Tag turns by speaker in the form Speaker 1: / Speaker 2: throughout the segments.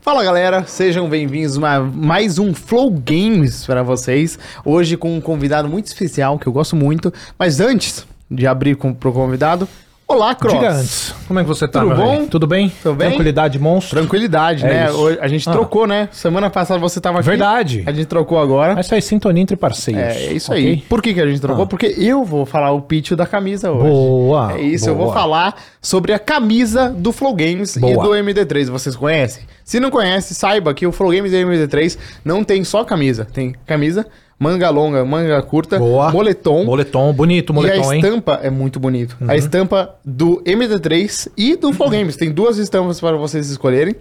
Speaker 1: Fala galera, sejam bem-vindos a mais um Flow Games para vocês. Hoje com um convidado muito especial que eu gosto muito. Mas antes de abrir com, pro convidado, olá Cross.
Speaker 2: Diga antes, como é que você tá,
Speaker 1: Tudo
Speaker 2: meu
Speaker 1: bom?
Speaker 2: velho? Tudo bem?
Speaker 1: Tudo bem?
Speaker 2: Tranquilidade, monstro?
Speaker 1: Tranquilidade,
Speaker 2: É
Speaker 1: né?
Speaker 2: isso.
Speaker 1: Hoje- a gente
Speaker 2: Ah.
Speaker 1: trocou, né? Semana passada você tava aqui.
Speaker 2: Verdade.
Speaker 1: A gente trocou agora.
Speaker 2: Essa é sintonia entre parceiros.
Speaker 1: É, é isso
Speaker 2: ok?
Speaker 1: aí. Por que, que a gente trocou?
Speaker 2: Ah.
Speaker 1: Porque eu vou falar o pitch da camisa hoje.
Speaker 2: Boa,
Speaker 1: É isso, eu vou
Speaker 2: boa.
Speaker 1: falar sobre a camisa do Flow Games e
Speaker 2: Boa.
Speaker 1: do MD3. Vocês conhecem? Se não conhece, saiba que o Flow Games e o MD3 não tem só camisa. Tem camisa, manga longa, manga curta,
Speaker 2: Boa.
Speaker 1: moletom.
Speaker 2: Moletom, bonito
Speaker 1: e a
Speaker 2: moletom, hein? Uhum.
Speaker 1: estampa é muito bonito. A estampa do MD3 e do Flow Games. Tem duas estampas para vocês escolherem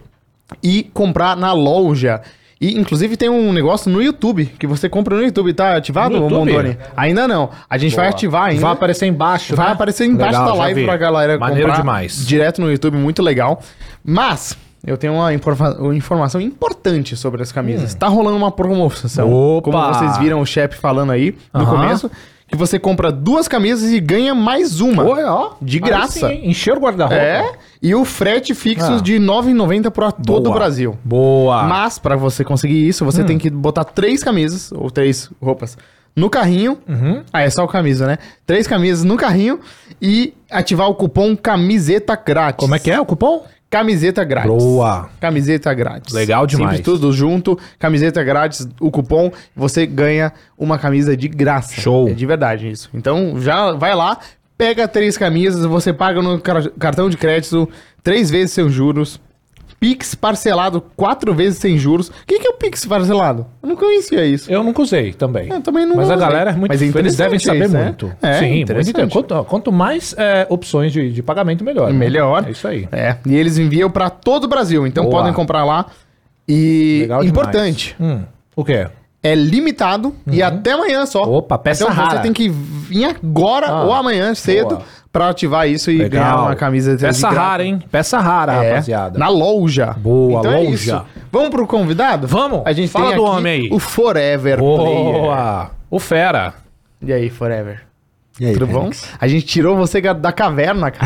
Speaker 1: e comprar na loja. E, inclusive, tem um negócio no YouTube, que você compra no YouTube. Tá ativado,
Speaker 2: No
Speaker 1: ô
Speaker 2: YouTube?
Speaker 1: Mondoni? Ainda não. A gente vai ativar ainda.
Speaker 2: Vai aparecer embaixo,
Speaker 1: Vai
Speaker 2: né?
Speaker 1: aparecer embaixo
Speaker 2: Legal,
Speaker 1: da
Speaker 2: já
Speaker 1: live
Speaker 2: vi.
Speaker 1: pra galera
Speaker 2: Maneiro demais.
Speaker 1: direto no YouTube, muito legal. Mas eu tenho uma, informa- uma informação importante sobre as camisas. Tá rolando uma promoção,
Speaker 2: Hum. Opa!
Speaker 1: como vocês viram o chefe falando aí no
Speaker 2: Aham.
Speaker 1: começo, que você compra duas camisas e ganha mais uma.
Speaker 2: Oi, ó.
Speaker 1: De
Speaker 2: Aí
Speaker 1: graça.
Speaker 2: sim, hein? Encher o guarda-roupa.
Speaker 1: É, e o frete fixo
Speaker 2: Ah.
Speaker 1: de R$ 9,90 para todo o
Speaker 2: Boa.
Speaker 1: Brasil.
Speaker 2: Boa.
Speaker 1: Mas para você conseguir isso,
Speaker 2: Hum.
Speaker 1: você tem que botar três camisas ou três roupas no carrinho.
Speaker 2: Uhum.
Speaker 1: Ah, é só o camisa, né? Três camisas no carrinho e ativar o cupom camiseta grátis.
Speaker 2: Como é que é o cupom?
Speaker 1: Camiseta grátis.
Speaker 2: Boa.
Speaker 1: Camiseta grátis.
Speaker 2: Legal demais.
Speaker 1: Simples, tudo junto. Camiseta grátis, o cupom, você ganha uma camisa de graça.
Speaker 2: Show.
Speaker 1: É de verdade isso. Então já vai lá, pega três camisas, você paga no car- cartão de crédito três vezes seus juros. Pix parcelado quatro vezes sem juros. O que, que é o Pix parcelado? Eu não conhecia isso.
Speaker 2: Eu nunca usei também.
Speaker 1: Eu também não
Speaker 2: Mas a
Speaker 1: usei.
Speaker 2: galera é muito.
Speaker 1: Mas é
Speaker 2: eles devem
Speaker 1: interessante
Speaker 2: saber
Speaker 1: isso, né?
Speaker 2: muito.
Speaker 1: É,
Speaker 2: Sim, muito
Speaker 1: interessante.
Speaker 2: inter- Quanto, quanto mais é, opções de, de pagamento, melhor. né?
Speaker 1: Melhor.
Speaker 2: É isso aí.
Speaker 1: É, e eles enviam pra todo o Brasil, então
Speaker 2: Boa.
Speaker 1: podem comprar lá. E
Speaker 2: Legal demais.
Speaker 1: importante,
Speaker 2: Hum, o quê?
Speaker 1: é limitado
Speaker 2: Uhum.
Speaker 1: e até amanhã só.
Speaker 2: Opa, peça
Speaker 1: então
Speaker 2: é rara.
Speaker 1: você tem que vir agora
Speaker 2: Ah,
Speaker 1: ou amanhã cedo
Speaker 2: boa.
Speaker 1: pra ativar isso e ganhar uma camisa de
Speaker 2: Peça
Speaker 1: graça.
Speaker 2: rara, hein? Peça rara,
Speaker 1: É,
Speaker 2: rapaziada.
Speaker 1: na loja.
Speaker 2: Boa,
Speaker 1: é
Speaker 2: loja.
Speaker 1: isso. Vamos pro convidado?
Speaker 2: Vamos.
Speaker 1: A gente
Speaker 2: Fala
Speaker 1: tem
Speaker 2: do
Speaker 1: aqui
Speaker 2: homem aí.
Speaker 1: O Forever Player.
Speaker 2: Boa! O fera.
Speaker 1: E aí, Forever?
Speaker 3: E aí,
Speaker 1: Tudo bom?
Speaker 3: Fênix?
Speaker 1: A gente tirou você da caverna, cara.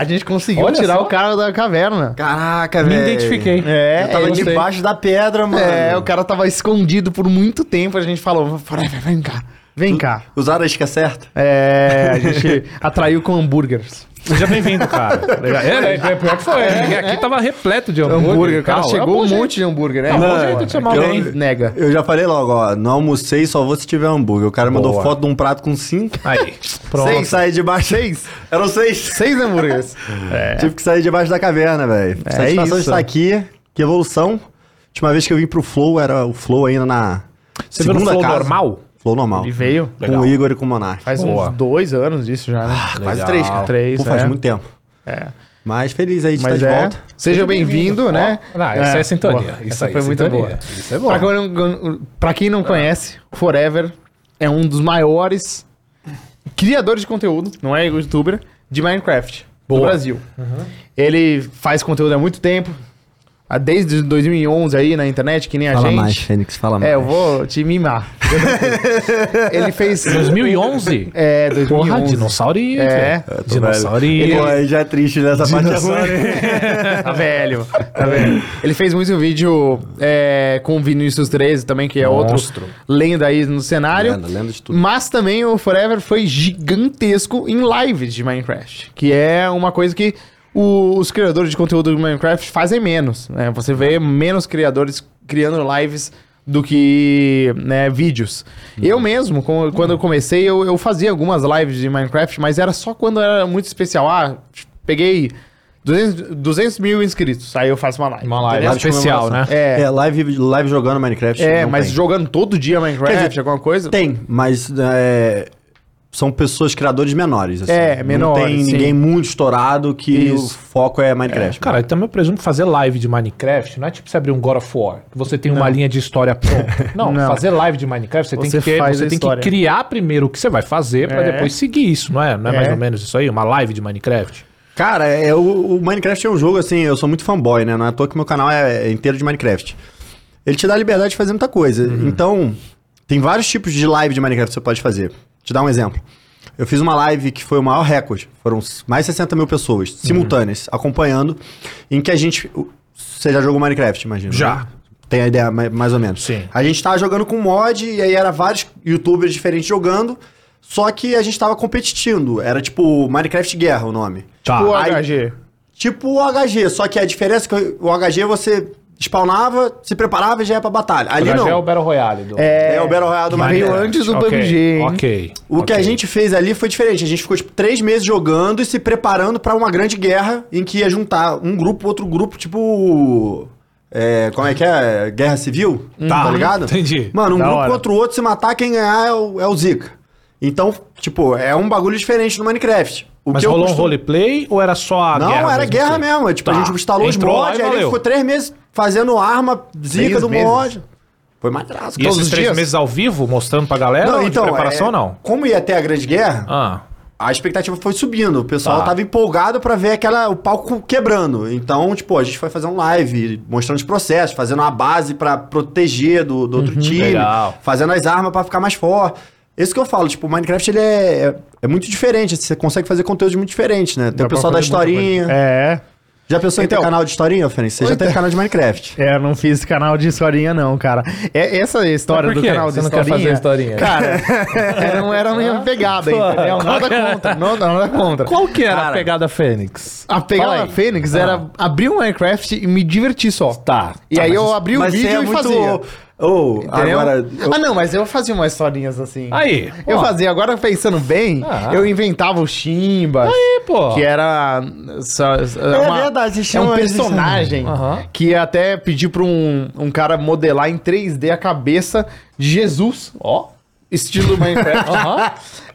Speaker 1: A gente conseguiu
Speaker 2: Olha
Speaker 1: tirar
Speaker 2: só.
Speaker 1: o cara da caverna.
Speaker 3: Caraca,
Speaker 2: Me
Speaker 3: velho.
Speaker 2: identifiquei.
Speaker 1: É,
Speaker 3: eu tava
Speaker 1: eu sei.
Speaker 3: debaixo da pedra, mano.
Speaker 1: É, o cara tava escondido por muito tempo. A gente falou, Forever, vem cá, vem cá.
Speaker 3: Usaram a isca certa?
Speaker 1: É, a gente atraiu com hambúrgueres.
Speaker 2: Seja bem-vindo, cara. Legal. É, é, é, pior que foi. Aqui tava repleto de hambúrguer.
Speaker 1: né? É. Hambúrguer,
Speaker 2: e
Speaker 1: o cara
Speaker 2: tal. É um
Speaker 1: chegou
Speaker 2: bom
Speaker 1: um
Speaker 2: jeito.
Speaker 1: monte de hambúrguer, né?
Speaker 2: É um bom
Speaker 3: Não,
Speaker 2: jeito de chamar
Speaker 3: é que
Speaker 2: alguém.
Speaker 3: eu-
Speaker 1: Nega.
Speaker 3: Eu já falei logo, ó, não almocei, só vou se tiver hambúrguer. O cara mandou
Speaker 2: Boa.
Speaker 3: foto de um prato com cinco.
Speaker 2: Aí. Pronto.
Speaker 3: Seis, saí debaixo. Seis? Eram seis.
Speaker 1: Seis hambúrgueres.
Speaker 3: Tive que sair debaixo da caverna, velho.
Speaker 1: É
Speaker 3: Satisfação de
Speaker 1: isso.
Speaker 3: estar aqui. Que evolução. Última vez que eu vim pro Flow, era o Flow ainda na
Speaker 2: Você viu no flow normal?
Speaker 3: Flow normal.
Speaker 1: Ele veio
Speaker 3: Com
Speaker 2: Legal.
Speaker 3: o Igor e com o Monark.
Speaker 1: faz
Speaker 2: Boa.
Speaker 1: uns dois anos disso já, né?
Speaker 3: Quase
Speaker 2: Legal.
Speaker 3: três, cara.
Speaker 1: Três,
Speaker 3: Pô, faz
Speaker 1: é.
Speaker 3: muito tempo.
Speaker 1: É.
Speaker 3: Mas feliz aí de
Speaker 1: Mas
Speaker 3: estar de
Speaker 1: é.
Speaker 3: volta.
Speaker 1: Seja bem-vindo, né?
Speaker 2: Ah, essa é, a sintonia.
Speaker 1: boa.
Speaker 2: Isso
Speaker 1: Essa
Speaker 2: aí,
Speaker 1: foi muito
Speaker 2: sintonia.
Speaker 1: boa.
Speaker 2: Isso é bom.
Speaker 1: Pra quem, não, pra quem não conhece, Forever é um dos maiores criadores de conteúdo, não é youtuber, de Minecraft do
Speaker 2: Boa.
Speaker 1: Brasil. Ele faz conteúdo há muito tempo, há- desde 2011 aí na internet, que nem a
Speaker 3: Fala
Speaker 1: gente.
Speaker 3: mais, Fênix, fala mais.
Speaker 1: É, eu vou te mimar. ele fez...
Speaker 2: 2011?
Speaker 1: É,
Speaker 2: Porra,
Speaker 1: 2011.
Speaker 2: dinossaurinho.
Speaker 1: É.
Speaker 2: velho.
Speaker 3: Eu tô
Speaker 2: Dinossaurinho.
Speaker 3: velho. Pô, aí já é triste nessa parte agora.
Speaker 1: Tá velho, tá velho. Ele fez muito vídeo é, com o Vinícius 13 também, que é
Speaker 2: Monstro.
Speaker 1: outro lenda aí no cenário.
Speaker 3: Lenda, lenda de tudo.
Speaker 1: Mas também o Forever foi gigantesco em lives de Minecraft, que é uma coisa que o- os criadores de conteúdo de Minecraft fazem menos. Né? Você vê menos criadores criando lives do que né, vídeos.
Speaker 3: Uhum.
Speaker 1: Eu mesmo, com- quando eu comecei, eu, eu fazia algumas lives de Minecraft, mas era só quando era muito especial. Ah, peguei 200, 200 mil inscritos, aí eu faço uma live.
Speaker 2: Uma live
Speaker 1: entendeu?
Speaker 2: especial, né?
Speaker 1: É,
Speaker 3: É, live, live jogando Minecraft.
Speaker 1: é
Speaker 3: não
Speaker 1: mas
Speaker 3: tem.
Speaker 1: jogando todo dia
Speaker 3: Quer
Speaker 1: Minecraft,
Speaker 3: dizer,
Speaker 1: alguma coisa...
Speaker 3: Tem, mas é, são pessoas criadores menores. assim.
Speaker 1: É,
Speaker 3: Não tem
Speaker 1: menores, sim.
Speaker 3: ninguém muito estourado que
Speaker 1: Isso.
Speaker 3: o foco é Minecraft.
Speaker 2: Cara, também eu presumo que fazer live de Minecraft não é tipo você abrir um God of War, que você tem uma linha de história pronta. Não,
Speaker 1: Não.
Speaker 2: fazer live de Minecraft você,
Speaker 1: Você
Speaker 2: tem, que, ter-
Speaker 1: faz
Speaker 2: você
Speaker 1: a
Speaker 2: tem que
Speaker 1: história.
Speaker 2: criar primeiro o que você vai fazer pra
Speaker 1: É.
Speaker 2: depois seguir isso, não é? Não é,
Speaker 1: É.
Speaker 2: mais ou menos isso aí? Uma live de Minecraft?
Speaker 3: Cara, é, o, o Minecraft é um jogo assim, eu sou muito fanboy, né? Não é à toa que meu canal é, é inteiro de Minecraft. Ele te dá a liberdade de fazer muita coisa.
Speaker 2: Uhum.
Speaker 3: Então, tem vários tipos de live de Minecraft que você pode fazer. Te dar um exemplo. Eu fiz uma live que foi o
Speaker 2: Uhum.
Speaker 3: maior recorde. Foram s- mais de 60 mil pessoas simultâneas acompanhando, em que a gente. o- Você já jogou Minecraft, imagina.
Speaker 2: Já.
Speaker 3: Tem a ideia mai- mais ou menos.
Speaker 2: Sim.
Speaker 3: A gente tava jogando com mod e aí era vários youtubers diferentes jogando. Só que a gente tava competindo. Era tipo Minecraft Guerra o nome.
Speaker 2: Tá.
Speaker 1: o
Speaker 3: aí-
Speaker 1: HG.
Speaker 3: Tipo o HG, só que a diferença é que o HG você spawnava, se preparava e já ia pra batalha. Ali
Speaker 2: Já
Speaker 3: não.
Speaker 2: é o Battle Royale. Do...
Speaker 3: É o Battle Royale do
Speaker 1: que Veio
Speaker 3: Minecraft.
Speaker 1: antes do
Speaker 2: Ok,
Speaker 1: PUBG, hein?
Speaker 2: Ok.
Speaker 3: O que
Speaker 2: ok.
Speaker 3: a gente fez ali foi diferente. A gente ficou tipo, três meses jogando e se preparando pra uma grande guerra em que ia juntar um grupo, outro grupo, tipo. é, como é que é? Guerra civil? Tá, ligado?
Speaker 2: Hum. entendi.
Speaker 3: Mano, um
Speaker 1: Da
Speaker 3: grupo
Speaker 1: hora.
Speaker 3: contra o outro, se matar, quem ganhar é o, é o Zika. Então, tipo, é um bagulho diferente no Minecraft. O
Speaker 2: Mas
Speaker 3: eu
Speaker 2: rolou um
Speaker 3: costumo-
Speaker 2: roleplay ou era só a
Speaker 3: Não,
Speaker 2: guerra?
Speaker 3: era guerra
Speaker 2: que-
Speaker 3: mesmo. Tipo,
Speaker 2: Tá.
Speaker 3: a gente instalou os
Speaker 2: Entrou lá
Speaker 3: mods,
Speaker 2: e
Speaker 3: aí a gente
Speaker 2: valeu.
Speaker 3: ficou três meses fazendo arma zica
Speaker 1: Três
Speaker 3: do
Speaker 1: meses?
Speaker 3: mod. Foi matraço.
Speaker 2: E
Speaker 3: cara.
Speaker 1: todos
Speaker 2: esses
Speaker 1: os
Speaker 2: três
Speaker 1: dias?
Speaker 2: meses ao vivo, mostrando pra galera ou de preparação
Speaker 3: é,
Speaker 2: ou não?
Speaker 3: Como ia ter a grande guerra,
Speaker 2: Ah,
Speaker 3: a expectativa foi subindo. O pessoal
Speaker 2: Tá.
Speaker 3: tava empolgado pra ver aquela, o palco quebrando. Então, tipo, a gente foi fazer um live, mostrando os processos, fazendo uma base pra proteger do, do outro time,
Speaker 2: Uhum. Legal.
Speaker 3: fazendo as armas pra ficar mais forte. Isso que eu falo, tipo, o Minecraft ele é, é, é muito diferente. Você consegue fazer conteúdo muito diferente, né? Tem
Speaker 1: Dá
Speaker 3: o pessoal da
Speaker 1: pra fazer muita
Speaker 3: historinha.
Speaker 1: É.
Speaker 3: Já pensou em
Speaker 1: Então-
Speaker 3: ter canal de historinha, Fênix? Você já teve canal de Minecraft.
Speaker 1: É, eu não fiz canal de historinha, não, cara. É, essa história
Speaker 2: Mas por
Speaker 1: do
Speaker 2: quê?
Speaker 1: canal de
Speaker 2: Você não quer
Speaker 1: historinha.
Speaker 2: fazer historinha? Ah,
Speaker 1: Cara, era, não era a minha pegada, entendeu? Nada contra. Não, nada contra.
Speaker 2: é? Qual que era
Speaker 3: Cara.
Speaker 2: a pegada Fênix?
Speaker 1: A
Speaker 2: Fala
Speaker 1: pegada
Speaker 2: aí.
Speaker 1: da Fênix
Speaker 2: Ah.
Speaker 1: era abrir o Minecraft e me divertir só.
Speaker 2: Tá.
Speaker 1: E aí eu abri o vídeo e fazia.
Speaker 3: Ô,
Speaker 1: entendeu?
Speaker 3: é agora. eu-
Speaker 1: Ah, não, mas eu fazia umas historinhas assim.
Speaker 2: Aí.
Speaker 1: Eu
Speaker 2: ó.
Speaker 1: fazia, agora pensando bem,
Speaker 2: Ah.
Speaker 1: eu inventava o Shimbas.
Speaker 2: Aí, pô.
Speaker 1: Que era. só- é,
Speaker 3: verdade, vocês
Speaker 1: É um
Speaker 3: chamam eles de
Speaker 1: personagem
Speaker 2: Aham.
Speaker 1: que até pediu pra um, um cara modelar em 3D a cabeça de Jesus,
Speaker 2: Ó.
Speaker 1: estilo Minecraft.
Speaker 2: Aham.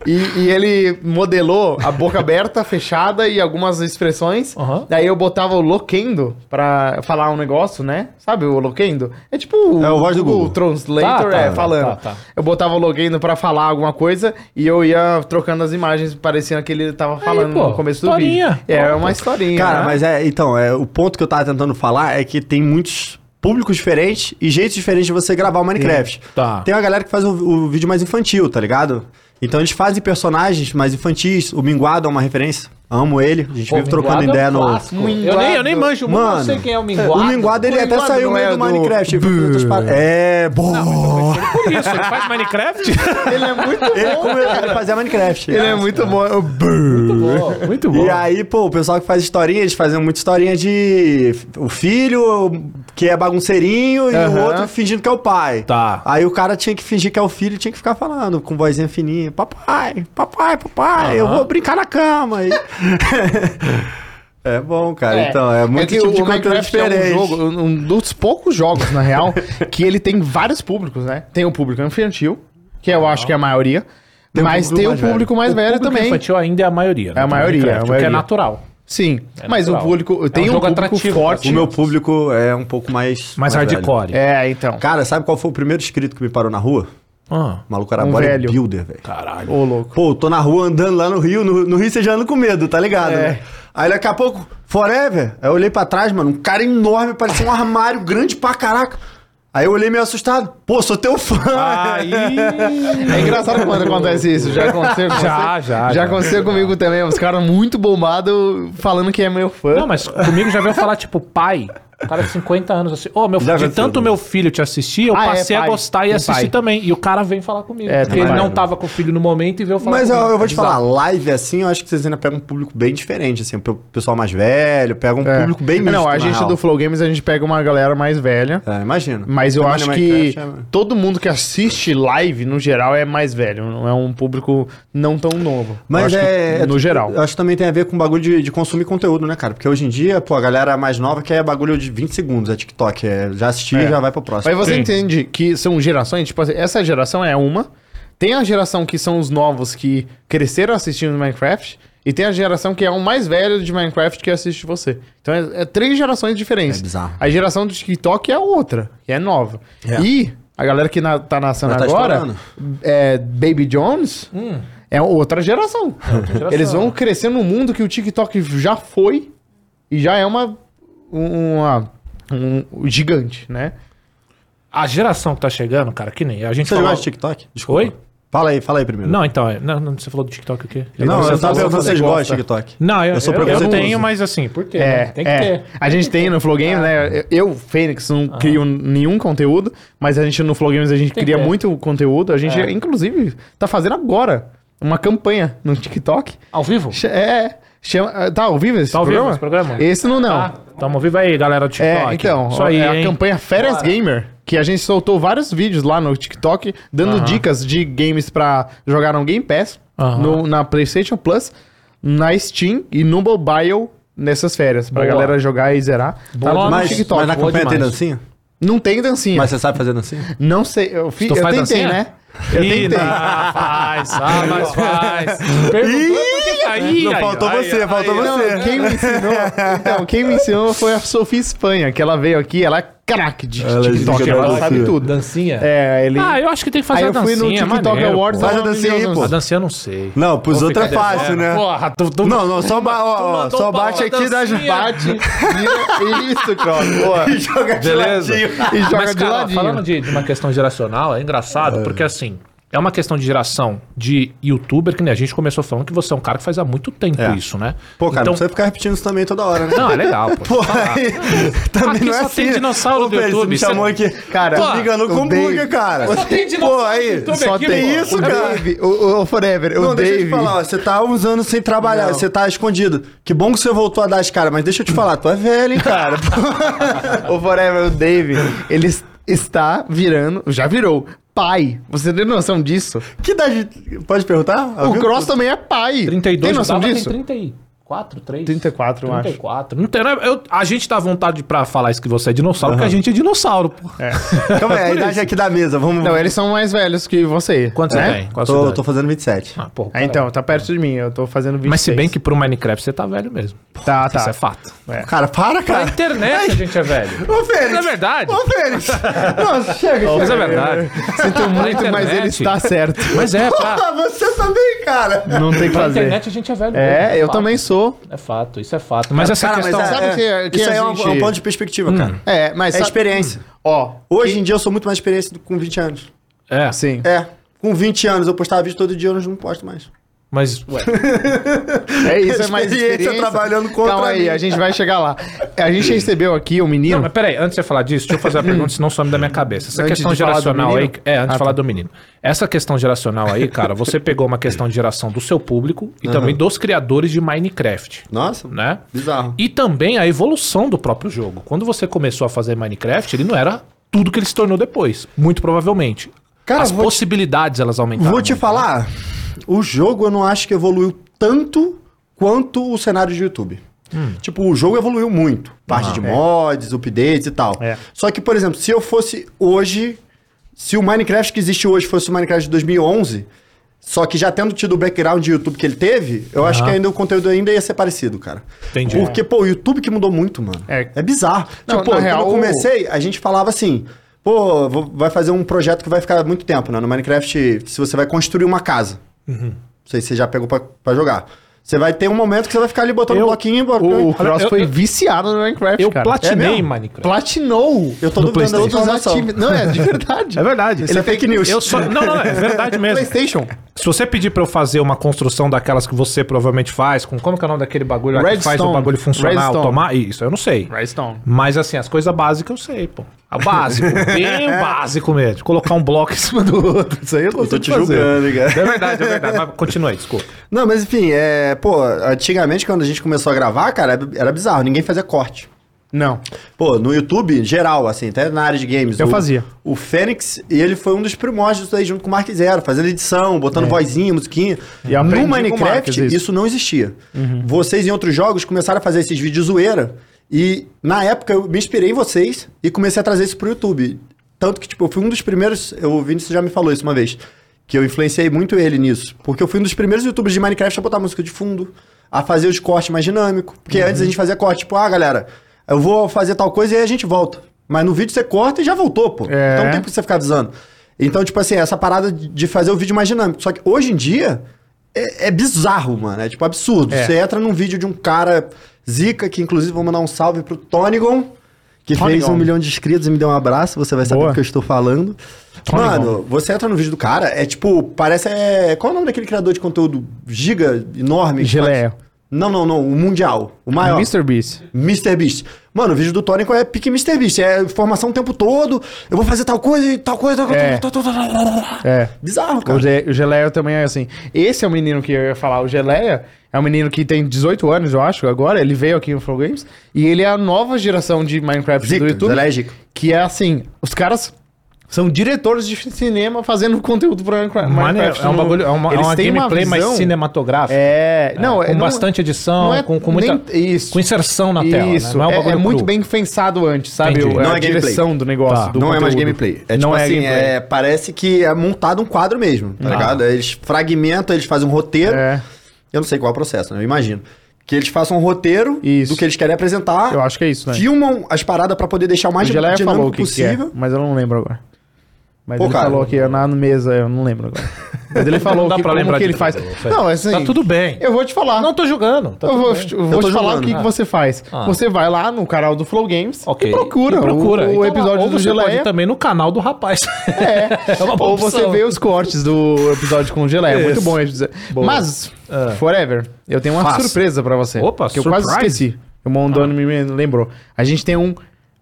Speaker 1: e, e ele modelou a boca aberta, fechada e algumas expressões.
Speaker 2: Aham.
Speaker 1: Daí eu botava o Loquendo pra falar um negócio, né? Sabe o Loquendo? É tipo o,
Speaker 3: É o voz do Google.
Speaker 1: Translator
Speaker 2: Tá, tá,
Speaker 1: é, falando.
Speaker 2: tá, tá.
Speaker 1: Eu botava o Loquendo pra falar alguma coisa e eu ia trocando as imagens parecendo que ele tava falando
Speaker 2: pô,
Speaker 1: no começo do
Speaker 2: historinha.
Speaker 1: vídeo. É, é
Speaker 2: Ó,
Speaker 1: uma historinha.
Speaker 3: Cara,
Speaker 1: né?
Speaker 3: mas é. Então, é, o ponto que eu tava tentando falar é que tem muitos públicos diferentes e jeitos diferentes de você gravar o Minecraft.
Speaker 2: Tá.
Speaker 3: Tem uma galera que faz o, o vídeo mais infantil, tá ligado? Então eles fazem personagens mais infantis. O Minguado é uma referência. Amo ele. A gente
Speaker 2: Pô,
Speaker 3: vive trocando
Speaker 2: Minguado é
Speaker 3: ideia
Speaker 2: um
Speaker 3: no.
Speaker 2: clássico. Eu
Speaker 1: Minguado. é
Speaker 2: nem, eu nem manjo muito, eu sei quem é o Minguado.
Speaker 3: O Minguado ele
Speaker 1: O
Speaker 3: até
Speaker 1: Minguado
Speaker 3: saiu
Speaker 1: não
Speaker 3: meio
Speaker 1: é
Speaker 3: do
Speaker 1: do-
Speaker 3: Minecraft. ele foi pra outras paradas. É, bom.
Speaker 2: Por isso, ele faz Minecraft?
Speaker 1: ele é muito
Speaker 3: Ele,
Speaker 1: bom.
Speaker 3: como ele ele fazia Minecraft.
Speaker 1: Ele é muito bom. Eu-
Speaker 2: Pô, muito bom.
Speaker 3: E aí, pô, o pessoal que faz historinha, eles fazem muita historinha de o filho que é bagunceirinho e o
Speaker 1: Aham.
Speaker 3: outro fingindo que é o pai.
Speaker 2: Tá.
Speaker 3: Aí o cara tinha que fingir que é o filho e tinha que ficar falando com vozinha fininha: Papai, papai, papai, eu
Speaker 2: Aham.
Speaker 3: vou brincar na cama. E- é bom, cara. Então, é muito
Speaker 1: que
Speaker 3: tipo de
Speaker 1: o
Speaker 3: conteúdo
Speaker 1: Minecraft
Speaker 3: diferente.
Speaker 1: É um, jogo, um- um dos poucos jogos, na real, que ele tem vários públicos, né? Tem o público infantil, que eu acho que é a maioria,
Speaker 3: Tem o
Speaker 1: mas
Speaker 3: público
Speaker 1: tem o
Speaker 3: mais velho.
Speaker 1: público mais
Speaker 2: O
Speaker 1: velho
Speaker 2: público
Speaker 1: também.
Speaker 2: infantil ainda é a maioria. né,
Speaker 1: É a
Speaker 2: do
Speaker 1: maioria,
Speaker 2: Minecraft,
Speaker 1: é a
Speaker 2: O que é
Speaker 1: maioria.
Speaker 2: natural.
Speaker 1: Sim,
Speaker 2: É
Speaker 1: mas o
Speaker 2: natural. É
Speaker 1: público
Speaker 2: um
Speaker 1: tem um,
Speaker 2: jogo
Speaker 1: público
Speaker 2: atrativo, né?
Speaker 1: forte.
Speaker 3: O meu público é um pouco mais.
Speaker 2: Mais
Speaker 3: velho.
Speaker 2: hardcore.
Speaker 1: É, então.
Speaker 3: Cara, sabe qual foi o primeiro inscrito que me parou na rua?
Speaker 2: Ah,
Speaker 3: O maluco era
Speaker 1: Um velho.
Speaker 3: bodybuilder, velho.
Speaker 2: caralho.
Speaker 1: Ô, louco.
Speaker 3: Pô, eu tô na rua andando lá no Rio, no, no Rio você já anda com medo, tá ligado?
Speaker 1: É.
Speaker 3: né? Aí daqui a pouco, forever, aí eu olhei pra trás, mano, um cara enorme, parecia um armário grande pra caraca. Aí eu olhei meio assustado, pô, sou teu fã.
Speaker 1: Ah,
Speaker 2: Aí...
Speaker 1: É engraçado quando acontece isso. Já aconteceu com
Speaker 2: Já,
Speaker 1: você?
Speaker 2: já, já.
Speaker 1: Já aconteceu comigo também. Os caras muito bombados falando que é meu fã.
Speaker 2: Não, mas comigo já veio falar, tipo, pai. O cara de 50 anos, assim, ô, meu
Speaker 3: Já
Speaker 2: de
Speaker 3: aconteceu,
Speaker 2: tanto
Speaker 3: né?
Speaker 2: meu filho te assistir, eu
Speaker 1: Ah, é,
Speaker 2: passei a
Speaker 1: pai.
Speaker 2: gostar e
Speaker 1: Tem
Speaker 2: assistir
Speaker 1: pai.
Speaker 2: também. E o cara vem falar comigo.
Speaker 1: É,
Speaker 2: porque
Speaker 1: tem
Speaker 2: ele
Speaker 1: pai,
Speaker 2: não
Speaker 1: né?
Speaker 2: tava com o filho no momento e veio falar
Speaker 3: Mas eu,
Speaker 2: comigo.
Speaker 3: eu vou te
Speaker 2: Exato.
Speaker 3: falar, live assim, eu acho que vocês ainda pegam um público bem diferente, assim, o pe- pessoal mais velho, pega um
Speaker 1: É.
Speaker 3: público bem
Speaker 1: É, Não,
Speaker 3: na
Speaker 1: a gente
Speaker 3: real.
Speaker 1: do Flow Games, a gente pega uma galera mais velha.
Speaker 3: É, imagina.
Speaker 1: Mas eu
Speaker 3: Também
Speaker 1: acho
Speaker 3: no
Speaker 1: que
Speaker 3: Minecraft é-
Speaker 1: todo mundo que assiste live, no geral, é mais velho. Não é um público não tão novo. Eu
Speaker 3: Mas
Speaker 1: acho que
Speaker 3: é. é-
Speaker 1: No geral.
Speaker 3: Eu acho que também tem a ver com o bagulho de, de consumir conteúdo, né, cara? Porque hoje em dia, pô, a galera mais nova quer bagulho de 20 segundos, é TikTok. é, já assisti e
Speaker 1: É.
Speaker 3: já vai pro próximo.
Speaker 1: Mas você
Speaker 2: Sim.
Speaker 1: entende que são gerações? Tipo assim, essa geração é uma. Tem a geração que são os novos que cresceram assistindo Minecraft. E tem a geração que é o mais velho de Minecraft que assiste você. Então é, é três gerações diferentes.
Speaker 3: É bizarro.
Speaker 1: A geração do TikTok é outra, que é nova.
Speaker 3: É.
Speaker 1: E a galera que na, tá nascendo
Speaker 3: Mas tá
Speaker 1: agora,
Speaker 3: estourando.
Speaker 1: é, Baby Jones, é outra geração.
Speaker 2: Hum. É geração.
Speaker 1: Eles vão crescer num mundo que o TikTok já foi e já é uma, uma um gigante, né?
Speaker 2: A geração que tá chegando, cara, que nem a gente
Speaker 3: Você
Speaker 2: falou-
Speaker 3: gosta de TikTok?
Speaker 2: Oi?
Speaker 3: Fala aí, fala aí primeiro.
Speaker 2: Não, então, é- não, não, você falou do TikTok o quê?
Speaker 3: Não,
Speaker 2: Você
Speaker 3: eu
Speaker 2: falou-
Speaker 3: tava perguntando se vocês
Speaker 2: gosta.
Speaker 3: gostam de TikTok.
Speaker 2: Não, eu,
Speaker 3: Eu sou
Speaker 2: eu, eu,
Speaker 3: preconceituoso.
Speaker 2: tenho, mas assim, por quê? né? Tem que
Speaker 1: é.
Speaker 2: ter. Ah.
Speaker 1: A gente tem no Flow Games, né? Eu- Eu, Fênix, não crio nenhum conteúdo, mas a gente no Flow Games a gente
Speaker 2: Tem que
Speaker 1: cria
Speaker 2: ter.
Speaker 1: muito conteúdo. A gente,
Speaker 2: É.
Speaker 1: inclusive, tá fazendo agora uma campanha no TikTok.
Speaker 2: Ao vivo?
Speaker 1: Ch- É. Chama, tá ao vivo esse
Speaker 2: Tá ao vivo
Speaker 1: programa?
Speaker 2: esse programa?
Speaker 1: Esse não, não.
Speaker 2: Tá? Tamo ao vivo aí, galera do TikTok.
Speaker 1: É, então,
Speaker 2: Isso aí,
Speaker 1: é a
Speaker 2: hein?
Speaker 1: campanha Férias Gamer, que a gente soltou vários vídeos lá no TikTok, dando dicas de games pra jogar no Game Pass,
Speaker 2: Aham.
Speaker 1: no- na PlayStation Plus, na Steam e no mobile nessas férias, pra
Speaker 2: Boa.
Speaker 1: galera jogar e zerar.
Speaker 2: Boa.
Speaker 1: Tá lá
Speaker 3: mas,
Speaker 1: no TikTok.
Speaker 3: mas na
Speaker 2: boa
Speaker 3: campanha tem
Speaker 2: demais.
Speaker 3: dancinha?
Speaker 1: Não tem dancinha.
Speaker 3: Mas você sabe fazer dancinha?
Speaker 1: Não sei, eu, fi,
Speaker 2: Tu
Speaker 1: eu
Speaker 2: faz
Speaker 1: tentei,
Speaker 2: dancinha?
Speaker 1: né?
Speaker 2: Eu
Speaker 1: tentei.
Speaker 2: faz, ah, mas faz. Perguntou por que tá aí,
Speaker 3: Não,
Speaker 2: aí,
Speaker 3: faltou
Speaker 2: aí,
Speaker 3: você,
Speaker 2: aí,
Speaker 3: faltou
Speaker 2: aí.
Speaker 1: Não,
Speaker 3: você.
Speaker 1: quem me ensinou, então, quem me ensinou foi a Sofia Espanha, que ela veio aqui, ela é craque de
Speaker 3: Ela é
Speaker 1: TikTok,
Speaker 3: jogadora
Speaker 1: ela sabe
Speaker 3: de-
Speaker 1: tudo.
Speaker 2: Dancinha?
Speaker 1: É, ele...
Speaker 2: Ah, eu acho que tem que fazer
Speaker 1: Aí
Speaker 2: a
Speaker 1: eu fui
Speaker 2: dancinha.
Speaker 1: no TikTok
Speaker 2: maneiro,
Speaker 1: Awards.
Speaker 2: pô.
Speaker 3: Faz a
Speaker 1: ela me
Speaker 3: dancinha aí,
Speaker 1: deu
Speaker 3: pô.
Speaker 2: A dancinha eu não sei.
Speaker 3: Não, pros
Speaker 2: Vou
Speaker 3: outros é
Speaker 2: ficar
Speaker 3: fácil, né?
Speaker 2: Porra, tu, tu-
Speaker 3: Não, não, só, ba ó, ó,
Speaker 2: mandou
Speaker 3: só
Speaker 2: um pau
Speaker 3: bate
Speaker 2: na
Speaker 3: aqui da
Speaker 2: dancinha.
Speaker 1: Bate, vira, isso,
Speaker 3: E
Speaker 1: Croc.
Speaker 3: joga de
Speaker 2: Beleza.
Speaker 3: ladinho.
Speaker 1: E joga
Speaker 2: Mas,
Speaker 1: de
Speaker 2: cara,
Speaker 1: ladinho.
Speaker 2: falando de, de uma questão geracional, é engraçado, porque assim, é uma questão de geração de youtuber, que nem a gente começou falando que você é um cara que faz há muito tempo
Speaker 3: É.
Speaker 2: isso, né?
Speaker 3: Pô, cara,
Speaker 2: então,
Speaker 3: não precisa ficar repetindo isso também toda hora, né?
Speaker 2: não, é legal, pô.
Speaker 3: Pô, aí, também
Speaker 2: Aqui
Speaker 3: não é
Speaker 2: só tem
Speaker 3: assim.
Speaker 2: dinossauro do
Speaker 3: Ô, Pedro,
Speaker 2: YouTube,
Speaker 3: Você me
Speaker 2: você-
Speaker 3: chamou aqui.
Speaker 1: Cara,
Speaker 3: tu me enganou com
Speaker 1: odeio.
Speaker 3: hambúrguer, cara.
Speaker 2: Só tem dinossauro
Speaker 3: Pô, aí,
Speaker 2: do YouTube
Speaker 3: só
Speaker 2: aqui,
Speaker 3: tem
Speaker 2: pô.
Speaker 3: isso,
Speaker 1: o
Speaker 3: cara.
Speaker 1: Dave, o, o Forever, o
Speaker 3: Não,
Speaker 1: Dave.
Speaker 3: deixa eu te falar, ó, você tá há uns anos sem trabalhar, você tá escondido. Que bom que você voltou a dar as caras, mas deixa eu te falar, tu é velho, hein, cara.
Speaker 1: o Forever, o Dave, ele es- está virando, já virou, pai. Você tem noção disso?
Speaker 3: que idade. Pode perguntar?
Speaker 1: o Cross também é pai.
Speaker 2: 32
Speaker 1: tem noção
Speaker 2: eu tava,
Speaker 1: disso?
Speaker 2: Tem 34, 3.
Speaker 1: 34, eu acho.
Speaker 2: 34. Não tem, né? Eu- a gente dá vontade pra falar isso que você é dinossauro, porque a gente é dinossauro, pô.
Speaker 3: Calma aí, a
Speaker 2: Por
Speaker 3: idade
Speaker 2: isso.
Speaker 3: aqui da mesa, vamos.
Speaker 1: Não, eles são mais velhos que um. você.
Speaker 2: Quanto
Speaker 1: né?
Speaker 2: você tem? Qual a sua
Speaker 3: tô,
Speaker 2: idade?
Speaker 3: tô fazendo 27.
Speaker 2: Ah, pô,
Speaker 1: Ah,
Speaker 2: cara.
Speaker 1: então, tá perto de mim, eu tô fazendo 26.
Speaker 2: Mas se bem que pro Minecraft você tá velho mesmo.
Speaker 1: Tá, tá.
Speaker 2: Isso é fato.
Speaker 3: Cara, para,
Speaker 2: Pra
Speaker 3: cara.
Speaker 2: internet a gente é velho.
Speaker 3: Ô, Fênix.
Speaker 2: Mas é verdade.
Speaker 3: Ô, Fênix. Nossa, chega,
Speaker 2: Mas é
Speaker 3: chega.
Speaker 2: verdade.
Speaker 1: Sinto muito, mas ele está certo.
Speaker 2: Mas é, pra,
Speaker 3: Ah, você também, cara.
Speaker 1: Não tem o que
Speaker 2: pra
Speaker 1: fazer.
Speaker 2: internet a gente é velho. mesmo,
Speaker 1: É,
Speaker 2: é
Speaker 1: eu
Speaker 2: fato.
Speaker 1: também sou.
Speaker 2: É fato, isso é fato. Mas essa
Speaker 3: Cara, mas
Speaker 2: questão. Hum.
Speaker 3: é-
Speaker 1: Sabe
Speaker 3: é,
Speaker 1: que- que
Speaker 3: isso aí
Speaker 1: a
Speaker 3: é um,
Speaker 1: gente-
Speaker 3: é um ponto de perspectiva, cara.
Speaker 1: É, mas...
Speaker 3: É
Speaker 1: sabe-
Speaker 3: experiência.
Speaker 1: Ó, ah,
Speaker 3: Hoje em dia eu sou muito mais experiência do que com 20 anos.
Speaker 2: É,
Speaker 1: sim.
Speaker 3: É. Com 20 anos eu postava vídeo todo dia, hoje eu não posto mais.
Speaker 2: mas. Ué,
Speaker 1: É isso, é mais
Speaker 3: Experiência
Speaker 1: experiência.
Speaker 3: trabalhando contra
Speaker 1: Calma aí,
Speaker 3: mim.
Speaker 1: a gente vai chegar lá. A gente recebeu aqui o
Speaker 2: Não,
Speaker 1: menino.
Speaker 2: mas peraí, antes de você falar disso, deixa eu fazer a pergunta, senão some da minha cabeça. Essa
Speaker 1: Antes
Speaker 2: questão
Speaker 1: de falar do
Speaker 2: geracional aí.
Speaker 1: menino?
Speaker 2: É, antes
Speaker 1: Ah,
Speaker 2: de falar
Speaker 1: tá.
Speaker 2: do menino. Essa questão geracional aí, cara, você pegou uma questão de geração do seu público e também dos criadores de Minecraft,
Speaker 3: Nossa,
Speaker 2: né?
Speaker 3: bizarro.
Speaker 2: E também a evolução do próprio jogo. Quando você começou a fazer Minecraft, ele não era tudo que ele se tornou depois, muito provavelmente.
Speaker 3: Cara,
Speaker 2: As
Speaker 3: vou te-
Speaker 2: possibilidades elas aumentaram.
Speaker 3: Vou te
Speaker 2: muito,
Speaker 3: falar, o jogo eu não acho que evoluiu tanto quanto o cenário de YouTube.
Speaker 2: Hum.
Speaker 3: Tipo, o jogo evoluiu muito. Parte
Speaker 2: Ah, é.
Speaker 3: de mods, updates e tal.
Speaker 1: É.
Speaker 3: Só que, por exemplo, se eu fosse hoje... Se o Minecraft que existe hoje fosse o Minecraft de 2011... Só que já tendo tido o background de YouTube que ele teve, eu acho que ainda o conteúdo ainda ia ser parecido, cara.
Speaker 2: Entendi.
Speaker 3: Porque, pô, o YouTube que mudou muito, mano.
Speaker 1: É.
Speaker 3: É, bizarro.
Speaker 1: Não,
Speaker 3: tipo, pô,
Speaker 1: na
Speaker 3: quando
Speaker 1: real,
Speaker 3: eu comecei, Ei, a gente falava assim, pô, vou- vai fazer um projeto que vai ficar muito tempo, né? No Minecraft, se você vai construir uma casa,
Speaker 2: Uhum.
Speaker 3: não sei se você já pegou pra, pra jogar, você vai ter um momento que você vai ficar ali botando
Speaker 2: Eu-
Speaker 3: bloquinho,
Speaker 1: O,
Speaker 3: bloquinho.
Speaker 1: o Cross
Speaker 2: eu-
Speaker 1: foi
Speaker 2: eu-
Speaker 1: viciado no Minecraft,
Speaker 2: Eu
Speaker 1: cara.
Speaker 2: platinei
Speaker 3: É mesmo?
Speaker 2: Minecraft.
Speaker 1: Platinou.
Speaker 3: Eu tô
Speaker 2: no
Speaker 3: duvidando da outra
Speaker 1: Todos os
Speaker 3: informação.
Speaker 1: ativos- Não, é de verdade.
Speaker 2: É verdade.
Speaker 3: Isso é fake news.
Speaker 2: Eu só... Não, não, é verdade mesmo.
Speaker 1: PlayStation.
Speaker 2: Se você pedir pra eu fazer uma construção daquelas que você provavelmente faz, com como que é o nome daquele bagulho lá que
Speaker 1: Redstone.
Speaker 2: faz o bagulho funcionar,
Speaker 1: Redstone.
Speaker 2: tomar isso, eu não sei.
Speaker 1: Redstone.
Speaker 2: Mas assim, as coisas básicas eu sei, pô. A básico, bem básico mesmo. Colocar um bloco em cima do outro, isso aí eu consigo fazer.
Speaker 3: cara.
Speaker 2: É verdade, é verdade. Mas continua aí, desculpa.
Speaker 3: Não, mas enfim, é, pô, antigamente quando a gente começou a gravar, cara, era bizarro, ninguém fazia corte.
Speaker 1: Não.
Speaker 3: Pô, no YouTube, geral, assim, até na área de games.
Speaker 1: Eu
Speaker 3: o-
Speaker 1: fazia.
Speaker 3: O Fênix, e ele foi um dos primórdios disso aí, junto com o Mark Zero, fazendo edição, botando vozinha, musiquinha.
Speaker 1: É. E aprendi
Speaker 3: no
Speaker 1: com o Mark
Speaker 3: Minecraft,
Speaker 1: isso.
Speaker 3: isso não existia. Vocês, em outros jogos, começaram a fazer esses vídeos zoeira. E, na época, eu me inspirei em vocês e comecei a trazer isso pro YouTube. Tanto que, tipo, eu fui um dos primeiros... Eu, o Vinícius já me falou isso uma vez. Que eu influenciei muito ele nisso. Porque eu fui um dos primeiros youtubers de Minecraft a botar música de fundo. A fazer os cortes mais dinâmicos. Porque antes a gente fazia corte. Tipo, ah, galera, eu vou fazer tal coisa e aí a gente volta. Mas no vídeo você corta e já voltou, pô.
Speaker 1: É.
Speaker 3: Então não tem por que você ficar avisando. Então, tipo assim, essa parada de- de fazer o vídeo mais dinâmico. Só que hoje em dia é, é bizarro, mano. É tipo absurdo.
Speaker 1: É.
Speaker 3: Você entra num vídeo de um cara zica, que inclusive vou mandar um salve pro Tonigon, que
Speaker 1: Tony
Speaker 3: fez um
Speaker 1: Gong.
Speaker 3: milhão de inscritos e me deu um abraço, você vai saber
Speaker 1: Boa.
Speaker 3: do que eu estou falando.
Speaker 2: Tony
Speaker 3: Mano, você entra no vídeo do cara, é tipo, parece. É... Qual é o nome daquele criador de conteúdo giga, enorme? que
Speaker 1: Geleia.
Speaker 3: faz- Não, não, não, o Mundial. O maior.
Speaker 1: Mr. Beast.
Speaker 3: Mr. Beast. Mano, o vídeo do Tônico é pique Mr. Beast. É informação o tempo todo. Eu vou fazer tal coisa e tal coisa, tal coisa.
Speaker 1: É.
Speaker 3: Tal, tal, tal, tal, tal, tal.
Speaker 1: É.
Speaker 3: Bizarro,
Speaker 1: O,
Speaker 3: cara.
Speaker 1: Ge o Geleia também é assim. Esse é o menino que eu ia falar. O Geleia é um menino que tem 18 anos, eu acho, agora. Ele veio aqui no Flow Games. E ele é a nova geração de Minecraft do YouTube.
Speaker 3: Zelé é Zica.
Speaker 1: Que é assim, os caras são diretores de cinema fazendo conteúdo pra Minecraft.
Speaker 2: Mano, é,
Speaker 1: Minecraft
Speaker 2: é um
Speaker 1: no-
Speaker 2: bagulho, é uma, é
Speaker 1: Eles
Speaker 2: uma
Speaker 1: têm
Speaker 2: gameplay mais
Speaker 1: visão-
Speaker 2: cinematográfica.
Speaker 1: É, não,
Speaker 2: com
Speaker 1: é- não-
Speaker 2: bastante edição,
Speaker 1: não é
Speaker 2: com, com muita
Speaker 1: nem- isso.
Speaker 2: com inserção na tela. né?
Speaker 1: Isso,
Speaker 2: Não
Speaker 1: é,
Speaker 2: um
Speaker 1: é
Speaker 2: bagulho
Speaker 1: muito
Speaker 2: cru.
Speaker 1: bem pensado antes, sabe?
Speaker 2: Entendi.
Speaker 1: O-
Speaker 3: Não
Speaker 1: a
Speaker 3: é gameplay.
Speaker 1: direção do negócio,
Speaker 2: Tá.
Speaker 1: do
Speaker 3: não é mais
Speaker 1: conteúdo.
Speaker 3: gameplay. É tipo
Speaker 1: não é
Speaker 3: assim,
Speaker 1: gameplay.
Speaker 3: é, parece que é montado um quadro mesmo, tá
Speaker 2: Ah.
Speaker 3: ligado? Eles fragmentam, eles fazem um roteiro.
Speaker 1: É.
Speaker 3: Eu não sei qual é o processo, né? Eu imagino. Que eles façam um roteiro
Speaker 1: Isso.
Speaker 3: do que eles querem apresentar.
Speaker 1: Eu acho que é isso, né?
Speaker 3: Filmam as paradas pra poder deixar o
Speaker 1: O
Speaker 3: mais
Speaker 1: Geleia
Speaker 3: dinâmico
Speaker 1: falou o que, que é,
Speaker 3: possível.
Speaker 1: mas eu não lembro agora. Mas
Speaker 3: Pô,
Speaker 1: ele
Speaker 3: cara.
Speaker 1: falou que é na mesa, eu não lembro agora. Mas ele falou
Speaker 2: Não dá
Speaker 1: que,
Speaker 2: pra
Speaker 1: como
Speaker 2: lembrar
Speaker 1: que
Speaker 2: de
Speaker 1: ele
Speaker 2: tudo,
Speaker 1: faz.
Speaker 2: Rafael.
Speaker 1: Não, assim,
Speaker 2: Tá tudo bem.
Speaker 1: eu vou te falar.
Speaker 2: Não tô julgando. Tá
Speaker 1: eu
Speaker 2: tudo
Speaker 1: vou,
Speaker 2: bem.
Speaker 1: eu vou
Speaker 3: tô
Speaker 1: te falar o
Speaker 3: julgando.
Speaker 1: que, que você faz.
Speaker 2: Ah.
Speaker 1: Você vai lá no canal do Flow Games
Speaker 2: Ok.
Speaker 1: e procura,
Speaker 2: E
Speaker 1: o,
Speaker 2: procura.
Speaker 1: o
Speaker 2: Então,
Speaker 1: episódio
Speaker 2: ou
Speaker 1: do
Speaker 2: você pode ir
Speaker 1: Geleia.
Speaker 2: também no canal do rapaz.
Speaker 1: É.
Speaker 2: uma boa
Speaker 1: Ou você
Speaker 2: opção.
Speaker 1: vê os cortes do episódio com o Geleia. é Muito
Speaker 2: Isso.
Speaker 1: bom. eu dizer.
Speaker 2: Boa.
Speaker 1: Mas,
Speaker 2: Ah.
Speaker 1: forever, eu tenho uma
Speaker 3: Faça.
Speaker 1: surpresa pra você.
Speaker 2: Opa,
Speaker 1: que eu
Speaker 2: surprise. Ah.
Speaker 1: quase esqueci. O Mondoni me lembrou. A gente tem um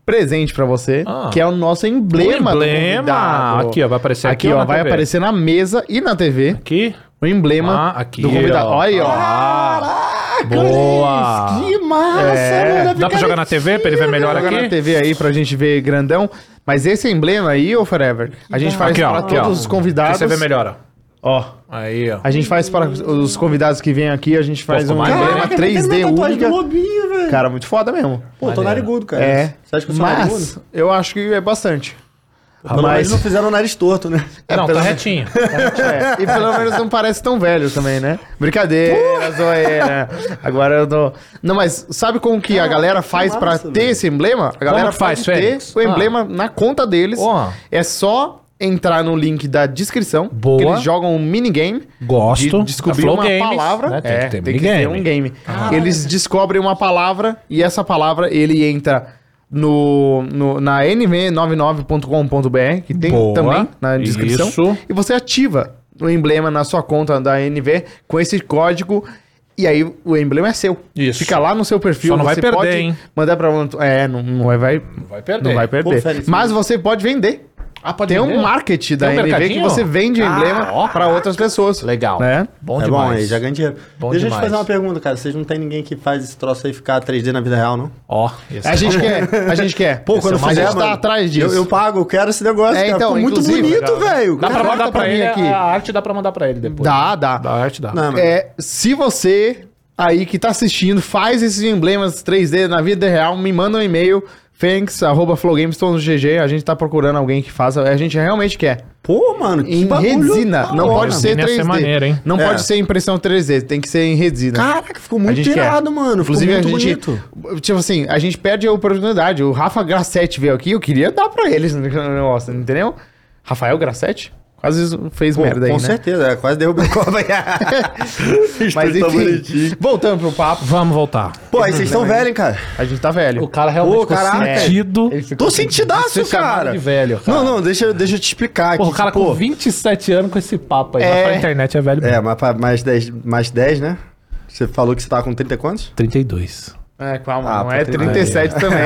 Speaker 1: presente pra você,
Speaker 2: Ah.
Speaker 1: que é o nosso emblema.
Speaker 2: O
Speaker 1: do
Speaker 2: emblema.
Speaker 1: convidado.
Speaker 2: Aqui, ó, vai aparecer
Speaker 1: Aqui,
Speaker 2: aqui ou
Speaker 1: ó,
Speaker 2: na
Speaker 1: vai
Speaker 2: TV?
Speaker 1: aparecer na mesa e na TV
Speaker 2: Aqui.
Speaker 1: o emblema
Speaker 2: Ah, aqui,
Speaker 1: do convidado.
Speaker 2: ó. Ah,
Speaker 1: Olha aí, ó.
Speaker 3: Caraca,
Speaker 2: Boa.
Speaker 3: Luiz, Que massa, né?
Speaker 1: É.
Speaker 3: mano.
Speaker 2: Dá pra jogar na TV pra ele ver é melhor
Speaker 1: Joga na
Speaker 2: aqui?
Speaker 1: TV aí pra gente ver grandão. Mas esse emblema aí, ô Forever, a gente faz
Speaker 2: Aqui, ó.
Speaker 1: pra
Speaker 2: aqui, ó.
Speaker 1: todos os convidados.
Speaker 2: Aqui Você vê melhor,
Speaker 1: Ó,
Speaker 2: ó. Aí, ó.
Speaker 1: a gente faz para os convidados que vêm aqui, a gente faz
Speaker 2: ficou
Speaker 1: um
Speaker 3: é
Speaker 2: maneiro.
Speaker 1: emblema
Speaker 2: Caraca,
Speaker 1: 3D única.
Speaker 3: Lobinho, velho.
Speaker 1: Cara, muito foda mesmo.
Speaker 3: Pô, tô
Speaker 2: Maneiro.
Speaker 3: narigudo, cara.
Speaker 1: É.
Speaker 3: Você acha que eu sou
Speaker 1: Mas
Speaker 3: narigudo?
Speaker 1: eu acho que é bastante.
Speaker 3: Pelo menos não fizeram o nariz torto, né?
Speaker 2: Não,
Speaker 1: pelo-
Speaker 2: tá retinho.
Speaker 1: É, e pelo menos não parece tão velho também, né? Brincadeira, zoeira. Agora eu tô. Não, mas sabe como que a galera faz
Speaker 3: Ah, que
Speaker 1: pra
Speaker 3: massa,
Speaker 1: ter
Speaker 3: velho.
Speaker 1: esse emblema? A galera
Speaker 2: que faz,
Speaker 1: pode ter
Speaker 2: Fênix?
Speaker 1: o
Speaker 2: Ah.
Speaker 1: emblema na conta deles.
Speaker 2: Ó.
Speaker 1: É só entrar no link da descrição.
Speaker 2: Boa.
Speaker 1: Que eles jogam um minigame.
Speaker 2: Gosto.
Speaker 1: De descobrir
Speaker 2: Da É Flow
Speaker 1: uma
Speaker 2: Games,
Speaker 1: palavra.
Speaker 2: né? Tem
Speaker 1: É,
Speaker 2: que ter minigame.
Speaker 1: um game. Eles descobrem uma palavra e essa palavra ele entra no, no- na nv99.com.br, que tem
Speaker 2: Boa.
Speaker 1: também na descrição.
Speaker 2: Isso.
Speaker 1: E você ativa o emblema na sua conta da NV com esse código. E aí o emblema é seu.
Speaker 2: Isso.
Speaker 1: Fica lá no seu perfil.
Speaker 2: Só não vai
Speaker 1: você
Speaker 2: perder,
Speaker 1: pode
Speaker 2: hein?
Speaker 1: Mandar pra... um- É, não, não vai, vai... Não
Speaker 2: vai perder.
Speaker 1: Não vai perder.
Speaker 3: Pô, Félix,
Speaker 1: Mas você pode vender.
Speaker 2: Ah, pode
Speaker 1: Tem
Speaker 2: vender?
Speaker 1: um market da
Speaker 2: Tem um
Speaker 1: NV que
Speaker 2: mercadinho?
Speaker 1: você vende o
Speaker 2: Ah,
Speaker 1: emblema
Speaker 2: ó.
Speaker 1: pra outras pessoas.
Speaker 2: Legal.
Speaker 1: Né?
Speaker 2: Bom
Speaker 3: é
Speaker 2: demais.
Speaker 3: bom aí, já ganha dinheiro.
Speaker 2: Bom
Speaker 3: Deixa eu te
Speaker 2: demais.
Speaker 3: fazer uma pergunta, cara. Vocês não tem ninguém que faz esse troço aí ficar 3D na vida real, não?
Speaker 2: Ó, esse
Speaker 1: É, A gente quer, a gente quer.
Speaker 3: Pô, quando
Speaker 1: a
Speaker 3: fizer,
Speaker 1: gente tá
Speaker 3: mano,
Speaker 1: atrás
Speaker 3: Eu,
Speaker 1: disso.
Speaker 3: eu pago, eu quero esse negócio,
Speaker 1: É,
Speaker 3: cara.
Speaker 1: então,
Speaker 3: Ficou muito
Speaker 1: inclusive,
Speaker 3: bonito,
Speaker 1: legal.
Speaker 3: velho.
Speaker 2: Dá pra
Speaker 3: Caraca.
Speaker 2: mandar
Speaker 1: pra
Speaker 2: pra
Speaker 1: mim
Speaker 2: ele
Speaker 1: aqui.
Speaker 2: A arte dá pra mandar pra ele depois.
Speaker 1: Dá, dá. né,
Speaker 2: A arte dá.
Speaker 3: Não, mano.
Speaker 1: É, se você aí que tá assistindo faz esses emblemas 3D na vida real, me manda um e-mail fênix.flowgames.gg, a gente tá procurando alguém que faça, a gente realmente quer.
Speaker 3: Pô, mano, que
Speaker 1: Em
Speaker 3: bagulho
Speaker 1: resina,
Speaker 3: da
Speaker 1: não
Speaker 3: hora.
Speaker 1: pode ser
Speaker 2: Resina ia
Speaker 1: 3D.
Speaker 2: ser maneiro, hein?
Speaker 1: Não
Speaker 3: É.
Speaker 1: pode ser impressão 3D, tem que ser em resina.
Speaker 3: Caraca, ficou
Speaker 1: né? A
Speaker 3: muito
Speaker 1: gente quer.
Speaker 3: irado, mano. Ficou
Speaker 1: Inclusive,
Speaker 3: muito
Speaker 1: a gente.
Speaker 3: bonito.
Speaker 1: Tipo assim, a gente perde a oportunidade. O Rafa Grassetti veio aqui, eu queria dar pra eles no negócio, entendeu? Rafael Grassetti? Quase isso fez
Speaker 3: Pô,
Speaker 1: merda aí,
Speaker 3: com
Speaker 1: né?
Speaker 3: certeza, é, quase derrubei o copo aí.
Speaker 1: Mas
Speaker 3: Tá
Speaker 1: enfim,
Speaker 3: bonitinho.
Speaker 1: voltando pro papo,
Speaker 2: Vamos voltar.
Speaker 3: Pô, aí vocês estão velhos, hein, cara.
Speaker 1: a gente tá velho. É,
Speaker 2: O cara realmente
Speaker 3: Pô, caraca.
Speaker 2: sentido.
Speaker 1: Ele ficou
Speaker 3: Tô
Speaker 1: com-
Speaker 3: sentidaço,
Speaker 2: Você chamado
Speaker 3: cara.
Speaker 2: de velho, cara.
Speaker 3: Não, não, deixa, deixa eu te explicar
Speaker 2: Porra,
Speaker 3: aqui.
Speaker 2: o cara
Speaker 3: tipo,
Speaker 2: com 27 anos com esse papo aí.
Speaker 1: É.
Speaker 2: Mas pra internet é velho mesmo.
Speaker 3: É, mas pra mais 10, mais 10, né? Você falou que você tava com 30 e quantos?
Speaker 2: 32.
Speaker 1: É, calma,
Speaker 3: Ah,
Speaker 1: não é
Speaker 3: pô, tem-
Speaker 1: 37 também.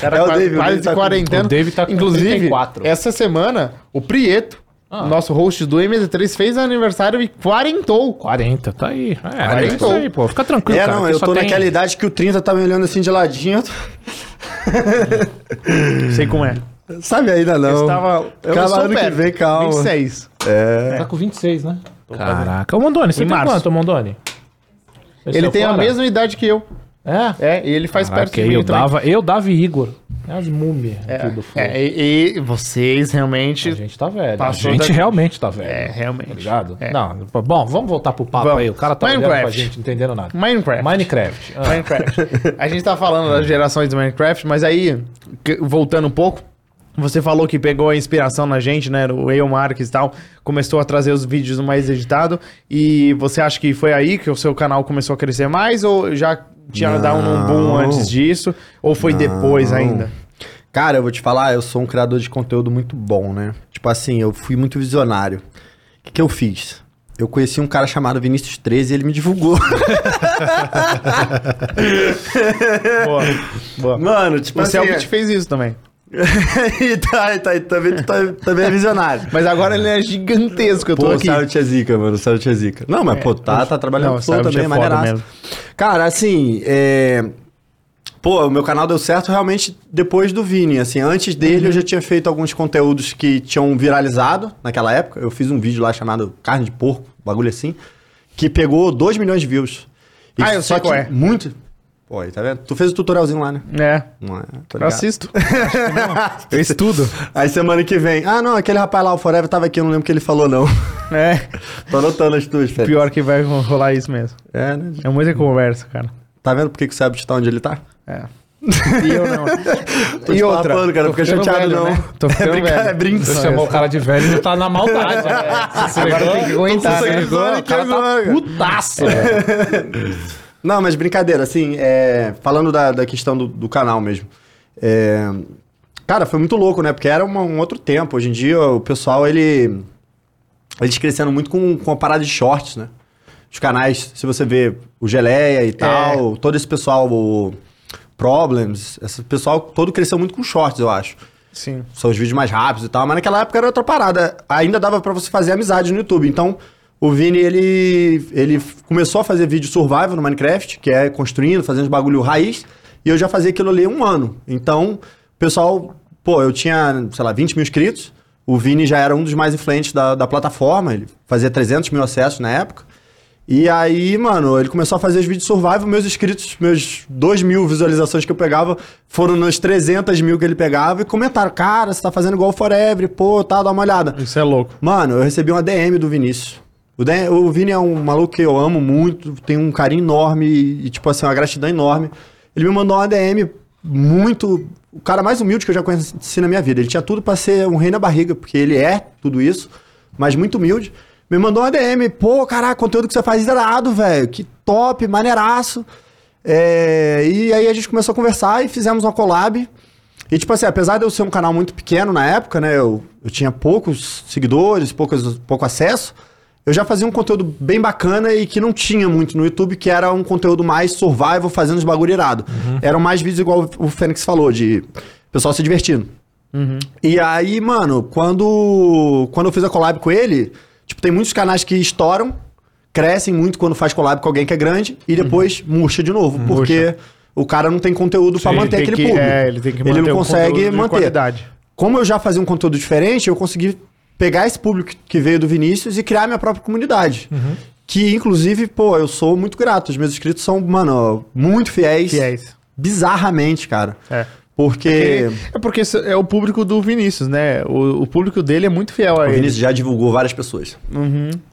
Speaker 1: Cara,
Speaker 3: É o
Speaker 1: quase,
Speaker 3: David, o
Speaker 1: quase
Speaker 3: David tá com-
Speaker 1: quarentena.
Speaker 2: o David tá com
Speaker 1: Inclusive,
Speaker 2: 34.
Speaker 1: essa semana, o Prieto,
Speaker 3: Ah.
Speaker 1: nosso host do MD3, fez aniversário e quarentou.
Speaker 2: 40, tá aí. É, é
Speaker 1: 40.
Speaker 2: isso aí, pô. Fica tranquilo,
Speaker 3: É,
Speaker 2: cara.
Speaker 3: não,
Speaker 2: aqui
Speaker 3: eu
Speaker 2: só
Speaker 3: tô
Speaker 2: tem-
Speaker 3: naquela idade que o 30 tá me olhando assim de ladinho. eu tô-
Speaker 1: Sei como é.
Speaker 3: Sabe ainda não.
Speaker 1: Eu estava. Eu
Speaker 3: Calma,
Speaker 1: sou
Speaker 3: ano que
Speaker 1: velho.
Speaker 3: vem, calma.
Speaker 1: 26.
Speaker 2: Tá com 26, né? Caraca. Ô, Mondoni, você
Speaker 1: Em
Speaker 2: tem
Speaker 1: março.
Speaker 2: quanto, Mondoni? Esse
Speaker 1: Ele
Speaker 2: é
Speaker 1: tem a
Speaker 2: fora?
Speaker 1: mesma idade que eu.
Speaker 2: É?
Speaker 1: É, e ele faz
Speaker 2: Caraca,
Speaker 1: perto de mim
Speaker 2: eu
Speaker 1: também.
Speaker 2: dava, eu dava e Igor. É as múmias aqui do Flow.
Speaker 1: É, e, e vocês realmente.
Speaker 2: A gente tá velho.
Speaker 1: Passou
Speaker 2: a gente
Speaker 1: da-
Speaker 2: realmente tá velho.
Speaker 1: É, realmente.
Speaker 2: Obrigado.
Speaker 1: É.
Speaker 2: Não, pô, bom, vamos voltar pro papo
Speaker 1: Vamos.
Speaker 2: aí. O cara tá olhando pra
Speaker 1: Minecraft.
Speaker 2: gente, não entendendo nada.
Speaker 1: Minecraft.
Speaker 2: Minecraft. Ah,
Speaker 1: Minecraft. A gente tá falando das gerações do Minecraft, mas aí, que- voltando um pouco, você falou que pegou a inspiração na gente, né? O Eu Marques e tal, começou a trazer os vídeos mais editados. E você acha que foi aí que o seu canal começou a crescer mais? Ou já tinha dado um boom
Speaker 3: Não.
Speaker 1: antes disso? Ou foi depois
Speaker 3: Não.
Speaker 1: ainda?
Speaker 3: Cara, eu vou te falar, eu sou um criador de conteúdo muito bom, né? Tipo assim, eu fui muito visionário. O que, que eu fiz? Eu conheci um cara chamado Vinícius 13 e ele me divulgou.
Speaker 1: Boa. Boa.
Speaker 3: Mano, tipo
Speaker 1: O Celso te fez isso também.
Speaker 3: e tá, e tá, e também, tu tá, também é visionário.
Speaker 1: Mas agora ele é gigantesco, eu tô
Speaker 3: Pô, o
Speaker 1: aqui.
Speaker 3: Sarut é zica, mano. O Sarut é zica. Não, mas, pô, tá, tá trabalhando
Speaker 1: Não,
Speaker 3: com
Speaker 1: o
Speaker 3: flow
Speaker 1: Sarut
Speaker 3: também,
Speaker 1: é
Speaker 3: é
Speaker 1: foda
Speaker 3: maneiraço.
Speaker 1: mesmo.
Speaker 3: Cara, assim, é... Pô, o meu canal deu certo realmente depois do Vini, assim. Antes dele,
Speaker 1: Uhum.
Speaker 3: eu já tinha feito alguns conteúdos que tinham viralizado naquela época. Eu fiz um vídeo lá chamado Carne de Porco, bagulho assim, que pegou 2 milhões de views.
Speaker 1: Ah, eu sei qual é.
Speaker 3: Muito... Pô, aí tá vendo? Tu fez o tutorialzinho lá, né?
Speaker 1: É,
Speaker 3: Não é, tô
Speaker 1: eu
Speaker 3: ligado.
Speaker 1: assisto. eu estudo.
Speaker 3: Aí semana que vem. Ah, não, aquele rapaz lá, o Forever, tava aqui, eu não lembro o que ele falou, não.
Speaker 1: É,
Speaker 3: Tô anotando as tuas, Fred.
Speaker 1: pior que vai rolar isso mesmo.
Speaker 3: É, né?
Speaker 1: É muita conversa, cara.
Speaker 3: Tá vendo por que que o Sabit tá onde ele tá?
Speaker 1: É. E eu não.
Speaker 3: Tô te papando, cara,
Speaker 1: tô
Speaker 3: fica
Speaker 1: ficando
Speaker 3: chateado,
Speaker 1: velho,
Speaker 3: não.
Speaker 1: né? Tô ficando
Speaker 3: É brinca-
Speaker 1: velho.
Speaker 3: é brinco.
Speaker 2: Você chamou o cara de velho não tá na maldade. né? Você
Speaker 1: Agora tem que
Speaker 2: ligou?
Speaker 1: aguentar,
Speaker 3: Tô com
Speaker 1: né?
Speaker 3: sangue
Speaker 1: Agora, o
Speaker 3: aqui
Speaker 1: cara tá
Speaker 3: agora. É,
Speaker 1: putaço.
Speaker 3: Não, mas brincadeira, assim, é, falando da, da questão do, do canal mesmo. é, cara, foi muito louco, né? Porque era uma- um outro tempo. Hoje em dia, o pessoal, ele. Eles crescendo muito com, com a parada de shorts, né? Os canais, se você vê o Geleia
Speaker 1: É.
Speaker 3: e tal, todo esse pessoal, o Problems, esse pessoal todo cresceu muito com shorts, eu acho.
Speaker 1: Sim.
Speaker 3: são os vídeos mais rápidos e tal, mas naquela época era outra parada. Ainda dava pra você fazer amizade no YouTube. Então, o Vini, ele, ele começou a fazer vídeo survival no Minecraft, que é construindo, fazendo os bagulho raiz, e eu já fazia aquilo ali há um ano. Então, o pessoal, pô, eu tinha, sei lá, 20 mil inscritos, o Vini já era um dos mais influentes da, da plataforma, ele fazia 300 mil acessos na época. E aí, mano, ele começou a fazer os vídeos survival, meus inscritos, meus 2 mil visualizações que eu pegava, foram nas 300 mil que ele pegava e comentaram, cara, você tá fazendo igual o Forever, pô, tá, dá uma olhada.
Speaker 1: Isso é louco.
Speaker 3: Mano, eu recebi uma DM do Vinícius. O, DM o Vini é um maluco que eu amo muito, tem um carinho enorme e, tipo assim, uma gratidão enorme. Ele me mandou uma DM muito. O cara mais humilde que eu já conheci na minha vida. Ele tinha tudo pra ser um rei na barriga, porque ele é tudo isso, mas muito humilde. Me mandou uma DM, pô, caraca, conteúdo que você faz irado, velho. Que top, maneiraço. É, e aí a gente começou a conversar e fizemos uma collab. E, tipo assim, apesar de eu ser um canal muito pequeno na época, né? Eu, eu tinha poucos seguidores, poucos, pouco acesso. Eu já fazia um conteúdo bem bacana e que não tinha muito no YouTube, que era um conteúdo mais survival, fazendo os bagulho irado. Eram mais vídeos igual o Fênix falou, de pessoal se divertindo. E aí, mano, quando, quando eu fiz a collab com ele, tipo, tem muitos canais que estouram, crescem muito quando faz collab com alguém que é grande e depois
Speaker 1: Uhum.
Speaker 3: murcha de novo, porque o cara não tem conteúdo pra
Speaker 1: Ele
Speaker 3: manter
Speaker 1: tem
Speaker 3: aquele
Speaker 1: que-
Speaker 3: público.
Speaker 1: é, ele tem que manter
Speaker 3: Ele não
Speaker 1: um
Speaker 3: consegue
Speaker 1: conteúdo de
Speaker 3: manter.
Speaker 1: qualidade.
Speaker 3: Como eu já fazia um conteúdo diferente, eu consegui pegar esse público que veio do Vinícius e criar minha própria comunidade.
Speaker 1: Uhum.
Speaker 3: Que, inclusive, pô, eu sou muito grato. Os meus inscritos são, mano, muito fiéis.
Speaker 1: Fiéis.
Speaker 3: Bizarramente, cara.
Speaker 1: É.
Speaker 3: Porque.
Speaker 1: É porque isso é o público do Vinícius, né? O, o público dele é muito fiel a
Speaker 3: O
Speaker 1: ele. Uhum.
Speaker 3: Vinícius já divulgou várias pessoas.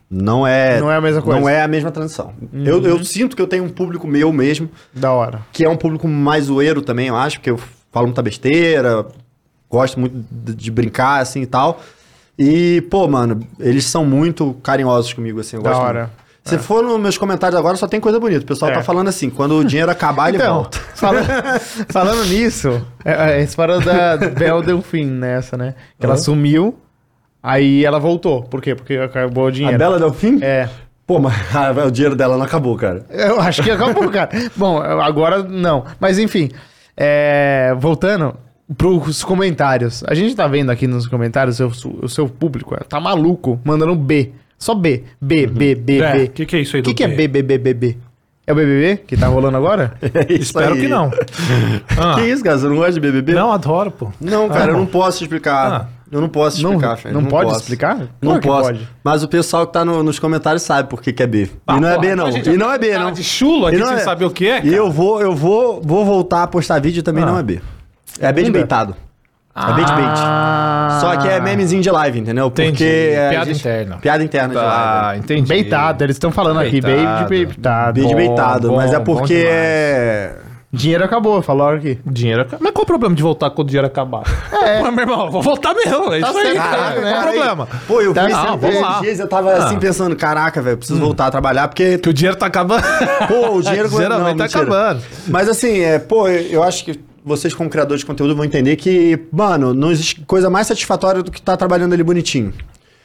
Speaker 3: Não é.
Speaker 1: Não é a mesma coisa. Uhum.
Speaker 3: Não é a mesma transição. Eu, eu sinto que eu tenho um público meu mesmo,
Speaker 1: Da hora.
Speaker 3: que é um público mais zoeiro também, eu acho, porque eu falo muita besteira, gosto muito de, de brincar, assim e tal. E, pô, mano, eles são muito carinhosos comigo, assim, eu
Speaker 1: Da
Speaker 3: gosto
Speaker 1: hora.
Speaker 3: muito. Se for nos meus comentários agora, só tem coisa bonita. O pessoal
Speaker 1: É.
Speaker 3: tá falando assim, quando o dinheiro acabar, ele
Speaker 1: Então,
Speaker 3: volta.
Speaker 1: falando, falando nisso, é, é, essa parada da Bel Delfim nessa, né? Que ela
Speaker 3: Aham.
Speaker 1: sumiu, aí ela voltou. Por quê? Porque acabou o dinheiro.
Speaker 3: Delfim?
Speaker 1: É.
Speaker 3: Pô, mas o dinheiro dela não acabou, cara.
Speaker 1: Eu acho que acabou, cara. Bom, agora não. Mas enfim, é, voltando pros comentários. A gente tá vendo aqui nos comentários o seu, o seu público tá maluco, mandando B. Só B. B,
Speaker 3: Uhum.
Speaker 1: B, B,
Speaker 2: É,
Speaker 1: B.
Speaker 2: o que que é isso aí
Speaker 1: O que,
Speaker 2: do
Speaker 1: que é B,
Speaker 2: B?
Speaker 1: B, B, B, B? É o BBB que tá rolando agora?
Speaker 3: É isso
Speaker 2: Espero
Speaker 3: aí.
Speaker 2: que não. Ah,
Speaker 3: Que isso, cara? Você não gosta de BBB?
Speaker 2: não, adoro, pô.
Speaker 3: Não, cara,
Speaker 2: Ah,
Speaker 3: eu não posso explicar.
Speaker 2: Ah.
Speaker 3: Eu não posso
Speaker 1: Não-
Speaker 3: explicar, Fred.
Speaker 1: não pode
Speaker 3: posso.
Speaker 1: explicar?
Speaker 3: Não
Speaker 1: Claro que
Speaker 3: posso.
Speaker 1: pode.
Speaker 3: Mas o pessoal que tá no- nos comentários sabe por que, que é B.
Speaker 2: Ah,
Speaker 3: e não é
Speaker 2: porra,
Speaker 3: B, não.
Speaker 2: a gente
Speaker 3: E não é B,
Speaker 2: cara
Speaker 3: não.
Speaker 2: de chulo aqui
Speaker 3: E não
Speaker 2: sem
Speaker 3: é-
Speaker 2: saber o que é,
Speaker 3: E
Speaker 2: cara.
Speaker 3: eu vou, eu vou, vou voltar a postar vídeo e também
Speaker 2: Ah.
Speaker 3: não é B. É B de
Speaker 1: Ainda?
Speaker 3: beitado. É B de bait.
Speaker 1: Ah.
Speaker 3: Só que é memezinho de live, entendeu? Porque
Speaker 2: Entendi.
Speaker 3: é,
Speaker 2: Piada interna.
Speaker 3: Piada interna de live.
Speaker 2: Tá, entendi.
Speaker 1: Beitado, eles estão falando aqui.
Speaker 2: Beitado.
Speaker 1: Baby de beitado.
Speaker 3: B de beitado,
Speaker 2: bom,
Speaker 3: mas é
Speaker 2: bom
Speaker 3: porque
Speaker 2: demais.
Speaker 3: é.
Speaker 1: Dinheiro acabou, falaram aqui.
Speaker 2: Dinheiro acaba. Mas qual o problema de voltar quando o dinheiro acabar? É. meu irmão, vou voltar mesmo. É isso aí,
Speaker 1: certo,
Speaker 2: cara.
Speaker 1: cara,
Speaker 2: Qual o
Speaker 1: né?
Speaker 2: problema?
Speaker 3: Pô, eu vi
Speaker 1: Tá,
Speaker 3: esses
Speaker 2: não, vamos lá. Ah. Hum.
Speaker 3: dias eu tava assim pensando, caraca, velho, preciso voltar a trabalhar, porque
Speaker 2: Que o dinheiro tá acabando.
Speaker 3: Pô, o dinheiro
Speaker 2: Geralmente
Speaker 3: não,
Speaker 2: tá
Speaker 3: mentira.
Speaker 2: acabando.
Speaker 3: Mas assim, é, pô, eu eu acho que vocês como criadores de conteúdo vão entender que, mano, não existe coisa mais satisfatória do que estar trabalhando ele bonitinho.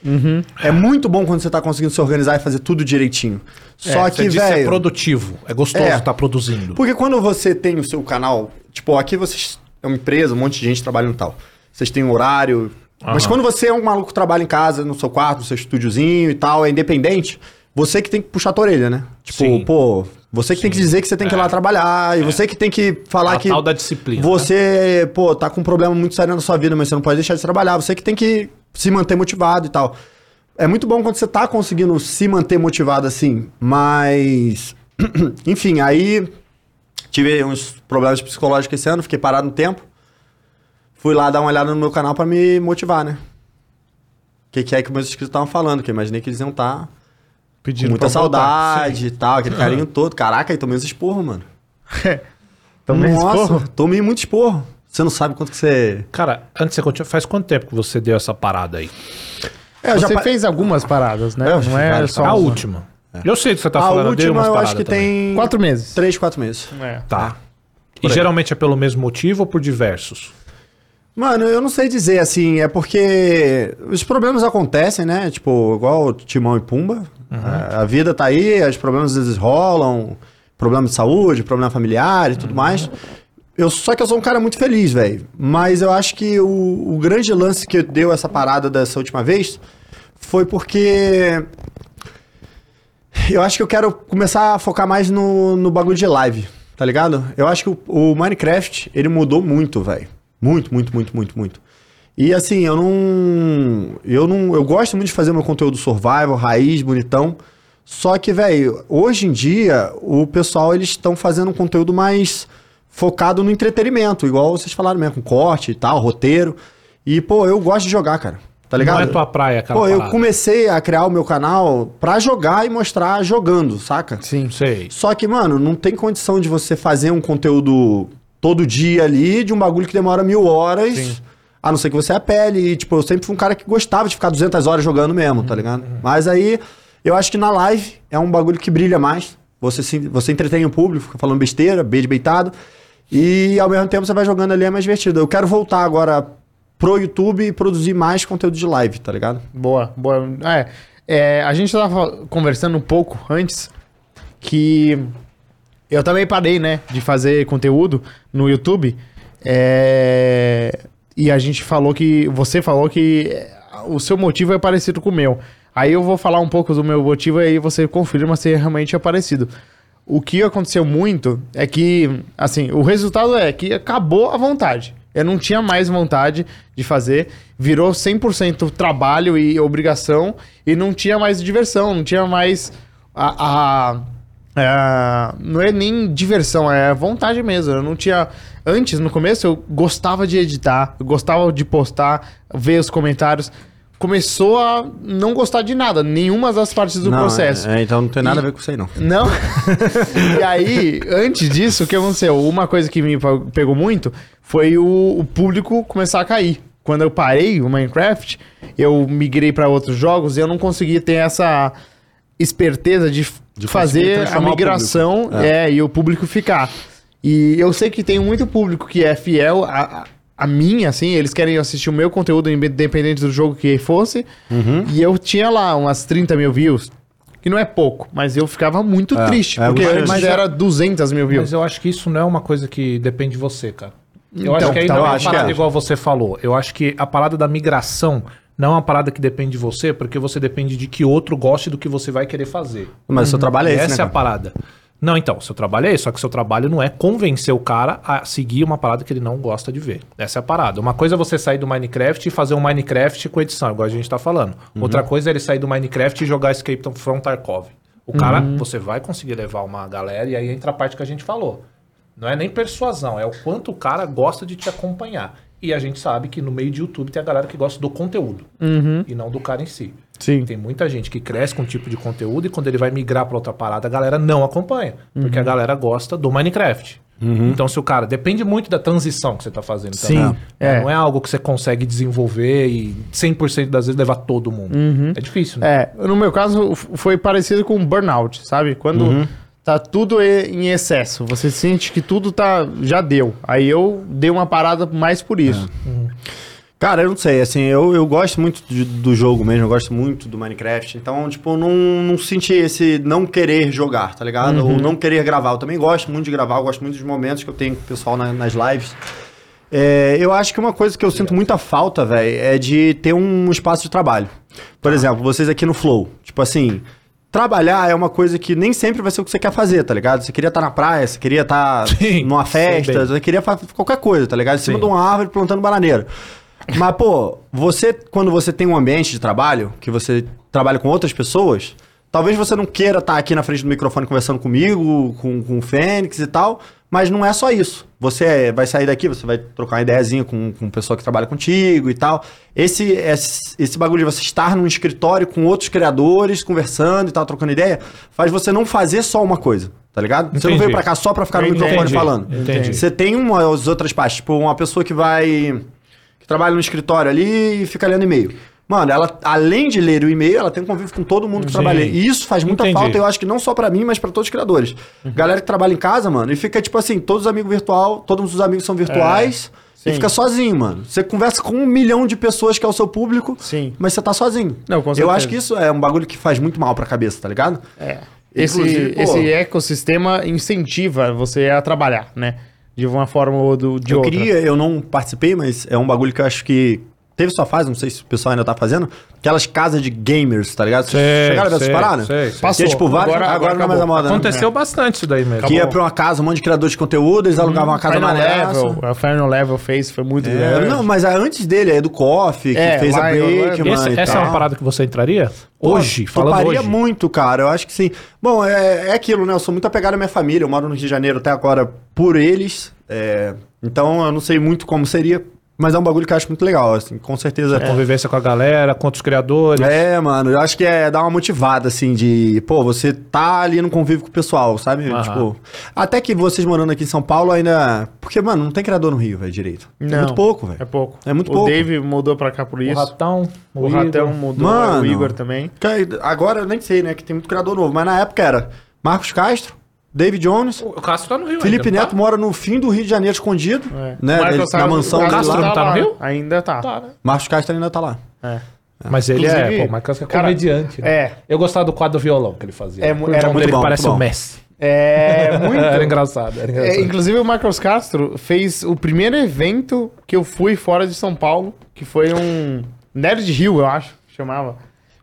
Speaker 2: Uhum.
Speaker 3: É muito bom quando você tá conseguindo se organizar e fazer tudo direitinho. Só que,
Speaker 2: é
Speaker 3: velho.
Speaker 2: produtivo. É gostoso
Speaker 3: É.
Speaker 2: estar produzindo.
Speaker 3: Porque quando você tem o seu canal, tipo, aqui vocês é uma empresa, um monte de gente trabalha no tal. Vocês têm um horário. Mas
Speaker 2: Aham.
Speaker 3: quando você é um maluco que trabalha em casa, no seu quarto, no seu estúdiozinho e tal, é independente, você que tem que puxar a tua orelha, né? Tipo,
Speaker 2: Sim. É.
Speaker 3: pô, você que tem que dizer que você tem que ir lá trabalhar, e você que tem que falar
Speaker 2: A
Speaker 3: que.
Speaker 2: tal da disciplina, né?
Speaker 3: Você, pô, tá com um problema muito sério na sua vida, mas você não pode deixar de trabalhar. Você que tem que se manter motivado e tal. É muito bom quando você tá conseguindo se manter motivado assim, mas. Enfim, aí tive uns problemas psicológicos esse ano, fiquei parado um tempo. Fui lá dar uma olhada no meu canal pra me motivar, né? O que, que é que meus inscritos estavam falando? Que eu imaginei que eles iam tá estar com
Speaker 1: Pedindo
Speaker 3: muita
Speaker 1: pra voltar.
Speaker 3: saudade e tal, aquele carinho todo. Caraca, aí tomei uns esporros, mano.
Speaker 2: É.
Speaker 1: Também
Speaker 3: Nossa,
Speaker 1: expor?
Speaker 3: tomei muito esporro. Você não sabe quanto que você.
Speaker 2: Cara, antes de você continuar, faz quanto tempo que você deu essa parada aí?
Speaker 3: É,
Speaker 1: Você fez algumas paradas, né?
Speaker 3: Eu
Speaker 1: não
Speaker 3: fiz
Speaker 1: é
Speaker 3: várias
Speaker 1: só
Speaker 2: a
Speaker 1: uma.
Speaker 2: última. Eu sei que você tá
Speaker 3: É. a
Speaker 2: falando, dei
Speaker 3: última
Speaker 2: umas
Speaker 3: Ah, eu
Speaker 2: paradas
Speaker 3: acho que
Speaker 2: também.
Speaker 3: tem.
Speaker 1: Quatro meses.
Speaker 3: Três, quatro meses.
Speaker 1: É.
Speaker 2: Tá. E geralmente é pelo mesmo motivo ou por diversos?
Speaker 3: Mano, eu não sei dizer assim, é porque os problemas acontecem, né? Tipo, igual Timão e Pumba. A, a vida tá aí, os problemas às vezes rolam, problema de saúde, problema familiar e tudo mais. Eu, só que eu sou um cara muito feliz, velho. Mas eu acho que o, o grande lance que deu essa parada dessa última vez foi porque Eu acho que eu quero começar a focar mais no, no bagulho de live, tá ligado? Eu acho que o, o Minecraft, ele mudou muito, velho. Muito, muito, muito, muito, muito. E assim, eu não. Eu não. Eu gosto muito de fazer meu conteúdo survival, raiz, bonitão. Só que, velho, hoje em dia, o pessoal, eles estão fazendo um conteúdo mais focado no entretenimento, igual vocês falaram mesmo, com corte e tal, roteiro. E, pô, eu gosto de jogar, cara. Tá ligado?
Speaker 2: Não é tua praia, cara.
Speaker 3: Pô, eu comecei a criar o meu canal pra jogar e mostrar jogando, saca?
Speaker 1: Sim.
Speaker 2: Sei.
Speaker 3: Só que, mano, não tem condição de você fazer um conteúdo todo dia ali de um bagulho que demora mil horas. A não ser que você apele. E, tipo, eu sempre fui um cara que gostava de ficar 200 horas jogando mesmo, tá ligado? Mas aí, eu acho que na live é um bagulho que brilha mais. Você, se, você entretém o público, fica falando besteira, beijo beitado. E ao mesmo tempo você vai jogando ali, é mais divertido. Eu quero voltar agora pro YouTube e produzir mais conteúdo de live, tá ligado?
Speaker 1: Boa, boa. É, é, a gente tava fal- conversando um pouco antes que eu também parei, né, de fazer conteúdo no YouTube. É, e a gente falou que. Você falou que é, o seu motivo é parecido com o meu. Aí eu vou falar um pouco do meu motivo e aí você confirma se realmente é parecido. O que aconteceu muito é que, assim, o resultado é que acabou a vontade. Eu não tinha mais vontade de fazer, virou 100% trabalho e obrigação, e não tinha mais diversão, não tinha mais a. a- a- não é nem diversão, é vontade mesmo. Eu não tinha. Antes, no começo, eu gostava de editar, eu gostava de postar, ver os comentários. Começou a não gostar de nada, nenhuma das partes do processo.
Speaker 3: é, então não tem
Speaker 1: nada a
Speaker 3: nada a ver com isso aí, não.
Speaker 1: Não. e aí, antes disso, o que aconteceu? Uma coisa que me pa- pegou muito foi o, o público começar a cair. Quando eu parei o Minecraft, eu migrei para outros jogos e eu não consegui ter essa esperteza de, f-
Speaker 3: De conseguir
Speaker 1: fazer a
Speaker 3: transformar o
Speaker 1: migração
Speaker 3: público.
Speaker 1: é, e o público ficar. E eu sei que tem muito público que é fiel a, a- a mim, assim, eles querem assistir o meu conteúdo independente do jogo que fosse. E eu tinha lá umas 30 mil views, que não é pouco, mas eu ficava muito
Speaker 3: É,
Speaker 1: triste,
Speaker 3: é
Speaker 1: porque
Speaker 3: muito
Speaker 1: antes
Speaker 2: triste.
Speaker 1: era 200 mil views.
Speaker 2: Mas eu acho que isso não é uma coisa que depende de você, cara. Eu
Speaker 1: Então,
Speaker 2: acho que aí
Speaker 1: tá,
Speaker 2: não
Speaker 1: eu
Speaker 2: é uma
Speaker 3: acho que
Speaker 2: parada
Speaker 3: é.
Speaker 2: igual você falou. Eu acho que a parada da migração não é uma parada que depende de você, porque você depende de que outro goste do que você vai querer fazer.
Speaker 3: Mas o seu trabalho é esse,
Speaker 2: Essa é
Speaker 3: né?
Speaker 2: a parada. Não, então, seu trabalho é isso, só que seu trabalho não é convencer o cara a seguir uma parada que ele não gosta de ver. Essa é a parada. Uma coisa é você sair do Minecraft e fazer um Minecraft com edição, igual a gente tá falando.
Speaker 3: Uhum.
Speaker 2: Outra coisa é ele sair do Minecraft e jogar Escape from Tarkov. O cara,
Speaker 3: Uhum.
Speaker 2: você vai conseguir levar uma galera e aí entra a parte que a gente falou. Não é nem persuasão, é o quanto o cara gosta de te acompanhar. E a gente sabe que no meio de YouTube tem a galera que gosta do conteúdo
Speaker 3: Uhum.
Speaker 2: e não do cara em si.
Speaker 1: Sim.
Speaker 2: Tem muita gente que cresce com um tipo de conteúdo e quando ele vai migrar para outra parada, a galera não acompanha. Porque a
Speaker 1: Uhum.
Speaker 2: galera gosta do Minecraft. Então, se o cara. Depende muito da transição que você tá fazendo também.
Speaker 1: Sim, é.
Speaker 2: Não é algo que você consegue desenvolver e 100% das vezes levar todo
Speaker 1: Uhum.
Speaker 2: mundo. É difícil, né?
Speaker 1: É, no meu caso f- foi parecido com burnout, sabe? Quando Tá tudo e- em excesso. Você sente que tudo tá. Já deu. Aí eu dei uma parada mais por isso.
Speaker 3: Cara, eu não sei, assim, eu, eu gosto muito de- do jogo mesmo, eu gosto muito do Minecraft, então, tipo, eu não, não senti esse não querer jogar, tá ligado?
Speaker 2: Uhum.
Speaker 3: Ou não querer gravar. Eu também gosto muito de gravar, eu gosto muito dos momentos que eu tenho com o pessoal na- nas lives. É, eu acho que uma coisa que eu sinto muita falta, velho, é de ter um espaço de trabalho.
Speaker 2: Tá.
Speaker 3: Por exemplo, vocês aqui no Flow, tipo assim, trabalhar é uma coisa que nem sempre vai ser o que você quer fazer, tá ligado? Você queria estar na praia, você queria estar
Speaker 2: Sim,
Speaker 3: numa
Speaker 2: sei bem.
Speaker 3: festa, eu queria fa- qualquer coisa, tá ligado? Em cima
Speaker 2: Sim.
Speaker 3: de uma árvore plantando bananeira. Mas, pô, você, quando você tem um ambiente de trabalho, que você trabalha com outras pessoas, talvez você não queira estar aqui na frente do microfone conversando comigo, com, com o Fênix e tal, mas não é só isso. Você é- vai sair daqui, você vai trocar uma ideiazinha com, com o pessoal que trabalha contigo e tal. Esse, esse, esse bagulho de você estar num escritório com outros criadores, conversando e tal, trocando ideia, faz você não fazer só uma coisa, tá ligado? Você não
Speaker 2: Entendi.
Speaker 3: veio pra cá só pra ficar no
Speaker 2: Eu
Speaker 3: microfone
Speaker 2: entendi,
Speaker 3: falando.
Speaker 2: entendi.
Speaker 3: Você tem umas outras partes, tipo, uma pessoa que vai. que trabalha no escritório ali e fica lendo e-mail. Mano, ela, além de ler o e-mail, ela tem um convívio com todo mundo que
Speaker 2: Sim.
Speaker 3: trabalha. E isso faz muita
Speaker 2: Entendi.
Speaker 3: falta, eu acho que não só pra mim, mas pra todos os criadores.
Speaker 1: Uhum.
Speaker 3: Galera que trabalha em casa, mano, e fica tipo assim, todos os amigos virtual, todos os amigos são virtuais.
Speaker 1: É, Sim.
Speaker 3: E fica sozinho, mano. Você conversa com um milhão de pessoas que é o seu público,
Speaker 1: Sim.
Speaker 3: mas você tá sozinho.
Speaker 1: Não, com
Speaker 3: eu
Speaker 1: certeza.
Speaker 3: acho que isso é um bagulho que faz muito mal pra cabeça, tá ligado?
Speaker 1: É. Esse,
Speaker 3: Inclusive, pô-
Speaker 1: esse ecossistema incentiva você a trabalhar, né? De uma forma ou do, de
Speaker 3: eu
Speaker 1: outra.
Speaker 3: queria, eu não participei, mas é um bagulho que eu acho que teve sua fase, não sei se o pessoal ainda tá fazendo, aquelas casas de gamers, tá ligado? Vocês
Speaker 2: Sei,
Speaker 3: chegaram a ver essas
Speaker 2: sei,
Speaker 3: paradas?
Speaker 2: sei, sei.
Speaker 3: Que é, tipo, vários,
Speaker 1: Agora-
Speaker 3: agora, não é mais a
Speaker 1: acabou.
Speaker 3: moda, né?
Speaker 2: Aconteceu bastante isso daí mesmo.
Speaker 3: Que
Speaker 1: é
Speaker 3: ia pra uma casa, um monte de criador de conteúdo,
Speaker 2: Uhum.
Speaker 3: eles alugavam uma casa
Speaker 1: Final
Speaker 3: maneira.
Speaker 1: é
Speaker 3: assim.
Speaker 1: level, a Final Level fez, foi muito
Speaker 3: É,
Speaker 1: grande.
Speaker 3: não, mas a- antes dele, é do Coffee, que
Speaker 1: É,
Speaker 3: fez a
Speaker 1: lá em
Speaker 3: break,
Speaker 1: Orlando.
Speaker 3: mano.
Speaker 2: Esse-
Speaker 3: e
Speaker 2: essa é
Speaker 3: tal.
Speaker 2: uma parada que você entraria?
Speaker 3: Pô,
Speaker 2: Hoje, falando
Speaker 3: toparia
Speaker 2: hoje.
Speaker 3: muito, cara. Eu acho que sim. Bom, é, é aquilo, né? Eu sou muito apegado à minha família. Eu moro no Rio de Janeiro até agora por eles. É, então, eu não sei muito como seria. Mas é um bagulho que eu acho muito legal, assim. Com certeza.
Speaker 1: né?
Speaker 3: É.
Speaker 2: Convivência com a galera, com outros criadores.
Speaker 3: mano, eu acho que é dar uma motivada, assim, de, pô, você tá ali no convívio com o pessoal, sabe?
Speaker 2: Aham.
Speaker 3: Tipo, até que vocês morando aqui em São Paulo ainda. Porque, mano, não tem criador no Rio, velho, direito. É muito pouco, velho.
Speaker 1: É pouco.
Speaker 3: É muito
Speaker 1: o
Speaker 3: pouco.
Speaker 1: Dave mudou pra cá por
Speaker 2: O
Speaker 1: isso.
Speaker 2: Ratão,
Speaker 1: O, Ratão é um
Speaker 2: Igor.
Speaker 1: mudou,
Speaker 3: Mano.
Speaker 1: o Igor também.
Speaker 3: Que Agora eu nem sei, né? Que tem muito criador novo, mas na época era Marcos Castro, David Jones.
Speaker 2: O Castro tá no Rio
Speaker 3: Felipe
Speaker 2: ainda, não
Speaker 3: Neto mora no fim do Rio de Janeiro escondido,
Speaker 1: É.
Speaker 3: né?
Speaker 1: O Michael
Speaker 3: Ele- na
Speaker 1: Castro-
Speaker 3: mansão
Speaker 1: o
Speaker 3: dele
Speaker 1: Castro
Speaker 2: Castro
Speaker 3: lá.
Speaker 2: não tá no
Speaker 1: lá.
Speaker 2: Rio?
Speaker 1: Ainda tá.
Speaker 2: Tá, né?
Speaker 3: Marcos Castro ainda tá lá.
Speaker 1: É.
Speaker 2: Mas ele
Speaker 1: Inclusive,
Speaker 2: é, pô, mas Castro é
Speaker 1: cara,
Speaker 2: comediante. né?
Speaker 1: é.
Speaker 2: Eu gostava do quadro do violão que ele fazia.
Speaker 1: É,
Speaker 2: O
Speaker 1: era
Speaker 2: irmão
Speaker 1: muito
Speaker 2: dele
Speaker 3: bom,
Speaker 2: parece
Speaker 3: muito
Speaker 2: o
Speaker 3: bom.
Speaker 2: Messi.
Speaker 1: É
Speaker 2: Era
Speaker 1: muito.
Speaker 2: engraçado,
Speaker 1: É,
Speaker 2: era engraçado.
Speaker 1: inclusive o Marcos Castro fez o primeiro evento que eu fui fora de São Paulo, que foi um Nerd Hill, eu acho, que chamava.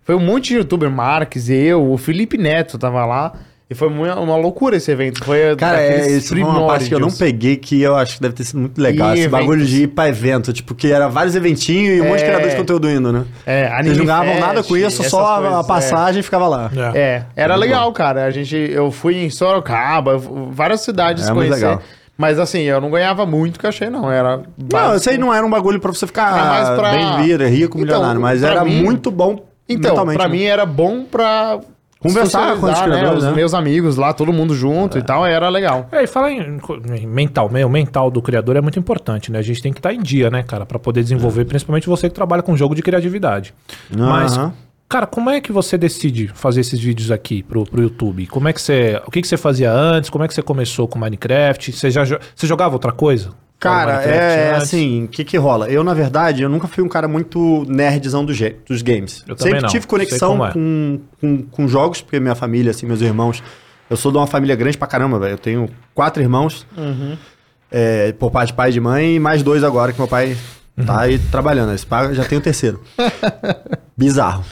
Speaker 1: Foi um monte de youtuber, Marques, eu, o Felipe Neto tava lá. E foi uma, uma loucura esse evento. Foi
Speaker 3: Cara, é,
Speaker 1: daqueles
Speaker 3: isso foi uma parte que eu não
Speaker 1: primórdios.
Speaker 3: peguei que eu acho que deve ter sido muito legal.
Speaker 1: E
Speaker 3: esse bagulho
Speaker 1: eventos.
Speaker 3: de ir pra evento, tipo, que era vários eventinhos e um monte de
Speaker 1: É.
Speaker 3: criador de conteúdo indo, né?
Speaker 1: É,
Speaker 3: Eles não
Speaker 1: Anime
Speaker 3: ganhavam
Speaker 1: Fest,
Speaker 3: nada com isso,
Speaker 1: essas
Speaker 3: só a- a
Speaker 1: coisas, é.
Speaker 3: passagem e ficava lá.
Speaker 2: É.
Speaker 1: É, era legal, cara. A gente, eu fui em Sorocaba, eu fu- várias cidades
Speaker 3: Era É muito
Speaker 1: conhecer.
Speaker 3: legal.
Speaker 1: Mas assim, eu não ganhava muito cachê, não. Era.
Speaker 3: Não,
Speaker 1: básico.
Speaker 3: isso aí não era um bagulho pra você
Speaker 1: Era mais
Speaker 3: ficar
Speaker 1: É, pra-
Speaker 3: bem-vindo, rico,
Speaker 1: Então,
Speaker 3: milionário, mas
Speaker 1: pra
Speaker 3: era
Speaker 1: mim-
Speaker 3: muito bom
Speaker 1: Então,
Speaker 3: mentalmente,
Speaker 1: pra
Speaker 3: né?
Speaker 1: mim era bom pra.
Speaker 3: Conversar com os
Speaker 1: socializar, né?
Speaker 3: criadores,
Speaker 1: Os
Speaker 3: né?
Speaker 1: meus amigos lá, todo mundo junto e tal, era legal.
Speaker 2: É, e falar em, em mental, né? o mental do criador é muito importante, né? A gente tem que estar em dia, né, cara, Pra poder desenvolver,
Speaker 3: É.
Speaker 2: principalmente você que trabalha com jogo de criatividade. Mas,
Speaker 3: né? Aham.
Speaker 2: cara, como é que você decide fazer esses vídeos aqui pro, pro YouTube? Como é que você, o que que você fazia antes? Como é que você começou com Minecraft? Você já jo- você jogava outra coisa?
Speaker 3: Cara,
Speaker 2: Fora do Minecraft
Speaker 3: é
Speaker 2: antes?
Speaker 3: assim, o que que rola? Eu, na verdade, eu nunca fui um cara muito nerdzão do ge- dos games.
Speaker 2: Eu também
Speaker 3: Sempre
Speaker 2: não,
Speaker 3: tive
Speaker 2: sei
Speaker 3: conexão
Speaker 2: como é.
Speaker 3: com, com, com jogos, porque minha família, assim, meus irmãos... Eu sou de uma família grande pra caramba, velho. Eu tenho quatro irmãos,
Speaker 2: Uhum.
Speaker 3: é, por parte de pai e de mãe, e mais dois agora que meu pai
Speaker 2: Uhum.
Speaker 3: tá aí trabalhando. Esse pai já tem o terceiro. Bizarro.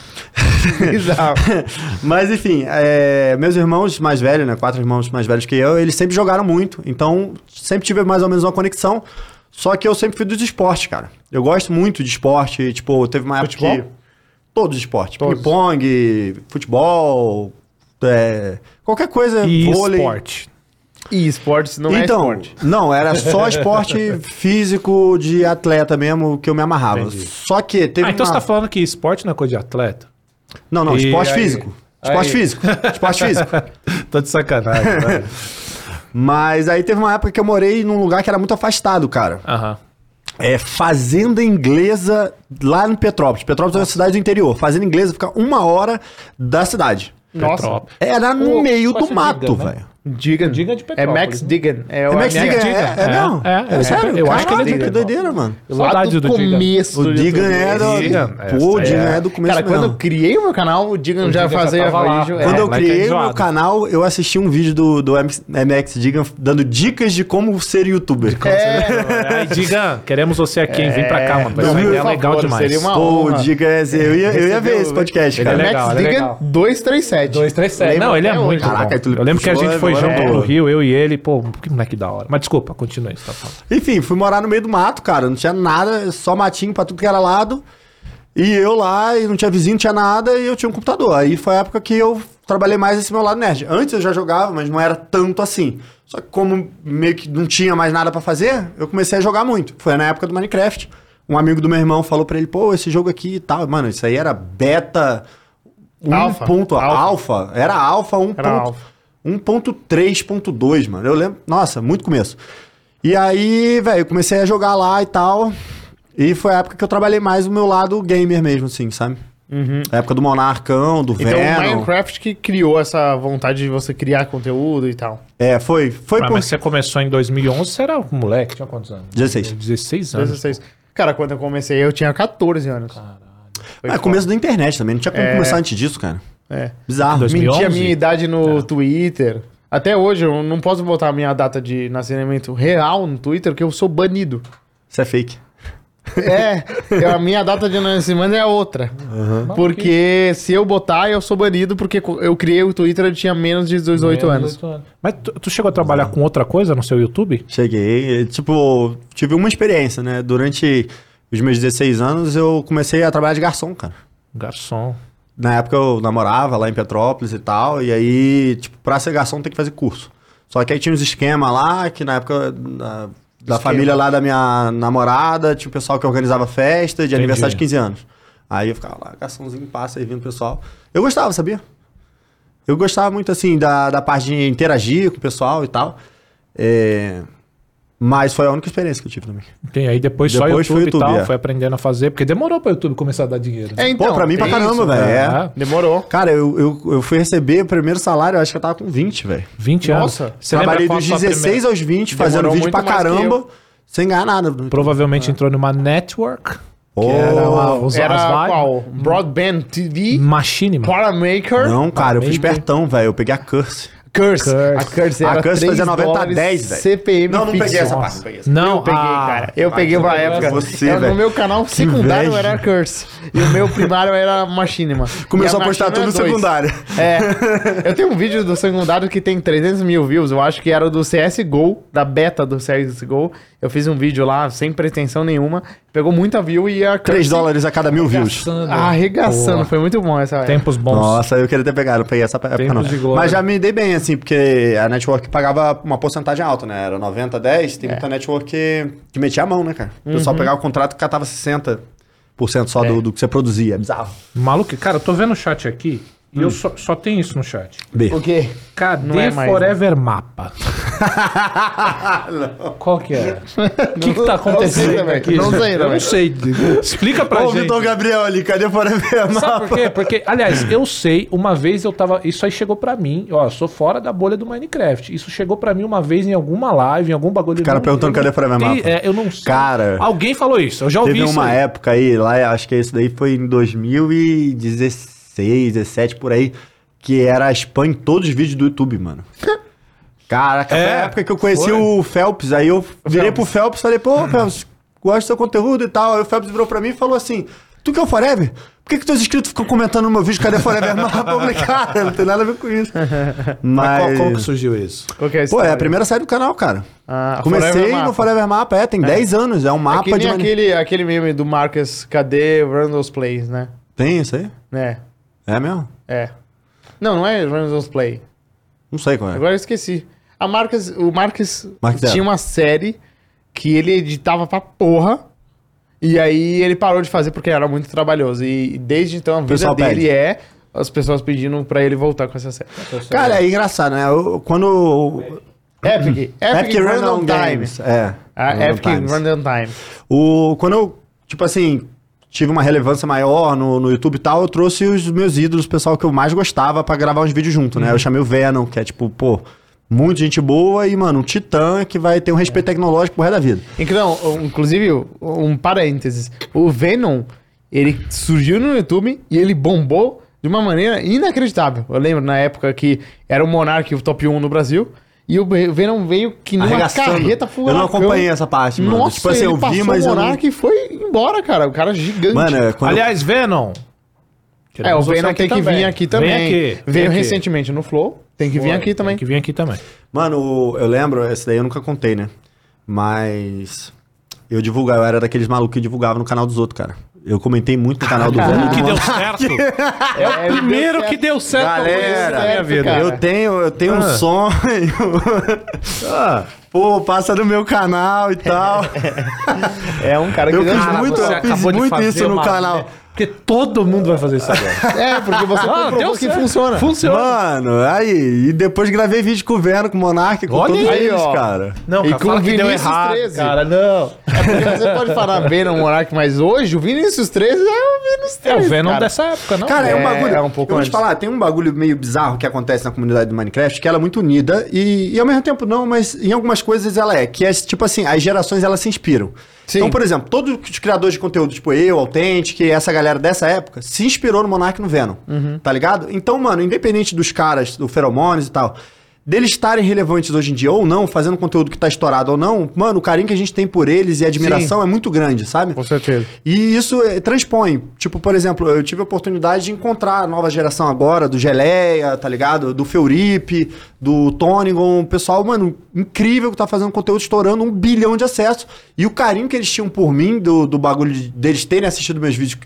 Speaker 1: Bizarro.
Speaker 3: Mas enfim, é, meus irmãos mais velhos, né? Quatro irmãos mais velhos que eu, eles sempre jogaram muito. Então, sempre tive mais ou menos uma conexão. Só que eu sempre fui dos esportes, cara. Eu gosto muito de esporte. Tipo, teve uma época
Speaker 1: Futebol?
Speaker 3: que. Todos os esportes.
Speaker 1: Todos.
Speaker 3: Ping-pong, futebol, é, qualquer coisa,
Speaker 2: E
Speaker 3: vôlei.
Speaker 2: esporte.
Speaker 1: e esportes não é
Speaker 3: então,
Speaker 1: esporte.
Speaker 3: não, era só esporte físico de atleta mesmo que eu me amarrava.
Speaker 2: Entendi.
Speaker 3: Só que teve
Speaker 2: Ah, então
Speaker 3: uma...
Speaker 2: você tá falando que esporte não é coisa de atleta?
Speaker 3: Não, não,
Speaker 2: E
Speaker 3: esporte
Speaker 2: aí?
Speaker 3: físico. Esporte
Speaker 2: Aí.
Speaker 3: físico. Esporte físico.
Speaker 2: Tô de sacanagem,
Speaker 3: né?
Speaker 2: velho.
Speaker 3: Mas aí teve uma época que eu morei num lugar que era muito afastado, cara.
Speaker 2: Aham.
Speaker 3: É Fazenda Inglesa lá em Petrópolis. Petrópolis é uma cidade do interior. Fazenda Inglesa fica uma hora da cidade.
Speaker 1: Nossa.
Speaker 2: Petrópolis.
Speaker 3: Era no
Speaker 2: Ô,
Speaker 3: meio
Speaker 2: quase
Speaker 3: do mato,
Speaker 2: liga, né?
Speaker 3: velho.
Speaker 1: Digan.
Speaker 2: Digan de
Speaker 1: É
Speaker 2: Petrópolis,
Speaker 1: Max
Speaker 2: né?
Speaker 1: Digan. É,
Speaker 3: É
Speaker 1: o
Speaker 3: Max
Speaker 1: amigo-
Speaker 3: Digan, é,
Speaker 2: Digan.
Speaker 3: é, mesmo?
Speaker 2: É, é, é.
Speaker 3: sério?
Speaker 2: Eu acho que ele é
Speaker 3: Caralho,
Speaker 2: Digan.
Speaker 3: Que doideira, mano.
Speaker 1: Lá
Speaker 2: Saudade
Speaker 1: do,
Speaker 2: do Digan.
Speaker 1: começo
Speaker 3: O
Speaker 1: do
Speaker 3: Digan
Speaker 1: YouTube.
Speaker 3: é
Speaker 2: Digan,
Speaker 3: do...
Speaker 2: essa
Speaker 3: Pô, o
Speaker 2: é-
Speaker 1: né?
Speaker 3: Digan é do começo
Speaker 1: Cara, quando
Speaker 3: mesmo.
Speaker 1: eu criei o meu canal, o Digan já
Speaker 2: Digan já
Speaker 1: fazia
Speaker 2: tava lá.
Speaker 1: vídeo.
Speaker 2: É,
Speaker 3: Quando eu
Speaker 2: mas tá
Speaker 3: criei o meu
Speaker 2: enjoado.
Speaker 3: canal, eu assisti um vídeo do, do MX, MX Digan dando dicas de como ser youtuber.
Speaker 1: É,
Speaker 3: É,
Speaker 2: Aí, Digan, queremos você aqui, hein? Vem pra cá, mano. Vai
Speaker 1: Não,
Speaker 2: ser uma
Speaker 1: por
Speaker 2: ideia legal
Speaker 1: favor,
Speaker 2: demais.
Speaker 1: seria uma-
Speaker 3: Pô, o
Speaker 1: honra.
Speaker 3: Digan é... Eu ia, eu ia ver
Speaker 1: Recebeu-
Speaker 3: esse podcast,
Speaker 2: Ele
Speaker 3: cara.
Speaker 2: é legal,
Speaker 1: Max
Speaker 2: ele é
Speaker 1: Digan
Speaker 2: legal.
Speaker 1: 237.
Speaker 2: 237. Não, ele é muito
Speaker 1: Caraca,
Speaker 2: bom.
Speaker 3: aí tu
Speaker 2: eu lembro que a
Speaker 3: puxou,
Speaker 2: gente foi
Speaker 3: agora
Speaker 2: junto
Speaker 3: é.
Speaker 2: pro Rio, eu e ele. Pô, que moleque da hora. Mas desculpa, continua isso. Tá falando.
Speaker 3: Enfim, fui morar no meio do mato, cara. Não tinha nada, só matinho pra tudo que era lado. E eu lá, e não tinha vizinho, não tinha nada, e eu tinha um computador. Aí foi a época que eu trabalhei mais esse meu lado nerd. Antes eu já jogava, mas não era tanto assim. Só que como meio que não tinha mais nada pra fazer, eu comecei a jogar muito. Foi na época do Minecraft. Um amigo do meu irmão falou pra ele, pô, esse jogo aqui e tal. Mano, isso aí era beta
Speaker 1: Alpha.
Speaker 3: 1.0,
Speaker 1: Alpha.
Speaker 3: alfa. Era um alfa 1.
Speaker 1: Era alfa.
Speaker 3: 1.3.2, mano. Eu lembro. Nossa, muito começo. E aí, velho, eu comecei a jogar lá e tal. E foi a época que eu trabalhei mais o meu lado gamer mesmo, assim, sabe? A época do Monarcão, do
Speaker 1: Uhum. Então, o
Speaker 3: Venom.
Speaker 1: Minecraft que criou essa vontade de você criar conteúdo e tal.
Speaker 3: É, foi. Foi
Speaker 2: Ah,
Speaker 3: por.
Speaker 2: Mas você começou em 2011, você era um moleque. Tinha quantos anos?
Speaker 3: 16.
Speaker 2: 16 anos.
Speaker 1: 16. Cara, quando eu comecei, eu tinha 14 anos. Foi
Speaker 3: É, começo da internet também. Não tinha como começar antes disso, cara.
Speaker 1: É.
Speaker 3: Bizarro.
Speaker 2: 2000.
Speaker 1: Menti a
Speaker 2: 2011?
Speaker 1: minha idade no
Speaker 3: É.
Speaker 1: Twitter. Até hoje eu não posso botar a minha data de nascimento real no Twitter, porque eu sou banido.
Speaker 3: Isso é fake.
Speaker 1: É, eu- a minha data de nascimento é outra. Porque se eu botar, eu sou banido, porque co- eu criei o Twitter eu tinha menos de 18 anos.
Speaker 2: Mas tu, tu chegou a trabalhar com outra coisa no seu YouTube?
Speaker 3: Cheguei, e, tipo, tive uma experiência, né? Durante os meus 16 anos, eu comecei a trabalhar de garçom, cara.
Speaker 2: Garçom.
Speaker 3: Na época eu namorava lá em Petrópolis e tal, e aí, tipo, pra ser garçom tem que fazer curso. Só que aí tinha uns esquemas lá, que na época da, da família lá da minha namorada, tinha o pessoal que organizava festa de aniversário de 15 anos. Aí eu ficava lá, garçomzinho, passa aí vindo o pessoal. Eu gostava, sabia? Eu gostava muito, assim, da, da parte de interagir com o pessoal e tal. É, Mas foi a única experiência que eu tive também.
Speaker 2: Tem aí depois, só
Speaker 3: Depois
Speaker 2: YouTube,
Speaker 3: foi
Speaker 2: e tal.
Speaker 3: YouTube, é.
Speaker 2: Foi aprendendo a fazer, porque demorou pra YouTube começar a dar dinheiro. né?
Speaker 1: É,
Speaker 3: Pô, pra mim pra
Speaker 1: tem
Speaker 3: caramba,
Speaker 1: isso. né?
Speaker 3: velho.
Speaker 2: É.
Speaker 3: É.
Speaker 1: Demorou.
Speaker 3: Cara, eu, eu, eu fui receber o primeiro salário, eu acho que eu tava com 20, velho.
Speaker 2: 20
Speaker 1: Nossa.
Speaker 2: anos. Você
Speaker 3: Trabalhei
Speaker 2: lembra
Speaker 3: dos
Speaker 2: qual a sua
Speaker 3: 16
Speaker 2: primeira-
Speaker 3: aos 20, fazendo
Speaker 1: Demorou
Speaker 3: vídeo pra
Speaker 1: muito mais que
Speaker 3: caramba, sem ganhar nada.
Speaker 2: Provavelmente entrou numa network.
Speaker 3: Oh,
Speaker 2: era uma- os-
Speaker 1: Era
Speaker 2: as vibes.
Speaker 1: qual? Broadband TV,
Speaker 2: Machine, mano.
Speaker 1: Paramaker,
Speaker 3: Hum. Não, cara, eu fui
Speaker 2: Meio-
Speaker 3: espertão, velho. Eu peguei a Curse.
Speaker 1: Curse. A Curse era
Speaker 3: A Curse
Speaker 1: 3
Speaker 3: fazia 90 a
Speaker 1: dólares
Speaker 3: 10, velho.
Speaker 1: CPM fixo.
Speaker 3: parte. não peguei essa.
Speaker 2: Não,
Speaker 1: Eu peguei,
Speaker 2: ah,
Speaker 1: cara. Eu peguei uma época.
Speaker 3: Você,
Speaker 1: era no
Speaker 3: velho.
Speaker 1: meu canal secundário
Speaker 3: inveja.
Speaker 1: era Curse. E o meu primário era Machinima.
Speaker 3: Começou
Speaker 1: E
Speaker 3: a postar tudo
Speaker 1: Machinima
Speaker 3: no
Speaker 1: dois.
Speaker 3: secundário.
Speaker 1: É. Eu tenho um vídeo do secundário que tem 300 mil views. Eu acho que era o do CSGO, da beta do CSGO. Eu fiz um vídeo lá, sem pretensão nenhuma. Pegou muita view e a
Speaker 3: 3
Speaker 1: Curse
Speaker 3: dólares a cada mil views.
Speaker 2: Arregaçando.
Speaker 1: Arregaçando.
Speaker 2: Boa.
Speaker 1: Foi muito bom essa época.
Speaker 2: Tempos bons.
Speaker 3: Nossa, eu queria ter pegado, não peguei essa época
Speaker 2: Tempos
Speaker 3: não.
Speaker 2: de glória.
Speaker 3: Mas já me dei bem, assim, porque a network pagava uma porcentagem alta, né? Era 90, 10, tem muita network que, que metia a mão, né, cara? O pessoal pegava o contrato e catava 60% só do, do que você produzia. É bizarro.
Speaker 2: Maluco, cara, eu tô vendo o chat aqui e eu só, só tenho isso no chat.
Speaker 3: B.
Speaker 1: O quê? Hum. Não
Speaker 2: Cadê
Speaker 1: é mais,
Speaker 2: Forever Mapa? Qual que é? O que, que tá acontecendo
Speaker 1: sei também,
Speaker 2: aqui?
Speaker 1: não sei
Speaker 2: Eu
Speaker 1: também.
Speaker 2: não sei. Explica pra
Speaker 3: Ô,
Speaker 2: gente.
Speaker 3: Vitor Gabriel ali, cadê Forever
Speaker 2: Sabe por quê? Porque, aliás, eu sei, uma vez eu tava. Isso aí chegou pra mim. Ó, eu sou fora da bolha do Minecraft. Isso chegou pra mim uma vez em alguma live, em algum bagulho. O
Speaker 3: cara perguntando cadê Forever Mapa.
Speaker 2: É, eu não sei.
Speaker 3: Cara,
Speaker 2: Alguém falou isso. Eu já ouvi
Speaker 3: Teve
Speaker 2: isso.
Speaker 3: uma
Speaker 2: aí.
Speaker 3: época aí, lá, acho que isso daí foi em 2016, 17, por aí, que era a spam em todos os vídeos do YouTube, mano. Caraca,
Speaker 2: É,
Speaker 3: foi a época que eu conheci
Speaker 2: foi.
Speaker 3: o Phelps, aí eu virei pro Phelps e falei, pô, Phelps, gosto do seu conteúdo e tal. Aí o Phelps virou pra mim e falou assim, tu que é o Forever? Por que que teus inscritos ficam comentando no meu vídeo, cadê Forever Mapa? Eu falei, cara, não tem nada a ver com isso.
Speaker 2: Mas
Speaker 3: Mas...
Speaker 2: qual- como que surgiu isso?
Speaker 1: Qual que é a
Speaker 3: Pô, é
Speaker 1: história?
Speaker 3: a primeira série do canal, cara.
Speaker 1: Ah,
Speaker 3: Comecei
Speaker 1: Forever Mapa.
Speaker 3: no Forever Mapa, é, tem 10 anos, é um
Speaker 1: É
Speaker 3: mapa
Speaker 1: que nem
Speaker 3: de... mani-
Speaker 1: aquele, aquele meme do Marcus, cadê Randall's Plays, né?
Speaker 3: Tem isso aí?
Speaker 1: É,
Speaker 3: É mesmo?
Speaker 1: é. Não, não é Randall's Play.
Speaker 3: Não sei qual é.
Speaker 1: Agora eu esqueci. A Marcus, o Marcus
Speaker 3: Marcus
Speaker 1: tinha
Speaker 3: era.
Speaker 1: uma série que ele editava pra porra. E aí ele parou de fazer porque era muito trabalhoso. E desde então a vida
Speaker 3: pessoal
Speaker 1: dele
Speaker 3: pede.
Speaker 1: é as pessoas pedindo pra ele voltar com essa série.
Speaker 3: Cara, é engraçado, né? Eu- quando.
Speaker 1: Epic. Epic, É Random Time.
Speaker 3: É.
Speaker 1: Ah,
Speaker 3: Random
Speaker 1: Epic
Speaker 3: Times.
Speaker 1: Random Time.
Speaker 3: O, quando eu, tipo assim, tive uma relevância maior no, no YouTube e tal, eu
Speaker 1: Uhum.
Speaker 3: trouxe os meus ídolos, o pessoal que eu mais gostava, pra gravar uns vídeos junto, né? Eu chamei o Venom, que é tipo, pô, Muito gente boa e, mano, um titã que vai ter um respeito tecnológico pro resto da vida.
Speaker 1: Então, o- inclusive, o- um parênteses. O Venom, ele surgiu no YouTube e ele bombou de uma maneira inacreditável. Eu lembro na época que era o Monark o top 1 no Brasil. E o Ve- Venom veio que numa
Speaker 3: Arregaçando.
Speaker 1: carreta
Speaker 3: Eu não acompanhei essa parte, mano.
Speaker 1: Nossa,
Speaker 3: Tipo assim,
Speaker 1: ele
Speaker 3: eu vi,
Speaker 1: passou
Speaker 3: mas
Speaker 1: o
Speaker 3: eu não-
Speaker 1: Monark e foi embora, cara. O cara gigante.
Speaker 3: Mano, é, quando eu-
Speaker 2: Aliás, Venom.
Speaker 1: é, o
Speaker 2: Queremos você
Speaker 1: Venom
Speaker 2: aqui
Speaker 1: tem que
Speaker 2: também.
Speaker 1: vir aqui também.
Speaker 2: Vem aqui.
Speaker 1: Veio
Speaker 2: vem aqui.
Speaker 1: recentemente no Flow. Tem que vir
Speaker 2: Foi,
Speaker 1: aqui também.
Speaker 2: Tem que vir aqui também.
Speaker 3: Mano, o- eu lembro, essa daí eu nunca contei, né? Mas eu divulgava, eu era daqueles malucos que divulgava no canal dos outros, cara. Eu comentei muito no canal do
Speaker 2: Primeiro
Speaker 3: Venom.
Speaker 2: que
Speaker 3: mano.
Speaker 2: deu certo.
Speaker 1: Ah, É, é, deu
Speaker 2: Primeiro que
Speaker 1: certo.
Speaker 2: deu certo.
Speaker 3: Galera,
Speaker 2: na minha vida.
Speaker 1: cara.
Speaker 3: Eu tenho, eu tenho um
Speaker 2: Ah.
Speaker 3: sonho. Pô, passa no meu canal e tal.
Speaker 1: É um cara que
Speaker 3: Eu
Speaker 1: deu
Speaker 3: fiz
Speaker 1: certo.
Speaker 3: muito-
Speaker 2: você
Speaker 3: eu
Speaker 2: acabou
Speaker 3: fiz
Speaker 2: de
Speaker 3: muito
Speaker 2: fazer
Speaker 3: isso no
Speaker 2: uma-
Speaker 3: canal.
Speaker 2: Porque todo mundo vai fazer isso agora.
Speaker 1: É, porque você
Speaker 2: Ah,
Speaker 1: comprovou
Speaker 2: deu
Speaker 1: que
Speaker 2: certo.
Speaker 1: funciona.
Speaker 2: Funciona.
Speaker 3: Mano, aí. E depois gravei vídeo com o Venom, com o Monark, com
Speaker 2: Olha
Speaker 3: todos
Speaker 1: aí,
Speaker 3: eles,
Speaker 1: ó.
Speaker 3: cara.
Speaker 2: Não,
Speaker 1: E
Speaker 2: cara,
Speaker 1: com
Speaker 2: fala que deu
Speaker 1: Vinícius
Speaker 2: errado,
Speaker 1: 13.
Speaker 2: cara, não.
Speaker 1: É porque você pode falar Venom Monark, mas hoje o Vinícius 13 é o Vinícius 13.
Speaker 2: É o Venom
Speaker 1: cara.
Speaker 2: dessa época, não?
Speaker 3: Cara, é, um
Speaker 1: É,
Speaker 3: bagulho.
Speaker 1: é um pouco
Speaker 3: eu vou te
Speaker 1: antes.
Speaker 3: falar, tem um bagulho meio bizarro que acontece na comunidade do Minecraft, que ela é muito unida e, e ao mesmo tempo não, mas em algumas coisas ela é. Que é tipo assim, as gerações elas se inspiram.
Speaker 1: Sim.
Speaker 3: Então, por exemplo, todos os criadores de conteúdo, tipo eu, Authentic, essa galera dessa época, se inspirou no Monark e no Venom.
Speaker 1: Uhum.
Speaker 3: Tá ligado? Então, mano, independente dos caras, do Feromones e tal. Deles estarem relevantes hoje em dia ou não, fazendo conteúdo que tá estourado ou não, mano, o carinho que a gente tem por eles e a admiração é muito grande, sabe?
Speaker 1: Com certeza.
Speaker 3: E isso eh, transpõe. Tipo, por exemplo, eu tive a oportunidade de encontrar a nova geração agora, do Geleia, tá ligado? Do Feuripe, do Tonigon. Um pessoal, mano, incrível que tá fazendo conteúdo, estourando um bilhão de acessos. E o carinho que eles tinham por mim, do, do bagulho de- deles terem assistido meus vídeos.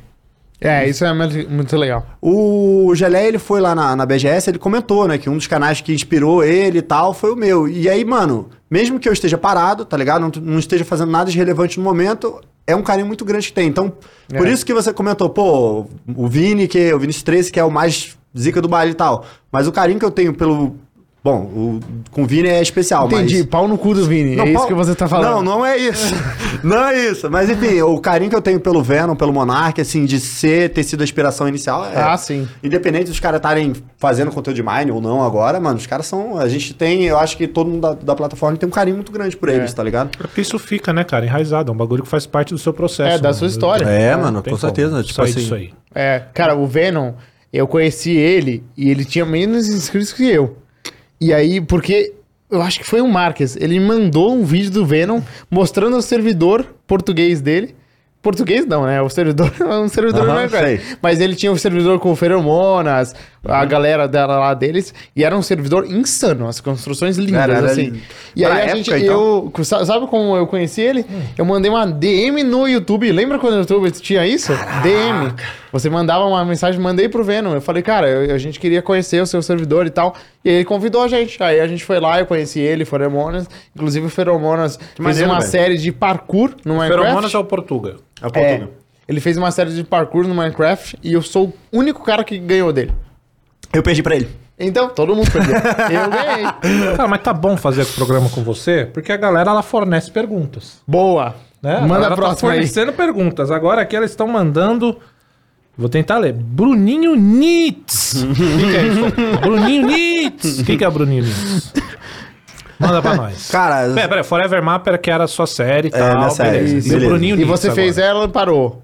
Speaker 1: É, isso é muito, muito legal.
Speaker 3: O Geleia, ele foi lá na, na BGS, ele comentou, né, que um dos canais que inspirou ele e tal foi o meu. E aí, mano, mesmo que eu esteja parado, tá ligado? Não, não esteja fazendo nada de relevante no momento, é um carinho muito grande que tem. Então, por
Speaker 1: É.
Speaker 3: isso que você comentou, pô, o Vini, que o Vinicius 13, que é o mais zica do baile e tal. Mas o carinho que eu tenho pelo. Bom, o, com o Vini é especial,
Speaker 1: Entendi,
Speaker 3: mas.
Speaker 1: pau no cu do Vini. é isso
Speaker 3: Paulo-
Speaker 1: que você tá falando.
Speaker 3: Não, não é isso. não é isso. Mas enfim, o carinho que eu tenho pelo Venom, pelo Monark, assim, de ser, ter sido a inspiração inicial, é.
Speaker 1: Ah, sim.
Speaker 3: Independente dos caras estarem fazendo conteúdo de mine ou não agora, mano, os caras são. A gente tem, eu acho que todo mundo da, da plataforma tem um carinho muito grande por eles, tá ligado?
Speaker 2: Porque isso fica, né, cara, enraizado. É um bagulho que faz parte do seu processo.
Speaker 1: É, da sua história.
Speaker 3: É, mano,
Speaker 2: Não tem
Speaker 3: com certeza.
Speaker 2: como
Speaker 3: Tipo
Speaker 2: sair
Speaker 3: assim.
Speaker 2: disso aí.
Speaker 1: É, cara, o Venom, eu conheci ele e ele tinha menos inscritos que eu. E aí, porque eu acho que foi o Marques, ele me mandou um vídeo do Venom mostrando o servidor português dele. Português não, né? O servidor é um servidor
Speaker 3: Aham,
Speaker 1: né, cara?
Speaker 3: sei. Uhum.
Speaker 1: Mas ele tinha um servidor com feromonas, a galera dela lá deles, e era um servidor insano, as construções lindas,
Speaker 3: Cara, era
Speaker 1: assim.
Speaker 3: lindo.
Speaker 1: E
Speaker 3: Pra
Speaker 1: aí a
Speaker 3: época,
Speaker 1: gente,
Speaker 3: então.
Speaker 1: eu, sa- sabe como eu conheci ele? Eu mandei uma DM no YouTube, lembra quando o YouTube tinha isso? DM. Você mandava uma mensagem, mandei pro Venom, eu falei, cara, eu- a gente queria conhecer o seu servidor e tal, e aí ele convidou a gente, aí a gente foi lá, eu conheci ele, Feromonas, inclusive o Feromonas fez
Speaker 3: maneiro,
Speaker 1: uma
Speaker 3: velho.
Speaker 1: série de parkour no Minecraft.
Speaker 2: Feromonas é o Portuga.
Speaker 3: É o ponto
Speaker 1: É,
Speaker 3: meu.
Speaker 1: ele fez uma série de parkour no Minecraft e eu sou o único cara que ganhou dele.
Speaker 3: Eu perdi pra ele.
Speaker 1: Então, todo mundo perdeu. eu ganhei.
Speaker 2: Cara, mas tá bom fazer esse programa com você, porque a galera, ela fornece perguntas.
Speaker 1: Boa.
Speaker 2: Né?
Speaker 1: Manda
Speaker 2: ela
Speaker 1: a próxima
Speaker 2: tá
Speaker 1: aí.
Speaker 2: fornecendo perguntas. Agora aqui elas estão mandando... Vou tentar ler. Bruninho Nitz. O que, que é isso? Bruninho Nitz. O que, que é Bruninho Nitz? Manda pra nós.
Speaker 3: Cara,
Speaker 2: Pera, pera, Forever Mapper, que era a sua série e tal.
Speaker 3: É, minha série,
Speaker 2: beleza.
Speaker 3: isso,
Speaker 2: E o
Speaker 3: beleza.
Speaker 2: Bruninho
Speaker 1: E
Speaker 2: Nitz
Speaker 1: você
Speaker 2: agora.
Speaker 1: fez ela e parou.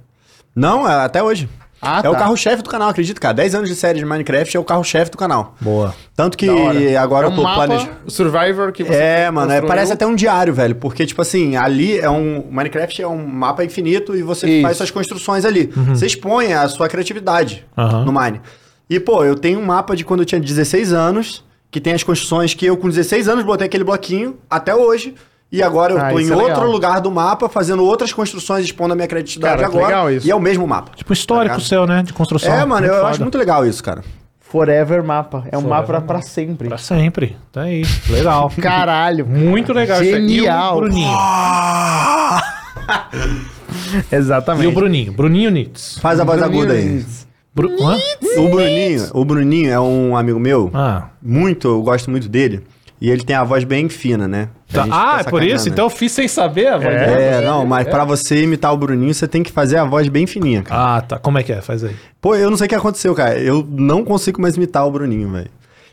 Speaker 3: não, é até hoje.
Speaker 1: Ah,
Speaker 3: é
Speaker 1: tá.
Speaker 3: o carro-chefe do canal, acredito, cara. 10 anos de série de Minecraft é o carro-chefe do canal.
Speaker 2: Boa.
Speaker 3: Tanto que
Speaker 1: Da hora. é
Speaker 3: agora eu
Speaker 1: um
Speaker 3: tô
Speaker 1: mapa
Speaker 3: planejando.
Speaker 1: Survivor que você
Speaker 3: É, mano, é,
Speaker 1: construiu.
Speaker 3: parece até um diário, velho. Porque, tipo assim, ali é um. Minecraft é um mapa infinito e você
Speaker 1: Isso. Uhum.
Speaker 3: faz suas construções ali. Você expõe a sua criatividade
Speaker 2: Aham.
Speaker 3: no Mine. E, pô, eu tenho um mapa de quando eu tinha 16 anos, que tem as construções que eu, com 16 anos, botei aquele bloquinho até hoje. E agora eu
Speaker 1: Ah,
Speaker 3: tô em
Speaker 1: isso é
Speaker 3: outro
Speaker 1: legal.
Speaker 3: lugar do mapa, fazendo outras construções, expondo a minha criatividade
Speaker 1: Cara, que
Speaker 3: agora.
Speaker 1: legal isso.
Speaker 3: E é o mesmo mapa.
Speaker 2: Tipo, histórico
Speaker 3: Tá ligado?
Speaker 2: seu, né? De construção.
Speaker 3: é, mano, eu
Speaker 2: foda.
Speaker 3: acho muito legal isso, cara.
Speaker 1: Forever Mapa. É um
Speaker 2: Forever
Speaker 1: mapa
Speaker 2: Mapa.
Speaker 1: pra sempre.
Speaker 2: Pra sempre. Tá aí. Legal.
Speaker 1: Caralho.
Speaker 2: muito legal isso aí.
Speaker 1: Genial.
Speaker 2: E o Bruninho.
Speaker 1: Exatamente.
Speaker 2: E o Bruninho. Bruninho Nitz.
Speaker 3: Faz a voz
Speaker 1: Bruninho
Speaker 3: aguda aí.
Speaker 1: Nunes.
Speaker 2: Bru... Hã?
Speaker 3: O Bruninho, o Bruninho é um amigo meu.
Speaker 2: Ah,
Speaker 3: muito, eu gosto muito dele. E ele tem a voz bem fina, né? A
Speaker 2: tá.
Speaker 3: gente
Speaker 2: ah
Speaker 3: tá
Speaker 2: é por isso?
Speaker 3: sacanando,
Speaker 2: Então eu fiz sem saber a voz
Speaker 3: né?
Speaker 2: dele?
Speaker 3: É, não, mas pra você imitar o Bruninho, você tem que fazer a voz bem fininha, cara.
Speaker 2: Ah, tá. Como é que é? Faz aí.
Speaker 3: Pô, eu não sei o que aconteceu, cara. Eu não consigo mais imitar o Bruninho, velho.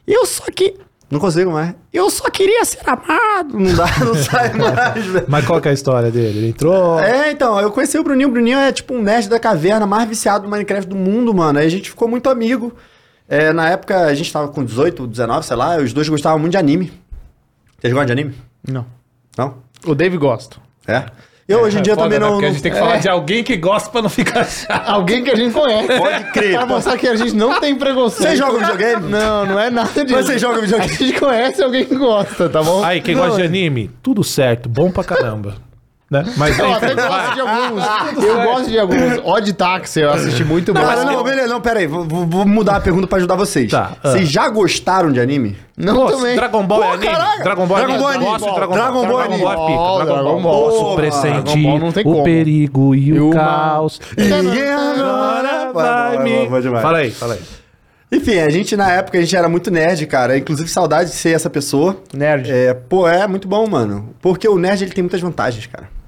Speaker 3: Eu só que. Não consigo mais. Eu só queria ser amado. Não dá, não sai mais, velho.
Speaker 2: Mas qual que é a história dele? Ele entrou.
Speaker 3: É, então, eu conheci o Bruninho. O Bruninho é tipo um nerd da caverna mais viciado do Minecraft do mundo, mano. Aí a gente ficou muito amigo. É, na época a gente tava com 18, 19, sei lá. Os dois gostavam muito de anime. Vocês gostam de anime?
Speaker 1: Não.
Speaker 3: Não?
Speaker 1: O Dave gosta.
Speaker 3: É? Eu hoje em dia também não.
Speaker 2: né? Porque a
Speaker 3: não-
Speaker 2: gente tem que
Speaker 3: É,
Speaker 2: falar de alguém que gosta pra não ficar chato.
Speaker 1: Alguém que a gente conhece.
Speaker 3: Pode crer.
Speaker 1: Pra mostrar que a gente não tem preconceito.
Speaker 3: Vocês jogam videogame?
Speaker 1: Não, não é nada disso.
Speaker 3: Mas vocês jogam
Speaker 1: A
Speaker 3: videogame?
Speaker 1: gente conhece alguém que gosta, tá bom?
Speaker 2: Aí, quem gosta
Speaker 3: é.
Speaker 2: de anime, tudo certo, bom pra caramba. né? Mas
Speaker 1: Eu
Speaker 2: enfim,
Speaker 1: até gosto
Speaker 2: vai.
Speaker 1: de alguns. Eu gosto de alguns. Odd Taxi, eu assisti muito
Speaker 3: Não,
Speaker 1: bom.
Speaker 3: mas não, beleza, não, pera aí. Vou, vou- vou mudar a pergunta pra ajudar vocês.
Speaker 2: Tá, ah.
Speaker 3: Vocês já gostaram de anime?
Speaker 1: Não
Speaker 2: Nossa,
Speaker 1: também.
Speaker 2: Dragon Ball é
Speaker 3: Pô,
Speaker 2: anime?
Speaker 3: caraca.
Speaker 2: Dragon Ball
Speaker 3: Dragon Ball
Speaker 2: é
Speaker 3: é
Speaker 2: anime. Eu gosto de
Speaker 3: anime.
Speaker 2: Dragon,
Speaker 3: Dragon
Speaker 2: Ball.
Speaker 3: Ball é
Speaker 2: Dragon Ball é
Speaker 1: anime.
Speaker 2: pica. Dragon
Speaker 1: Dragon
Speaker 2: Ball.
Speaker 1: Ball.
Speaker 2: Posso
Speaker 3: Pô,
Speaker 2: pressentir
Speaker 1: Dragon Ball não tem
Speaker 2: o
Speaker 1: como.
Speaker 2: perigo e,
Speaker 1: E
Speaker 2: o
Speaker 1: o
Speaker 2: caos.
Speaker 3: E agora vai me-
Speaker 2: Fala aí, fala aí.
Speaker 3: Enfim, a gente na época a gente era muito nerd, cara. Inclusive, saudade de ser essa pessoa.
Speaker 1: Nerd.
Speaker 3: É, pô, é muito bom, mano. Porque o nerd ele tem muitas vantagens, cara.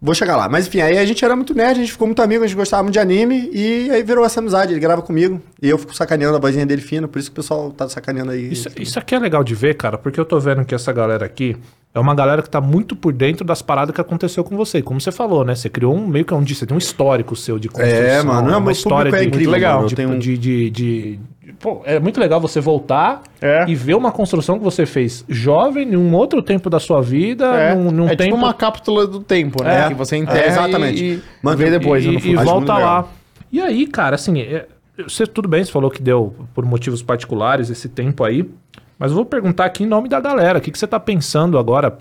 Speaker 3: Vou chegar lá. Mas enfim, aí a gente era muito nerd, a gente ficou muito amigo, a gente gostava muito de anime e aí virou essa amizade. Ele grava comigo e eu fico sacaneando a vozinha dele fina, por isso que o pessoal tá sacaneando aí.
Speaker 2: Isso, isso aqui é legal de ver, cara, porque eu tô vendo que essa galera aqui é uma galera que tá muito por dentro das paradas que aconteceu com você. Como você falou, né? Você criou um meio que é um dia, você tem um histórico seu de construção.
Speaker 3: É, mano,
Speaker 2: é
Speaker 3: não,
Speaker 2: uma
Speaker 3: meu
Speaker 2: história
Speaker 3: público é
Speaker 2: de,
Speaker 3: incrível,
Speaker 2: muito legal.
Speaker 3: mano, eu
Speaker 2: De,
Speaker 3: tenho-
Speaker 2: de, de- de- pô, é muito legal você voltar
Speaker 1: É.
Speaker 2: e ver uma construção que você fez jovem, em um outro tempo da sua vida,
Speaker 1: É,
Speaker 2: num, num
Speaker 1: é
Speaker 2: tempo.
Speaker 1: tipo uma cápsula do tempo, né?
Speaker 3: É.
Speaker 1: Que você enterra
Speaker 3: É, exatamente.
Speaker 1: e, e
Speaker 3: Mano,
Speaker 1: vê
Speaker 3: e-
Speaker 1: depois.
Speaker 2: e,
Speaker 1: no
Speaker 2: e
Speaker 1: futuro.
Speaker 3: Acho
Speaker 2: volta
Speaker 3: muito legal.
Speaker 2: lá. E aí, cara, assim, é, você tudo bem, você falou que deu por motivos particulares esse tempo aí, mas eu vou perguntar aqui em nome da galera, o que, que você tá pensando agora?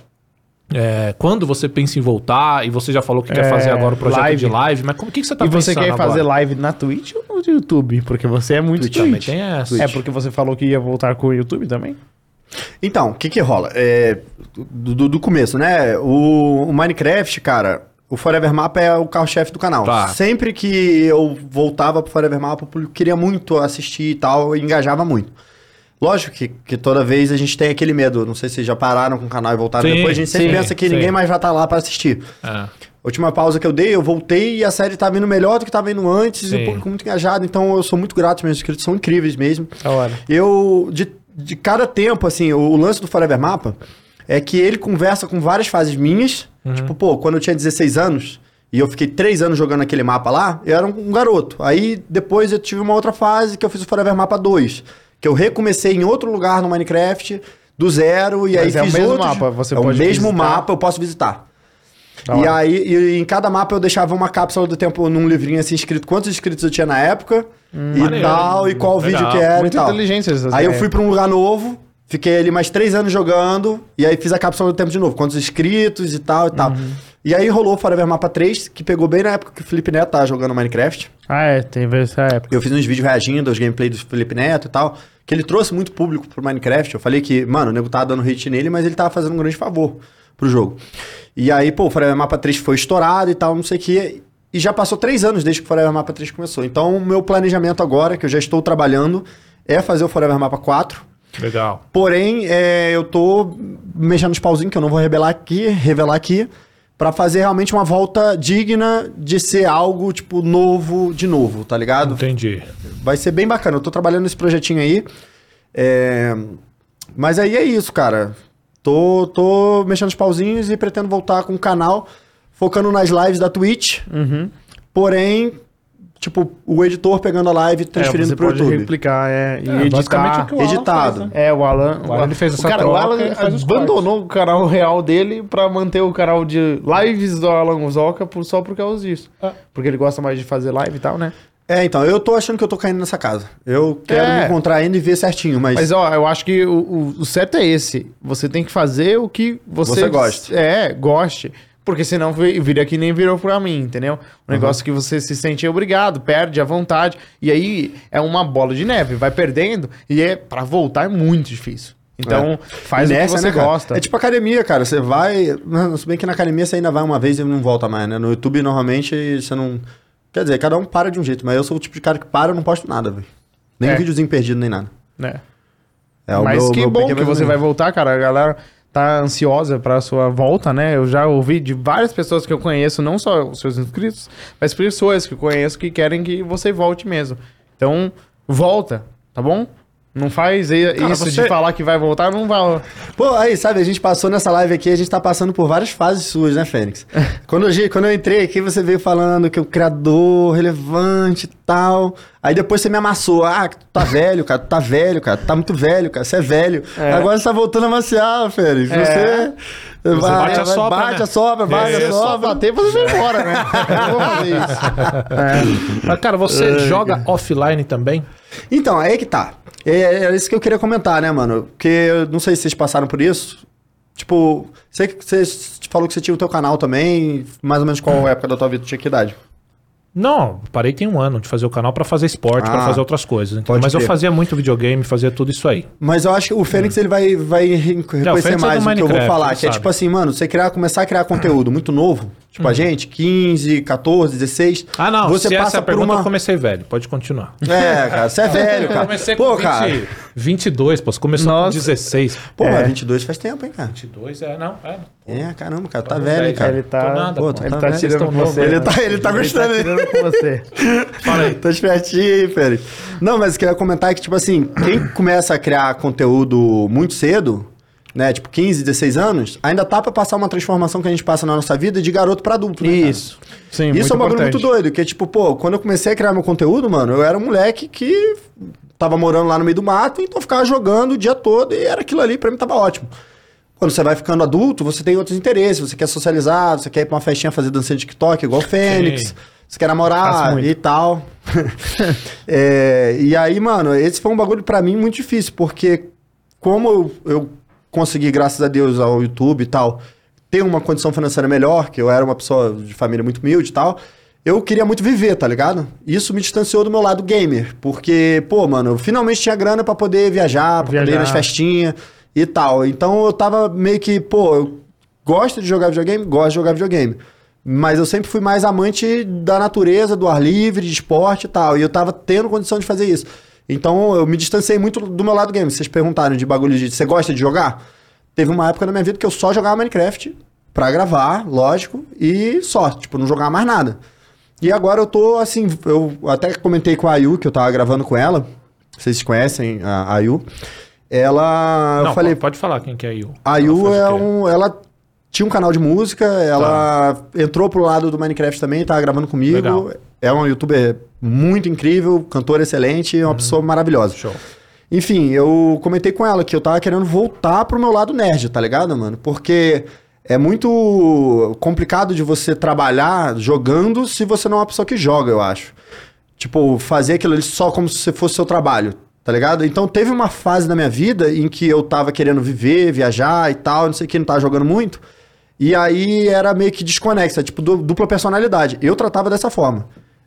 Speaker 2: É, quando você pensa em voltar, e você já falou que quer
Speaker 1: É,
Speaker 2: fazer agora o projeto
Speaker 1: live.
Speaker 2: de live, mas como o que, que você tá
Speaker 1: e você
Speaker 2: pensando
Speaker 1: quer fazer
Speaker 2: agora?
Speaker 1: live na Twitch ou no YouTube? Porque você é muito Twitch.
Speaker 2: Também tem essa.
Speaker 1: É porque você falou que ia voltar com o YouTube também?
Speaker 3: Então, o que que rola? É, do, do- do começo, né? O, o Minecraft, cara, o Forever Map é o carro-chefe do canal.
Speaker 2: Tá.
Speaker 3: Sempre que eu voltava pro Forever Map, o público queria muito assistir e tal, e engajava muito. Lógico que, que toda vez a gente tem aquele medo. Não sei se vocês já pararam com o canal e voltaram
Speaker 2: Sim,
Speaker 3: depois. A gente sempre
Speaker 2: sim,
Speaker 3: pensa que
Speaker 2: sim.
Speaker 3: ninguém mais vai estar lá pra assistir.
Speaker 2: Ah,
Speaker 3: A última pausa que eu dei, eu voltei e a série tá vindo melhor do que tava indo antes. E
Speaker 2: Sim.
Speaker 3: o público muito engajado. Então eu sou muito grato, meus inscritos são incríveis mesmo.
Speaker 1: Da hora.
Speaker 3: Eu, de, de cada tempo, assim, o, o lance do Forever Mapa é que ele conversa com várias fases minhas.
Speaker 1: Uhum.
Speaker 3: Tipo, pô, quando eu tinha 16 anos e eu fiquei 3 anos jogando aquele mapa lá, eu era um, um garoto. Aí depois eu tive uma outra fase que eu fiz o Forever Mapa 2, que eu recomecei em outro lugar no Minecraft do zero e
Speaker 1: Mas
Speaker 3: aí
Speaker 1: é o
Speaker 3: fiz
Speaker 1: mesmo
Speaker 3: outros-
Speaker 1: mapa, você
Speaker 3: é
Speaker 1: pode
Speaker 3: o mesmo
Speaker 1: visitar.
Speaker 3: mapa, eu posso visitar.
Speaker 1: Da
Speaker 3: E
Speaker 1: hora.
Speaker 3: aí, e em cada mapa eu deixava uma cápsula do tempo num livrinho assim, escrito quantos inscritos eu tinha na época
Speaker 1: Hum.
Speaker 3: e
Speaker 2: Maneiro.
Speaker 3: tal, e
Speaker 2: Legal.
Speaker 3: qual vídeo que era
Speaker 1: Muita
Speaker 3: e tal.
Speaker 1: inteligência essas
Speaker 3: É, então. Aí eu
Speaker 1: ideias.
Speaker 3: fui pra um lugar novo, fiquei ali mais três anos jogando, e aí fiz a cápsula do tempo de novo, quantos inscritos e tal e tal. E aí rolou o Forever Mapa 3, que pegou bem na época que o Felipe Neto tava jogando Minecraft.
Speaker 1: Ah, é, teve essa época.
Speaker 3: Eu fiz uns vídeos reagindo aos gameplays do Felipe Neto e tal. Que ele trouxe muito público pro Minecraft. Eu falei que, mano, o nego tava dando hit nele, mas ele tava fazendo um grande favor pro jogo. E aí, pô, o Forever Mapa 3 foi estourado e tal, não sei o quê. E já passou três anos desde que o Forever Mapa 3 começou. Então, o meu planejamento agora, que eu já estou trabalhando, é fazer o Forever Mapa 4.
Speaker 2: legal.
Speaker 3: Porém, é, eu tô mexendo os pauzinhos que eu não vou revelar aqui, revelar aqui, pra fazer realmente uma volta digna de ser algo, tipo, novo de novo, tá ligado?
Speaker 2: Entendi.
Speaker 3: Vai ser bem bacana. Eu tô trabalhando nesse projetinho aí. É, Mas aí é isso, cara. Tô, tô mexendo os pauzinhos e pretendo voltar com o canal, focando nas lives da Twitch.
Speaker 1: Uhum.
Speaker 3: Porém, tipo, o editor pegando a live e transferindo
Speaker 1: é, você
Speaker 3: pro
Speaker 1: pode
Speaker 3: YouTube.
Speaker 1: replicar é, e
Speaker 2: É, basicamente
Speaker 1: editar.
Speaker 2: o que o Alan
Speaker 3: editado.
Speaker 2: faz, né?
Speaker 1: É, o Alan.
Speaker 2: O Alan, ele fez essa
Speaker 1: cara,
Speaker 2: troca,
Speaker 1: O Alan
Speaker 2: ele faz os
Speaker 1: abandonou o canal real dele pra manter o canal de lives do Alan Uzoca por, só por causa disso.
Speaker 2: É.
Speaker 1: Porque ele gosta mais de fazer live e tal, né?
Speaker 3: É, então, eu tô achando que eu tô caindo nessa casa. Eu quero
Speaker 1: É.
Speaker 3: me encontrar ainda e ver certinho, mas.
Speaker 1: Mas ó, eu acho que o, o- o certo é esse. Você tem que fazer o que você,
Speaker 3: Você gosta.
Speaker 1: É, goste. Porque senão vi- vira que nem virou pra mim,
Speaker 3: Uhum.
Speaker 1: entendeu? Um negócio que você se sente obrigado, perde a vontade. E aí é uma bola de neve, vai perdendo. E é para voltar é muito difícil. Então faz o
Speaker 3: Inércia,
Speaker 1: que você
Speaker 3: né, cara?
Speaker 1: gosta.
Speaker 3: É tipo academia, cara. Você vai. Mano, se bem que na academia você ainda vai uma vez e não volta mais, né? No YouTube, normalmente, você não. Quer dizer, cada um para de um jeito, mas eu sou o tipo de cara que para e não posto nada, velho. Nem
Speaker 1: É.
Speaker 3: um videozinho perdido, nem nada.
Speaker 1: né?
Speaker 3: É, o
Speaker 1: Mas
Speaker 3: meu-
Speaker 1: que
Speaker 3: meu pique
Speaker 1: bom
Speaker 3: é
Speaker 1: que
Speaker 3: mais ou
Speaker 1: você vai
Speaker 3: menos.
Speaker 1: voltar, cara. A galera tá ansiosa pra sua volta, né? Eu já ouvi de várias pessoas que eu conheço, não só os seus inscritos, mas pessoas que eu conheço que querem que você volte mesmo. Então, volta, tá bom? Não faz e- isso
Speaker 2: você-
Speaker 1: de falar que vai voltar, não vai.
Speaker 3: Pô, aí, sabe, a gente passou nessa live aqui, a gente tá passando por várias fases suas, né, Fênix? quando, eu, gi- quando eu entrei aqui, você veio falando que o criador relevante e tal. Aí depois você me amassou. Ah, tu tá velho, cara, tu tá velho, cara, tu tá muito velho, cara, você é velho. Agora você tá voltando a maciar, Fênix. Você. Você
Speaker 2: É. bate a sobra,
Speaker 3: Bate
Speaker 2: né?
Speaker 3: a sobra, bate
Speaker 2: É,
Speaker 3: a
Speaker 2: só
Speaker 3: sobra.
Speaker 1: bater, você vai embora, né? Eu vou fazer isso.
Speaker 2: Mas, cara, você joga offline também?
Speaker 3: Então, aí que tá. É, era isso que eu queria comentar, né, mano? Porque eu não sei se vocês passaram por isso. Tipo, sei que você falou que você tinha o teu canal também, mais ou menos qual
Speaker 2: É.
Speaker 3: época da tua vida, tu tinha que idade?
Speaker 2: Não, parei tem um ano de fazer o canal pra fazer esporte,
Speaker 3: Ah,
Speaker 2: pra fazer outras coisas. entendeu?
Speaker 3: pode
Speaker 2: Mas eu
Speaker 3: crer.
Speaker 2: fazia muito videogame, fazia tudo isso aí.
Speaker 3: Mas eu acho que o Fênix ele vai, vai
Speaker 2: É. o
Speaker 3: reconhecer
Speaker 2: Fênix é do
Speaker 3: mais o que eu vou
Speaker 2: Minecraft,
Speaker 3: falar,
Speaker 2: ele
Speaker 3: que é
Speaker 2: sabe. Uhum.
Speaker 3: tipo assim, mano, você criar, começar a criar conteúdo muito novo, tipo a gente, 15, 14, 16.
Speaker 2: Ah, não,
Speaker 3: você
Speaker 2: se
Speaker 3: passa
Speaker 2: essa é a
Speaker 3: por
Speaker 2: pergunta,
Speaker 3: uma.
Speaker 2: eu comecei velho. Pode continuar.
Speaker 3: É, cara, você é velho, cara.
Speaker 2: Eu comecei
Speaker 3: Pô,
Speaker 2: com 20,
Speaker 3: cara.
Speaker 2: 22, pô. Você começou com
Speaker 1: Nossa.
Speaker 2: 16.
Speaker 3: Pô, mas 22 faz tempo, hein, cara.
Speaker 2: 22 é, não, é.
Speaker 3: É, caramba, cara, tá velho, hein,
Speaker 1: Ele
Speaker 3: cara.
Speaker 1: tá.
Speaker 2: Tô nada,
Speaker 1: pô,
Speaker 3: pô.
Speaker 1: ele
Speaker 3: Tá
Speaker 1: tá,
Speaker 3: vendo?
Speaker 1: tirando
Speaker 2: Vocês tão
Speaker 1: com você.
Speaker 2: louco.
Speaker 3: Ele tá- ele tá gostando, hein?
Speaker 1: Ele tá tirando com você.
Speaker 2: Fala aí.
Speaker 3: Tô espertinho, hein, Felipe? Não, mas o que eu ia comentar é que, tipo assim, quem começa a criar conteúdo muito cedo, né, tipo 15, 16 anos, ainda tá pra passar uma transformação que a gente passa na nossa vida de garoto pra adulto, né, cara?
Speaker 1: Isso. Sim,
Speaker 3: Isso é um bagulho muito doido, que é tipo, pô, quando eu comecei a criar meu conteúdo, mano, eu era um moleque que tava morando lá no meio do mato, então eu ficava jogando o dia todo e era aquilo ali, pra mim tava ótimo. Quando você vai ficando adulto, você tem outros interesses, você quer socializar, você quer ir pra uma festinha fazer dancinha de TikTok, igual o Fênix,
Speaker 2: Sim.
Speaker 3: você quer
Speaker 1: Faço
Speaker 3: namorar
Speaker 1: muito.
Speaker 3: e tal. É, e aí, mano, esse foi um bagulho pra mim muito difícil, porque como eu, eu consegui, graças a Deus, ao YouTube e tal, ter uma condição financeira melhor, que eu era uma pessoa de família muito humilde e tal, eu queria muito viver, tá ligado? Isso me distanciou do meu lado gamer, porque, pô, mano, eu finalmente tinha grana pra poder viajar, pra poder ir
Speaker 1: Viajar.
Speaker 3: nas festinhas e tal. Então eu tava meio que, pô, eu gosto de jogar videogame, gosto de jogar videogame. Mas eu sempre fui mais amante da natureza, do ar livre, de esporte e tal. E eu tava tendo condição de fazer isso. Então eu me distanciei muito do meu lado game. Vocês perguntaram de bagulho de. Você gosta de jogar? Teve uma época na minha vida que eu só jogava Minecraft pra gravar, lógico, e só. Tipo, não jogava mais nada. E agora eu tô assim. Eu até comentei com a Ayu, que eu tava gravando com ela. Vocês conhecem a a Ayu. Ela.
Speaker 2: não,
Speaker 3: eu falei,
Speaker 2: pode- pode falar quem que é Yu.
Speaker 3: a Yu
Speaker 2: Ela
Speaker 3: é
Speaker 2: faz o quê?
Speaker 3: um. Ela tinha um canal de música, ela entrou pro lado do Minecraft também, tava gravando comigo.
Speaker 2: Tá. Legal.
Speaker 3: É uma youtuber muito incrível, cantora excelente,
Speaker 2: Uhum.
Speaker 3: uma pessoa maravilhosa.
Speaker 2: Show.
Speaker 3: Enfim, eu comentei com ela que eu tava querendo voltar pro meu lado nerd, tá ligado, mano? Porque é muito complicado de você trabalhar jogando se você não é uma pessoa que joga, eu acho. Tipo, fazer aquilo ali só como se fosse seu trabalho, tá ligado? Então teve uma fase da minha vida em que eu tava querendo viver, viajar e tal, não sei o que, não tava jogando muito. E aí era meio que desconexa, tipo, du- dupla personalidade. Eu tratava dessa forma.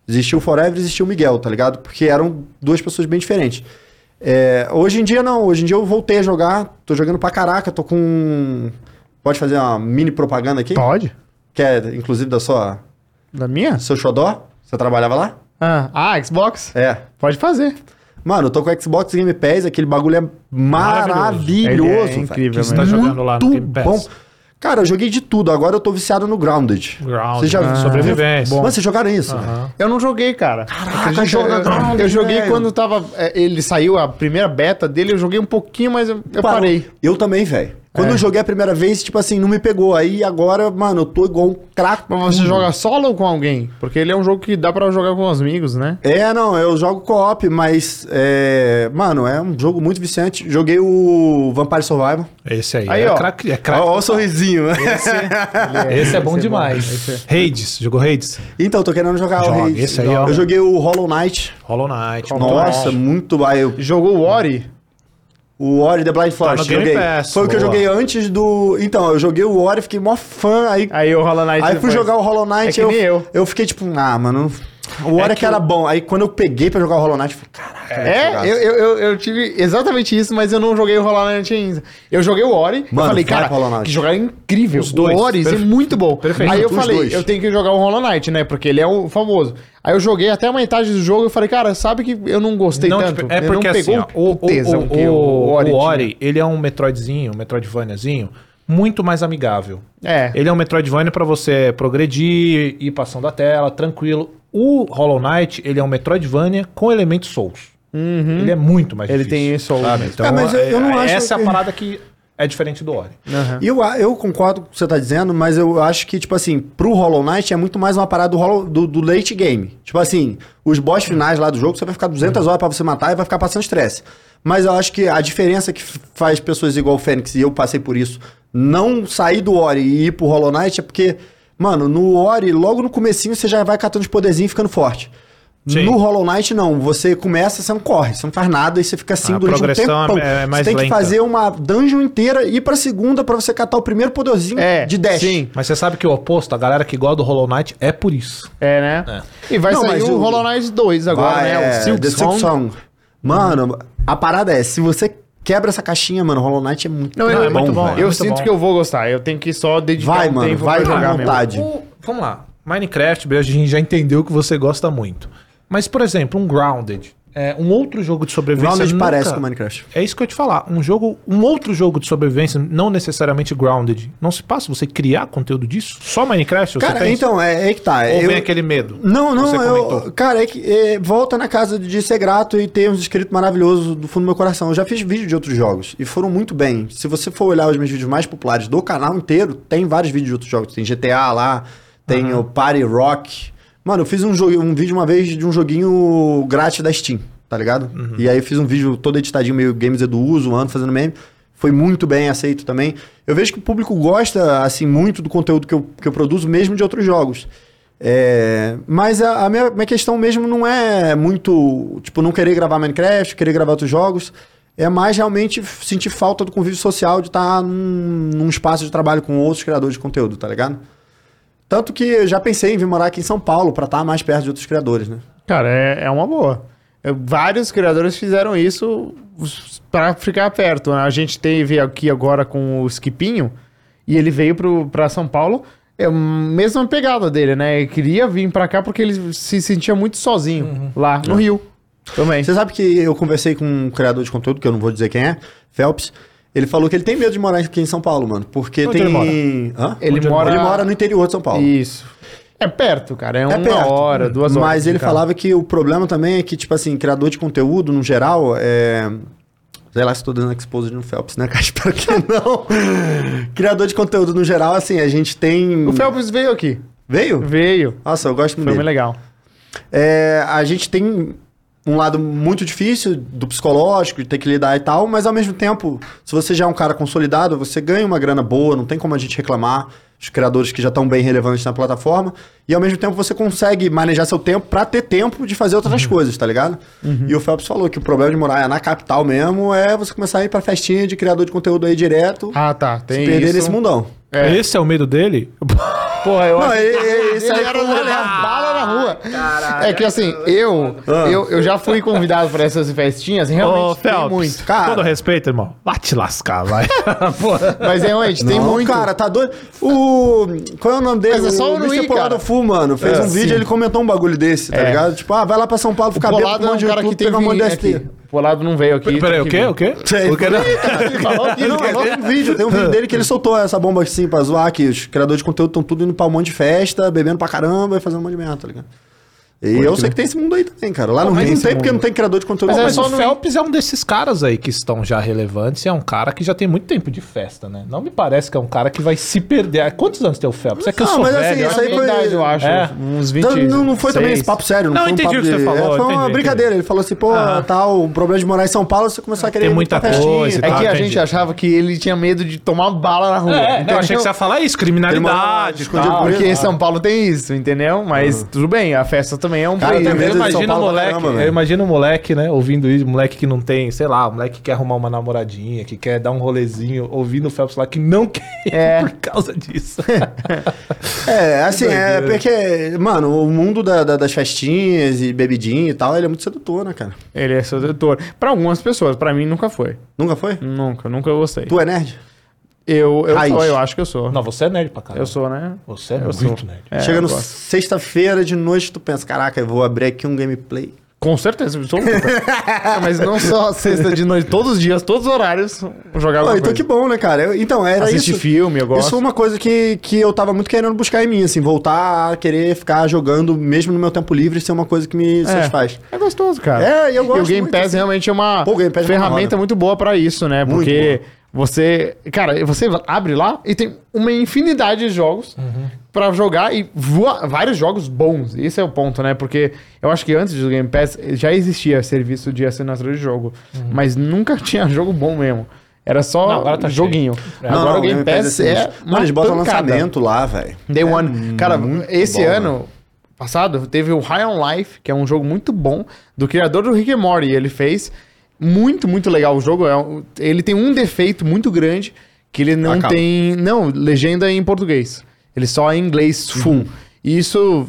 Speaker 3: Existiu o Forever e existiu o Miguel, tá ligado? Porque eram duas pessoas bem diferentes. É, hoje em dia não, hoje em dia eu voltei a jogar, tô jogando pra caraca, tô com. um, Pode fazer uma mini propaganda aqui?
Speaker 1: Pode?
Speaker 3: Que é, inclusive, da sua.
Speaker 1: Da minha?
Speaker 3: Seu xodó? Você trabalhava lá?
Speaker 1: Ah, ah, Xbox?
Speaker 3: É.
Speaker 1: Pode fazer.
Speaker 3: Mano, eu tô com o Xbox Game Pass, aquele bagulho é maravilhoso.
Speaker 1: Ele é
Speaker 3: velho.
Speaker 1: incrível
Speaker 2: Você tá
Speaker 1: mesmo.
Speaker 2: jogando lá no
Speaker 3: Muito
Speaker 2: Game Pass.
Speaker 3: bom. Cara, eu joguei de tudo, agora eu tô viciado no Grounded.
Speaker 2: Ground,
Speaker 3: Você já-
Speaker 2: né? sobrevivência.
Speaker 3: Mano, vocês jogaram isso?
Speaker 2: Aham.
Speaker 1: Eu não joguei, cara. Acredita?
Speaker 3: joga
Speaker 1: É eu,
Speaker 3: Grounded,
Speaker 1: eu joguei
Speaker 3: velho.
Speaker 1: quando tava. é, Ele saiu a primeira beta dele, eu joguei um pouquinho, mas eu, eu
Speaker 3: Parou.
Speaker 1: parei.
Speaker 3: Eu também, velho.
Speaker 2: É.
Speaker 3: Quando eu joguei a primeira vez, tipo assim, não me pegou. Aí agora, mano, eu tô igual um craque.
Speaker 1: Mas
Speaker 2: Uhum.
Speaker 1: você joga solo ou com alguém? Porque ele é um jogo que dá pra jogar com os amigos, né?
Speaker 3: É, não, eu jogo co-op, mas. é, Mano, é um jogo muito viciante. Joguei o Vampire Survival.
Speaker 2: Esse aí,
Speaker 1: Aí,
Speaker 2: é
Speaker 1: ó.
Speaker 2: craque. É craque.
Speaker 3: Olha o sorrisinho, né?
Speaker 2: Esse é bom
Speaker 1: esse é
Speaker 2: demais.
Speaker 1: bom.
Speaker 2: Raids, jogou Raids?
Speaker 3: Então, eu tô querendo jogar
Speaker 2: Joga,
Speaker 3: o Raids.
Speaker 2: esse aí, ó.
Speaker 3: Eu joguei o Hollow Knight.
Speaker 2: Hollow Knight.
Speaker 3: Nossa, muito. Aí, eu-
Speaker 1: Tipo, Jogou o Ori?
Speaker 3: o Ori The Blind Forest.
Speaker 2: Tá no Game
Speaker 3: joguei.
Speaker 2: Pass,
Speaker 3: Foi o que eu
Speaker 2: boa.
Speaker 3: joguei antes do. Então, eu joguei o Ori, fiquei mó fã. Aí,
Speaker 1: Aí o Hollow Knight.
Speaker 3: aí fui
Speaker 1: depois.
Speaker 3: jogar o Hollow Knight.
Speaker 1: É que
Speaker 3: eu,
Speaker 1: nem eu.
Speaker 3: fiquei tipo, ah, mano. O Ori é que, era bom. Aí quando eu peguei pra jogar o Hollow Knight, eu falei, caraca.
Speaker 1: É,
Speaker 3: velho, que
Speaker 1: eu,
Speaker 3: jogaço.
Speaker 1: eu, eu, eu tive exatamente isso, mas eu não joguei o Hollow Knight ainda. Eu joguei o Ori, eu
Speaker 3: Mano,
Speaker 1: falei,
Speaker 3: vai
Speaker 1: cara,
Speaker 3: pro Hollow Knight.
Speaker 1: que jogar é incrível.
Speaker 2: Os dois,
Speaker 1: O Ori é
Speaker 2: perfe-
Speaker 1: muito bom.
Speaker 2: perfeito.
Speaker 1: Aí eu
Speaker 3: Os
Speaker 1: falei,
Speaker 3: dois.
Speaker 1: eu tenho que jogar o Hollow Knight, né? Porque ele é o famoso. Aí eu joguei até a metade do jogo e falei, cara, sabe que eu não gostei
Speaker 2: Não,
Speaker 1: tanto.
Speaker 2: tipo, é
Speaker 1: Ele
Speaker 2: porque
Speaker 1: não
Speaker 2: assim, ó, o, o,
Speaker 1: tesão
Speaker 2: o,
Speaker 1: que
Speaker 2: o, o Ori,
Speaker 1: tinha.
Speaker 2: ele é um Metroidzinho, um Metroidvaniazinho, muito mais amigável.
Speaker 1: É.
Speaker 2: Ele é um Metroidvania pra você progredir, ir passando a tela, tranquilo. O Hollow Knight, ele é um Metroidvania com elementos Souls.
Speaker 3: Uhum.
Speaker 2: Ele é muito mais
Speaker 1: Ele
Speaker 2: difícil.
Speaker 1: tem isso ao
Speaker 2: sabe?
Speaker 1: mesmo.
Speaker 2: Então,
Speaker 3: É, mas eu-
Speaker 2: é-
Speaker 3: eu não acho
Speaker 2: essa é
Speaker 3: que-
Speaker 2: a parada que é diferente do Ori.
Speaker 1: Aham.
Speaker 3: E Eu, eu concordo com o que você tá dizendo, mas eu acho que, tipo assim, pro Hollow Knight é muito mais uma parada do, Hollow- do, do late game. Tipo assim, os boss finais lá do jogo, você vai ficar 200 horas pra você matar e vai ficar passando estresse. Mas eu acho que a diferença que f- faz pessoas igual o Fênix, e eu passei por isso, não sair do Ori e ir pro Hollow Knight é porque, mano, no Ori, logo no comecinho, você já vai catando os poderzinhos e ficando forte.
Speaker 2: Sim.
Speaker 3: No Hollow Knight, não. Você começa, você não corre, você não faz nada e você fica assim
Speaker 2: A
Speaker 3: durante um
Speaker 2: progressão é-
Speaker 3: tempão.
Speaker 2: é mais
Speaker 3: você tem que
Speaker 2: lenta.
Speaker 3: fazer ter uma dungeon inteira e ir pra segunda pra você catar o primeiro poderzinho
Speaker 1: É,
Speaker 3: de dash.
Speaker 1: sim.
Speaker 2: Mas você sabe que o oposto, a galera que gosta do Hollow Knight, é por isso.
Speaker 1: É, né? E vai
Speaker 3: Não,
Speaker 1: sair
Speaker 3: mas
Speaker 1: o
Speaker 3: o-
Speaker 1: Hollow Knight 2 agora,
Speaker 3: Vai,
Speaker 1: né?
Speaker 3: é,
Speaker 1: O Silk
Speaker 3: The
Speaker 1: Song.
Speaker 3: Silk Song. Mano, a parada é, se você quebra essa caixinha, mano, Hollow Knight é muito
Speaker 1: Não,
Speaker 2: Não,
Speaker 1: eu-
Speaker 2: é muito bom,
Speaker 1: Eu
Speaker 2: é muito
Speaker 1: sinto
Speaker 2: bom.
Speaker 1: que eu vou gostar. Eu tenho que só dedicar
Speaker 3: Vai,
Speaker 1: um
Speaker 3: mano,
Speaker 1: tempo
Speaker 3: vai
Speaker 1: pra
Speaker 3: com
Speaker 1: jogar mesmo.
Speaker 3: vontade.
Speaker 2: O- vamos lá. Minecraft, a gente já entendeu que você gosta muito. Mas, por exemplo, um Grounded. É, um outro jogo de sobrevivência.
Speaker 3: Grounded
Speaker 2: nunca-
Speaker 3: parece com Minecraft.
Speaker 2: É isso que eu ia te falar. Um jogo, um outro jogo de sobrevivência, não necessariamente Grounded. Não se passa você criar conteúdo disso? Só Minecraft? você
Speaker 3: Cara,
Speaker 2: pensa?
Speaker 3: então, é, é que tá.
Speaker 2: Ou
Speaker 3: eu-
Speaker 2: vem aquele medo?
Speaker 3: Não, não,
Speaker 2: Você
Speaker 3: eu,
Speaker 2: comentou.
Speaker 3: cara, é que é, volta na casa de ser grato e ter uns inscritos maravilhosos do fundo do meu coração. Eu já fiz vídeo de outros jogos e foram muito bem. Se você for olhar os meus vídeos mais populares do canal inteiro, tem vários vídeos de outros jogos. Tem GTA lá, tem o Party Rock. Mano, eu fiz um, jogo, um vídeo uma vez de um joguinho grátis da Steam, tá ligado?
Speaker 2: Uhum.
Speaker 3: E aí eu fiz um vídeo todo editadinho, meio games do uso, ano fazendo meme. Foi muito bem aceito também. Eu vejo que o público gosta, assim, muito do conteúdo que eu, que eu produzo, mesmo de outros jogos. É, mas a, a minha, minha questão mesmo não é muito, tipo, não querer gravar Minecraft, querer gravar outros jogos. É mais realmente f- sentir falta do convívio social de estar num, num espaço de trabalho com outros criadores de conteúdo, tá ligado? Tanto que eu já pensei em vir morar aqui em São Paulo pra estar mais perto de outros criadores, né?
Speaker 1: Cara, é, é uma boa. É, Vários criadores fizeram isso s- pra ficar perto. né? A gente teve aqui agora com o Skipinho e ele veio pro, pra São Paulo. É a mesma pegada dele, né? Ele queria vir pra cá porque ele se sentia muito sozinho lá
Speaker 3: É.
Speaker 1: no Rio também.
Speaker 3: Você sabe que eu conversei com um criador de conteúdo, que eu não vou dizer quem é, Phelps. Ele falou que ele tem medo de morar aqui em São Paulo, mano. Porque
Speaker 2: Onde
Speaker 3: tem.
Speaker 2: ele mora?
Speaker 3: Hã?
Speaker 1: Ele
Speaker 3: Onde
Speaker 1: mora-
Speaker 3: ele mora no interior de São Paulo.
Speaker 1: Isso. É perto, cara. É, uma
Speaker 3: perto,
Speaker 1: hora, duas horas.
Speaker 3: Mas
Speaker 1: de
Speaker 3: ele
Speaker 1: carro.
Speaker 3: falava que o problema também é que, tipo assim, criador de conteúdo, no geral, é. Sei lá se tô dando exposed no Phelps, né, cara? Espero que não. criador de conteúdo, no geral, assim, a gente tem.
Speaker 1: O Felps veio aqui.
Speaker 3: Veio?
Speaker 1: Veio.
Speaker 3: Nossa, eu gosto muito
Speaker 1: Foi muito
Speaker 3: dele.
Speaker 1: legal.
Speaker 3: É, a gente tem um lado muito difícil do psicológico, de ter que lidar e tal, mas ao mesmo tempo, se você já é um cara consolidado, você ganha uma grana boa, não tem como a gente reclamar, os criadores que já estão bem relevantes na plataforma, e ao mesmo tempo você consegue manejar seu tempo pra ter tempo de fazer outras
Speaker 1: Uhum.
Speaker 3: coisas, tá ligado? E o Phelps falou que o problema de morar na capital mesmo é você começar a ir pra festinha de criador de conteúdo aí direto,
Speaker 1: Ah, tá.
Speaker 3: se
Speaker 1: Tem
Speaker 3: perder
Speaker 1: isso.
Speaker 3: nesse mundão.
Speaker 1: É.
Speaker 2: Esse é o medo dele?
Speaker 1: Porra, eu
Speaker 3: Não,
Speaker 1: acho
Speaker 3: e- e- esse
Speaker 1: Ele
Speaker 3: aí
Speaker 1: era
Speaker 3: foi um
Speaker 1: levar
Speaker 3: erro.
Speaker 1: bala na rua. é que assim, eu,
Speaker 3: Ah.
Speaker 1: eu, eu já fui convidado para essas festinhas,
Speaker 2: Ô,
Speaker 1: realmente tem
Speaker 2: Phelps,
Speaker 1: muito.
Speaker 3: Cara.
Speaker 2: todo respeito, irmão. Vá te lascar, vai.
Speaker 1: Mas realmente, tem
Speaker 3: Não,
Speaker 1: muito.
Speaker 3: cara, tá doido. O. Qual é o nome dele?
Speaker 1: Mas é só
Speaker 3: o
Speaker 1: o Rui, cara.
Speaker 3: Polado Fu, mano. Fez
Speaker 1: É,
Speaker 3: um vídeo
Speaker 1: sim.
Speaker 3: ele comentou um bagulho desse, tá
Speaker 1: É.
Speaker 3: ligado? Tipo, ah, vai lá pra São Paulo ficar
Speaker 1: Polado é um cara que tem
Speaker 3: pega um monte
Speaker 1: vinho
Speaker 3: de
Speaker 1: aqui.
Speaker 3: ST.
Speaker 1: Polado não veio aqui.
Speaker 2: Peraí, o quê? O quê?
Speaker 3: Sei.
Speaker 2: O quê?
Speaker 1: Ele falou que
Speaker 3: Não,
Speaker 1: não,
Speaker 3: é
Speaker 1: é
Speaker 3: tem um vídeo, tem um vídeo dele que ele soltou essa bomba assim pra zoar que os criadores de conteúdo estão tudo indo pra um monte de festa, bebendo pra caramba e fazendo um monte de merda, tá ligado? E eu sei que tem esse mundo aí também, cara. Lá no
Speaker 1: mas
Speaker 3: Rio não
Speaker 1: esse
Speaker 3: tem porque
Speaker 1: mundo.
Speaker 3: não tem criador de conteúdo.
Speaker 1: Mas é
Speaker 3: Não,
Speaker 1: só
Speaker 2: Mas
Speaker 1: no-
Speaker 2: o Phelps é um desses caras aí que estão já relevantes e é um cara que já tem muito tempo de festa, né? Não me parece que é um cara que vai se perder. Ah, Quantos anos tem o Phelps? É que eu
Speaker 3: Não,
Speaker 2: sou
Speaker 3: mas assim,
Speaker 2: velho.
Speaker 3: isso aí
Speaker 1: foi...
Speaker 3: foi-
Speaker 1: idade, eu acho.
Speaker 2: É.
Speaker 1: Uns 20
Speaker 3: Então, não, não foi também esse papo sério, não,
Speaker 2: Não,
Speaker 3: foi um
Speaker 2: entendi
Speaker 3: papo
Speaker 2: o que você
Speaker 3: de-
Speaker 2: falou,
Speaker 3: é, Foi uma
Speaker 2: entendi,
Speaker 3: brincadeira. Ele falou assim, pô,
Speaker 2: Aham.
Speaker 3: tal, o problema de morar em São Paulo é você começar a querer
Speaker 2: Tem
Speaker 3: ir
Speaker 2: muita
Speaker 3: pra festinha tá?
Speaker 2: coisa e
Speaker 3: e
Speaker 1: É
Speaker 2: tal.
Speaker 1: que a
Speaker 2: entendi.
Speaker 1: gente achava que ele tinha medo de tomar bala na rua.
Speaker 2: É, não,
Speaker 1: entendeu?
Speaker 2: eu achei que você ia falar isso, criminalidade. e
Speaker 3: Ele mora
Speaker 2: tal.
Speaker 1: Porque
Speaker 3: Ah.
Speaker 1: em São Paulo tem isso, entendeu? Mas
Speaker 2: Uhum.
Speaker 1: tudo bem, a festa também é um
Speaker 3: Cara,
Speaker 1: país.
Speaker 3: tem
Speaker 2: Eu
Speaker 3: medo de São
Speaker 2: imagino o
Speaker 3: Paulo pra
Speaker 2: moleque,
Speaker 3: caramba, velho.
Speaker 2: eu imagino o moleque, né, ouvindo isso, moleque que não tem, sei lá, o moleque que quer arrumar uma namoradinha, que quer dar um rolezinho, ouvindo o Phelps lá que não quer ir
Speaker 1: É.
Speaker 2: por causa disso.
Speaker 3: É, assim, é porque, mano, o mundo da- da- das festinhas e bebidinha e tal, ele é muito sedutor, né, cara?
Speaker 1: Ele é sedutor. Pra algumas pessoas, pra mim nunca foi.
Speaker 3: Nunca foi?
Speaker 1: Nunca, nunca gostei.
Speaker 3: Tu é nerd?
Speaker 1: Eu, eu
Speaker 3: Raiz.
Speaker 1: sou, eu acho que eu sou.
Speaker 2: não, você é nerd pra caralho.
Speaker 1: Eu sou, né?
Speaker 2: Você é
Speaker 1: Eu
Speaker 2: muito
Speaker 1: sou.
Speaker 2: nerd.
Speaker 1: É,
Speaker 3: Chega
Speaker 1: eu
Speaker 3: no
Speaker 1: gosto.
Speaker 3: sexta-feira de noite, tu pensa, caraca, eu vou abrir aqui um gameplay.
Speaker 1: Com certeza, absoluta. É, Mas não só sexta de noite, todos os dias, todos os horários, jogar
Speaker 3: Pô,
Speaker 1: É alguma
Speaker 3: então
Speaker 1: coisa.
Speaker 3: que bom, né, cara? Eu- então, era
Speaker 1: Assistir
Speaker 3: isso.
Speaker 1: filme, eu gosto.
Speaker 3: Isso é uma coisa que, que eu tava muito querendo buscar em mim, assim, voltar a querer ficar jogando mesmo no meu tempo livre, ser uma coisa que me satisfaz.
Speaker 1: É gostoso, cara.
Speaker 3: É, e eu gosto
Speaker 1: E o Game
Speaker 3: muito,
Speaker 1: Pass
Speaker 3: assim.
Speaker 1: realmente é uma
Speaker 3: Pô, o Game Pass é uma
Speaker 1: ferramenta
Speaker 3: roda.
Speaker 1: muito boa pra isso, né?
Speaker 3: Muito
Speaker 1: Porque você, cara, você abre lá e tem uma infinidade de jogos
Speaker 3: Uhum.
Speaker 1: pra jogar e voa- vários jogos bons. Esse é o ponto, né? Porque eu acho que antes do Game Pass já existia serviço de assinatura de jogo,
Speaker 3: Uhum.
Speaker 1: mas nunca tinha jogo bom mesmo. Era só
Speaker 2: Não, agora tá
Speaker 1: joguinho.
Speaker 2: cheio. É.
Speaker 1: Agora o Game Pass
Speaker 3: assim,
Speaker 1: é
Speaker 3: Mano, eles botam lançamento lá, velho.
Speaker 1: Day One. Cara, esse
Speaker 3: bom,
Speaker 1: ano passado teve o High on Life, que é um jogo muito bom, do criador do Rick and Morty. Ele fez muito, muito legal o jogo. É um- ele tem um defeito muito grande, que ele não
Speaker 3: Acaba.
Speaker 1: tem... Não, legenda em português. Ele só é em inglês full.
Speaker 3: Uhum.
Speaker 1: E isso...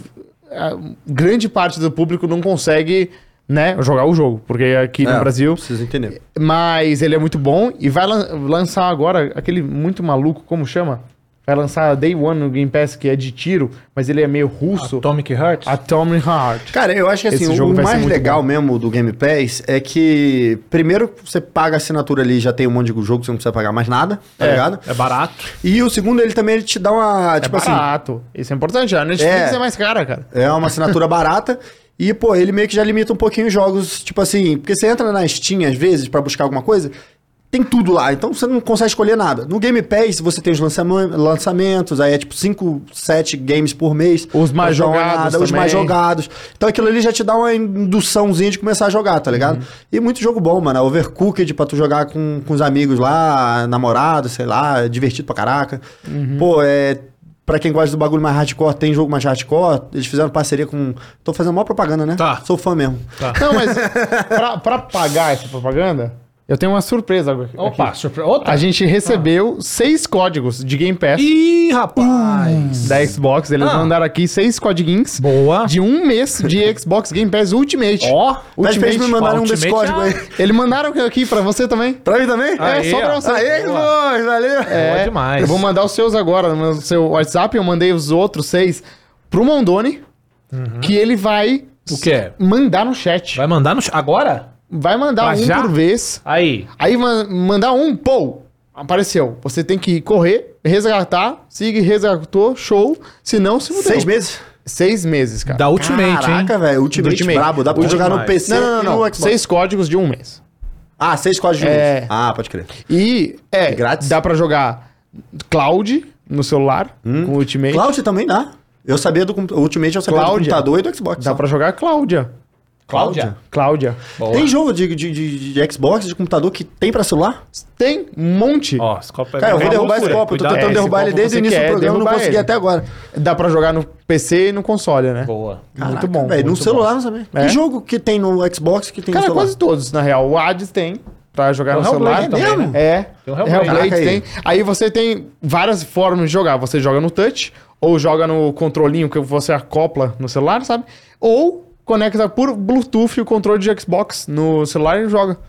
Speaker 1: a grande parte do público não consegue... Né, jogar o jogo, porque aqui no
Speaker 3: É,
Speaker 1: Brasil
Speaker 3: Preciso entender.
Speaker 1: mas ele é muito bom e vai lan- lançar agora aquele muito maluco, como chama? Vai lançar Day One no Game Pass, que é de tiro, mas ele é meio russo.
Speaker 2: Atomic Heart?
Speaker 1: Atomic Heart.
Speaker 3: Cara, eu acho que assim,
Speaker 1: Esse jogo
Speaker 3: o
Speaker 1: vai ser
Speaker 3: mais
Speaker 1: muito
Speaker 3: legal mesmo do Game Pass é que, primeiro, você paga a assinatura ali já tem um monte de jogo, você não precisa pagar mais nada, tá ligado?
Speaker 2: É barato.
Speaker 3: E o segundo, ele também ele te dá uma.
Speaker 1: É
Speaker 3: Tipo assim,
Speaker 1: barato. Isso é importante. A Netflix é,
Speaker 3: É.
Speaker 1: mais cara, cara.
Speaker 3: É uma assinatura barata. E, pô, ele meio que já limita um pouquinho os jogos. Tipo assim, porque você entra na Steam às vezes pra buscar alguma coisa, tem tudo lá. Então você não consegue escolher nada. No Game Pass você tem os lançaman- lançamentos, aí é tipo 5, 7 games por mês.
Speaker 1: Os mais
Speaker 3: Pra dar uma
Speaker 1: jogados
Speaker 3: olhada, Os mais
Speaker 1: também.
Speaker 3: jogados. Então aquilo ali já te dá uma induçãozinha de começar a jogar, tá
Speaker 1: Uhum.
Speaker 3: ligado? E muito jogo bom, mano. Overcooked pra tu jogar com, com os amigos lá, namorado, sei lá, é divertido pra caraca.
Speaker 1: Uhum.
Speaker 3: Pô, é. Pra quem gosta do bagulho mais hardcore, tem jogo mais hardcore. Eles fizeram parceria com. Tô fazendo maior propaganda, né?
Speaker 2: Tá.
Speaker 3: Sou fã mesmo.
Speaker 1: Não, mas pra, pra pagar essa propaganda, eu tenho uma surpresa agora.
Speaker 2: Opa,
Speaker 1: aqui.
Speaker 2: surpresa. Outra.
Speaker 1: A gente recebeu seis códigos de Game Pass
Speaker 2: Ih,
Speaker 3: Hum.
Speaker 2: rapaz.
Speaker 1: da Xbox. Eles
Speaker 2: Ah.
Speaker 1: mandaram aqui seis codiguinhos
Speaker 2: Boa.
Speaker 1: de um mês de Xbox Game Pass Ultimate.
Speaker 2: Ó,
Speaker 3: Mas pra
Speaker 1: Ultimate.
Speaker 3: eles me mandaram um
Speaker 2: Ultimate
Speaker 3: desse código
Speaker 2: já-
Speaker 3: aí.
Speaker 1: Eles mandaram aqui pra você também.
Speaker 3: Pra mim também?
Speaker 1: É,
Speaker 2: Aí,
Speaker 1: só pra
Speaker 2: ó.
Speaker 1: você.
Speaker 2: Boa.
Speaker 3: Aê, irmãos, valeu.
Speaker 1: É,
Speaker 2: Boa demais.
Speaker 1: Eu vou mandar os seus agora no seu WhatsApp. Eu mandei os outros seis pro Mondoni, que ele vai
Speaker 2: O quê?
Speaker 1: mandar no chat. Vai,
Speaker 2: Vai mandar no... ch- agora?
Speaker 1: mandar
Speaker 2: Pra
Speaker 1: um
Speaker 2: já?
Speaker 1: por vez.
Speaker 2: Aí.
Speaker 1: Aí ma- mandar um, pô, apareceu. Você tem que correr, resgatar, siga e resgatou, show. Se não, se mudou.
Speaker 3: Seis meses?
Speaker 1: Seis meses, cara.
Speaker 2: Da Ultimate,
Speaker 3: Caraca,
Speaker 2: hein?
Speaker 3: velho. Ultimate,
Speaker 1: Ultimate.
Speaker 3: brabo. Dá pra
Speaker 2: Bom
Speaker 3: jogar no
Speaker 2: demais.
Speaker 3: PC
Speaker 1: Não, não,
Speaker 3: e
Speaker 1: não.
Speaker 3: no
Speaker 1: não.
Speaker 3: Xbox.
Speaker 1: Seis códigos de um mês.
Speaker 3: Ah, seis códigos de
Speaker 1: É.
Speaker 3: luz. Ah, pode crer.
Speaker 1: E, é,
Speaker 3: Grátis?
Speaker 1: dá pra jogar cloud no celular, com o Ultimate.
Speaker 3: Cloud também dá. Eu sabia do computador. Ultimate eu sabia
Speaker 1: Cláudia.
Speaker 3: do computador e do Xbox.
Speaker 1: é. Dá
Speaker 3: só.
Speaker 1: pra jogar Cláudia.
Speaker 2: Cláudia.
Speaker 1: Cláudia.
Speaker 2: Boa.
Speaker 3: Tem jogo de, de, de, de Xbox, de computador que tem pra celular?
Speaker 1: Tem um monte.
Speaker 2: Ó, esse copo é
Speaker 3: Cara, eu vou
Speaker 2: uma
Speaker 3: derrubar
Speaker 2: loucura.
Speaker 3: esse copo. Eu tô
Speaker 2: Cuidado.
Speaker 1: É,
Speaker 3: tentando
Speaker 1: esse
Speaker 3: derrubar ele
Speaker 1: copo você
Speaker 3: desde o início do
Speaker 1: quer
Speaker 3: programa, eu não
Speaker 1: derrubar
Speaker 3: consegui
Speaker 1: ele.
Speaker 3: até agora.
Speaker 1: Dá pra jogar no PC e no console, né?
Speaker 2: é Boa.
Speaker 1: muito bom.
Speaker 3: velho, no
Speaker 1: muito
Speaker 3: celular não sabia.
Speaker 1: É?
Speaker 3: Que jogo que tem no Xbox que tem
Speaker 1: Cara,
Speaker 3: no celular?
Speaker 1: quase todos, na real. O Hades tem pra jogar
Speaker 2: Tem
Speaker 1: no
Speaker 2: o Hellblade
Speaker 1: celular.
Speaker 2: também,
Speaker 1: também,
Speaker 2: né?
Speaker 1: É.
Speaker 2: Tem o Hellblade.
Speaker 1: Hellblade,
Speaker 3: Caraca,
Speaker 1: tem. Aí você tem várias formas de jogar. Você joga no touch, ou joga no controlinho que você acopla no celular, sabe? Ou conecta por Bluetooth o controle de Xbox no celular e joga.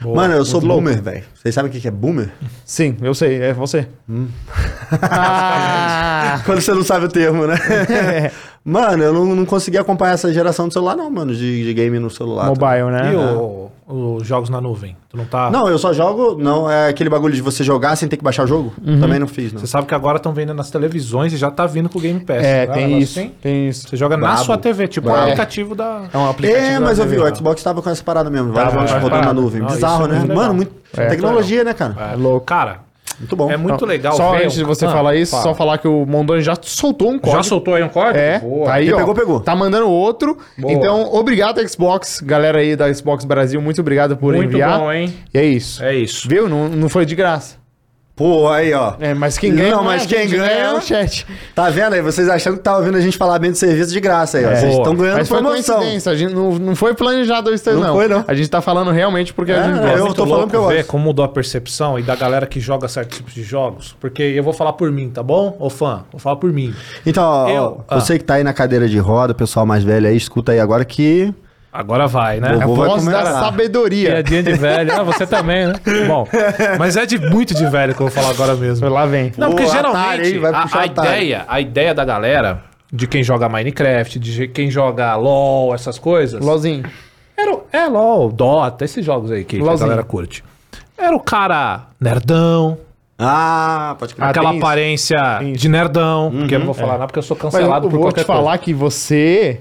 Speaker 2: Boa.
Speaker 3: Mano, eu sou boomer, velho. Vocês sabem o que que é boomer?
Speaker 1: Sim, eu sei, é você.
Speaker 2: Hum.
Speaker 1: Ah. É,
Speaker 3: Quando você não sabe o termo, né? mano, eu não, não consegui acompanhar essa geração do celular, não, mano, de, de game no celular.
Speaker 1: Mobile, né?
Speaker 2: E o- os jogos na nuvem? Tu não tá...
Speaker 3: Não, eu só jogo. Não, é aquele bagulho de você jogar sem ter que baixar o jogo?
Speaker 1: Uhum.
Speaker 3: Também não fiz, não.
Speaker 2: Você sabe que agora estão vendendo nas televisões e já tá vindo com o Game Pass.
Speaker 1: É,
Speaker 2: né?
Speaker 1: tem
Speaker 2: Negócio
Speaker 1: isso.
Speaker 2: assim.
Speaker 1: Tem isso.
Speaker 2: Você joga na
Speaker 3: Brabo.
Speaker 2: sua TV, tipo o
Speaker 1: Brabo.
Speaker 2: aplicativo da...
Speaker 1: É um aplicativo.
Speaker 3: É,
Speaker 1: da
Speaker 3: mas eu vi,
Speaker 1: TV,
Speaker 3: o
Speaker 1: né?
Speaker 3: Xbox tava com essa parada mesmo.
Speaker 1: Tava,
Speaker 3: Vários jogos
Speaker 1: tava
Speaker 3: rodando na
Speaker 2: parado.
Speaker 3: nuvem.
Speaker 2: Não, isso
Speaker 3: Bizarro,
Speaker 2: é
Speaker 3: né?
Speaker 2: muito legal.
Speaker 3: mano, muito.
Speaker 1: É,
Speaker 3: tecnologia, né, cara?
Speaker 2: É
Speaker 1: louco. então,
Speaker 2: Cara,
Speaker 3: Muito bom.
Speaker 2: é muito legal
Speaker 1: Só
Speaker 2: ver
Speaker 1: antes
Speaker 2: o-
Speaker 1: de você
Speaker 2: Ah,
Speaker 1: falar isso,
Speaker 2: fala.
Speaker 1: só falar que o Mondoni já soltou um código.
Speaker 2: Já soltou aí um código?
Speaker 1: É,
Speaker 2: Boa.
Speaker 1: tá aí,
Speaker 3: Quem
Speaker 1: ó,
Speaker 3: pegou, pegou.
Speaker 1: Tá mandando outro.
Speaker 2: Boa.
Speaker 1: Então, obrigado, Xbox. Galera aí da Xbox Brasil, muito obrigado por
Speaker 2: Muito
Speaker 1: enviar.
Speaker 2: bom, hein?
Speaker 1: E é isso.
Speaker 2: É isso.
Speaker 1: Viu? Não, não foi de graça.
Speaker 3: Pô, aí, ó.
Speaker 1: É, mas quem
Speaker 3: Não,
Speaker 1: ganha. é
Speaker 3: mas
Speaker 1: a
Speaker 3: quem
Speaker 1: gente,
Speaker 3: ganha-
Speaker 1: é o chat.
Speaker 3: Tá vendo aí? Vocês achando que tá ouvindo a gente falar bem do serviço de graça aí, ó. Vocês
Speaker 2: Boa.
Speaker 3: estão ganhando
Speaker 1: É. Mas foi
Speaker 3: promoção.
Speaker 1: coincidência. A gente não, não foi planejado isso aí,
Speaker 3: Não
Speaker 1: não.
Speaker 3: foi, não.
Speaker 1: A gente tá falando realmente porque a
Speaker 3: É,
Speaker 1: gente
Speaker 3: eu
Speaker 1: gosta.
Speaker 2: Muito
Speaker 3: tô falando
Speaker 2: louco
Speaker 3: que eu
Speaker 2: ver
Speaker 3: gosto.
Speaker 2: como mudou a percepção e da galera que joga certos tipos de jogos. Porque eu vou falar por mim, tá bom? Ô fã, vou falar por mim.
Speaker 3: Então, ó,
Speaker 2: Eu-
Speaker 3: ó,
Speaker 1: ah.
Speaker 3: você que tá aí na cadeira de roda, o pessoal mais velho aí, escuta aí agora que.
Speaker 2: Agora vai, né?
Speaker 3: Vovô vai
Speaker 1: É Voz da
Speaker 3: comemorar.
Speaker 1: sabedoria.
Speaker 2: Piadinha de velho. Ah, você também, né? Bom, mas é de muito de velho que eu vou falar agora mesmo.
Speaker 1: Lá vem.
Speaker 2: Não, porque
Speaker 3: Pô,
Speaker 2: geralmente
Speaker 3: Atari, hein? Vai
Speaker 2: a- a,
Speaker 3: puxar Atari.
Speaker 2: ideia, a ideia da galera de quem joga Minecraft, de quem joga LoL, essas coisas,
Speaker 1: Lozinho.
Speaker 2: É, LOL, Dota, esses jogos aí que, que a
Speaker 1: LOLzinho.
Speaker 2: galera curte. Era o cara nerdão,
Speaker 3: Ah, pode crer.
Speaker 1: Ah,
Speaker 2: aquela
Speaker 1: tem isso.
Speaker 2: aparência
Speaker 1: Tem isso. Uhum, é.
Speaker 2: de nerdão, porque eu não vou falar nada porque eu sou
Speaker 1: Mas eu,
Speaker 2: cancelado
Speaker 1: eu
Speaker 2: por
Speaker 1: vou
Speaker 2: qualquer
Speaker 1: te
Speaker 2: coisa. Ah.
Speaker 1: falar que você,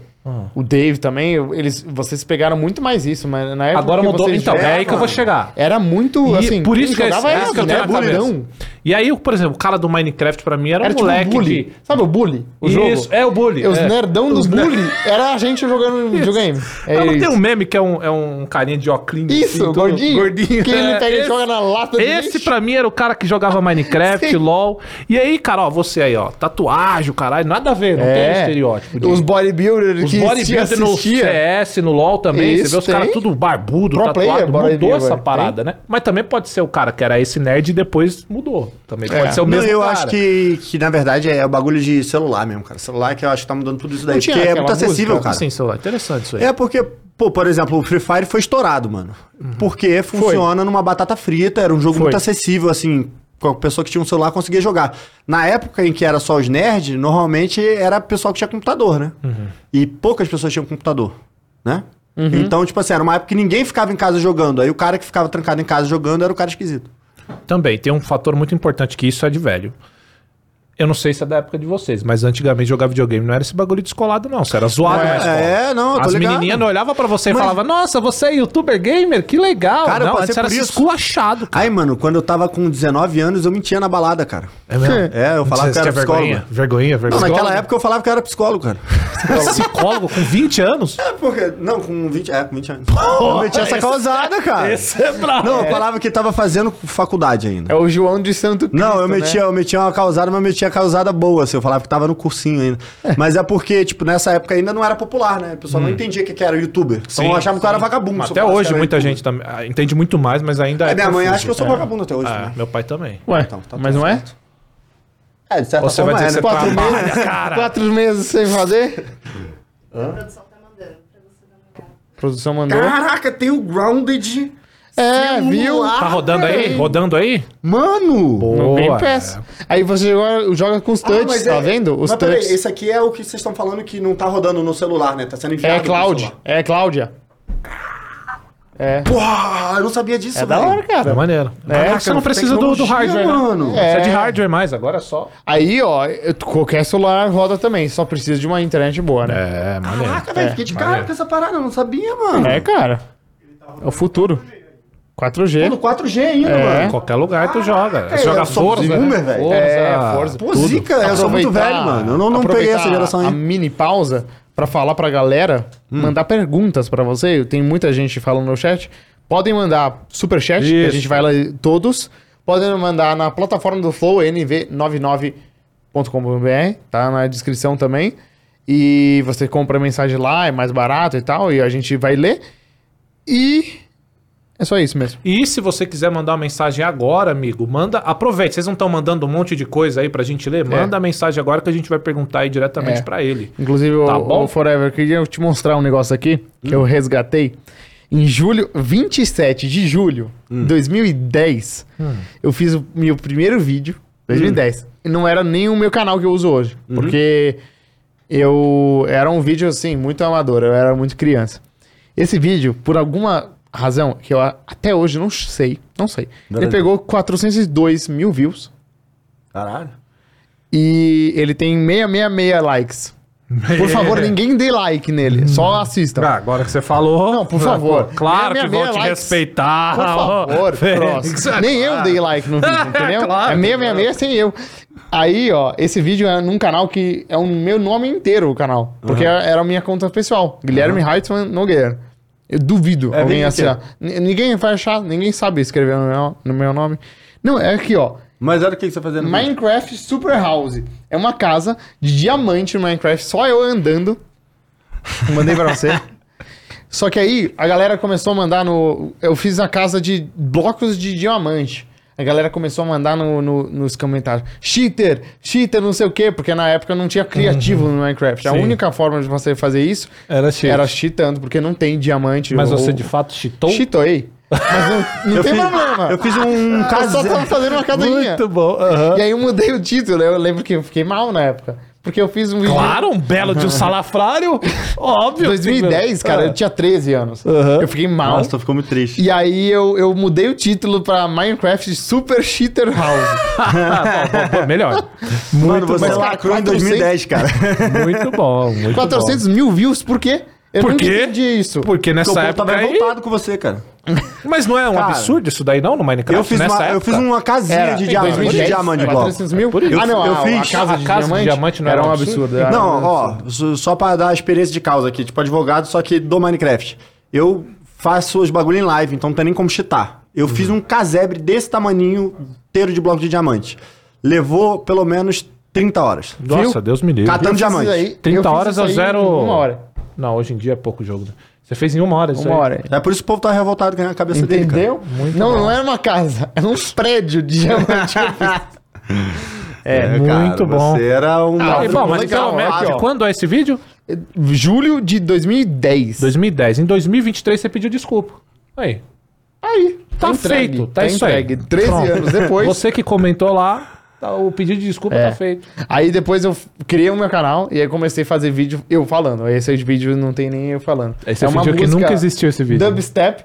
Speaker 1: o Dave também, eles, vocês pegaram muito mais isso, mas na época
Speaker 2: Agora
Speaker 1: que
Speaker 2: mudou.
Speaker 1: vocês
Speaker 2: Então, é aí que eu vou
Speaker 1: jogam,
Speaker 2: chegar.
Speaker 1: Era muito,
Speaker 2: E
Speaker 1: assim,
Speaker 2: por isso que,
Speaker 1: quem
Speaker 2: é
Speaker 1: jogava né?
Speaker 2: isso que eu tenho
Speaker 1: era
Speaker 2: na cabeça.
Speaker 1: bullyingão.
Speaker 2: E aí, por exemplo, o cara do Minecraft pra mim era,
Speaker 1: Era
Speaker 2: um
Speaker 1: tipo
Speaker 2: moleque
Speaker 1: o bully.
Speaker 2: que...
Speaker 1: Sabe o bully? O
Speaker 2: Isso,
Speaker 1: jogo?
Speaker 2: é o bully.
Speaker 1: Os
Speaker 2: é.
Speaker 1: nerdão dos bully era a gente jogando videogame. É
Speaker 2: Não, não
Speaker 1: isso.
Speaker 2: tem um meme que é um, é um carinha de óculos.
Speaker 1: Isso,
Speaker 2: todo
Speaker 1: gordinho.
Speaker 2: Gordinho.
Speaker 1: Que ele
Speaker 2: É,
Speaker 1: pega e
Speaker 2: esse-
Speaker 1: joga na lata de
Speaker 2: Esse
Speaker 1: lixo.
Speaker 2: pra mim era o cara que jogava Minecraft,
Speaker 1: Sim.
Speaker 2: LOL. E aí, cara, ó, você aí, ó, tatuagem, o caralho, nada a ver, não tem é um estereótipo. disso.
Speaker 1: É. Os bodybuilders
Speaker 2: Os
Speaker 1: que
Speaker 2: bodybuilders no
Speaker 1: assistia.
Speaker 2: CS, no LoL também,
Speaker 1: Isso,
Speaker 2: você vê os
Speaker 1: tem.
Speaker 2: caras tudo barbudo,
Speaker 1: Pro player,
Speaker 2: tatuado, mudou
Speaker 1: bodybuilder,
Speaker 2: essa
Speaker 1: tem.
Speaker 2: parada, né? Mas também pode ser o cara que era esse nerd e depois mudou. Também pode ser o
Speaker 3: É. Não,
Speaker 2: mesmo
Speaker 3: eu
Speaker 2: cara.
Speaker 3: acho que, que, na verdade, é o bagulho de celular mesmo, cara. Celular que eu acho que tá mudando tudo isso daí.
Speaker 1: tinha
Speaker 3: Porque é
Speaker 1: aquela
Speaker 3: muito acessível,
Speaker 1: música?
Speaker 3: cara.
Speaker 2: Sim, celular. Interessante isso aí.
Speaker 3: É porque, pô, por exemplo, o Free Fire foi estourado, mano. Porque funciona numa batata frita, era um jogo muito acessível, assim, qualquer pessoa que tinha um celular conseguia jogar. Na época em que era só os nerds, normalmente era o pessoal que tinha computador, né? E poucas pessoas tinham computador, né? Então, tipo assim, era uma época que ninguém ficava em casa jogando. Aí o cara que ficava trancado em casa jogando era o cara esquisito.
Speaker 2: Também tem um fator muito importante que isso é de velho. Eu não sei se é da época de vocês, mas antigamente jogar videogame não era esse bagulho descolado, não. Você era zoado na escola.
Speaker 3: é, não, eu tô
Speaker 2: As
Speaker 3: ligado.
Speaker 2: menininhas não olhavam pra você e
Speaker 3: Mas-
Speaker 2: falavam, nossa, você é youtuber gamer? Que legal.
Speaker 3: Cara, eu
Speaker 2: não,
Speaker 3: passei
Speaker 2: antes era
Speaker 3: por
Speaker 2: se
Speaker 3: isso.
Speaker 2: esculachado. cara.
Speaker 3: Aí, mano, quando eu tava com 19 anos, eu mentia na balada, cara.
Speaker 2: É mesmo?
Speaker 3: É, eu falava que
Speaker 2: Você
Speaker 3: eu era
Speaker 2: é vergonhinha,
Speaker 3: psicólogo.
Speaker 2: vergonhinha,
Speaker 3: Não,
Speaker 2: vergonha.
Speaker 3: naquela época eu falava que eu era psicólogo, cara.
Speaker 2: Psicólogo com 20 anos?
Speaker 3: É, porque. Não, com 20. É, com 20 anos. eu meti essa causada, cara.
Speaker 2: é brabo.
Speaker 3: Não, eu falava que tava fazendo faculdade ainda.
Speaker 1: É o João de Santo Cristo,
Speaker 3: Não, eu metia,
Speaker 1: né?
Speaker 3: eu metia uma causada, mas eu metia a causada boa, assim, eu falava que tava no cursinho ainda. Mas é porque, tipo, nessa época ainda não era popular, né? O pessoal não entendia o que que era youtuber. Então
Speaker 2: Sim,
Speaker 3: eu achava que eu era vagabundo. se eu
Speaker 2: Até
Speaker 3: falasse que
Speaker 2: hoje
Speaker 3: era
Speaker 2: muita
Speaker 3: youtuber.
Speaker 2: gente também, ah, entende muito mais, mas ainda
Speaker 3: É, minha mãe
Speaker 2: confuso.
Speaker 3: acha que eu sou vagabundo até hoje.
Speaker 2: É,
Speaker 3: né?
Speaker 2: meu pai também.
Speaker 1: Ué,
Speaker 3: Então, tá
Speaker 1: mas
Speaker 3: tudo
Speaker 1: não é?
Speaker 3: certo. É, de certa
Speaker 2: Ou você vai dizer que você
Speaker 3: Pô,
Speaker 1: Quatro
Speaker 2: Trabalha,
Speaker 1: meses,
Speaker 2: cara.
Speaker 1: quatro meses sem fazer.
Speaker 4: A produção tá mandando pra você dar uma olhada.
Speaker 1: produção mandou.
Speaker 3: Caraca, tem o Grounded.
Speaker 1: é, viu?
Speaker 2: Tá rodando aí? Rodando aí?
Speaker 3: Mano!
Speaker 1: No Game
Speaker 2: Boa,
Speaker 1: Pass.
Speaker 2: é.
Speaker 1: Aí você joga, joga com os
Speaker 3: Ah,
Speaker 1: touchs,
Speaker 3: mas
Speaker 1: tá
Speaker 3: é-
Speaker 1: vendo? Os
Speaker 3: mas peraí,
Speaker 1: touchs.
Speaker 3: esse aqui é o que vocês estão falando que não tá rodando no celular, né? Tá sendo enviado.
Speaker 1: É
Speaker 3: pro
Speaker 1: Cloud.
Speaker 3: celular.
Speaker 1: É Cláudia. É.
Speaker 3: Porra, eu não sabia disso,
Speaker 1: É da hora,
Speaker 2: É
Speaker 1: cara.
Speaker 2: maneiro.
Speaker 1: É,
Speaker 2: você não
Speaker 1: cara,
Speaker 2: precisa do, do
Speaker 3: tecnologia,
Speaker 2: hardware, né?
Speaker 3: mano.
Speaker 2: Você é de
Speaker 1: É.
Speaker 2: hardware mais, agora é só.
Speaker 1: Aí, ó, eu- qualquer celular roda também. Só precisa de uma internet boa, né?
Speaker 2: É, maneiro.
Speaker 3: Caraca, velho, fiquei de cara
Speaker 2: maneiro.
Speaker 3: com essa parada, eu não sabia, mano.
Speaker 1: É, cara.
Speaker 4: tá
Speaker 1: É o futuro. 4G.
Speaker 3: No 4G ainda,
Speaker 1: É.
Speaker 2: Em
Speaker 3: mano.
Speaker 2: qualquer lugar tu joga.
Speaker 3: é, eu
Speaker 2: joga
Speaker 3: sou
Speaker 2: Forza.
Speaker 3: zoomer,
Speaker 2: né?
Speaker 3: velho.
Speaker 2: Forza.
Speaker 1: É, Forza.
Speaker 3: Pô, zica, eu sou muito
Speaker 1: Aproveitar-
Speaker 3: velho, mano. Eu não, não peguei essa
Speaker 1: aproveitar
Speaker 3: geração Hum.
Speaker 1: A
Speaker 3: ainda.
Speaker 1: mini pausa pra falar pra galera, mandar perguntas pra você. Tem muita gente falando no chat. Podem mandar superchat, que a
Speaker 2: Isso.
Speaker 1: gente vai lá todos. Podem mandar na plataforma do Flow, nv99.com.br, tá na descrição também. E você compra a mensagem lá, é mais barato e tal, e a gente vai ler. E é só isso mesmo.
Speaker 2: E se você quiser mandar uma mensagem agora, amigo, manda. Aproveite, vocês não estão mandando um monte de coisa aí pra gente ler? Manda a mensagem agora que a gente vai perguntar aí diretamente
Speaker 1: É.
Speaker 2: pra ele.
Speaker 1: Inclusive, o-
Speaker 2: Tá bom? Hum.
Speaker 1: o Forever, eu queria te mostrar um negócio aqui que eu resgatei. Em julho, 27 de julho de
Speaker 2: Hum.
Speaker 1: 2010, eu fiz o meu primeiro vídeo.
Speaker 2: Hum.
Speaker 1: 2010. E não era nem o meu canal que eu uso hoje. Porque eu. Era um vídeo, assim, muito amador. Eu era muito criança. Esse vídeo, por alguma razão, que eu a- até hoje não sei, não sei. Ele
Speaker 3: Beleza.
Speaker 1: pegou 402 mil views.
Speaker 3: Caralho.
Speaker 1: E ele tem 666 likes. Por favor, ninguém dê like nele.
Speaker 3: Hum.
Speaker 1: Só assista.
Speaker 2: Ah, agora que você falou. Não,
Speaker 1: Então, por favor.
Speaker 2: Claro
Speaker 1: Meia,
Speaker 2: que vou
Speaker 1: meia
Speaker 2: te
Speaker 1: likes.
Speaker 3: Ah,
Speaker 2: respeitar. é
Speaker 1: Por favor,
Speaker 2: Ô, Fênix.
Speaker 1: próximo. Nem eu dei like no vídeo, entendeu?
Speaker 2: Claro.
Speaker 1: É 666 sem eu. Aí, ó, esse vídeo é num canal que é o meu nome inteiro, o canal. Porque era a minha conta pessoal. Guilherme Heitzman Nogueira. Eu duvido
Speaker 3: É
Speaker 1: alguém
Speaker 3: bem
Speaker 1: assim, ó. N- Ninguém vai achar, ninguém sabe escrever no meu, no meu nome. Não, é aqui, ó.
Speaker 3: Mas olha o que que você tá fazendo.
Speaker 1: Minecraft Super House. É uma casa de diamante no Minecraft, só eu andando. Mandei pra você. Só que aí a galera começou a mandar no. Eu fiz a casa de blocos de diamante. A galera começou a mandar no- no- nos comentários. Cheater, cheater, não sei o quê, porque na época não tinha criativo no Minecraft. A
Speaker 2: Uhum. Sim.
Speaker 1: única forma de você fazer isso
Speaker 2: Era cheat.
Speaker 1: era cheatando, porque não tem diamante.
Speaker 2: Mas
Speaker 1: ou-
Speaker 2: você de fato cheatou?
Speaker 1: Cheatei. Mas não, não
Speaker 3: Eu
Speaker 1: tem
Speaker 3: fiz-
Speaker 1: problema.
Speaker 3: Eu fiz um
Speaker 1: Eu só
Speaker 3: caseiro.
Speaker 1: tava fazendo uma casinha.
Speaker 2: bom. aham.
Speaker 1: né? E aí eu mudei o título, eu lembro que eu fiquei mal na época. Porque eu fiz um vídeo.
Speaker 2: Claro, um belo de um salafrário. Óbvio.
Speaker 1: 2010, cara, eu tinha 13 anos. Eu fiquei mal.
Speaker 3: Nossa, tu ficou muito triste.
Speaker 1: E aí eu, eu mudei o título pra Minecraft Super Cheater House.
Speaker 2: Ah, bom, bom, bom, melhor.
Speaker 1: é
Speaker 3: Mano, você
Speaker 1: mas, cara,
Speaker 3: lacrou em
Speaker 1: 400,
Speaker 3: 2010, cara.
Speaker 2: Muito bom, muito
Speaker 1: 400 mil views, por quê? Eu
Speaker 2: Por
Speaker 1: nunca
Speaker 2: quê?
Speaker 1: entendi isso.
Speaker 2: bom. Porque
Speaker 3: Porque o
Speaker 2: nessa
Speaker 3: povo
Speaker 2: época
Speaker 3: tava
Speaker 2: aí...
Speaker 3: tá revoltado com você, cara.
Speaker 2: Mas não é um
Speaker 3: Cara,
Speaker 2: absurdo isso daí não, no Minecraft?
Speaker 3: Eu fiz,
Speaker 2: nessa
Speaker 3: uma, eu
Speaker 2: época?
Speaker 3: fiz
Speaker 1: um
Speaker 3: uma casinha
Speaker 1: Era,
Speaker 3: de
Speaker 1: em
Speaker 3: diamante, de
Speaker 1: 2010,
Speaker 3: diamante, Glauco.
Speaker 1: 400 mil?
Speaker 3: isso.
Speaker 1: ah, não,
Speaker 3: Eu
Speaker 1: a,
Speaker 3: fiz.
Speaker 1: a casa,
Speaker 2: A
Speaker 1: de,
Speaker 2: casa de
Speaker 1: diamante
Speaker 2: diamante não
Speaker 1: era
Speaker 2: era
Speaker 1: um
Speaker 2: um
Speaker 1: absurdo.
Speaker 2: absurdo.
Speaker 1: era
Speaker 3: Não,
Speaker 1: um
Speaker 3: ó,
Speaker 1: absurdo.
Speaker 3: só- só pra dar a experiência de causa aqui, tipo advogado, só que do Minecraft. Eu faço os bagulho em live, então não tem nem como cheatar. Eu fiz um casebre desse tamaninho, inteiro de bloco de diamante. Levou pelo menos 30 horas.
Speaker 2: Nossa,
Speaker 1: Viu?
Speaker 2: Deus me livre.
Speaker 1: Eu
Speaker 3: Catando
Speaker 1: fiz
Speaker 3: diamante.
Speaker 1: isso aí-
Speaker 2: 30
Speaker 1: eu fiz
Speaker 2: horas
Speaker 1: isso
Speaker 2: a
Speaker 1: aí em
Speaker 2: zero...
Speaker 1: Uma hora.
Speaker 2: Não, hoje em dia é pouco jogo. né? Você fez em uma hora isso
Speaker 1: Uma
Speaker 2: aí.
Speaker 1: hora.
Speaker 3: É por isso que o povo tá revoltado com a cabeça dele, cara.
Speaker 1: Entendeu?
Speaker 2: Muito
Speaker 1: não,
Speaker 2: bom.
Speaker 1: não era uma casa, era um prédio de diamante.
Speaker 3: É,
Speaker 2: muito bom.
Speaker 3: Você era um...
Speaker 1: Ah,
Speaker 2: Ah, e bom, mas
Speaker 1: legal,
Speaker 2: pelo menos,
Speaker 1: aqui, ó.
Speaker 2: quando é esse vídeo?
Speaker 1: Julho de 2010.
Speaker 2: 2010. Em 2023 você pediu desculpa. Aí.
Speaker 1: Aí,
Speaker 2: Tá feito, tá isso aí.
Speaker 1: entregue. 13
Speaker 2: Pronto.
Speaker 1: anos depois.
Speaker 2: Você que comentou lá, tá- o pedido de desculpa
Speaker 1: É.
Speaker 2: tá feito.
Speaker 1: Aí depois eu f- criei o meu canal e aí comecei a fazer vídeo eu falando. Esse vídeo não tem nem eu falando.
Speaker 2: Esse é um vídeo que nunca existiu esse vídeo.
Speaker 1: Dubstep.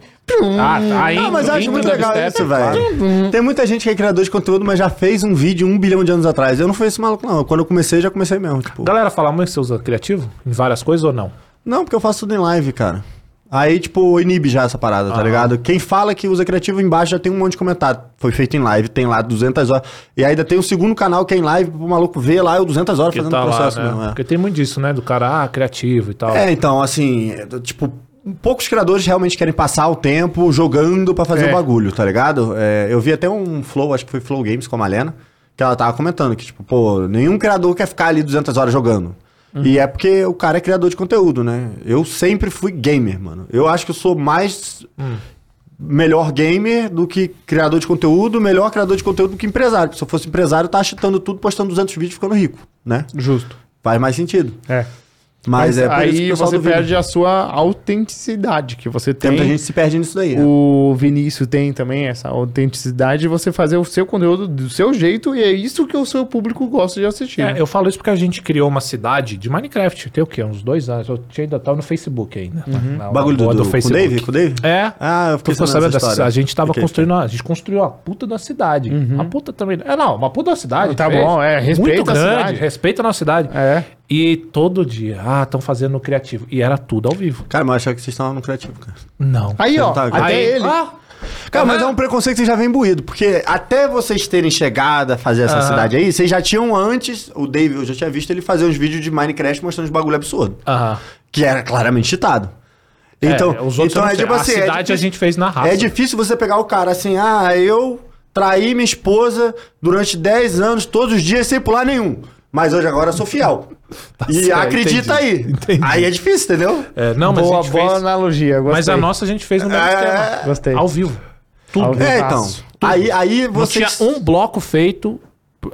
Speaker 2: Ah, tá. Aí,
Speaker 3: Ah, mas eu acho
Speaker 2: indo
Speaker 3: muito
Speaker 2: do
Speaker 3: legal
Speaker 2: dubstep,
Speaker 3: isso, velho. Tem muita gente que é criador de conteúdo, mas já fez um vídeo um bilhão de anos atrás. Eu não fui esse maluco, não. Quando eu comecei, já comecei mesmo, tipo...
Speaker 2: Galera, fala muito que você usa criativo? Em várias coisas ou não?
Speaker 3: Não, porque eu faço tudo em live, cara. Aí, tipo, inibe já essa parada, tá ligado? Quem fala que usa criativo embaixo já tem um monte de comentário. Foi feito em live, tem lá 200 horas. E ainda tem um segundo canal que é em live pro maluco ver lá eu 200 horas
Speaker 2: tá
Speaker 3: fazendo processo mesmo. é.
Speaker 2: Porque tem muito disso, né? Do cara, ah, criativo e tal.
Speaker 3: É, então, assim, é, do- tipo, poucos criadores realmente querem passar o tempo jogando pra fazer
Speaker 1: É.
Speaker 3: o bagulho, tá ligado? É, eu vi até um Flow, acho que foi Flow Games com a Malena, que ela tava comentando que, tipo, pô, nenhum criador quer ficar ali 200 horas jogando.
Speaker 1: Uhum.
Speaker 3: E é porque o cara é criador de conteúdo, né? Eu sempre fui gamer, mano. Eu acho que eu sou mais
Speaker 1: Hum.
Speaker 3: melhor gamer do que criador de conteúdo, melhor criador de conteúdo do que empresário. Porque Se eu fosse empresário, eu tava chutando tudo, postando 200 vídeos e ficando rico, né?
Speaker 1: Justo.
Speaker 3: Faz mais sentido.
Speaker 2: É.
Speaker 3: Mas, é por isso que
Speaker 1: aí
Speaker 3: o pessoal
Speaker 1: você
Speaker 3: duvida.
Speaker 1: perde a sua autenticidade que você
Speaker 3: Tem
Speaker 1: tem.
Speaker 3: muita gente se perde nisso daí. né?
Speaker 1: O Vinícius tem também essa autenticidade de você fazer o seu conteúdo do seu jeito e é isso que o seu público gosta de assistir.
Speaker 2: É, eu falo isso porque a gente criou uma cidade de Minecraft. Tem o quê? Uns dois anos. Eu tinha ainda tava no Facebook ainda.
Speaker 1: Uhum.
Speaker 2: na- na
Speaker 3: O bagulho do,
Speaker 2: boa
Speaker 3: do, com o Dave? Com o Dave?
Speaker 2: É.
Speaker 3: Ah, eu
Speaker 2: Porque
Speaker 3: fiquei
Speaker 2: você sabe
Speaker 3: sabendo dessa
Speaker 2: dessa-
Speaker 3: história.
Speaker 2: a gente tava
Speaker 3: Fiquei.
Speaker 2: construindo, uma- a gente construiu a puta da cidade. A puta também. É, não, uma puta da cidade.
Speaker 1: Uhum. Tá bom, é, respeita
Speaker 2: Muito
Speaker 1: a
Speaker 2: grande,
Speaker 1: cidade.
Speaker 2: respeita a nossa cidade.
Speaker 1: É.
Speaker 2: E todo dia, ah, estão fazendo criativo. E era tudo ao vivo.
Speaker 3: Cara, mas eu achava que vocês estavam no criativo, cara.
Speaker 2: Não.
Speaker 1: Aí,
Speaker 3: Você
Speaker 1: ó,
Speaker 3: não tá
Speaker 1: até
Speaker 3: vendo?
Speaker 2: Aí-
Speaker 1: ele.
Speaker 2: Ah,
Speaker 3: Cara, mas é um preconceito que vocês já vem imbuído, porque até vocês terem chegado a fazer essa
Speaker 2: Aham.
Speaker 3: cidade aí, vocês já tinham antes, o Dave, eu já tinha visto ele fazer uns vídeos de Minecraft mostrando uns bagulho absurdo,
Speaker 2: aham.
Speaker 3: que era claramente cheatado. Então,
Speaker 2: Ah. É, os outros eu
Speaker 3: então
Speaker 2: não
Speaker 3: é
Speaker 2: sei.
Speaker 3: tipo assim,
Speaker 2: a
Speaker 3: é
Speaker 2: cidade
Speaker 3: difícil-
Speaker 2: a gente fez na raça.
Speaker 3: É difícil você pegar o cara assim, ah, eu traí minha esposa durante 10 anos, todos os dias, sem pular nenhum. Mas hoje agora eu sou fiel. e
Speaker 2: Tá certo,
Speaker 3: acredita aí. Aí é difícil, entendeu?
Speaker 2: É, não, mas a
Speaker 1: boa,
Speaker 2: gente
Speaker 1: boa
Speaker 2: fez.
Speaker 1: analogia, gostei.
Speaker 2: Mas a nossa a gente fez no mesmo
Speaker 3: É,
Speaker 2: esquema.
Speaker 1: Gostei.
Speaker 2: Ao vivo.
Speaker 1: Ao
Speaker 2: Tudo.
Speaker 1: vivo.
Speaker 3: É, então.
Speaker 1: Nossa,
Speaker 3: Aí, aí
Speaker 2: Não
Speaker 3: vocês...
Speaker 2: tinha um bloco feito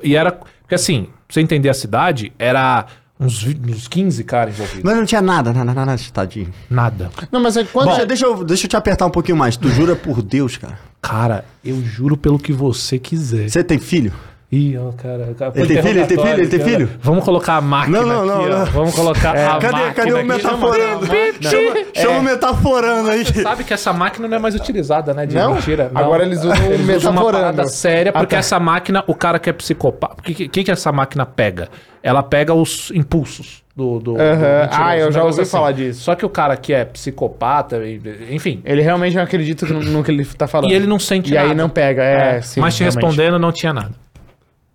Speaker 2: e era. Porque assim, pra você entender a cidade, era uns, vi- uns 15 caras envolvidos.
Speaker 3: Mas não tinha nada, nada, nada, nada, tadinho.
Speaker 2: Nada.
Speaker 1: Não, mas é quando
Speaker 3: Deixa, deixa eu, deixa eu te apertar um pouquinho mais. Tu jura por Deus, cara?
Speaker 2: Cara, eu juro pelo que você quiser.
Speaker 3: Você tem filho?
Speaker 2: Ih, ó, cara. cara
Speaker 3: Ele tem filho? Ele tem filho? Ele tem
Speaker 2: cara.
Speaker 3: filho?
Speaker 2: Vamos colocar a máquina
Speaker 3: Não, não,
Speaker 2: aqui,
Speaker 3: não,
Speaker 2: ó.
Speaker 3: não. É.
Speaker 2: Vamos colocar a máquina
Speaker 3: Cadê, cadê o
Speaker 2: aqui.
Speaker 3: metaforando?
Speaker 2: Não.
Speaker 3: Chama, chama o metaforando aí.
Speaker 2: Sabe que essa máquina não é mais utilizada, né? De
Speaker 1: Não?
Speaker 2: mentira.
Speaker 1: Agora eles usam
Speaker 2: Eles usam uma
Speaker 1: metaforando.
Speaker 2: parada séria,
Speaker 1: Um Ah,
Speaker 2: porque
Speaker 1: tá.
Speaker 2: essa máquina, o cara que é psicopata. O que, que, que essa máquina pega? Ela pega os impulsos do. do, do mentiroso,
Speaker 1: Ah, eu já
Speaker 2: um negócio
Speaker 1: ouvi falar disso.
Speaker 2: Só que o cara que é psicopata, e- enfim.
Speaker 1: ele realmente não acredita no, no que ele tá falando.
Speaker 2: E ele não sente
Speaker 1: E
Speaker 2: nada.
Speaker 1: aí não pega, é, sim.
Speaker 2: Mas te
Speaker 1: realmente.
Speaker 2: respondendo, não tinha nada.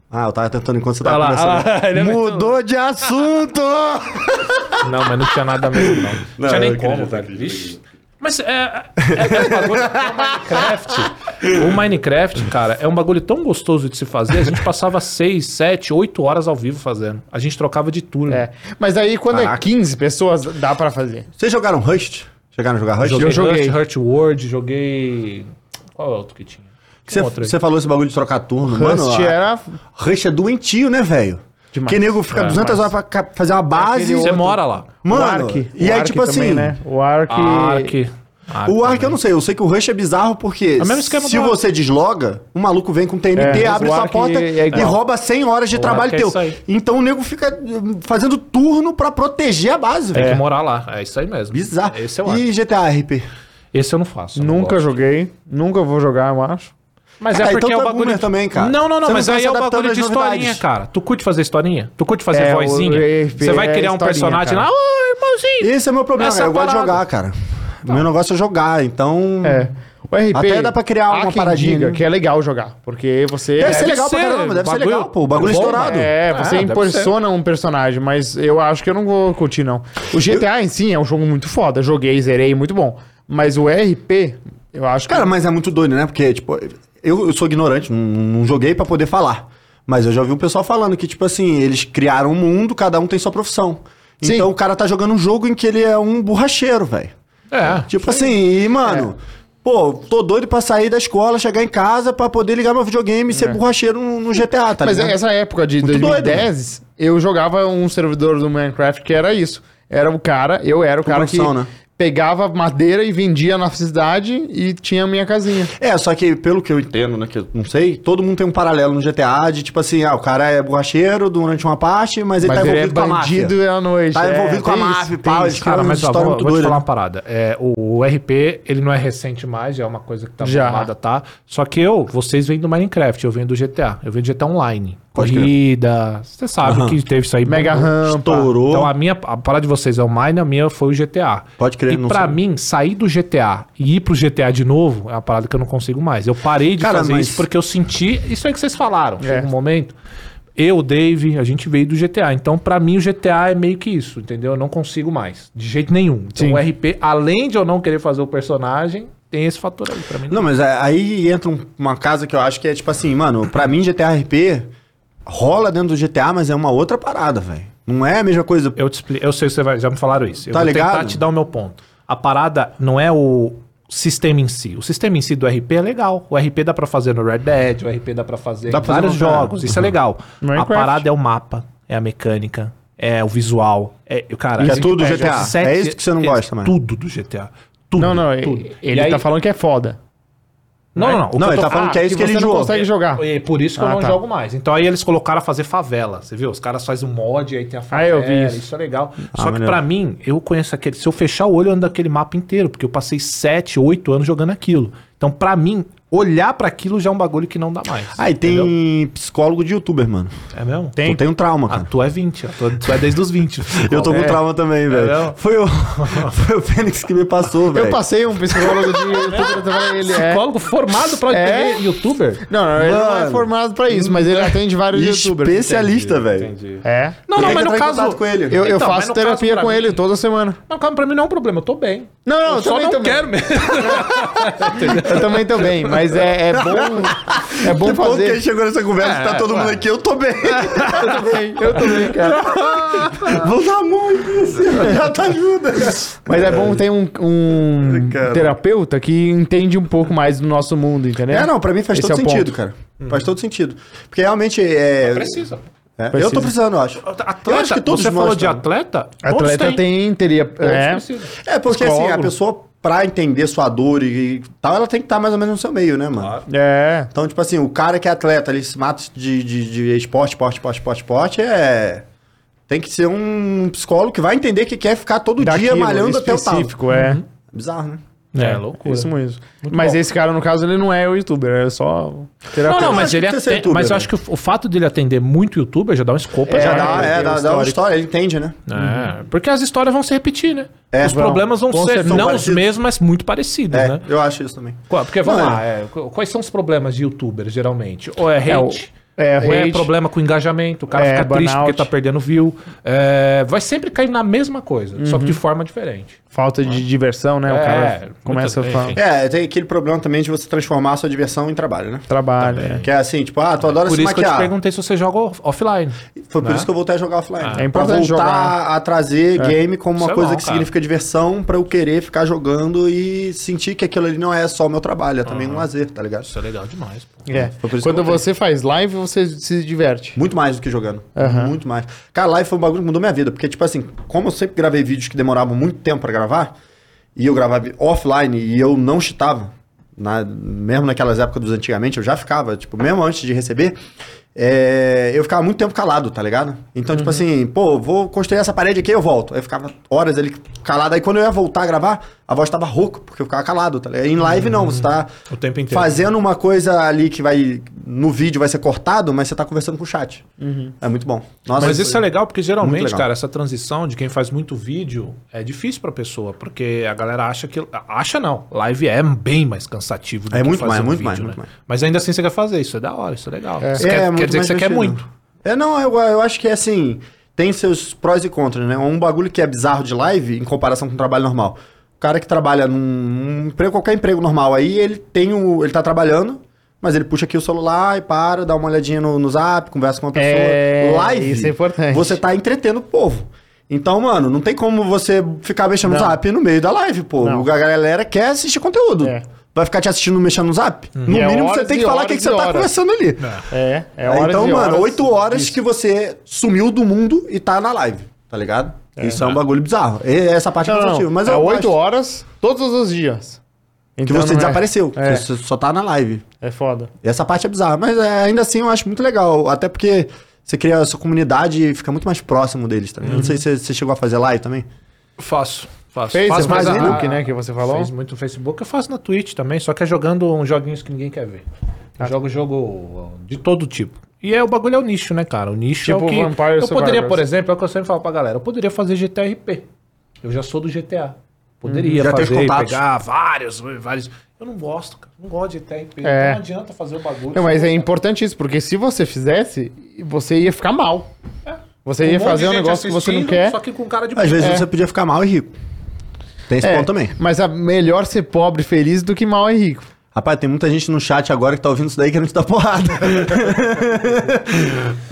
Speaker 3: Ah, eu tava tentando enquanto você tava
Speaker 2: Olha lá, olha lá, ele é
Speaker 3: conversando.
Speaker 2: muito-
Speaker 3: Mudou de assunto!
Speaker 2: Não, mas não tinha nada mesmo, não. Não tinha nem como, velho. Vixe. Mas é, é, é um bagulho, o Minecraft, o Minecraft, cara, é um bagulho tão gostoso de se fazer. A gente passava 6, 7, 8 horas ao vivo fazendo. A gente trocava de turno.
Speaker 1: É. Mas aí quando é
Speaker 3: Caraca.
Speaker 1: 15 pessoas, dá pra fazer.
Speaker 3: Vocês jogaram Rust? Chegaram a jogar Rust?
Speaker 2: Joguei,
Speaker 1: Eu joguei.
Speaker 2: Hurt, Hurt World, joguei... Qual é o outro que tinha? Tinha um outro aí.
Speaker 3: Você falou esse bagulho de trocar turno, mano.
Speaker 1: Rust
Speaker 3: a-
Speaker 1: era
Speaker 3: Rush é doentio, né, velho?
Speaker 1: Demais.
Speaker 3: Que nego fica
Speaker 2: É,
Speaker 3: 200 horas pra ca- fazer uma base.
Speaker 2: Você mora lá.
Speaker 1: o
Speaker 3: Mano,
Speaker 1: Ark. o
Speaker 3: e aí,
Speaker 1: Ark
Speaker 3: tipo
Speaker 2: né?
Speaker 1: também,
Speaker 3: assim,
Speaker 1: né? O Ark...
Speaker 2: Ah, que... Ah,
Speaker 3: o
Speaker 2: tá
Speaker 3: Ark eu não sei, eu sei que o Rush é bizarro porque
Speaker 2: É o mesmo esquema
Speaker 3: se
Speaker 2: do Ark.
Speaker 3: você desloga, o maluco vem com TNT,
Speaker 1: É,
Speaker 3: abre
Speaker 1: o
Speaker 3: sua
Speaker 1: Ark
Speaker 3: porta
Speaker 1: é
Speaker 3: e
Speaker 1: igual.
Speaker 3: rouba 100 horas de
Speaker 2: O
Speaker 3: trabalho
Speaker 2: Ark é
Speaker 3: teu.
Speaker 2: isso aí.
Speaker 3: então o nego fica hum, fazendo turno pra proteger a base,
Speaker 2: Tem
Speaker 3: velho.
Speaker 2: que morar lá. É isso aí mesmo.
Speaker 3: Bizarro.
Speaker 2: Esse é eu acho.
Speaker 3: e GTA RP?
Speaker 2: Esse eu não faço. eu não
Speaker 1: Nunca
Speaker 2: gosto.
Speaker 1: joguei, nunca vou jogar, eu acho.
Speaker 2: Mas é,
Speaker 3: Ah,
Speaker 2: porque
Speaker 3: então
Speaker 2: é
Speaker 3: tu
Speaker 2: o
Speaker 3: é
Speaker 2: bagulho.
Speaker 3: boomer também, cara.
Speaker 2: Não, não, não,
Speaker 3: Você
Speaker 2: mas
Speaker 3: não tá
Speaker 2: aí
Speaker 3: se
Speaker 2: é o
Speaker 3: adaptando
Speaker 2: bagulho
Speaker 3: às
Speaker 2: de
Speaker 3: novidades.
Speaker 2: historinha, cara. Tu curte fazer historinha? Tu curte fazer
Speaker 1: É, o
Speaker 2: vozinha?
Speaker 1: EFP
Speaker 2: Você vai
Speaker 1: é
Speaker 2: criar um
Speaker 1: historinha,
Speaker 2: personagem
Speaker 1: cara.
Speaker 2: lá, ô irmãozinho!
Speaker 3: Esse é meu problema,
Speaker 2: Essa é
Speaker 3: eu
Speaker 2: a
Speaker 3: gosto de
Speaker 2: parada.
Speaker 3: jogar, cara. O meu negócio é jogar, então.
Speaker 1: É. O RP.
Speaker 3: Até dá pra criar
Speaker 1: há
Speaker 3: uma
Speaker 1: quem
Speaker 3: paradinha,
Speaker 1: diga
Speaker 3: né?
Speaker 1: que é legal jogar, porque você.
Speaker 3: Deve
Speaker 1: é,
Speaker 3: ser legal pra caramba, deve ser
Speaker 2: bagulho-
Speaker 3: legal, pô, o bagulho
Speaker 2: bom,
Speaker 3: estourado.
Speaker 1: É,
Speaker 2: Ah,
Speaker 1: você
Speaker 2: deve
Speaker 1: impersona um personagem, mas eu acho que eu não vou curtir, não. O GTA em si é um jogo muito foda. Joguei, zerei, muito bom. Mas o RP, eu acho que.
Speaker 3: Cara, mas é muito doido, né? Porque, tipo, eu, eu sou ignorante, não, não joguei pra poder falar. Mas eu já vi um pessoal falando que, tipo assim, eles criaram um mundo, cada um tem sua profissão.
Speaker 1: Sim.
Speaker 3: Então o cara tá jogando um jogo em que ele é um borracheiro, velho.
Speaker 2: É.
Speaker 3: Tipo assim, e, mano, pô, tô doido pra sair da escola, chegar em casa pra poder ligar meu videogame e ser borracheiro no, no GTA, tá
Speaker 1: É. Mas é,
Speaker 3: ligado?
Speaker 1: essa época de
Speaker 3: Muito doido,
Speaker 1: 2010, eu jogava um servidor do Minecraft que era isso. Era o cara, eu era o cara que
Speaker 3: profissão, né?
Speaker 1: pegava madeira e vendia na cidade e tinha a minha casinha.
Speaker 3: É, só que pelo que eu entendo, né, que eu não sei, todo mundo tem um paralelo no GTA de tipo assim, ah, o cara é borracheiro durante uma parte, mas ele
Speaker 1: Mas
Speaker 3: tá
Speaker 1: ele
Speaker 3: envolvido
Speaker 1: é
Speaker 3: com a máfia.
Speaker 1: bandido à noite.
Speaker 3: Tá
Speaker 1: é,
Speaker 3: envolvido com a
Speaker 1: tem isso,
Speaker 3: máfia,
Speaker 1: tem
Speaker 3: pau,
Speaker 1: isso.
Speaker 3: eles criaram
Speaker 2: Cara,
Speaker 3: é uma
Speaker 2: mas ó,
Speaker 3: história
Speaker 2: vou,
Speaker 3: muito
Speaker 2: vou te
Speaker 3: doida. né?
Speaker 2: falar uma parada. É, o, o RP, ele não é recente mais, já é uma coisa que tá
Speaker 1: Já.
Speaker 2: formada, tá? Só que eu, vocês vêm do Minecraft, eu venho do GTA. Eu venho do GTA Online.
Speaker 3: Pode crer.
Speaker 2: Corrida, você sabe que teve isso aí.
Speaker 1: Mega
Speaker 2: bombou.
Speaker 1: rampa.
Speaker 3: Estourou.
Speaker 2: Então a minha, a parada de vocês é o Mine, a minha foi o GTA.
Speaker 3: Pode crer,
Speaker 2: E
Speaker 3: não
Speaker 2: pra
Speaker 3: sei.
Speaker 2: mim, sair do GTA e ir pro GTA de novo é uma parada que eu não consigo mais. Eu parei de
Speaker 3: Cara,
Speaker 2: fazer
Speaker 3: mas-
Speaker 2: isso porque eu senti. Isso aí que vocês falaram,
Speaker 1: É.
Speaker 2: chega um momento. Eu, o Dave, a gente veio do GTA. Então, pra mim, o GTA é meio que isso, entendeu? Eu não consigo mais. De jeito nenhum. Então,
Speaker 1: Sim.
Speaker 2: o RP, além de eu não querer fazer o personagem, tem esse fator aí. Pra mim,
Speaker 3: Não, mas é- aí entra um- uma casa que eu acho que é tipo assim, mano, pra mim GTA RP rola dentro do GTA, mas é uma outra parada, velho. Não é a mesma coisa.
Speaker 2: Eu te explico, eu sei que você vai, já me falaram isso. Eu
Speaker 3: Tá
Speaker 2: vou
Speaker 3: ligado?
Speaker 2: tentar te dar o meu ponto. A parada não é o sistema em si. O sistema em si do RP é legal. O RP dá pra fazer no Red Dead, o RP dá pra fazer
Speaker 3: Dá
Speaker 2: em
Speaker 3: pra fazer
Speaker 2: vários
Speaker 3: no cara.
Speaker 2: jogos. Isso é legal.
Speaker 1: Minecraft.
Speaker 2: A parada é o mapa, é a mecânica, é o visual, é, cara,
Speaker 3: Que é
Speaker 2: isso
Speaker 3: tudo
Speaker 2: pega.
Speaker 3: GTA.
Speaker 2: Sete-
Speaker 3: É isso que você não
Speaker 2: é
Speaker 3: gosta, mano.
Speaker 2: Tudo do GTA. Tudo.
Speaker 1: Não, não,
Speaker 2: tudo.
Speaker 1: ele, ele
Speaker 2: E aí-
Speaker 1: tá falando que é foda.
Speaker 2: Não, não, não. O que
Speaker 3: Não,
Speaker 2: eu
Speaker 3: ele
Speaker 2: tô
Speaker 3: tá falando que é isso que,
Speaker 1: você
Speaker 3: ele
Speaker 1: não
Speaker 3: joga.
Speaker 1: consegue jogar.
Speaker 2: É por isso que eu
Speaker 1: Ah,
Speaker 2: não
Speaker 1: tá.
Speaker 2: jogo mais. Então aí eles colocaram a fazer favela. Você viu? Os caras fazem um mod, aí tem a favela.
Speaker 1: eu vi isso.
Speaker 2: isso. é legal.
Speaker 3: Ah,
Speaker 2: Só que
Speaker 3: maneiro.
Speaker 2: pra mim, eu conheço aquele. Se eu fechar o olho, eu ando daquele mapa inteiro, porque eu passei 7, 8 anos jogando aquilo. Então, pra mim, olhar pra aquilo já é um bagulho que não dá mais.
Speaker 3: Aí Ah, tem
Speaker 2: entendeu?
Speaker 3: psicólogo de youtuber, mano.
Speaker 2: É mesmo?
Speaker 3: Tem. Tu tem um trauma,
Speaker 2: Ah,
Speaker 3: cara.
Speaker 2: tu é 20, ó. tu, tu é desde os 20.
Speaker 3: Eu tô com
Speaker 2: É.
Speaker 3: trauma também, velho.
Speaker 2: não?
Speaker 3: Foi o, foi o Fênix que me passou, velho.
Speaker 1: Eu passei um psicólogo de youtuber também, ele é.
Speaker 2: Psicólogo formado pra
Speaker 1: É.
Speaker 2: ter youtuber?
Speaker 1: Não, não, ele não é
Speaker 3: Mano.
Speaker 1: formado pra isso, mas ele atende vários youtubers.
Speaker 3: Especialista, velho.
Speaker 1: É.
Speaker 2: Não,
Speaker 3: Por
Speaker 2: não, mas
Speaker 3: que que
Speaker 2: no
Speaker 3: eu tava em
Speaker 2: caso.
Speaker 3: contato com ele?
Speaker 1: Eu, eu
Speaker 2: Então, mas
Speaker 1: faço
Speaker 2: no caso
Speaker 1: terapia
Speaker 2: pra
Speaker 1: com
Speaker 2: mim-
Speaker 1: ele toda semana.
Speaker 2: Não, calma, pra mim não é um problema, eu tô bem.
Speaker 1: Não, não,
Speaker 2: eu
Speaker 1: eu
Speaker 2: só
Speaker 1: também
Speaker 2: não
Speaker 1: tô bem.
Speaker 2: quero mesmo.
Speaker 1: Eu também tô bem, mas é, é bom. É bom
Speaker 3: Que bom que a
Speaker 1: fazer.
Speaker 3: gente chegou nessa conversa, tá todo mundo aqui, eu tô bem.
Speaker 1: Eu tô bem, eu tô bem, cara.
Speaker 3: Vou dar muito isso. Já tá ajuda.
Speaker 1: Mas é bom ter um, um
Speaker 3: Cara.
Speaker 1: terapeuta que entende um pouco mais do nosso mundo, entendeu?
Speaker 3: É, não, pra mim faz
Speaker 1: Esse
Speaker 3: todo
Speaker 1: é o
Speaker 3: sentido,
Speaker 1: ponto.
Speaker 3: cara. Faz todo sentido. Porque realmente é.
Speaker 2: Precisa.
Speaker 3: é, eu
Speaker 1: Precisa.
Speaker 3: tô precisando, eu acho.
Speaker 2: Atleta,
Speaker 3: Eu acho que todos
Speaker 2: você
Speaker 3: nós
Speaker 2: falou de
Speaker 3: temos.
Speaker 2: atleta?
Speaker 1: Atleta tem, teria. É,
Speaker 3: É, porque assim, a
Speaker 1: Psicólogo.
Speaker 3: pessoa, pra entender sua dor e, e tal, ela tem que estar mais ou menos no seu meio, né, mano?
Speaker 2: Claro.
Speaker 1: é.
Speaker 3: Então, tipo assim, o cara que é atleta, ele se mata de, de, de esporte, esporte, esporte, esporte, esporte, é. Tem que ser um psicólogo que vai entender que quer ficar todo Um dia
Speaker 1: daquilo,
Speaker 3: malhando até o tal.
Speaker 1: específico, é.
Speaker 3: Bizarro, né?
Speaker 2: É, loucura.
Speaker 1: Isso mesmo. mas
Speaker 2: bom.
Speaker 1: esse cara, no caso, ele não é o youtuber, é só
Speaker 2: Não,
Speaker 1: terapeuta.
Speaker 2: não,
Speaker 3: acho
Speaker 2: mas
Speaker 3: que
Speaker 2: ele
Speaker 3: tem que ser
Speaker 2: atende,
Speaker 3: youtuber,
Speaker 2: mas eu
Speaker 3: né?
Speaker 2: acho que o o fato dele atender muito youtuber já dá um escopo.
Speaker 3: já
Speaker 2: já
Speaker 3: dá,
Speaker 1: ele
Speaker 3: é,
Speaker 1: tem um
Speaker 3: dá, dá uma
Speaker 1: histórico.
Speaker 3: história, ele entende, né?
Speaker 2: É, porque as histórias vão se repetir, né?
Speaker 3: É,
Speaker 2: os
Speaker 3: vão.
Speaker 2: problemas vão
Speaker 3: Com
Speaker 2: ser
Speaker 3: certeza.
Speaker 2: não
Speaker 3: São
Speaker 2: os
Speaker 3: parecidos.
Speaker 2: mesmos, mas muito parecidos,
Speaker 3: É,
Speaker 2: né?
Speaker 3: eu acho isso também.
Speaker 2: Qual- Porque vamos
Speaker 3: Não,
Speaker 2: lá, é, qu- quais são os problemas de youtuber, geralmente? Ou é
Speaker 1: É, o-
Speaker 2: hate?
Speaker 1: é,
Speaker 2: ou é
Speaker 1: hate.
Speaker 2: problema com engajamento, o cara
Speaker 1: É,
Speaker 2: fica triste
Speaker 1: burnout.
Speaker 2: porque tá perdendo view. É, vai sempre cair na mesma coisa, só que
Speaker 3: Uhum.
Speaker 2: de forma diferente.
Speaker 1: Falta de diversão, né? o
Speaker 2: É,
Speaker 1: cara começa a
Speaker 2: muitas-
Speaker 1: falar.
Speaker 2: enfim.
Speaker 3: É, tem aquele problema também de você transformar a sua diversão em trabalho, né?
Speaker 1: Trabalho.
Speaker 2: Tá
Speaker 1: é.
Speaker 3: Que é assim, tipo, ah, tu adora
Speaker 2: Por
Speaker 3: se
Speaker 2: isso que eu te
Speaker 3: maquiar.
Speaker 2: perguntei se você joga off- offline.
Speaker 3: Foi por
Speaker 2: né?
Speaker 3: isso que eu voltei a jogar offline.
Speaker 1: É importante
Speaker 3: pra voltar
Speaker 1: jogar. né?
Speaker 3: a trazer game como uma
Speaker 2: Isso é
Speaker 3: coisa
Speaker 2: bom,
Speaker 3: que
Speaker 2: cara.
Speaker 3: significa diversão pra eu querer ficar jogando e sentir que aquilo ali não é só o meu trabalho, é também um lazer, tá ligado?
Speaker 2: Isso é legal demais, pô.
Speaker 1: É.
Speaker 3: Foi por isso que
Speaker 1: Quando
Speaker 3: eu voltei.
Speaker 1: você faz live, você se diverte.
Speaker 3: Muito mais do que jogando. Muito mais. Cara, live foi um bagulho que mudou minha vida. Porque, tipo assim, como eu sempre gravei vídeos que demoravam muito tempo pra gravar, e eu gravava offline e eu não cheatava, na- mesmo naquelas épocas dos antigamente, eu já ficava, tipo, mesmo antes de receber, é, eu ficava muito tempo calado, tá ligado? Então, tipo assim, pô, vou construir essa parede aqui e eu volto. Aí eu ficava horas ali calado. Aí quando eu ia voltar a gravar, a voz tava rouca, porque eu ficava calado, tá ligado? Em live não, você tá
Speaker 2: O tempo inteiro.
Speaker 3: fazendo uma coisa ali que vai. No vídeo vai ser cortado, mas você tá conversando com o chat. É muito bom. Nossa,
Speaker 2: Uhum. Mas isso é legal porque geralmente,
Speaker 3: Muito legal.
Speaker 2: cara, essa transição de quem faz muito vídeo é difícil pra pessoa, porque a galera acha que. Acha não. Live é bem mais cansativo do
Speaker 3: É
Speaker 2: que
Speaker 3: muito
Speaker 2: fazer
Speaker 3: mais,
Speaker 2: um
Speaker 3: muito
Speaker 2: vídeo,
Speaker 3: mais,
Speaker 2: né?
Speaker 3: muito mais.
Speaker 2: Mas ainda assim você quer fazer, isso é da hora, isso é legal. Você
Speaker 3: É,
Speaker 2: quer,
Speaker 3: é
Speaker 2: quer
Speaker 3: muito
Speaker 2: dizer que
Speaker 3: mais
Speaker 2: você quer
Speaker 3: divertido.
Speaker 2: muito.
Speaker 3: É, não, eu, eu acho que é assim. Tem seus prós e contras, né? Um bagulho que é bizarro de live em comparação com o trabalho normal. O cara que trabalha num, num emprego, qualquer emprego normal aí, ele tem o. ele tá trabalhando, mas ele puxa aqui o celular e para, dá uma olhadinha no, no zap, conversa com uma pessoa.
Speaker 1: É,
Speaker 3: live.
Speaker 1: isso é importante.
Speaker 3: Você tá entretendo o povo. Então, mano, não tem como você ficar mexendo no
Speaker 1: Não.
Speaker 3: zap no meio da live, pô.
Speaker 1: Não.
Speaker 3: A galera quer assistir conteúdo.
Speaker 1: É.
Speaker 3: Vai ficar te assistindo mexendo no zap? No
Speaker 1: E é
Speaker 3: mínimo, você
Speaker 1: horas
Speaker 3: tem que
Speaker 1: e
Speaker 3: falar o que,
Speaker 1: horas
Speaker 3: que você
Speaker 1: e
Speaker 3: tá
Speaker 1: horas.
Speaker 3: conversando ali.
Speaker 1: É, é
Speaker 3: É,
Speaker 1: horas
Speaker 3: então,
Speaker 1: e
Speaker 3: mano,
Speaker 1: horas
Speaker 3: oito horas
Speaker 1: disso.
Speaker 3: que você sumiu do mundo e tá na live, tá ligado? Isso é um bagulho bizarro. E essa parte é
Speaker 1: Não, não,
Speaker 3: cansativa.
Speaker 1: não.
Speaker 3: Mas
Speaker 1: é
Speaker 3: eu
Speaker 1: oito
Speaker 3: acho
Speaker 1: horas todos os dias.
Speaker 3: que
Speaker 1: Então
Speaker 3: você
Speaker 1: não é-
Speaker 3: desapareceu. que
Speaker 1: É,
Speaker 3: Você só tá na live.
Speaker 1: é foda.
Speaker 3: E essa parte é bizarra. Mas é, ainda assim eu acho muito legal. Até porque você cria a sua comunidade e fica muito mais próximo deles, tá ligado? Não sei se você- você chegou a fazer live também.
Speaker 2: Faço, faço.
Speaker 1: Fez
Speaker 2: faço
Speaker 1: no
Speaker 2: mas a-
Speaker 1: Facebook, né, que você falou?
Speaker 2: Fez muito no Facebook, eu faço na Twitch também, só que é jogando uns joguinhos que ninguém quer ver.
Speaker 1: Ah.
Speaker 2: Eu jogo jogo de todo tipo. E é, o bagulho é o nicho, né, cara? O nicho é
Speaker 1: Tipo
Speaker 2: o que...
Speaker 1: Vampire
Speaker 2: eu poderia,
Speaker 1: Survivors.
Speaker 2: por exemplo, é o que eu sempre falo pra galera, eu poderia fazer GTRP. Eu já sou do GTA.
Speaker 1: Uhum.
Speaker 2: Poderia
Speaker 3: Já teve
Speaker 2: fazer, e
Speaker 3: contatos.
Speaker 2: pegar vários, vários... Eu não gosto, cara. Não gosto de
Speaker 1: É.
Speaker 2: GTRP. Então não adianta fazer o bagulho.
Speaker 1: Não, mas é importante isso, porque se você fizesse, você ia ficar mal. Você ia
Speaker 2: É. monte
Speaker 1: fazer
Speaker 2: de
Speaker 1: um
Speaker 2: gente
Speaker 1: negócio que você não
Speaker 2: assistindo,
Speaker 1: quer.
Speaker 2: Só que com cara de...
Speaker 3: Às vezes
Speaker 1: É.
Speaker 3: você podia ficar mal e rico. Tem esse
Speaker 1: É,
Speaker 3: ponto também.
Speaker 1: Mas é melhor ser pobre e feliz do que mal e rico.
Speaker 3: Rapaz, tem muita gente no chat agora que tá ouvindo isso daí querendo te dar porrada.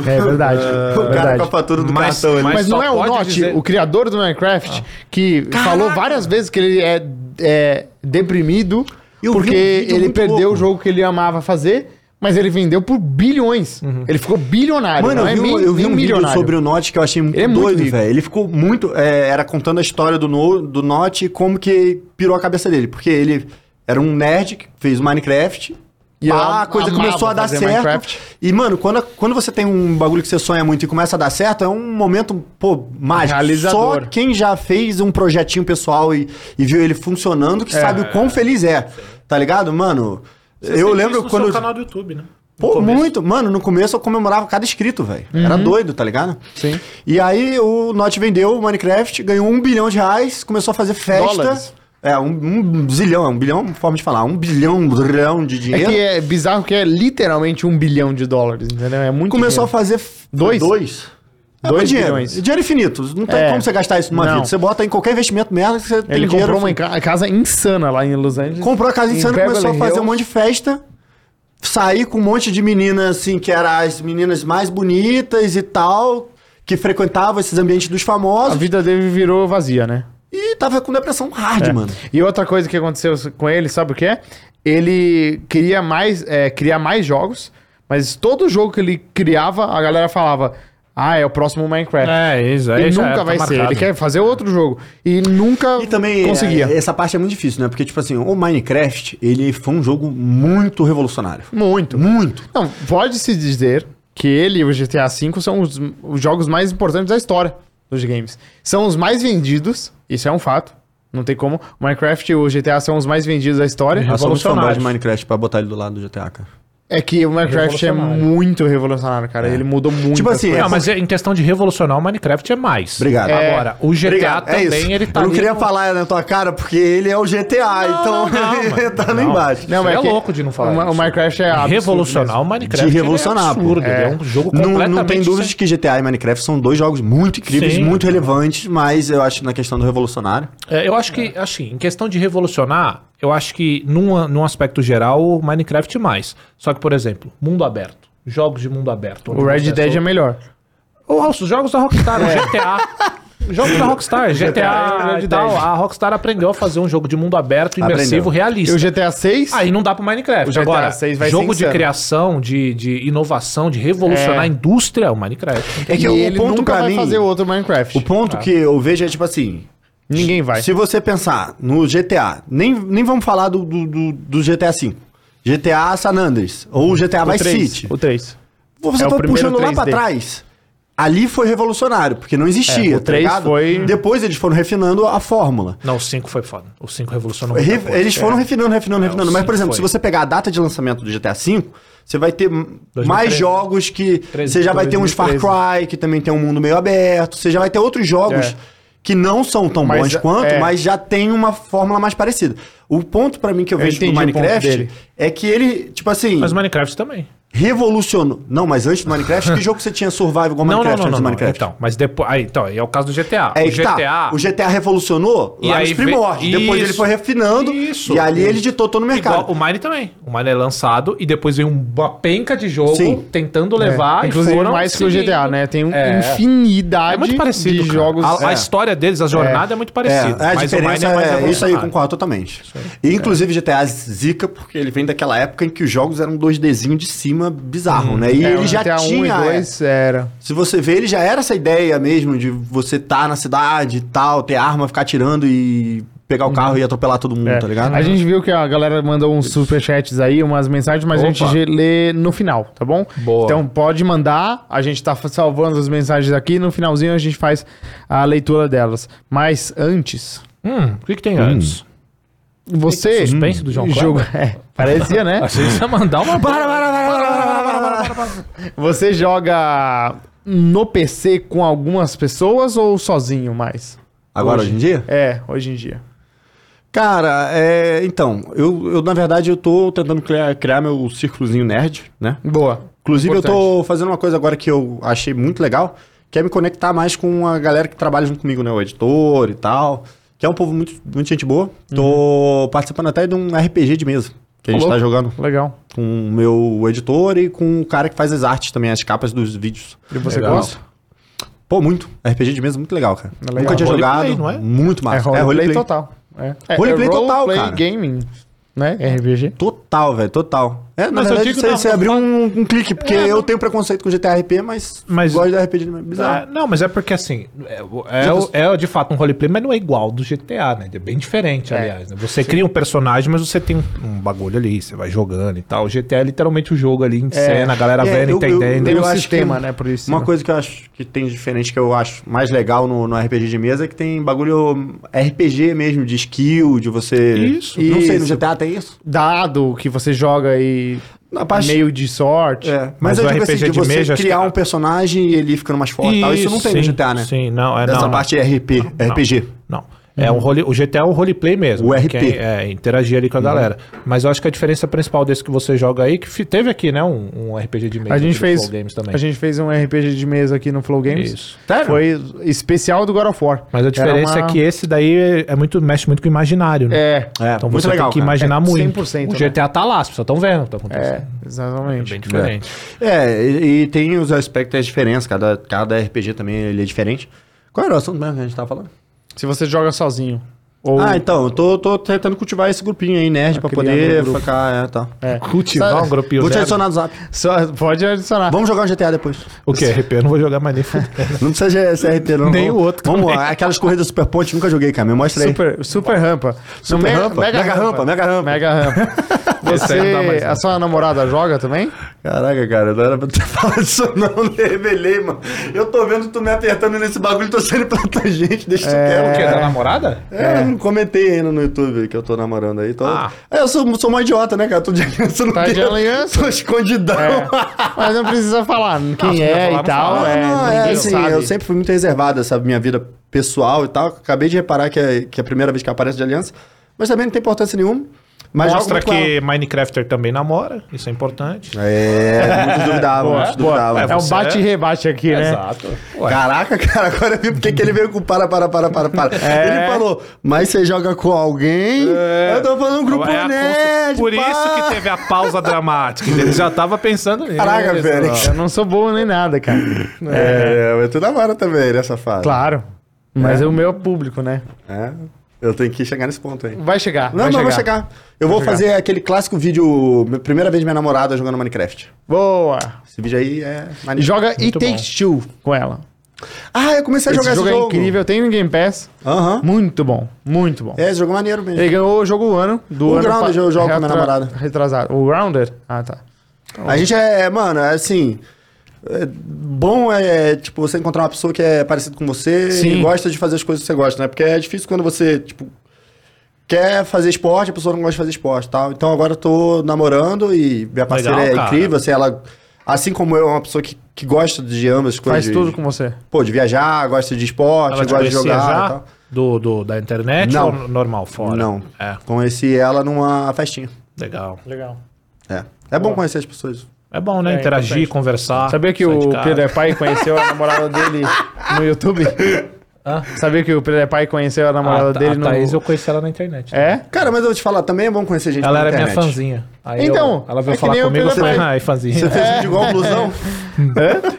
Speaker 1: É verdade.
Speaker 3: o cara com a fatura do
Speaker 2: Mas-
Speaker 3: cartão tá ali.
Speaker 1: Mas,
Speaker 2: tá Mas
Speaker 1: não
Speaker 2: só
Speaker 1: é o
Speaker 2: pode
Speaker 1: Notch,
Speaker 2: dizer- Ah.
Speaker 1: o criador do Minecraft, que falou várias vezes que ele é, é deprimido
Speaker 3: Eu vi um
Speaker 1: porque
Speaker 3: vídeo
Speaker 1: ele
Speaker 3: muito
Speaker 1: perdeu
Speaker 3: louco.
Speaker 1: o jogo que ele amava fazer, mas ele vendeu por bilhões. Ele ficou bilionário.
Speaker 3: Mano,
Speaker 1: não
Speaker 3: eu
Speaker 1: é
Speaker 3: vi, um-
Speaker 1: mi-
Speaker 3: eu vi
Speaker 1: nem
Speaker 3: um vídeo sobre o Notch que eu achei muito
Speaker 1: Ele é muito
Speaker 3: doido,
Speaker 1: rico.
Speaker 3: velho. Ele ficou muito. é, era contando a história do, no, do Notch e como que pirou a cabeça dele. Porque ele era um nerd que fez Minecraft.
Speaker 1: E
Speaker 3: E
Speaker 1: eu
Speaker 3: a coisa
Speaker 1: amava
Speaker 3: começou a dar
Speaker 1: fazer
Speaker 3: certo.
Speaker 1: Minecraft.
Speaker 3: E, mano, quando, a- quando você tem um bagulho que você sonha muito e começa a dar certo, é um momento, pô, mágico.
Speaker 1: Realizador.
Speaker 3: Só quem já fez um projetinho pessoal e, e viu ele funcionando que sabe o quão feliz é. Tá ligado, mano? eu lembro quando.
Speaker 2: No canal do YouTube, né? No
Speaker 3: Pô,
Speaker 2: começo.
Speaker 3: muito. Mano, no começo eu comemorava cada inscrito, velho.
Speaker 1: Uhum.
Speaker 3: Era doido, tá ligado?
Speaker 1: Sim.
Speaker 3: E aí o Notch vendeu o Minecraft, ganhou um bilhão de reais, começou a fazer festa.
Speaker 1: Dólares.
Speaker 3: É, um, um zilhão, é um bilhão, forma de falar. Um bilhão, bilhão de
Speaker 1: É
Speaker 3: dinheiro.
Speaker 1: que é bizarro que é literalmente um bilhão de dólares, entendeu? É muito
Speaker 3: começou a
Speaker 1: dinheiro.
Speaker 3: fazer... f-
Speaker 1: Dois?
Speaker 3: Dois. É,
Speaker 1: Dois
Speaker 3: mas dinheiro.
Speaker 1: bilhões.
Speaker 3: Dinheiro infinito. Não tem
Speaker 1: É.
Speaker 3: como você gastar isso numa
Speaker 1: Não.
Speaker 3: vida. Você bota em qualquer investimento merda que você tem
Speaker 1: Ele
Speaker 3: dinheiro.
Speaker 1: comprou uma ca- casa insana lá em Los Angeles.
Speaker 3: Comprou a casa
Speaker 1: Em
Speaker 3: insana, começou a
Speaker 1: Beverly
Speaker 3: fazer um
Speaker 1: Hills.
Speaker 3: monte de festa. Sair com um monte de meninas, assim, que eram as meninas mais bonitas e tal, que frequentavam esses ambientes dos
Speaker 1: A
Speaker 3: famosos.
Speaker 1: vida dele virou vazia, né?
Speaker 3: E tava com depressão hard, mano.
Speaker 1: E outra coisa que aconteceu com ele, sabe o que é? Ele queria mais, é, criar mais jogos, mas todo jogo que ele criava, a galera falava: Ah, é o próximo Minecraft.
Speaker 2: É, isso aí.
Speaker 1: e
Speaker 2: já
Speaker 1: nunca
Speaker 2: tá
Speaker 1: vai ser.
Speaker 2: marcado.
Speaker 1: Ele quer fazer outro jogo. E nunca
Speaker 3: E também,
Speaker 1: conseguia.
Speaker 3: é, essa parte é muito difícil, né? Porque, tipo assim, o Minecraft, ele foi um jogo muito revolucionário.
Speaker 1: Muito.
Speaker 3: Muito.
Speaker 1: Não, pode-se dizer que ele e o GTA V são os, os jogos mais importantes da história dos games. São os mais vendidos, isso é um fato. Não tem como. Minecraft e o GTA são os mais vendidos da história.
Speaker 3: Eu sou muito fanboy
Speaker 2: Revolucionário.
Speaker 3: de Minecraft pra botar ele do lado do GTA, cara.
Speaker 1: É que o Minecraft é
Speaker 2: Revolucionário.
Speaker 1: muito revolucionário, cara. Ele mudou muito.
Speaker 3: Tipo
Speaker 1: as
Speaker 3: assim,
Speaker 1: coisas.
Speaker 2: Não, mas é- em questão de revolucionar, o Minecraft é mais.
Speaker 3: Obrigado.
Speaker 1: É.
Speaker 2: Agora, o GTA
Speaker 3: Obrigado.
Speaker 2: também,
Speaker 3: é isso.
Speaker 2: ele tá
Speaker 3: Eu não
Speaker 2: ali
Speaker 3: queria
Speaker 2: com-
Speaker 3: falar na tua cara, porque ele é o GTA, então
Speaker 2: não,
Speaker 3: ele
Speaker 2: mano.
Speaker 3: tá lá
Speaker 2: Não.
Speaker 3: embaixo.
Speaker 1: Não,
Speaker 2: Você
Speaker 1: mas
Speaker 2: é
Speaker 1: que
Speaker 2: louco de não falar
Speaker 1: O, Ma- o
Speaker 2: isso.
Speaker 1: Minecraft é absurdo
Speaker 2: revolucionar o Minecraft.
Speaker 3: De
Speaker 2: ele
Speaker 3: revolucionar,
Speaker 2: é absurdo,
Speaker 3: pô.
Speaker 2: ele é.
Speaker 1: É.
Speaker 2: um jogo
Speaker 3: Não,
Speaker 2: completamente...
Speaker 3: não tem dúvida de
Speaker 2: sem-
Speaker 3: que GTA e Minecraft são dois jogos muito incríveis,
Speaker 2: Sim.
Speaker 3: muito relevantes, mas eu acho na questão do revolucionário.
Speaker 2: É, eu acho que, assim, em questão de revolucionar, eu acho que, num, num aspecto geral, o Minecraft mais. Só que, por exemplo, mundo aberto. Jogos de mundo aberto.
Speaker 1: mesmo. O Red Dead é melhor.
Speaker 2: Ou os jogos da Rockstar,
Speaker 3: É.
Speaker 2: o GTA... Os Jogos da Rockstar, GTA e tal. A Rockstar aprendeu a fazer um jogo de mundo aberto, imersivo,
Speaker 3: Aprendeu.
Speaker 1: E
Speaker 2: realista.
Speaker 1: o GTA VI?
Speaker 2: Aí Ah, não dá pro Minecraft.
Speaker 1: O GTA
Speaker 2: Agora,
Speaker 1: seis vai
Speaker 2: jogo
Speaker 1: ser
Speaker 2: de
Speaker 1: insano.
Speaker 2: criação, de, de inovação, de revolucionar a
Speaker 1: É.
Speaker 2: indústria, é o Minecraft.
Speaker 3: É que
Speaker 1: e
Speaker 3: o
Speaker 1: ele
Speaker 3: ponto
Speaker 1: nunca
Speaker 3: pra
Speaker 1: vai
Speaker 3: mim-
Speaker 1: fazer outro Minecraft.
Speaker 3: O ponto que eu vejo é tipo assim:
Speaker 1: Ninguém Tá. vai.
Speaker 3: Se você pensar no GTA, nem, nem vamos falar do, do, do- do GTA V. GTA San Andreas, ou GTA
Speaker 2: ah,
Speaker 1: o
Speaker 3: Vice
Speaker 1: 3,
Speaker 3: City.
Speaker 1: O 3.
Speaker 3: Você
Speaker 1: É o
Speaker 3: tá
Speaker 1: primeiro
Speaker 3: puxando lá
Speaker 1: 3D.
Speaker 3: pra trás. Ali foi revolucionário, porque não existia,
Speaker 1: É, o
Speaker 3: tá
Speaker 1: três
Speaker 3: ligado?
Speaker 1: foi-
Speaker 3: Depois eles foram refinando a fórmula.
Speaker 2: Não, o 5 foi foda. O 5 revolucionou
Speaker 3: Re-
Speaker 2: muita coisa.
Speaker 3: Eles foram refinando, refinando,
Speaker 2: É,
Speaker 3: refinando.
Speaker 2: o
Speaker 3: Mas, por
Speaker 2: cinco
Speaker 3: exemplo,
Speaker 2: foi.
Speaker 3: se você pegar a data de lançamento do GTA V, você vai ter m-
Speaker 2: 2013.
Speaker 3: mais jogos que. você já vai ter uns Far
Speaker 1: 2013.
Speaker 3: Cry, que também tem um mundo meio aberto. Você já vai ter outros jogos
Speaker 1: É.
Speaker 3: que não são tão
Speaker 1: Mas,
Speaker 3: bons quanto,
Speaker 1: é.
Speaker 3: mas já tem uma fórmula mais parecida. O ponto pra mim que eu
Speaker 1: Eu
Speaker 3: vejo do
Speaker 1: entendi o ponto
Speaker 3: Minecraft
Speaker 1: dele.
Speaker 3: é que ele, tipo assim,
Speaker 2: Mas o Minecraft também.
Speaker 3: revolucionou. Não, mas antes do Minecraft, que jogo você tinha survival
Speaker 2: Não,
Speaker 3: igual
Speaker 2: não,
Speaker 3: Minecraft
Speaker 2: não, não,
Speaker 3: antes do
Speaker 2: não.
Speaker 3: Minecraft?
Speaker 2: Então, mas depois. Aí, então, aí é o caso do GTA.
Speaker 3: É,
Speaker 2: o
Speaker 3: o
Speaker 2: GTA.
Speaker 3: Tá. O GTA revolucionou
Speaker 2: E
Speaker 3: lá
Speaker 2: aí
Speaker 3: nos primórdios.
Speaker 2: vem-
Speaker 3: Depois
Speaker 2: Isso.
Speaker 3: ele foi refinando.
Speaker 2: Isso.
Speaker 3: E ali ele ditou todo é o mercado.
Speaker 2: Igual o Mine também. O Mine é lançado e depois vem uma penca de jogo
Speaker 3: Sim.
Speaker 2: tentando levar.
Speaker 1: É,
Speaker 2: e
Speaker 1: Inclusive
Speaker 2: foram
Speaker 1: mais que o
Speaker 2: seguindo.
Speaker 1: GTA, né? Tem um-
Speaker 2: É.
Speaker 1: infinidade
Speaker 2: É muito parecido.
Speaker 1: de
Speaker 2: cara. Ah,
Speaker 1: jogos.
Speaker 2: A, a
Speaker 1: É.
Speaker 2: história deles, a jornada é, muito parecida.
Speaker 3: É, a
Speaker 2: mas o
Speaker 3: diferença
Speaker 2: Mine mais
Speaker 3: é, isso aí, eu
Speaker 2: evolucionado.
Speaker 3: concordo totalmente. E,
Speaker 1: É.
Speaker 3: inclusive, GTA zica, porque ele vem daquela época em que os jogos eram um 2Dzinho de cima bizarro, né? E
Speaker 1: É,
Speaker 3: ele
Speaker 1: o
Speaker 3: já
Speaker 1: GTA 1
Speaker 3: tinha...
Speaker 1: e 2 era.
Speaker 3: é, se você vê, ele já era essa ideia mesmo de você tá na cidade e tal, ter arma, ficar atirando e pegar o carro e atropelar todo mundo,
Speaker 1: Uhum. É.
Speaker 3: tá ligado?
Speaker 1: A gente viu que a galera mandou uns superchats aí, umas mensagens, mas a
Speaker 2: Opa.
Speaker 1: gente lê no final, tá bom?
Speaker 2: Boa.
Speaker 1: Então pode mandar, a gente tá salvando as mensagens aqui, no finalzinho a gente faz a leitura delas. Mas antes,
Speaker 2: Hum, o que, que tem antes?
Speaker 1: você.
Speaker 2: Eita, suspense do João
Speaker 1: jogo, é, Parecia, né?
Speaker 2: Achei que você ia mandar uma.
Speaker 3: Para, para, para, para, para, para, para, para.
Speaker 1: Você joga no PC com algumas pessoas ou sozinho mais?
Speaker 3: Agora, hoje em dia?
Speaker 1: É, hoje em dia.
Speaker 3: Cara, é, então, eu, eu, na verdade eu tô tentando criar, criar meu círculozinho nerd, né?
Speaker 1: Boa.
Speaker 3: Inclusive eu
Speaker 1: Importante.
Speaker 3: tô fazendo uma coisa agora que eu achei muito legal, que é me conectar mais com a galera que trabalha junto comigo, né? O editor e tal, que é um povo muito, muito gente boa. Tô participando até de um RPG de mesa, que a gente
Speaker 1: Uhum. Ô,
Speaker 3: tá
Speaker 1: louco.
Speaker 3: jogando
Speaker 1: Legal.
Speaker 3: com o meu editor e com o cara que faz as artes também, as capas dos vídeos.
Speaker 1: E você
Speaker 2: Legal.
Speaker 1: gosta?
Speaker 3: Pô, muito. RPG de mesa é muito legal, cara.
Speaker 1: É legal.
Speaker 3: Nunca tinha
Speaker 2: Roleplay,
Speaker 3: jogado,
Speaker 2: não é?
Speaker 3: muito
Speaker 1: É
Speaker 3: massa.
Speaker 1: roleplay,
Speaker 3: roleplay.
Speaker 1: total. É, é
Speaker 3: Roleplay
Speaker 1: é
Speaker 3: total,
Speaker 1: roleplay
Speaker 3: cara.
Speaker 1: gaming, né? RPG.
Speaker 3: Total, velho, total. É, na
Speaker 2: Mas eu
Speaker 3: verdade,
Speaker 2: digo
Speaker 3: você,
Speaker 2: na-
Speaker 3: você abriu um, um clique, porque
Speaker 1: É,
Speaker 3: eu tenho preconceito com GTA RP, mas,
Speaker 2: Mas-
Speaker 3: gosto de RPG de bizarro.
Speaker 2: É, não, mas é porque assim, é, o- é, o- é de fato um roleplay, mas não é igual do GTA, né? É bem diferente, aliás. né? Você cria um personagem, mas você tem um, um bagulho ali, você vai jogando e tal. O GTA é literalmente o jogo ali em cena, a galera
Speaker 3: É,
Speaker 2: vendo,
Speaker 3: eu- eu-
Speaker 2: entendendo.
Speaker 1: Tem um
Speaker 3: acho
Speaker 1: sistema,
Speaker 3: que
Speaker 1: né, por isso.
Speaker 3: Uma coisa que eu acho que tem de diferente, que eu acho mais legal no, no RPG de mesa, é que tem bagulho RPG mesmo, de skill, de você...
Speaker 2: Isso.
Speaker 3: Não sei, no
Speaker 1: Isso.
Speaker 3: GTA tem isso?
Speaker 1: Dado que você joga e
Speaker 3: Na parte...
Speaker 1: meio de sorte.
Speaker 3: É,
Speaker 2: Mas
Speaker 3: mas,
Speaker 2: o
Speaker 3: eu digo
Speaker 2: RPG
Speaker 3: assim, de
Speaker 2: de
Speaker 3: você
Speaker 2: mesa, acho
Speaker 3: criar
Speaker 2: que-
Speaker 3: um personagem e ele ficando mais forte e tal, isso não tem
Speaker 2: sim,
Speaker 3: no GTA, né?
Speaker 2: Sim, não, é
Speaker 3: Essa
Speaker 2: não, não.
Speaker 3: parte é RP,
Speaker 2: não.
Speaker 3: RPG.
Speaker 2: Não. É um role, o GTA é um roleplay mesmo.
Speaker 3: O Uhum.
Speaker 2: né?
Speaker 3: RP.
Speaker 2: Que É, é, interagir ali com a galera. Mas eu acho que a diferença principal desse que você joga aí, que fi- teve aqui, né? Um, um RPG de mesa
Speaker 1: A gente
Speaker 2: do
Speaker 1: fez
Speaker 2: Flow Games também.
Speaker 1: a gente fez um RPG de mesa aqui no Flow Games.
Speaker 2: Isso.
Speaker 1: Foi especial do God of War.
Speaker 2: Mas a
Speaker 1: Era
Speaker 2: diferença
Speaker 1: uma-
Speaker 2: é que esse daí é- é muito, mexe muito com o imaginário, né?
Speaker 1: é
Speaker 3: É,
Speaker 2: Então
Speaker 3: muito
Speaker 2: você
Speaker 3: legal,
Speaker 2: tem que
Speaker 3: cara.
Speaker 2: imaginar
Speaker 1: É
Speaker 2: muito.
Speaker 1: 100%,
Speaker 3: né?
Speaker 2: o GTA tá lá, as pessoas estão vendo o que tá acontecendo. É,
Speaker 1: exatamente.
Speaker 2: bem diferente.
Speaker 3: É, e, e tem os aspectos as diferenças, cada, cada RPG também ele é diferente. Qual era o assunto mesmo que a gente tava falando?
Speaker 1: Se você joga sozinho ou
Speaker 3: Ah, então, eu tô, tô tentando cultivar esse grupinho aí,
Speaker 2: Tá
Speaker 3: nerd, pra
Speaker 1: criando
Speaker 3: poder
Speaker 1: um grupo.
Speaker 3: focar, é, tá.
Speaker 1: é.
Speaker 2: Cultivar um grupinho
Speaker 3: Vou te
Speaker 2: zero.
Speaker 3: adicionar no zap.
Speaker 1: Só pode adicionar.
Speaker 3: Vamos jogar um GTA depois.
Speaker 2: O que? RP eu não vou jogar mais nem fudendo.
Speaker 3: Não precisa de CRT, não.
Speaker 2: Nem
Speaker 3: Vamos-
Speaker 2: o outro
Speaker 3: Vamos,
Speaker 2: também.
Speaker 3: aquelas corridas Super Ponte, nunca joguei, cara. Me mostra aí.
Speaker 1: Super, super rampa. No me-
Speaker 3: rampa? Mega rampa, mega rampa.
Speaker 1: Mega rampa.
Speaker 2: Esse aí não dá mais, né?
Speaker 1: Você,
Speaker 2: não.
Speaker 1: a sua namorada joga também?
Speaker 3: Caraca, cara, não era pra ter falado isso, não. Me revelei, mano. Eu tô vendo tu me apertando nesse bagulho, tô sendo pra tua gente, deixa tu quieto.
Speaker 2: O que? Da namorada?
Speaker 3: É, eu não comentei ainda no YouTube que eu tô namorando aí. Tô...
Speaker 2: Ah.
Speaker 3: É, eu sou, sou uma idiota, né, cara? Tô de aliança no
Speaker 1: Tá de
Speaker 3: dedo.
Speaker 1: aliança?
Speaker 3: Tô escondidão.
Speaker 1: É. Mas não precisa falar quem é
Speaker 2: falar,
Speaker 1: e
Speaker 2: não
Speaker 1: tal.
Speaker 2: fala.
Speaker 1: é,
Speaker 3: não, é
Speaker 1: ninguém
Speaker 3: assim,
Speaker 1: sabe.
Speaker 3: eu sempre fui muito reservado, sabe? Minha vida pessoal e tal. Acabei de reparar que é, que é a primeira vez que aparece de aliança. Mas também não tem importância nenhuma. Mas jogo
Speaker 2: Mostra
Speaker 3: muito com ela.
Speaker 2: que Minecrafter também namora, isso é importante.
Speaker 3: É, muitos duvidavam,
Speaker 1: Boa,
Speaker 3: muitos
Speaker 1: boa.
Speaker 3: duvidavam.
Speaker 1: É um
Speaker 2: Você
Speaker 1: bate
Speaker 2: é-
Speaker 1: e rebate aqui, né?
Speaker 2: Exato. Ué,
Speaker 3: Caraca, cara, agora eu vi porque que ele veio com para, para, para, para, para.
Speaker 1: É.
Speaker 3: Ele falou, mas você joga com alguém? Eu tô falando um grupo
Speaker 2: é a
Speaker 3: nerd,
Speaker 2: constru- Por isso
Speaker 3: pá.
Speaker 2: que teve a pausa dramática. Ele já tava pensando nisso.
Speaker 3: Caraca, velho.
Speaker 1: Eu não sou bom nem nada, cara.
Speaker 3: É, mas tu namora também nessa fase.
Speaker 1: Claro. Mas é o meu público, né?
Speaker 3: É, eu tenho que chegar nesse ponto aí.
Speaker 1: Vai chegar.
Speaker 3: Não,
Speaker 1: vai
Speaker 3: não,
Speaker 1: chegar.
Speaker 3: vou chegar. Eu vou
Speaker 1: chegar.
Speaker 3: fazer aquele clássico vídeo, minha primeira vez minha namorada jogando Minecraft.
Speaker 1: Boa.
Speaker 3: Esse vídeo aí é
Speaker 1: E
Speaker 3: maneiro.
Speaker 1: joga It
Speaker 2: bom.
Speaker 1: Takes Two com ela.
Speaker 3: Ah, eu comecei a
Speaker 1: Esse
Speaker 3: jogar
Speaker 1: jogo,
Speaker 3: esse
Speaker 1: é
Speaker 3: jogo.
Speaker 1: incrível, tem no Game Pass.
Speaker 3: Aham.
Speaker 1: Muito bom, muito bom.
Speaker 3: É, esse jogo é maneiro mesmo.
Speaker 1: Ele ganhou o jogo do ano do
Speaker 3: O
Speaker 1: ano.
Speaker 3: Grounded
Speaker 1: pa-
Speaker 3: eu jogo com a minha namorada.
Speaker 1: Retrasado. O Grounded? Ah, tá.
Speaker 3: A gente é, mano, é assim. é bom é, tipo, você encontrar uma pessoa que é parecida com você
Speaker 1: Sim.
Speaker 3: e gosta de fazer as coisas que você gosta, né? Porque é difícil quando você, tipo, quer fazer esporte, a pessoa não gosta de fazer esporte e tal. Então agora eu tô namorando e minha parceira
Speaker 2: Legal,
Speaker 3: é
Speaker 2: cara.
Speaker 3: incrível, assim, ela. Assim como eu, é uma pessoa que, que gosta de ambas as coisas.
Speaker 1: Faz
Speaker 3: de-
Speaker 1: tudo com você.
Speaker 3: Pô, de viajar, gosta de esporte,
Speaker 2: Ela te
Speaker 3: gosta de
Speaker 2: conhecia
Speaker 3: jogar e
Speaker 2: já
Speaker 3: tal.
Speaker 2: do, do, da internet
Speaker 3: Não.
Speaker 2: ou normal fora?
Speaker 3: Não.
Speaker 2: É,
Speaker 3: Conheci ela numa festinha.
Speaker 2: legal.
Speaker 1: Legal.
Speaker 3: É. É bom conhecer as pessoas.
Speaker 2: É bom, né?
Speaker 1: É
Speaker 2: Interagir,
Speaker 1: importante.
Speaker 2: conversar.
Speaker 1: Ah, Sabia que
Speaker 2: sair de
Speaker 1: o
Speaker 2: casa.
Speaker 1: PewDiePie conheceu a namorada dele no YouTube? Sabia que o PewDiePie conheceu a namorada
Speaker 2: a,
Speaker 1: dele
Speaker 2: Ah, tá, a
Speaker 1: no...
Speaker 2: Thaís, eu conheci ela na internet.
Speaker 1: É?
Speaker 3: Cara, mas eu vou te falar, também é bom conhecer gente
Speaker 2: Ela
Speaker 3: pela
Speaker 2: era minha
Speaker 3: internet.
Speaker 2: fãzinha. Aí
Speaker 1: Então,
Speaker 2: eu- ela veio
Speaker 1: é que
Speaker 2: falar
Speaker 1: nem o
Speaker 2: comigo, eu falei,
Speaker 1: PewDiePie.
Speaker 2: ai,
Speaker 3: Você
Speaker 2: fãzinha.
Speaker 3: fez vídeo igual o blusão?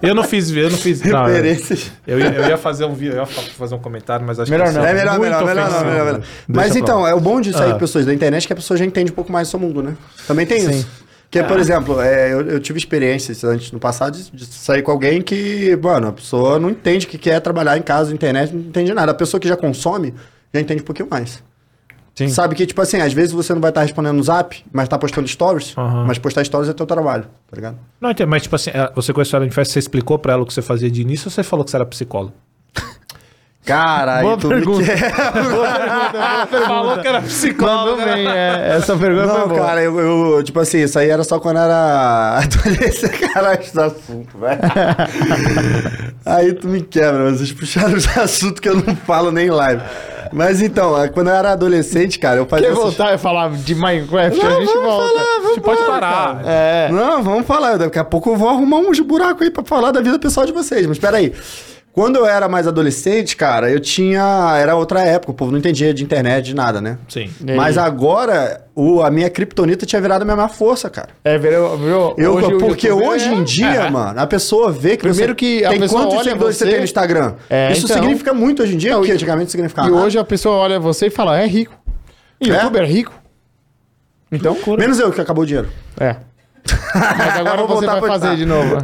Speaker 2: Eu não fiz, eu não fiz. não, é. Tá eu,
Speaker 3: Referências.
Speaker 2: ia, eu ia fazer um vídeo, eu ia fa- fazer um comentário, mas acho
Speaker 1: Melhor
Speaker 2: que
Speaker 1: não.
Speaker 2: isso
Speaker 3: É melhor,
Speaker 2: muito
Speaker 3: melhor, melhor, não,
Speaker 2: ofensivo.
Speaker 3: melhor, melhor.
Speaker 2: Deixa
Speaker 3: Mas
Speaker 2: pra
Speaker 3: então,
Speaker 2: lá.
Speaker 3: é o bom de sair
Speaker 2: Ah.
Speaker 3: com pessoas da internet que a pessoa já entende um pouco mais do seu mundo, né? Também tem
Speaker 1: Sim.
Speaker 3: isso. Que, por exemplo, é, eu, eu tive experiências antes, no passado, de, de sair com alguém que, mano, a pessoa não entende o que que é trabalhar em casa, internet, não entende nada. A pessoa que já consome, já entende um pouquinho mais.
Speaker 1: Sim.
Speaker 3: Sabe que, tipo assim, às vezes você não vai estar respondendo no zap, mas tá postando stories,
Speaker 2: Aham.
Speaker 3: mas postar stories é teu trabalho, tá ligado?
Speaker 2: Não, entendo, mas tipo assim, ela- você conheceu ela de festa, você explicou pra ela o que você fazia de início ou você falou que você era psicólogo?
Speaker 3: Cara,
Speaker 1: Boa
Speaker 3: aí tudo
Speaker 1: pergunta.
Speaker 3: que é.
Speaker 2: Falou que era
Speaker 1: Mandou bem, é. Essa pergunta foi
Speaker 3: Não,
Speaker 1: boa.
Speaker 3: cara, eu, eu- tipo assim, isso aí era só quando era adolescente, cara, esse assunto, velho. aí tu me quebra, mas vocês puxaram os assuntos que eu não falo nem em live. Mas então, é, quando eu era adolescente, cara, eu fazia. assim,
Speaker 1: Quer
Speaker 3: essas-
Speaker 1: voltar e falar de Minecraft? a gente volta.
Speaker 2: A gente pode parar.
Speaker 1: É.
Speaker 3: Não, vamos falar, daqui a pouco eu vou arrumar uns buracos aí pra falar da vida pessoal de vocês, mas peraí. Quando eu era mais adolescente, cara, eu tinha. Era outra época, o povo não entendia de internet, de nada, né?
Speaker 2: Sim.
Speaker 1: E aí?
Speaker 3: Mas agora, o, a minha kriptonita tinha virado a minha maior força, cara.
Speaker 1: É, virou, virou.
Speaker 3: Eu,
Speaker 1: o
Speaker 3: porque
Speaker 1: YouTube
Speaker 3: hoje
Speaker 1: é-
Speaker 3: em dia, mano, a pessoa vê que
Speaker 1: Primeiro que a
Speaker 3: tem
Speaker 1: pessoa
Speaker 3: quantos
Speaker 1: olha
Speaker 3: seguidores
Speaker 1: você-
Speaker 3: você tem no Instagram.
Speaker 1: É,
Speaker 3: Isso
Speaker 1: então.
Speaker 3: significa muito hoje em dia, porque antigamente não significava
Speaker 1: E
Speaker 3: nada.
Speaker 1: hoje a pessoa olha você e fala, é rico. E
Speaker 3: É?
Speaker 1: youtuber é rico. Então,
Speaker 3: Menos eu que acabou o dinheiro.
Speaker 1: é. Mas agora
Speaker 3: Vou
Speaker 1: você
Speaker 3: voltar
Speaker 1: vai
Speaker 3: pra
Speaker 1: fazer
Speaker 3: postar.
Speaker 1: de novo.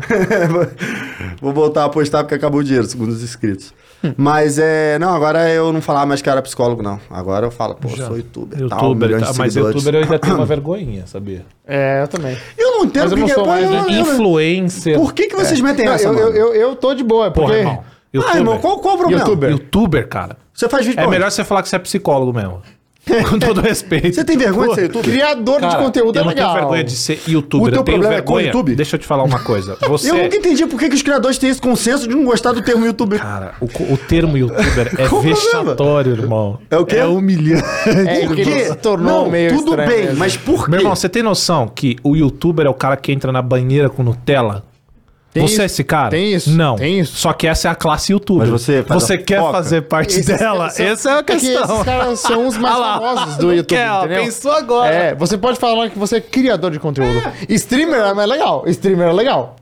Speaker 3: Vou voltar a postar porque acabou o dinheiro, segundo os inscritos. Mas é. Não, agora eu não falava mais que era psicólogo, não. Agora eu falo, pô, eu sou youtuber. tal,
Speaker 2: Youtuber,
Speaker 3: milhões
Speaker 2: tá,
Speaker 3: de
Speaker 2: mas
Speaker 3: seguidores.
Speaker 2: youtuber eu ainda tenho uma vergonhinha, sabia?
Speaker 1: É, eu também.
Speaker 3: Eu não entendo
Speaker 1: Mas eu
Speaker 3: o que
Speaker 1: não
Speaker 3: que
Speaker 1: sou
Speaker 3: é-
Speaker 1: mais, né?
Speaker 3: eu- eu-
Speaker 2: Influencer.
Speaker 3: Por que, que vocês metem
Speaker 1: Não,
Speaker 3: essa?
Speaker 1: eu,
Speaker 3: mano?
Speaker 1: eu, eu, eu tô de boa, é porque...
Speaker 2: Porra, irmão.
Speaker 3: Ah, irmão, qual, qual o problema?
Speaker 1: Youtuber.
Speaker 2: Youtuber, cara.
Speaker 3: Você faz vídeo
Speaker 2: É
Speaker 3: pra
Speaker 2: melhor você falar que você é psicólogo mesmo. Com todo respeito.
Speaker 3: Você tem vergonha de ser youtuber? Ah,
Speaker 1: Criador de
Speaker 2: Cara,
Speaker 1: conteúdo
Speaker 2: eu
Speaker 1: é
Speaker 2: não
Speaker 1: legal.
Speaker 2: tenho vergonha de ser youtuber.
Speaker 3: O teu
Speaker 2: eu tenho
Speaker 3: problema é com o
Speaker 2: vergonha.
Speaker 3: YouTube?
Speaker 2: Deixa eu te falar uma coisa. Você.
Speaker 3: Eu nunca entendi por que, que os criadores têm esse consenso de não gostar do termo youtuber.
Speaker 2: Cara, o, co- o termo youtuber é
Speaker 3: Qual o problema?
Speaker 2: vexatório, irmão.
Speaker 3: É o quê?
Speaker 2: É humilhante.
Speaker 1: É,
Speaker 3: Por
Speaker 1: que
Speaker 3: quê?
Speaker 1: ele se tornou
Speaker 3: não,
Speaker 1: meio
Speaker 3: tudo
Speaker 1: estranho
Speaker 3: bem,
Speaker 1: mesmo.
Speaker 3: mas por quê?
Speaker 2: Meu irmão, você tem noção que o youtuber é o cara que entra na banheira com Nutella?
Speaker 1: Tem
Speaker 2: você
Speaker 1: isso,
Speaker 2: é esse cara?
Speaker 1: tem isso,
Speaker 2: Não.
Speaker 1: tem isso.
Speaker 2: Só que essa é a classe youtuber.
Speaker 3: Mas você faz
Speaker 2: você
Speaker 3: a
Speaker 2: quer
Speaker 3: fofoca?
Speaker 2: fazer parte
Speaker 1: Esses
Speaker 2: dela?
Speaker 1: caras são-
Speaker 2: Essa é a
Speaker 1: que
Speaker 2: questão.
Speaker 1: esses caras são os mais
Speaker 2: Ah lá.
Speaker 1: famosos do
Speaker 2: Não
Speaker 1: YouTube,
Speaker 2: quer, ó,
Speaker 1: entendeu?
Speaker 2: pensou agora.
Speaker 1: É, você pode falar que você é criador de conteúdo. Streamer é mais legal. Streamer é legal.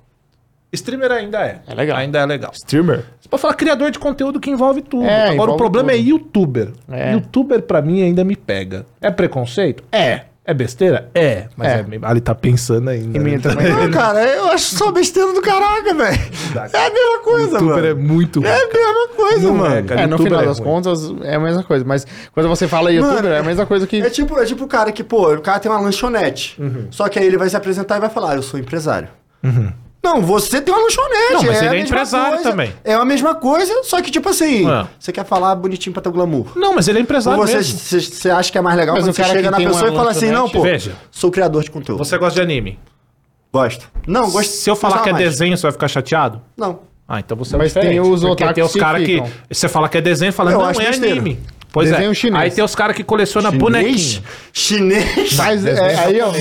Speaker 2: Streamer ainda é.
Speaker 1: É legal.
Speaker 2: Ainda é legal.
Speaker 1: Streamer?
Speaker 2: Você pode falar criador de conteúdo que envolve tudo.
Speaker 1: É,
Speaker 2: Agora,
Speaker 1: envolve
Speaker 2: o problema
Speaker 1: tudo.
Speaker 2: é youtuber.
Speaker 1: É.
Speaker 2: Youtuber, pra mim, ainda me pega. É preconceito? É. É besteira? É. Mas
Speaker 1: É.
Speaker 2: é. ali tá pensando
Speaker 1: E
Speaker 2: ainda. né?
Speaker 1: minha
Speaker 2: Então,
Speaker 1: também.
Speaker 3: Não, cara, eu acho só besteira do caraca, velho. É a mesma coisa,
Speaker 2: youtuber
Speaker 3: mano.
Speaker 2: é muito.
Speaker 3: É a mesma coisa,
Speaker 2: Não é,
Speaker 3: mano.
Speaker 2: cara.
Speaker 1: É, no
Speaker 2: youtuber
Speaker 1: final
Speaker 2: é
Speaker 1: das
Speaker 2: ruim.
Speaker 1: contas é a mesma coisa. Mas quando você fala youtuber,
Speaker 3: Mano,
Speaker 1: é a mesma coisa que.
Speaker 3: É tipo, é tipo o cara que, pô, o cara tem uma lanchonete.
Speaker 2: Uhum.
Speaker 3: Só que aí ele vai se apresentar e vai falar, "Ah, eu sou empresário. Não, você tem uma lanchonete.
Speaker 2: Não, mas ele
Speaker 3: a
Speaker 2: é
Speaker 3: mesma
Speaker 2: empresário
Speaker 3: coisa,
Speaker 2: também.
Speaker 3: É a mesma coisa, só que tipo assim,
Speaker 2: É.
Speaker 3: você quer falar bonitinho pra ter o glamour.
Speaker 2: Não, mas ele é
Speaker 3: Ou
Speaker 2: empresário
Speaker 3: você,
Speaker 2: mesmo.
Speaker 3: você- você acha que é mais legal
Speaker 1: Mas
Speaker 3: quando
Speaker 1: o
Speaker 3: você
Speaker 1: cara
Speaker 3: chega
Speaker 1: que
Speaker 3: na
Speaker 1: tem
Speaker 3: pessoa
Speaker 1: uma
Speaker 3: e fala assim, não,
Speaker 1: lanchonete-
Speaker 3: pô,
Speaker 2: Veja.
Speaker 3: sou criador de conteúdo.
Speaker 2: Você gosta de anime?
Speaker 3: Gosto. Não, gosto.
Speaker 2: Se eu falar
Speaker 3: gostava
Speaker 2: que é
Speaker 3: mais.
Speaker 2: desenho, você vai ficar chateado?
Speaker 3: Não.
Speaker 2: Ah, então você é
Speaker 1: Mas tem
Speaker 2: diferente,
Speaker 1: os
Speaker 2: porque
Speaker 1: otakus
Speaker 2: tem os
Speaker 1: que
Speaker 2: caras que...
Speaker 1: ficam.
Speaker 2: Você fala que é desenho, fala,
Speaker 3: Eu
Speaker 2: não,
Speaker 3: acho
Speaker 2: é
Speaker 3: besteira.
Speaker 2: anime. Pois
Speaker 1: Desenho
Speaker 2: é.
Speaker 1: chinês.
Speaker 2: Aí tem os caras que colecionam
Speaker 3: Chinês?
Speaker 2: bonequinho.
Speaker 3: Chinês?
Speaker 1: Mas é, aí, ó.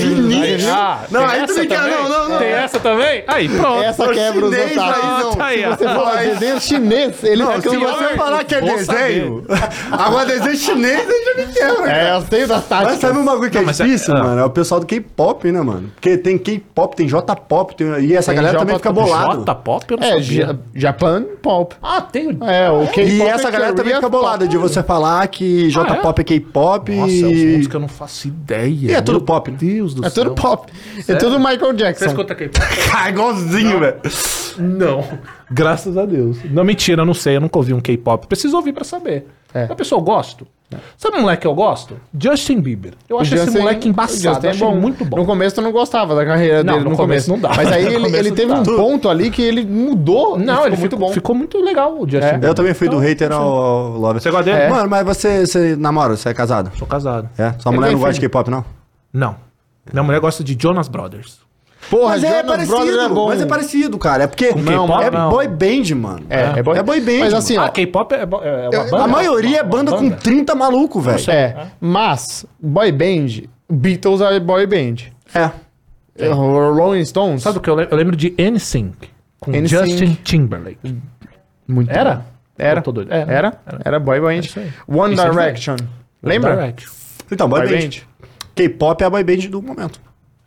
Speaker 2: Ah,
Speaker 3: Não,
Speaker 2: tem
Speaker 3: aí tu
Speaker 2: essa
Speaker 3: me quer-
Speaker 2: também?
Speaker 3: não, não, não.
Speaker 2: Tem essa também? Aí, pronto.
Speaker 1: é Essa quebra os
Speaker 3: Chinês,
Speaker 1: otários.
Speaker 3: aí, não.
Speaker 2: Tá aí,
Speaker 3: Se
Speaker 2: ó.
Speaker 1: Você fala desenho chinês, ele
Speaker 3: Não,
Speaker 1: fica
Speaker 3: se
Speaker 1: louco.
Speaker 3: você falar que é
Speaker 2: Vou
Speaker 3: desenho, agora desenho chinês, aí já me quebra.
Speaker 1: É,
Speaker 3: cara.
Speaker 1: eu tenho das
Speaker 3: Mas
Speaker 1: táticas.
Speaker 3: sabe um bagulho que é
Speaker 2: mas é-
Speaker 3: difícil,
Speaker 2: ah.
Speaker 3: mano? É o pessoal do K-pop, né, mano? Porque tem K-pop, tem J-pop, tem... e essa
Speaker 1: Tem
Speaker 3: galera também
Speaker 1: J-pop,
Speaker 3: fica bolado.
Speaker 2: J-pop, eu não
Speaker 1: É,
Speaker 2: sabia.
Speaker 1: Ja- Japan Pop.
Speaker 2: Ah, tem o...
Speaker 1: É, o K-pop
Speaker 3: E
Speaker 1: é
Speaker 3: essa galera
Speaker 1: Korea
Speaker 3: também fica
Speaker 1: Pop.
Speaker 2: é
Speaker 3: bolada de você falar, lá que J-pop é K-pop
Speaker 2: né? Ah, Nossa, é uns
Speaker 3: e...
Speaker 2: mundos que eu não faço ideia.
Speaker 3: E é tudo
Speaker 2: Meu
Speaker 3: pop, né?
Speaker 2: Deus do
Speaker 1: É
Speaker 2: céu.
Speaker 1: tudo pop. É tudo Michael
Speaker 2: Você
Speaker 1: Jackson.
Speaker 2: escuta K-pop?
Speaker 3: Ah, igualzinho, velho.
Speaker 2: Não. Graças a Deus. Não, mentira, eu não sei. Eu nunca ouvi um K-pop. Preciso ouvir pra saber.
Speaker 1: É.
Speaker 2: Mas, pessoal, eu gosto. Sabe um moleque que eu gosto? Justin Bieber. Eu acho esse
Speaker 1: Justin- o
Speaker 2: moleque embaçado.
Speaker 1: Justin é
Speaker 2: Eu acho ele muito bom.
Speaker 1: No começo tu não gostava da carreira
Speaker 2: Não,
Speaker 1: dele,
Speaker 2: no
Speaker 1: no,
Speaker 2: começo
Speaker 1: começo.
Speaker 2: não dá.
Speaker 1: Mas aí
Speaker 2: No
Speaker 1: ele,
Speaker 2: começo
Speaker 1: ele
Speaker 2: não
Speaker 1: teve
Speaker 2: dá.
Speaker 1: um ponto ali que ele mudou. e
Speaker 2: Não,
Speaker 1: ficou
Speaker 2: ele
Speaker 1: muito bom.
Speaker 2: Ficou muito legal o Justin
Speaker 1: É.
Speaker 2: Bieber.
Speaker 3: Eu também fui do
Speaker 2: Então,
Speaker 3: hater ao, ao lover.
Speaker 2: Você gosta dele?
Speaker 3: Mano, mas você, você namora, você é casado?
Speaker 2: Sou casado.
Speaker 3: É? Sua
Speaker 1: Ele
Speaker 3: mulher
Speaker 1: tem
Speaker 3: não gosta de
Speaker 1: filho.
Speaker 3: K-pop, não?
Speaker 2: Não. Minha mulher gosta de Jonas Brothers.
Speaker 1: Porra,
Speaker 3: Mas é parecido, mas é parecido, cara. É porque
Speaker 2: Não,
Speaker 3: é
Speaker 2: não.
Speaker 3: boy band, mano.
Speaker 1: É, é boy-
Speaker 3: é boy band.
Speaker 1: Mas assim,
Speaker 3: mano.
Speaker 1: ó,
Speaker 2: Ah, K-pop é, bo- é uma banda?
Speaker 3: a maioria é banda, com 30 maluco, velho.
Speaker 1: É, mas boy band, Beatles é boy band.
Speaker 3: É.
Speaker 1: Rolling Stones.
Speaker 2: Sabe o que eu lembro? Eu lembro de NSYNC. Com
Speaker 1: NSYNC.
Speaker 2: Justin Timberlake.
Speaker 1: Muito
Speaker 2: Era?
Speaker 1: bom. Era.
Speaker 2: Eu tô
Speaker 3: É,
Speaker 2: doido.
Speaker 3: né?
Speaker 2: Era.
Speaker 1: Era. Era. boy band.
Speaker 2: isso aí.
Speaker 1: One
Speaker 2: Isso é
Speaker 1: Direction. Lembra?
Speaker 2: Direct.
Speaker 3: Então, boy,
Speaker 1: Boy
Speaker 3: band.
Speaker 1: band.
Speaker 3: K-pop é a boy band do momento.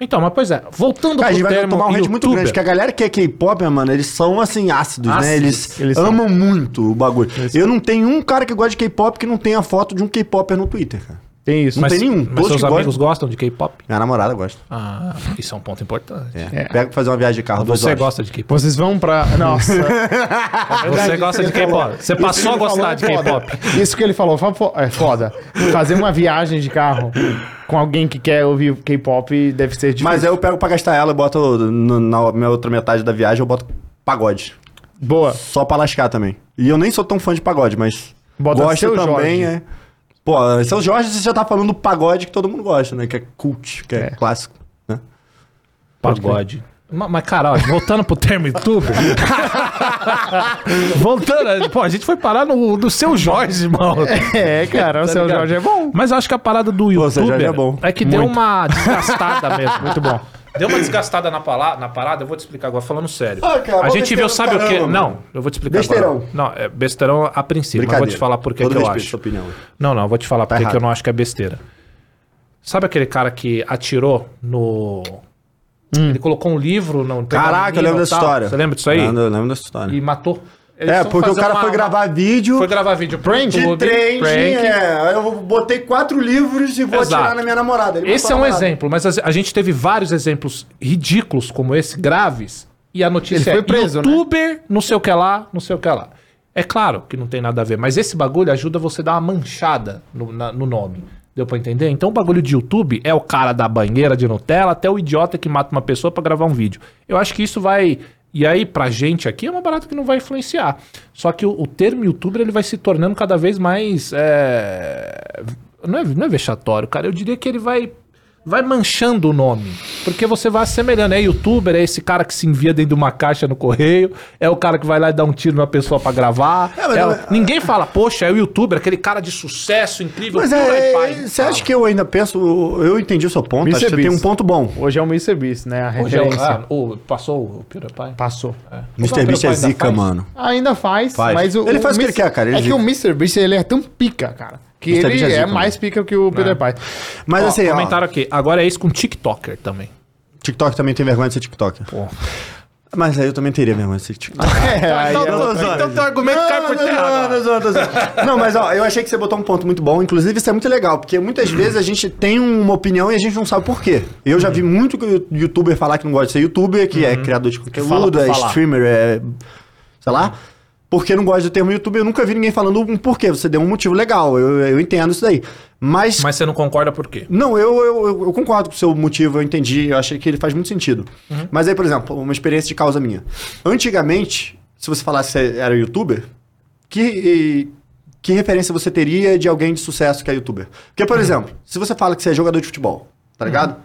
Speaker 2: Então, mas pois é. Voltando
Speaker 3: Cara, a gente vai
Speaker 2: termo
Speaker 3: tomar um hate muito
Speaker 2: youtuber.
Speaker 3: grande, porque a galera que é K-pop, mano, eles são, assim, ácidos, né?
Speaker 2: Ácidos.
Speaker 3: Eles,
Speaker 1: Eles são.
Speaker 3: amam muito o bagulho. Eu não tenho um cara que gosta de K-pop que não tenha foto de um K-popper no Twitter, cara.
Speaker 1: Tem isso.
Speaker 3: Não
Speaker 2: Mas,
Speaker 3: tem nenhum.
Speaker 2: mas
Speaker 3: Todos
Speaker 2: seus
Speaker 3: que
Speaker 2: amigos
Speaker 3: gostam.
Speaker 2: gostam de K-pop?
Speaker 3: Minha namorada gosta.
Speaker 2: Ah, isso é um ponto importante.
Speaker 3: É. Pega pra fazer uma viagem de carro, duas
Speaker 2: Você
Speaker 3: horas.
Speaker 2: gosta de K-pop?
Speaker 1: Vocês vão pra. Nossa.
Speaker 2: Você gosta de K-pop? Você passou a gostar de K-pop?
Speaker 1: é Isso que ele falou, fa- fo- é foda. Fazer uma viagem de carro com alguém que quer ouvir K-pop deve ser difícil.
Speaker 3: Mas aí eu pego pra gastar ela e boto no- na minha outra metade da viagem, eu boto pagode.
Speaker 1: Boa.
Speaker 3: Só pra lascar também. E eu nem sou tão fã de pagode, mas
Speaker 1: Bota
Speaker 3: gosto
Speaker 1: Seu
Speaker 3: também,
Speaker 1: Jorge.
Speaker 3: é. Pô, São Jorge você já tá falando do pagode que todo mundo gosta, né? Que é cult, que é,
Speaker 1: É.
Speaker 3: clássico. né?
Speaker 2: Pagode. Ma- Mas, caralho, voltando pro termo youtuber. voltando, pô, a gente foi parar no, no seu Jorge, mano.
Speaker 1: É, cara, o
Speaker 2: Tá
Speaker 1: seu
Speaker 2: ligado?
Speaker 1: Jorge é bom.
Speaker 2: Mas eu acho que a parada do
Speaker 3: Pô, você já
Speaker 2: youtuber
Speaker 3: é bom.
Speaker 2: é que deu
Speaker 1: Muito.
Speaker 2: uma desgastada mesmo. Muito bom. Deu uma desgastada na, pala- na parada, eu vou te explicar agora, falando sério.
Speaker 3: Ah, cara,
Speaker 2: a
Speaker 3: mó
Speaker 2: gente viu,
Speaker 3: besteira do
Speaker 2: sabe o quê?
Speaker 3: caramba,
Speaker 2: Não,
Speaker 3: mano.
Speaker 2: eu vou te explicar agora.
Speaker 3: Besteirão.
Speaker 2: Não, é besteirão a princípio, mas eu vou te falar por que que
Speaker 3: Todo
Speaker 2: eu
Speaker 3: respeito à
Speaker 2: acho.
Speaker 3: sua opinião.
Speaker 2: Não, não, eu vou te falar porque que
Speaker 3: errado.
Speaker 2: eu não acho que é besteira. Sabe aquele cara que atirou no. Ele colocou um livro no.
Speaker 3: Hum. Caraca, eu lembro dessa história.
Speaker 2: um tá? Você lembra disso aí?
Speaker 3: Lembro, lembro dessa história.
Speaker 2: E matou. Eles
Speaker 3: É,
Speaker 2: tão
Speaker 3: porque o
Speaker 2: fazendo
Speaker 3: cara
Speaker 2: uma-
Speaker 3: foi gravar vídeo
Speaker 2: Foi gravar vídeo pro
Speaker 3: de
Speaker 2: YouTube,
Speaker 3: trem,
Speaker 2: prank.
Speaker 3: é. Aí Eu botei quatro livros e vou
Speaker 2: Exato.
Speaker 3: atirar na minha namorada. Ele
Speaker 2: Esse é
Speaker 3: matou
Speaker 2: um
Speaker 3: a namorada.
Speaker 2: exemplo, mas a a gente teve vários exemplos ridículos como esse, graves, e a notícia
Speaker 1: Ele foi
Speaker 2: é
Speaker 1: preso, né?
Speaker 2: youtuber, não sei o que lá, não sei o que lá. É claro que não tem nada a ver, mas esse bagulho ajuda você a dar uma manchada no, na- no nome. Deu pra entender? Então o bagulho de YouTube é o cara da banheira de Nutella até o idiota que mata uma pessoa pra gravar um vídeo. Eu acho que isso vai. E aí, pra gente aqui, é uma barata que não vai influenciar. Só que o, o termo youtuber ele vai se tornando cada vez mais. é, Não é, não é vexatório, cara. Eu diria que ele vai vai manchando o nome. Porque você vai assemelhando. É youtuber, é esse cara que se envia dentro de uma caixa no correio, é o cara que vai lá e dá um tiro numa pessoa pra gravar.
Speaker 3: É, mas
Speaker 2: é o-
Speaker 3: não é-
Speaker 2: Ninguém fala, poxa, é o youtuber, aquele cara de sucesso incrível.
Speaker 3: Mas
Speaker 2: por aí
Speaker 3: é,
Speaker 2: vai.
Speaker 3: você acha que eu ainda penso... Eu entendi o seu ponto,
Speaker 1: Mr.
Speaker 3: acho que você tem um
Speaker 1: Beast.
Speaker 3: ponto bom.
Speaker 1: Hoje é o MrBeast, né? A
Speaker 2: Hoje é o-
Speaker 1: referência.
Speaker 2: ah, o- passou o PewDiePie?
Speaker 3: Tá.
Speaker 1: Passou.
Speaker 3: Mr. Beast é
Speaker 2: Ainda
Speaker 3: zica,
Speaker 2: faz?
Speaker 3: mano.
Speaker 1: Ainda faz,
Speaker 3: Faz.
Speaker 1: mas o.
Speaker 3: Ele faz o que ele
Speaker 1: Mr.
Speaker 3: quer, cara, ele
Speaker 1: é que
Speaker 3: diz.
Speaker 1: o MrBeast, ele é tão pica, cara. Que
Speaker 3: Mr.
Speaker 1: ele
Speaker 3: Beast
Speaker 1: é,
Speaker 3: é zica,
Speaker 1: mais pica que o PewDiePie.
Speaker 3: Mas
Speaker 2: Ó,
Speaker 3: assim, ó,
Speaker 2: comentaram aqui, agora é isso com TikToker também.
Speaker 3: TikTok também tem vergonha de ser TikTok.
Speaker 2: Pô.
Speaker 3: Mas aí eu também teria vergonha de ser TikTok.
Speaker 1: É, aí
Speaker 2: então,
Speaker 1: é outra-
Speaker 2: então teu argumento
Speaker 3: Não,
Speaker 2: cai por
Speaker 3: não,
Speaker 2: terra.
Speaker 3: não,
Speaker 2: agora.
Speaker 3: não, não, não. Não, mas ó, eu achei que você botou um ponto muito bom. Inclusive, isso é muito legal, porque muitas
Speaker 2: Hum.
Speaker 3: vezes a gente tem uma opinião e a gente não sabe por quê. Eu já vi muito que o youtuber falar que não gosta de ser youtuber, que
Speaker 2: Uhum.
Speaker 3: é criador de
Speaker 1: fala
Speaker 3: conteúdo,
Speaker 1: por
Speaker 3: é
Speaker 1: falar.
Speaker 3: streamer, é. sei lá. Porque não gosta do termo youtuber. Eu nunca vi ninguém falando um porquê. Você deu um motivo legal, eu, eu entendo isso daí. Mas
Speaker 2: Mas você não concorda por quê?
Speaker 3: Não, eu, eu, eu- eu concordo com o seu motivo, eu entendi, eu achei que ele faz muito sentido.
Speaker 2: Uhum.
Speaker 3: Mas aí, por exemplo, uma experiência de causa minha. Antigamente, se você falasse que você era youtuber, que, e- que referência você teria de alguém de sucesso que é youtuber? Porque,
Speaker 2: Uhum.
Speaker 3: por exemplo, se você fala que você é jogador de futebol, tá ligado?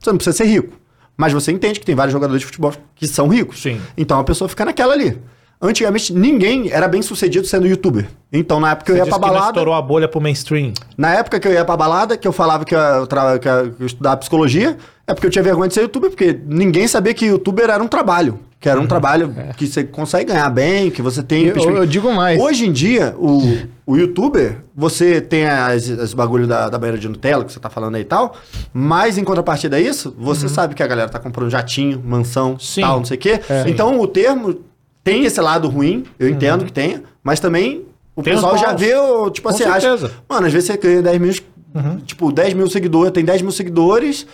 Speaker 3: Você não precisa ser rico. Mas você entende que tem vários jogadores de futebol que são ricos.
Speaker 2: Sim.
Speaker 3: Então a pessoa fica naquela ali. Antigamente, ninguém era bem sucedido sendo youtuber. Então, na época eu ia
Speaker 2: Diz
Speaker 3: pra
Speaker 2: que não
Speaker 3: balada.
Speaker 2: estourou a bolha pro mainstream.
Speaker 3: Na época que eu ia pra balada, que eu falava que eu, tra- que eu estudava psicologia, é porque eu tinha vergonha de ser youtuber, porque ninguém sabia que youtuber era um trabalho. Que era um trabalho que você consegue ganhar bem, que você
Speaker 1: Uhum.
Speaker 3: tem.
Speaker 1: É.
Speaker 3: um
Speaker 1: Eu- eu- eu digo mais.
Speaker 3: Hoje em dia, o, o youtuber, você tem as, as bagulho da, da banheira de Nutella, que você tá falando aí e tal, mas em contrapartida a isso, você sabe que a galera tá comprando jatinho, mansão,
Speaker 2: Uhum. Sim. É.
Speaker 3: tal, não sei o quê. Então o termo tem esse lado ruim, eu entendo que tenha, mas também O
Speaker 2: Uhum. Tem os
Speaker 3: pessoal já
Speaker 2: bons.
Speaker 3: vê, o- tipo
Speaker 2: Com
Speaker 3: assim, acha-
Speaker 2: certeza. Uhum.
Speaker 3: Mano, às vezes você ganha 10 mil. Tipo, 10 mil seguidores, tem 10 mil seguidores,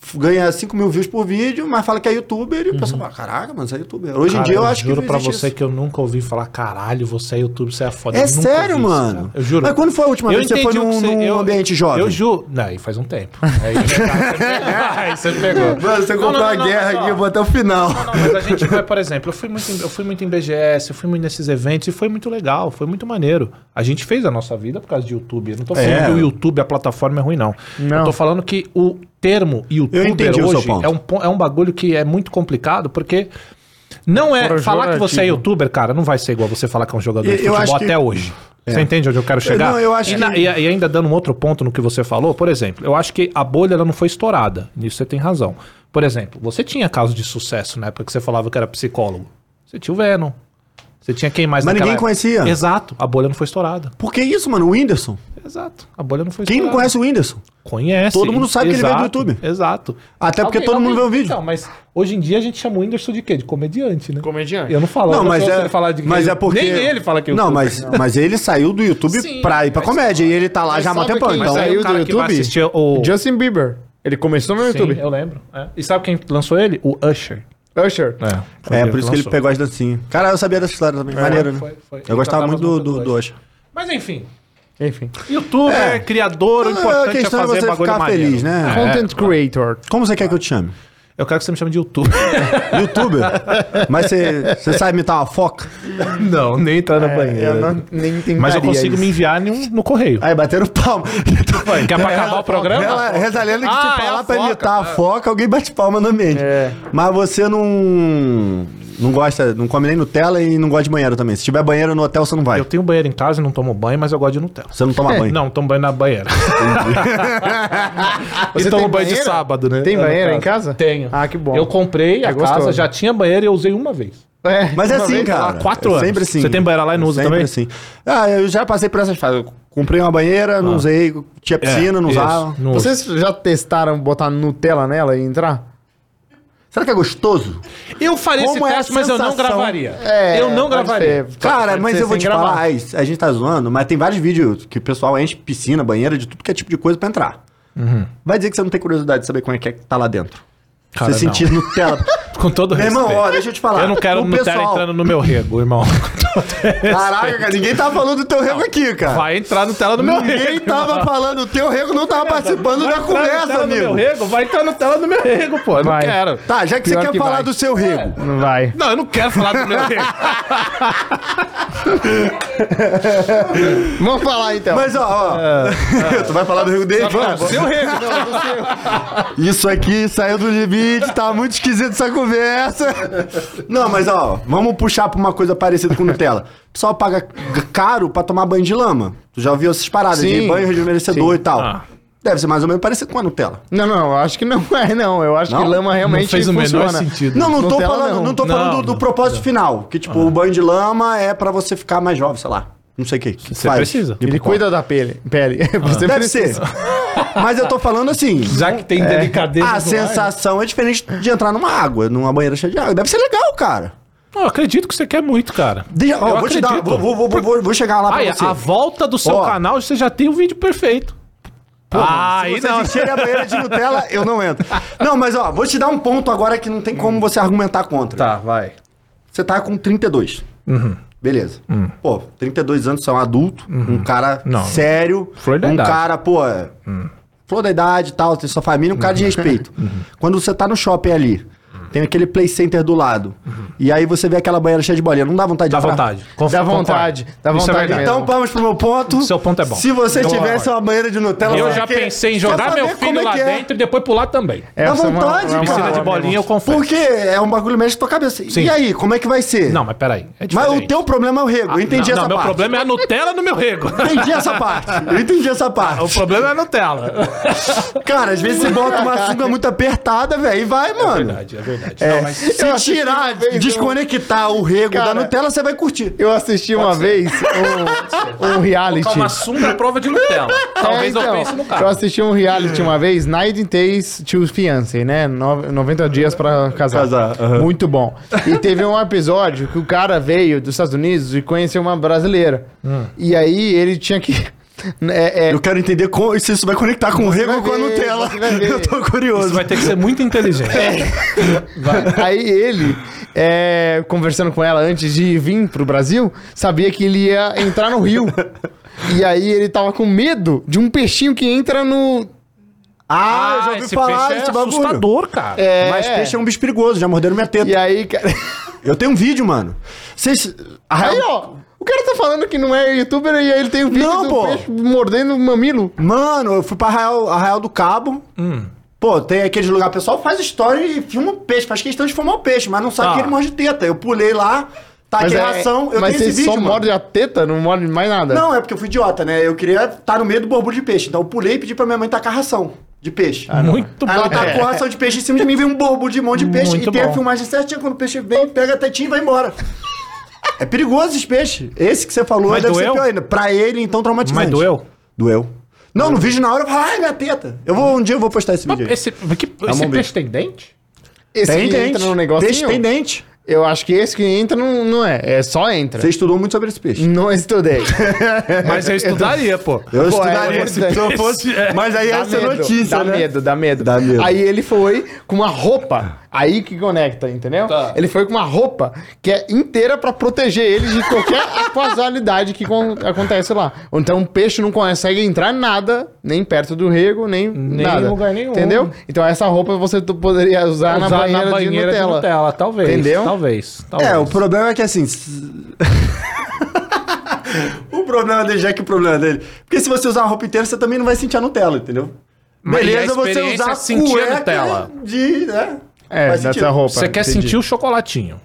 Speaker 3: f- ganha 5 mil views por vídeo, mas fala que é youtuber e o pessoal fala: caraca, mano, você é youtuber. Hoje em
Speaker 2: Uhum. Cara,
Speaker 3: dia eu acho que.
Speaker 2: juro
Speaker 3: não
Speaker 2: pra
Speaker 3: existe
Speaker 2: você
Speaker 3: isso.
Speaker 2: que eu nunca ouvi falar, caralho, você é youtuber, você é foda.
Speaker 3: É
Speaker 2: Eu nunca
Speaker 3: sério,
Speaker 2: ouvi isso,
Speaker 3: mano.
Speaker 2: cara. eu juro.
Speaker 3: Mas quando foi a última vez que você foi
Speaker 2: entendi o
Speaker 3: num,
Speaker 2: você-
Speaker 3: num
Speaker 2: eu-
Speaker 3: ambiente jovem?
Speaker 2: Eu juro. Não, aí faz um tempo. Aí, aí você pegou.
Speaker 3: Mano, você
Speaker 2: Não,
Speaker 3: comprou
Speaker 2: não,
Speaker 3: a
Speaker 2: não,
Speaker 3: guerra
Speaker 2: mas, ó,
Speaker 3: aqui, eu vou até o final.
Speaker 2: Não, mas a gente vai, por exemplo, eu fui, muito em, eu fui muito em BGS, eu fui muito nesses eventos e foi muito legal, foi muito maneiro. A gente fez a nossa vida por causa de YouTube. Eu não tô falando
Speaker 3: É.
Speaker 2: que o YouTube, a plataforma é ruim, não. Eu tô falando que o termo youtuber
Speaker 3: entendi o seu
Speaker 2: hoje
Speaker 3: ponto.
Speaker 2: é um, pon- é um bagulho que é muito complicado, porque. Não é.
Speaker 1: Fora
Speaker 2: falar que
Speaker 1: jogativo.
Speaker 2: você é youtuber, cara, não vai ser igual você falar que é um jogador
Speaker 3: Eu-
Speaker 2: de
Speaker 3: eu
Speaker 2: futebol
Speaker 3: acho que- É.
Speaker 2: até hoje. Você entende onde eu quero chegar?
Speaker 3: Não, eu acho
Speaker 2: e,
Speaker 3: que-
Speaker 2: na- e- e ainda dando um outro ponto no que você falou, por exemplo, eu acho que a bolha ela não foi estourada. Nisso você tem razão. Por exemplo, você tinha casos de sucesso na época que você falava que era psicólogo. Você tinha o Venom. Você tinha quem mais
Speaker 3: Mas
Speaker 2: naquela
Speaker 3: ninguém
Speaker 2: época?
Speaker 3: conhecia.
Speaker 2: Exato. A bolha não foi estourada.
Speaker 3: Por que isso, mano? O Whindersson.
Speaker 2: Exato. A bolha não foi
Speaker 3: Quem não
Speaker 2: estourada.
Speaker 3: conhece o Whindersson?
Speaker 2: Conhece.
Speaker 3: Todo mundo sabe que ele veio do
Speaker 2: exato,
Speaker 3: YouTube.
Speaker 2: Exato.
Speaker 3: Até porque todo mundo vê o vídeo.
Speaker 2: Não, mas hoje em dia a gente chama o Whindersson de quê? De comediante, né?
Speaker 1: Comediante.
Speaker 2: Eu não falo. eu
Speaker 3: Não,
Speaker 2: não
Speaker 3: mas
Speaker 2: sou
Speaker 3: é,
Speaker 2: ele falar de
Speaker 3: mas é porque.
Speaker 2: Nem ele fala que eu
Speaker 3: Não,
Speaker 2: sou.
Speaker 3: mas, mas ele saiu do YouTube
Speaker 2: Sim,
Speaker 3: pra ir pra
Speaker 2: mas-
Speaker 3: comédia. E ele tá lá
Speaker 1: Mas
Speaker 3: já há um
Speaker 1: sabe
Speaker 3: tempão.
Speaker 1: quem
Speaker 3: Então,
Speaker 1: saiu?
Speaker 2: Saiu
Speaker 1: do
Speaker 2: do YouTube.
Speaker 1: YouTube?
Speaker 2: o...
Speaker 1: Justin Bieber. Ele começou no
Speaker 2: Sim,
Speaker 1: YouTube.
Speaker 2: eu lembro. é. E sabe quem lançou ele? O Usher.
Speaker 1: Usher.
Speaker 2: foi
Speaker 3: é, por isso que ele
Speaker 2: lançou.
Speaker 3: pegou as dancinhas. Cara, eu sabia dessa história também. Maneiro, né?
Speaker 2: foi, foi.
Speaker 3: Eu
Speaker 2: Ele
Speaker 3: gostava
Speaker 2: cantava
Speaker 3: muito do,
Speaker 2: as
Speaker 3: do,
Speaker 2: músicas
Speaker 3: do
Speaker 2: do
Speaker 3: Osho.
Speaker 2: Mas enfim,
Speaker 3: É.
Speaker 1: Enfim.
Speaker 2: youtuber, criador, o
Speaker 3: Não,
Speaker 2: importante
Speaker 3: É. a
Speaker 2: é
Speaker 3: questão é
Speaker 2: fazer
Speaker 3: você
Speaker 2: bagulho
Speaker 3: ficar
Speaker 2: maneiro.
Speaker 3: feliz,
Speaker 2: É.
Speaker 3: né?
Speaker 1: Content creator.
Speaker 3: Como você quer que eu te chame?
Speaker 2: Eu quero que você me chame de youtuber.
Speaker 3: Youtuber? Mas você, você sabe imitar uma foca?
Speaker 2: não, nem entrar
Speaker 3: É,
Speaker 2: na banheira.
Speaker 1: É. nem entendi.
Speaker 2: Mas eu consigo me enviar em um- no correio.
Speaker 3: Aí bateram palma. Então, vai.
Speaker 2: Quer pra acabar o programa?
Speaker 3: Ela, essa lenda que
Speaker 2: Ah,
Speaker 3: te
Speaker 2: é
Speaker 3: falar
Speaker 2: a
Speaker 3: pra
Speaker 2: foca,
Speaker 3: imitar a foca, alguém bate palma na mente.
Speaker 1: É.
Speaker 3: Mas você não. Não gosta, não come nem Nutella e não gosta de banheiro também. Se tiver banheiro no hotel, você não vai.
Speaker 2: Eu tenho banheiro em casa, não tomo banho, mas eu gosto de Nutella.
Speaker 3: Você não toma banho.
Speaker 2: Não, tomo banho na banheira.
Speaker 1: Você
Speaker 2: e tomo
Speaker 1: tem
Speaker 2: banho de
Speaker 1: banheira?
Speaker 2: sábado, né?
Speaker 1: Tem
Speaker 2: É, no
Speaker 1: banheira em casa?
Speaker 2: Tenho.
Speaker 1: Ah, que bom.
Speaker 2: Eu comprei a
Speaker 1: É
Speaker 2: casa,
Speaker 1: gostoso.
Speaker 2: já tinha banheiro e eu usei uma vez.
Speaker 1: É.
Speaker 3: Mas é
Speaker 1: Uma
Speaker 3: assim,
Speaker 1: vez-
Speaker 3: cara.
Speaker 2: há quatro
Speaker 3: é
Speaker 2: anos.
Speaker 3: Sempre assim.
Speaker 2: Você tem banheira lá e não usa
Speaker 3: sempre
Speaker 2: também?
Speaker 3: assim. Ah, eu já passei por essas fases. Eu comprei uma banheira,
Speaker 2: Ah.
Speaker 3: não usei. Tinha
Speaker 2: É,
Speaker 3: piscina, não usava.
Speaker 2: Não uso.
Speaker 1: Vocês já testaram botar Nutella nela e entrar?
Speaker 3: Será que é gostoso?
Speaker 2: Eu faria
Speaker 3: Como
Speaker 2: esse
Speaker 3: é a
Speaker 2: teste, mas eu não
Speaker 3: sensação?
Speaker 2: gravaria.
Speaker 1: É,
Speaker 2: eu não
Speaker 1: pode
Speaker 2: gravaria.
Speaker 1: ser.
Speaker 3: Cara,
Speaker 1: Pode
Speaker 3: mas
Speaker 1: ser
Speaker 3: eu vou
Speaker 1: sem
Speaker 3: te
Speaker 1: gravar.
Speaker 3: falar, isso- a gente tá zoando, mas tem vários vídeos que o pessoal enche piscina, banheira, de tudo que é tipo de coisa pra entrar.
Speaker 2: Uhum.
Speaker 3: Vai dizer que você não tem curiosidade de saber como é que é que tá lá dentro.
Speaker 2: Cara,
Speaker 3: você
Speaker 2: não.
Speaker 3: sentir Nutella.
Speaker 2: Com todo
Speaker 3: Meu
Speaker 2: respeito.
Speaker 3: irmão, ó, deixa eu te falar.
Speaker 2: eu não quero
Speaker 3: o
Speaker 2: Nutella
Speaker 3: pessoal-
Speaker 2: entrando no meu rego, irmão.
Speaker 3: Caraca, cara, ninguém tava falando do teu rego aqui, cara.
Speaker 2: Vai entrar Nutella no meu rego.
Speaker 3: Ninguém tava falando, o teu rego não tava participando da
Speaker 2: Vai entrar
Speaker 3: conversa,
Speaker 2: Nutella no meu
Speaker 3: amigo.
Speaker 2: rego? Vai entrar Nutella no meu rego, pô. Eu
Speaker 1: Vai.
Speaker 2: não quero.
Speaker 3: Tá, já que
Speaker 1: Pior
Speaker 3: você quer
Speaker 1: que
Speaker 3: falar
Speaker 1: vai.
Speaker 3: do seu
Speaker 2: É.
Speaker 3: rego,
Speaker 1: Não vai.
Speaker 2: Não, eu não quero falar do meu rego.
Speaker 1: Vamos falar então.
Speaker 3: Mas ó, ó. tu vai falar do Rio dele? Vamos.
Speaker 2: Seu rego.
Speaker 3: Isso aqui saiu do limite, tá muito esquisito essa conversa. Não, mas ó, vamos puxar pra uma coisa parecida com Nutella. O pessoal paga g- caro pra tomar banho de lama. Tu já ouviu essas paradas de
Speaker 1: Sim.
Speaker 3: banho rejuvenescedor e tal.
Speaker 2: Ah.
Speaker 3: Deve ser mais ou menos parecido com a Nutella.
Speaker 1: Não, não, eu acho que não é, não. Eu acho
Speaker 3: Não?
Speaker 1: que lama realmente
Speaker 2: fez o menor
Speaker 1: funciona.
Speaker 2: sentido.
Speaker 3: Não, não tô
Speaker 1: Nutella,
Speaker 3: falando, não.
Speaker 1: não.
Speaker 3: tô
Speaker 2: Não,
Speaker 3: falando do, do
Speaker 2: não,
Speaker 3: propósito final. Que tipo, o banho de lama é pra você ficar mais jovem, sei lá. Não sei o que. que
Speaker 2: Você
Speaker 3: faz. Tipo,
Speaker 2: precisa.
Speaker 1: Ele cuida da pele. pele. Você
Speaker 3: Deve
Speaker 1: precisa.
Speaker 3: ser. Mas eu tô falando assim.
Speaker 2: Já que tem delicadeza. no
Speaker 3: A
Speaker 2: ar.
Speaker 3: sensação é diferente de entrar numa água, numa banheira cheia de água. Deve ser legal, cara.
Speaker 2: Não, eu acredito que você quer muito, cara.
Speaker 3: Deixa, ó,
Speaker 2: Eu
Speaker 3: vou te dar.
Speaker 2: acredito.
Speaker 3: Vou, vou- vou- vou- vou- vou chegar lá pra
Speaker 2: Aí,
Speaker 3: você.
Speaker 2: a volta do seu
Speaker 3: Ó.
Speaker 2: canal, você já tem o vídeo perfeito. ah,
Speaker 3: Se você encher a banheira de Nutella, eu não entro. Não, mas ó, vou te dar um ponto agora que não tem como você argumentar contra.
Speaker 2: Tá, vai.
Speaker 3: Você tá com 32.
Speaker 2: Uhum.
Speaker 3: Beleza. Pô, 32 anos, você é um adulto, um cara
Speaker 2: Não.
Speaker 3: sério,
Speaker 2: Flor da
Speaker 3: um
Speaker 2: idade. Uhum.
Speaker 3: cara, pô, flor da idade e tal, tem sua família, um cara de respeito. Quando você tá no shopping ali, tem aquele play center do lado, e aí você vê aquela banheira cheia de bolinha, não dá vontade
Speaker 2: Uhum. Dá
Speaker 3: de entrar?
Speaker 2: vontade. Conf-
Speaker 1: Dá
Speaker 2: concordo.
Speaker 1: vontade, dá
Speaker 2: Isso é
Speaker 1: vontade
Speaker 2: verdade.
Speaker 1: mesmo.
Speaker 3: Então, vamos pro meu ponto.
Speaker 2: Seu ponto é bom.
Speaker 3: Se você
Speaker 2: Boa.
Speaker 3: tivesse uma banheira de Nutella...
Speaker 2: Eu
Speaker 3: você
Speaker 2: já
Speaker 3: quer-
Speaker 2: pensei em
Speaker 3: quer
Speaker 2: jogar
Speaker 3: saber
Speaker 2: meu filho
Speaker 3: como é
Speaker 2: lá
Speaker 3: que é.
Speaker 2: dentro e depois pular também.
Speaker 1: Essa é uma-
Speaker 3: vontade,
Speaker 1: é uma
Speaker 2: Piscina de
Speaker 1: boa,
Speaker 2: bolinha eu
Speaker 1: mesmo.
Speaker 2: confesso.
Speaker 3: Porque é um bagulho mexe tua cabeça.
Speaker 2: Sim.
Speaker 3: E aí, como é que vai ser?
Speaker 2: Não, mas peraí. É
Speaker 3: Mas o
Speaker 2: diferente. Ah,
Speaker 3: teu problema é o rego, eu entendi
Speaker 2: não,
Speaker 3: essa
Speaker 2: não, meu
Speaker 3: parte.
Speaker 2: problema é a Nutella no meu rego.
Speaker 3: Entendi essa parte. Eu entendi essa parte.
Speaker 2: o problema é a Nutella.
Speaker 3: Cara, às vezes você bota uma sunga muito apertada, velho, e vai, mano.
Speaker 2: verdade, é verdade. verdade. Não, mas-
Speaker 1: Eu
Speaker 3: Se
Speaker 1: assisti
Speaker 3: tirar,
Speaker 1: uma vez, eu-
Speaker 3: desconectar o rego
Speaker 1: Cara,
Speaker 3: da Nutella, você vai curtir.
Speaker 1: Eu assisti uma vez um, um reality.
Speaker 2: Colocar uma sunga à prova de Nutella. Talvez
Speaker 1: É, então,
Speaker 2: eu pense no
Speaker 1: eu
Speaker 2: cara.
Speaker 1: assisti um reality uma vez, 90 Days to Fiancé, né? No- 90 dias pra casar.
Speaker 3: Casar, aham.
Speaker 1: Muito bom. E teve um episódio que o cara veio dos Estados Unidos e conheceu uma brasileira.
Speaker 2: Hum.
Speaker 1: E aí ele tinha que... É, é,
Speaker 3: Eu quero entender como- se isso vai conectar com o rego ou com a
Speaker 1: vai ver,
Speaker 3: Nutella.
Speaker 1: você vai ver.
Speaker 3: Eu tô
Speaker 2: Você
Speaker 3: curioso.
Speaker 2: vai ter que ser muito inteligente.
Speaker 3: É.
Speaker 1: Aí ele, é, conversando com ela antes de vir pro Brasil, sabia que ele ia entrar no rio. E aí ele tava com medo de um peixinho que entra no.
Speaker 3: Ah, eu já
Speaker 2: esse
Speaker 3: ouvi falar
Speaker 2: peixe é
Speaker 3: desse bagulho.
Speaker 2: assustador, cara.
Speaker 1: É.
Speaker 3: Mas peixe é um bicho perigoso, já morderam minha teta.
Speaker 1: E aí, cara.
Speaker 3: Eu tenho um vídeo, mano. Vocês.
Speaker 1: Aí, ó, o cara tá falando que não é youtuber e aí ele tem o vídeo
Speaker 3: um Não,
Speaker 1: do
Speaker 3: pô.
Speaker 1: peixe mordendo o mamilo.
Speaker 3: Mano, eu fui pra Arraial, Arraial do Cabo.
Speaker 2: Hum.
Speaker 3: Pô, tem aquele lugar, o pessoal faz história e filma o peixe, faz questão de filmar o peixe, mas não sabe
Speaker 2: Tá.
Speaker 3: que ele morde teta. Eu pulei lá, taquei
Speaker 1: é-
Speaker 3: Ah, ração, eu
Speaker 1: mas
Speaker 3: tenho
Speaker 1: você
Speaker 3: esse vídeo.
Speaker 1: só
Speaker 3: mano.
Speaker 1: morde a teta, não morde mais nada.
Speaker 3: Não, é porque eu fui idiota, né? Eu queria estar no meio do borbulho de peixe. Então eu pulei e pedi pra minha mãe tacar ração de peixe.
Speaker 1: Ah,
Speaker 2: Ah, Muito
Speaker 3: Aí ela
Speaker 2: bom.
Speaker 3: tacou a
Speaker 1: É.
Speaker 3: ração de peixe em cima de mim, veio um borbulho de mão de peixe
Speaker 2: Muito
Speaker 3: e tem a
Speaker 2: bom.
Speaker 3: filmagem certinha quando o peixe vem, pega a tetinha e vai embora. É perigoso esse peixe. Esse que você falou
Speaker 2: Mas
Speaker 3: deve ser
Speaker 2: doeu?
Speaker 3: pior ainda. Pra ele, então, traumatizante.
Speaker 2: Mas doeu?
Speaker 3: Doeu. Não, no
Speaker 1: É.
Speaker 3: vídeo na hora eu falo, ai, minha teta. Eu vou, um dia eu vou postar esse vídeo aí.
Speaker 2: Esse, que, esse
Speaker 3: vamos ver.
Speaker 2: peixe tem dente?
Speaker 1: Esse que entra no
Speaker 3: Peixe
Speaker 1: negocinho,
Speaker 3: tem dente.
Speaker 1: eu acho que esse que entra não, não é, é só entra.
Speaker 3: Você estudou muito sobre esse peixe.
Speaker 1: Não estudei.
Speaker 3: É,
Speaker 2: Mas eu estudaria, pô.
Speaker 3: Eu
Speaker 1: Hum. Pô,
Speaker 3: estudaria
Speaker 1: é,
Speaker 3: se eu fosse.
Speaker 2: é.
Speaker 3: Mas aí
Speaker 1: Dá
Speaker 3: essa é
Speaker 1: medo,
Speaker 3: notícia,
Speaker 1: dá
Speaker 3: né?
Speaker 1: medo, dá medo,
Speaker 3: Dá medo.
Speaker 1: Aí ele foi com uma roupa, aí que conecta, entendeu?
Speaker 2: Tá.
Speaker 1: Ele foi com uma roupa que é inteira pra proteger ele de qualquer casualidade que con- acontece lá. Então o peixe não consegue entrar nada, nem perto do rego, nem,
Speaker 2: Nem em
Speaker 1: nada.
Speaker 2: lugar nenhum.
Speaker 1: Entendeu? Então essa roupa você tu poderia usar, na banheira, de Nutella.
Speaker 2: talvez.
Speaker 1: Entendeu?
Speaker 2: Talvez. talvez.
Speaker 3: É, o problema é que assim. s- o problema dele já é que o problema dele. Porque se você usar uma roupa inteira, você também não vai sentir a Nutella, entendeu?
Speaker 2: Mas e a
Speaker 3: Beleza, você
Speaker 2: experiência
Speaker 3: usar
Speaker 2: é sentir a
Speaker 3: cueca
Speaker 2: Nutella.
Speaker 3: De, né?
Speaker 1: É,
Speaker 3: Faz
Speaker 1: dessa
Speaker 3: sentido.
Speaker 1: roupa.
Speaker 2: Você quer
Speaker 1: entendi.
Speaker 2: sentir o chocolatinho.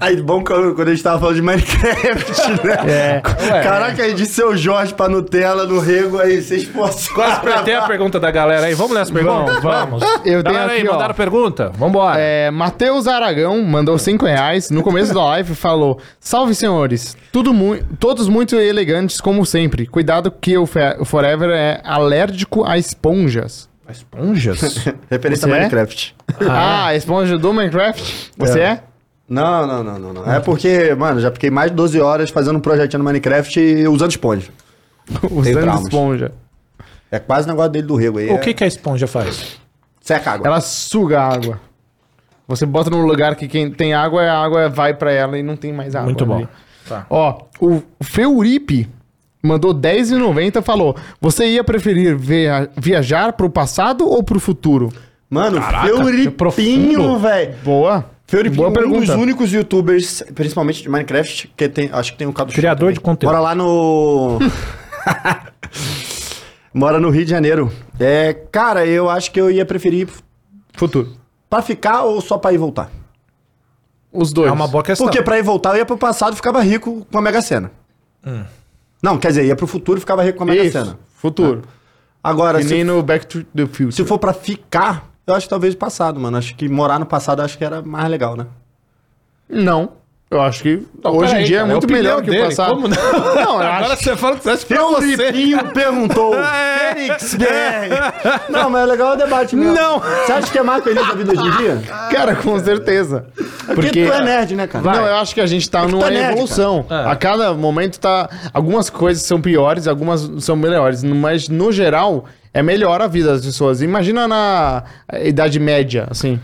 Speaker 3: Aí, bom que eu- quando a gente tava falando de Minecraft,
Speaker 2: É.
Speaker 3: né?
Speaker 2: Ué.
Speaker 3: Caraca, aí de seu Jorge pra Nutella no rego aí, vocês forçaram.
Speaker 2: Quase perder a pergunta da galera aí. Vamos ler as perguntas? Vamos.
Speaker 1: Eu tenho
Speaker 2: galera aí,
Speaker 1: aqui, ó.
Speaker 2: mandaram pergunta? Vambora.
Speaker 1: É, Matheus Aragão mandou 5 reais no começo da live falou: Salve senhores, tudo mu todos muito elegantes como sempre. Cuidado que o, Fe- o Forever é alérgico a esponjas.
Speaker 2: Esponjas?
Speaker 3: Referência
Speaker 1: Você
Speaker 3: a
Speaker 1: é?
Speaker 3: Minecraft.
Speaker 1: Ah, a esponja do Minecraft? Você é?
Speaker 3: Não, não, não, não, não. É porque, mano, já fiquei mais de 12 horas fazendo um projetinho no Minecraft e usando esponja.
Speaker 1: Usando
Speaker 3: traumas.
Speaker 1: esponja.
Speaker 3: É quase o negócio dele do rego aí.
Speaker 2: o
Speaker 3: é-
Speaker 2: que, que a esponja faz?
Speaker 3: Seca a água.
Speaker 1: Ela suga a água. Você bota num lugar que quem tem água, a água vai pra ela e não tem mais água.
Speaker 2: Muito bom.
Speaker 1: ali.
Speaker 2: Tá.
Speaker 1: Ó, o Feuripe mandou 10,90 e falou: Você ia preferir via- viajar pro passado ou pro futuro?
Speaker 3: Mano,
Speaker 2: Caraca, é
Speaker 3: Feuripinho,
Speaker 2: profundo.
Speaker 3: velho.
Speaker 1: Boa.
Speaker 3: Feuripinho
Speaker 1: Boa
Speaker 3: é um
Speaker 1: pergunta.
Speaker 3: dos únicos youtubers, principalmente de Minecraft, que tem, acho que tem um caso
Speaker 2: Criador de conteúdo.
Speaker 3: Mora lá no... Mora no Rio de Janeiro. É, cara, eu acho que eu ia preferir
Speaker 1: Futuro.
Speaker 3: pra ficar ou só pra ir e voltar.
Speaker 1: Os dois.
Speaker 2: É uma boa questão.
Speaker 3: Porque pra ir e voltar eu ia pro passado e ficava rico com a Mega Sena. Não, quer dizer, ia pro futuro e ficava rico com a Mega
Speaker 1: Isso,
Speaker 3: Sena.
Speaker 1: Futuro.
Speaker 2: É.
Speaker 3: Agora,
Speaker 1: Que
Speaker 3: se
Speaker 1: nem no Back to the Future.
Speaker 3: Se for pra ficar, eu acho que talvez o passado, mano. Acho que morar no passado acho que era mais legal, né?
Speaker 1: Não. Eu acho que hoje em
Speaker 2: Peraí,
Speaker 1: dia
Speaker 2: cara,
Speaker 1: é muito
Speaker 2: a opinião
Speaker 1: melhor que
Speaker 2: dele,
Speaker 1: o passado.
Speaker 2: como não?
Speaker 1: não eu acho
Speaker 2: Agora você fala que você acha pra você.
Speaker 3: Felipinho perguntou.
Speaker 2: É.
Speaker 3: Fênix BR. Não, mas é legal o debate mesmo.
Speaker 2: Não.
Speaker 3: Você acha que é mais feliz a vida hoje em dia?
Speaker 1: Cara, com certeza. Porque,
Speaker 3: tu é nerd, né, cara?
Speaker 1: Vai. Não, eu acho que a gente tá
Speaker 3: que
Speaker 1: numa
Speaker 3: tu é nerd,
Speaker 1: evolução.
Speaker 2: cara. É.
Speaker 1: A cada momento tá. Algumas coisas são piores, algumas são melhores. Mas, no geral, é melhor a vida das pessoas. Imagina na Idade Média, assim.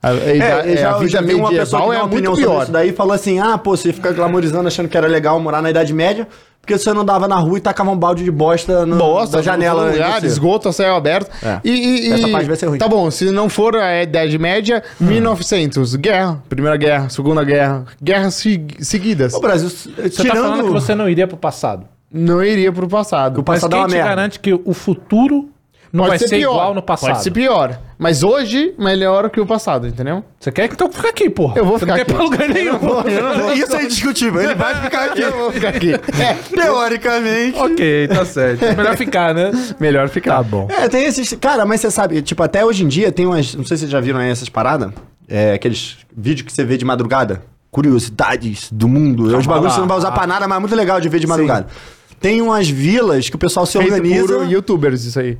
Speaker 1: A, a ida-
Speaker 3: É, eu já,
Speaker 1: a
Speaker 3: eu já
Speaker 1: vida
Speaker 3: vi uma pessoa que
Speaker 1: medieval
Speaker 3: deu
Speaker 1: é
Speaker 3: uma
Speaker 1: muito
Speaker 3: opinião sobre
Speaker 1: pior.
Speaker 3: isso daí e falou assim, ah, pô, você fica glamorizando achando que era legal morar na Idade Média, porque você não dava na rua e tacava um balde de bosta na
Speaker 1: Bosta,
Speaker 3: da janela.
Speaker 1: todo
Speaker 3: em
Speaker 1: lugar,
Speaker 3: você.
Speaker 1: esgoto a céu aberto.
Speaker 3: É.
Speaker 1: E, e- e-
Speaker 3: Essa parte vai ser ruim. Hum.
Speaker 1: Tá bom, se não for a Idade Média, 1900, guerra, Primeira Guerra, Segunda Guerra, guerras se- seguidas.
Speaker 3: O Brasil,
Speaker 2: Você tá falando que você não iria pro passado.
Speaker 1: Não iria pro passado.
Speaker 3: O passado é
Speaker 2: Mas
Speaker 3: uma
Speaker 2: quem te
Speaker 3: merda.
Speaker 2: garante que o futuro Não
Speaker 1: Pode
Speaker 2: vai ser,
Speaker 1: ser pior.
Speaker 2: igual no passado.
Speaker 1: Pode ser pior. Mas hoje, melhor que o passado, entendeu?
Speaker 2: Você quer então fica aqui, porra.
Speaker 1: Eu vou
Speaker 2: Você
Speaker 1: ficar
Speaker 2: não
Speaker 1: aqui.
Speaker 2: quer pra lugar nenhum.
Speaker 3: Isso é indiscutível. Ele vai ficar aqui.
Speaker 1: Eu vou ficar aqui. É,
Speaker 3: Teoricamente.
Speaker 2: ok, tá certo. Melhor ficar, né?
Speaker 1: melhor ficar.
Speaker 2: Tá bom.
Speaker 3: É, tem esses. Cara, mas você sabe, tipo, até hoje em dia tem umas. Não sei se vocês já viram aí essas paradas. É, aqueles vídeos que você vê de madrugada. Curiosidades do mundo. os bagulhos que você não vai usar pra nada, mas é muito legal de ver de madrugada. Tem umas vilas que o pessoal se organiza.
Speaker 1: Feito por youtubers, isso aí.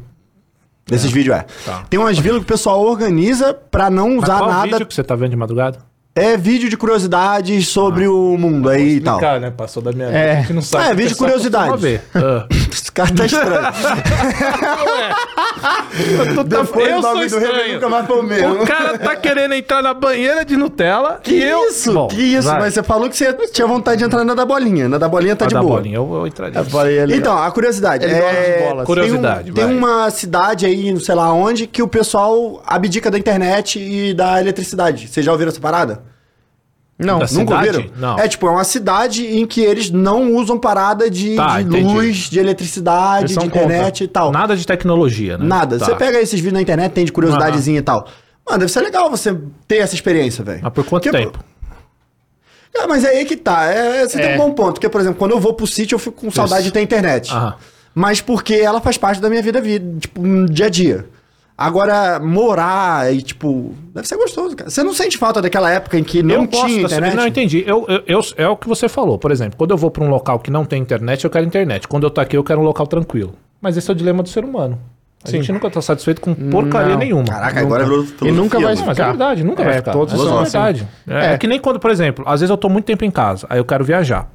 Speaker 3: Nesses vídeos, é.
Speaker 2: Tá.
Speaker 3: Tem umas vilas que o pessoal organiza pra não
Speaker 2: Mas
Speaker 3: usar
Speaker 2: qual
Speaker 3: nada.
Speaker 2: vídeo que você tá vendo de madrugada?
Speaker 3: É vídeo de curiosidades sobre
Speaker 2: Ah.
Speaker 3: o mundo aí e tal.
Speaker 2: Cara, né? Passou da minha
Speaker 1: É.
Speaker 2: vida. A gente não sabe.
Speaker 3: Ah, Então. é
Speaker 2: o que o
Speaker 3: vídeo
Speaker 2: pessoal
Speaker 3: curiosidade.
Speaker 2: costuma ver. Ah.
Speaker 3: Esse cara tá estranho.
Speaker 2: É.
Speaker 3: Depois
Speaker 2: tá- eu
Speaker 3: o nome
Speaker 2: sou
Speaker 3: do rei
Speaker 2: estranho.
Speaker 3: nunca mais foi o mesmo.
Speaker 2: O cara tá querendo entrar na banheira de Nutella
Speaker 3: É. Que
Speaker 2: e eu...
Speaker 3: isso?
Speaker 2: Bom,
Speaker 3: que isso?
Speaker 2: vai.
Speaker 3: Mas você falou que você tinha vontade de entrar na da bolinha. Na da bolinha tá
Speaker 2: Vai
Speaker 3: de
Speaker 2: dar
Speaker 3: boa.
Speaker 2: bolinha, eu, eu entraria.
Speaker 1: Então,
Speaker 3: Então, a curiosidade.
Speaker 1: Ele gosta de bola,
Speaker 3: tem um-
Speaker 2: Curiosidade,
Speaker 3: Tem,
Speaker 2: vai.
Speaker 3: uma cidade aí, não sei lá onde, que o pessoal abdica da internet e da eletricidade. Vocês já ouviram essa parada?
Speaker 1: não,
Speaker 2: Da
Speaker 1: não
Speaker 2: Cidade?
Speaker 3: Nunca ouviram?
Speaker 2: Não.
Speaker 3: É tipo, é uma cidade em que eles não usam parada de,
Speaker 2: Tá,
Speaker 3: de
Speaker 2: entendi.
Speaker 3: luz, de
Speaker 2: Eles
Speaker 3: eletricidade, de
Speaker 2: são
Speaker 3: internet
Speaker 2: contra.
Speaker 3: e tal.
Speaker 2: Nada de tecnologia, né?
Speaker 3: Nada.
Speaker 2: Tá.
Speaker 3: Você pega esses vídeos na internet, tem de curiosidadezinha e tal. Mano, deve ser legal você ter essa experiência, velho.
Speaker 2: Mas por quanto
Speaker 3: Porque-
Speaker 2: tempo?
Speaker 3: É, mas é aí que tá. É, você tem
Speaker 1: É.
Speaker 3: um bom ponto. Porque, por exemplo, quando eu vou pro sítio, eu fico com saudade de ter internet.
Speaker 2: Aham.
Speaker 3: Mas porque ela faz parte da minha vida, vi- tipo, no dia a dia. Agora, morar e, tipo, deve ser gostoso, cara. Você não sente falta daquela época em que não
Speaker 2: eu gosto
Speaker 3: tinha
Speaker 2: dessa-
Speaker 3: internet?
Speaker 2: Não, entendi. Eu, eu- eu- é o que você falou. Por exemplo, quando eu vou pra um local que não tem internet, eu quero internet. Quando eu tô aqui, eu quero um local tranquilo. Mas esse é o dilema do ser humano. A gente nunca tá satisfeito com porcaria
Speaker 1: Não.
Speaker 2: nenhuma.
Speaker 3: Hum, Caraca, agora virou
Speaker 1: E nunca vai
Speaker 2: Não, mas é
Speaker 1: ficar.
Speaker 2: verdade, nunca vai
Speaker 1: É,
Speaker 2: ficar.
Speaker 1: todos
Speaker 2: Essa
Speaker 1: são
Speaker 2: é
Speaker 1: assim.
Speaker 2: verdade. É.
Speaker 1: É.
Speaker 2: é que nem quando, por exemplo, às vezes eu tô muito tempo em casa, aí eu quero viajar.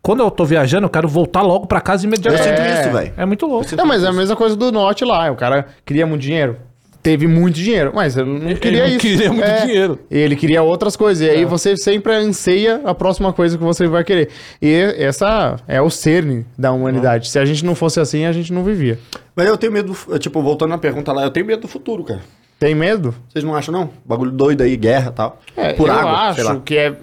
Speaker 2: Quando eu tô viajando, eu quero voltar logo pra casa
Speaker 3: Eu
Speaker 2: imediatamente.
Speaker 3: sinto
Speaker 1: É.
Speaker 3: isso, velho.
Speaker 2: É muito louco.
Speaker 1: Não, mas é a mesma coisa do Norte lá. O cara queria muito dinheiro. Teve muito dinheiro, mas eu não queria
Speaker 2: não
Speaker 1: isso.
Speaker 2: queria muito
Speaker 1: É,
Speaker 2: dinheiro. É.
Speaker 1: Ele queria outras coisas. E aí você sempre anseia a próxima coisa que você vai querer. E essa é o cerne da humanidade.
Speaker 2: Uhum.
Speaker 1: Se a gente não fosse assim, a gente não vivia.
Speaker 3: Mas eu tenho medo, do fu- tipo, voltando na pergunta lá, eu tenho medo do futuro, cara.
Speaker 1: Tem medo?
Speaker 3: Vocês não acham, não? Bagulho doido aí, guerra e tal.
Speaker 1: É, eu acho que é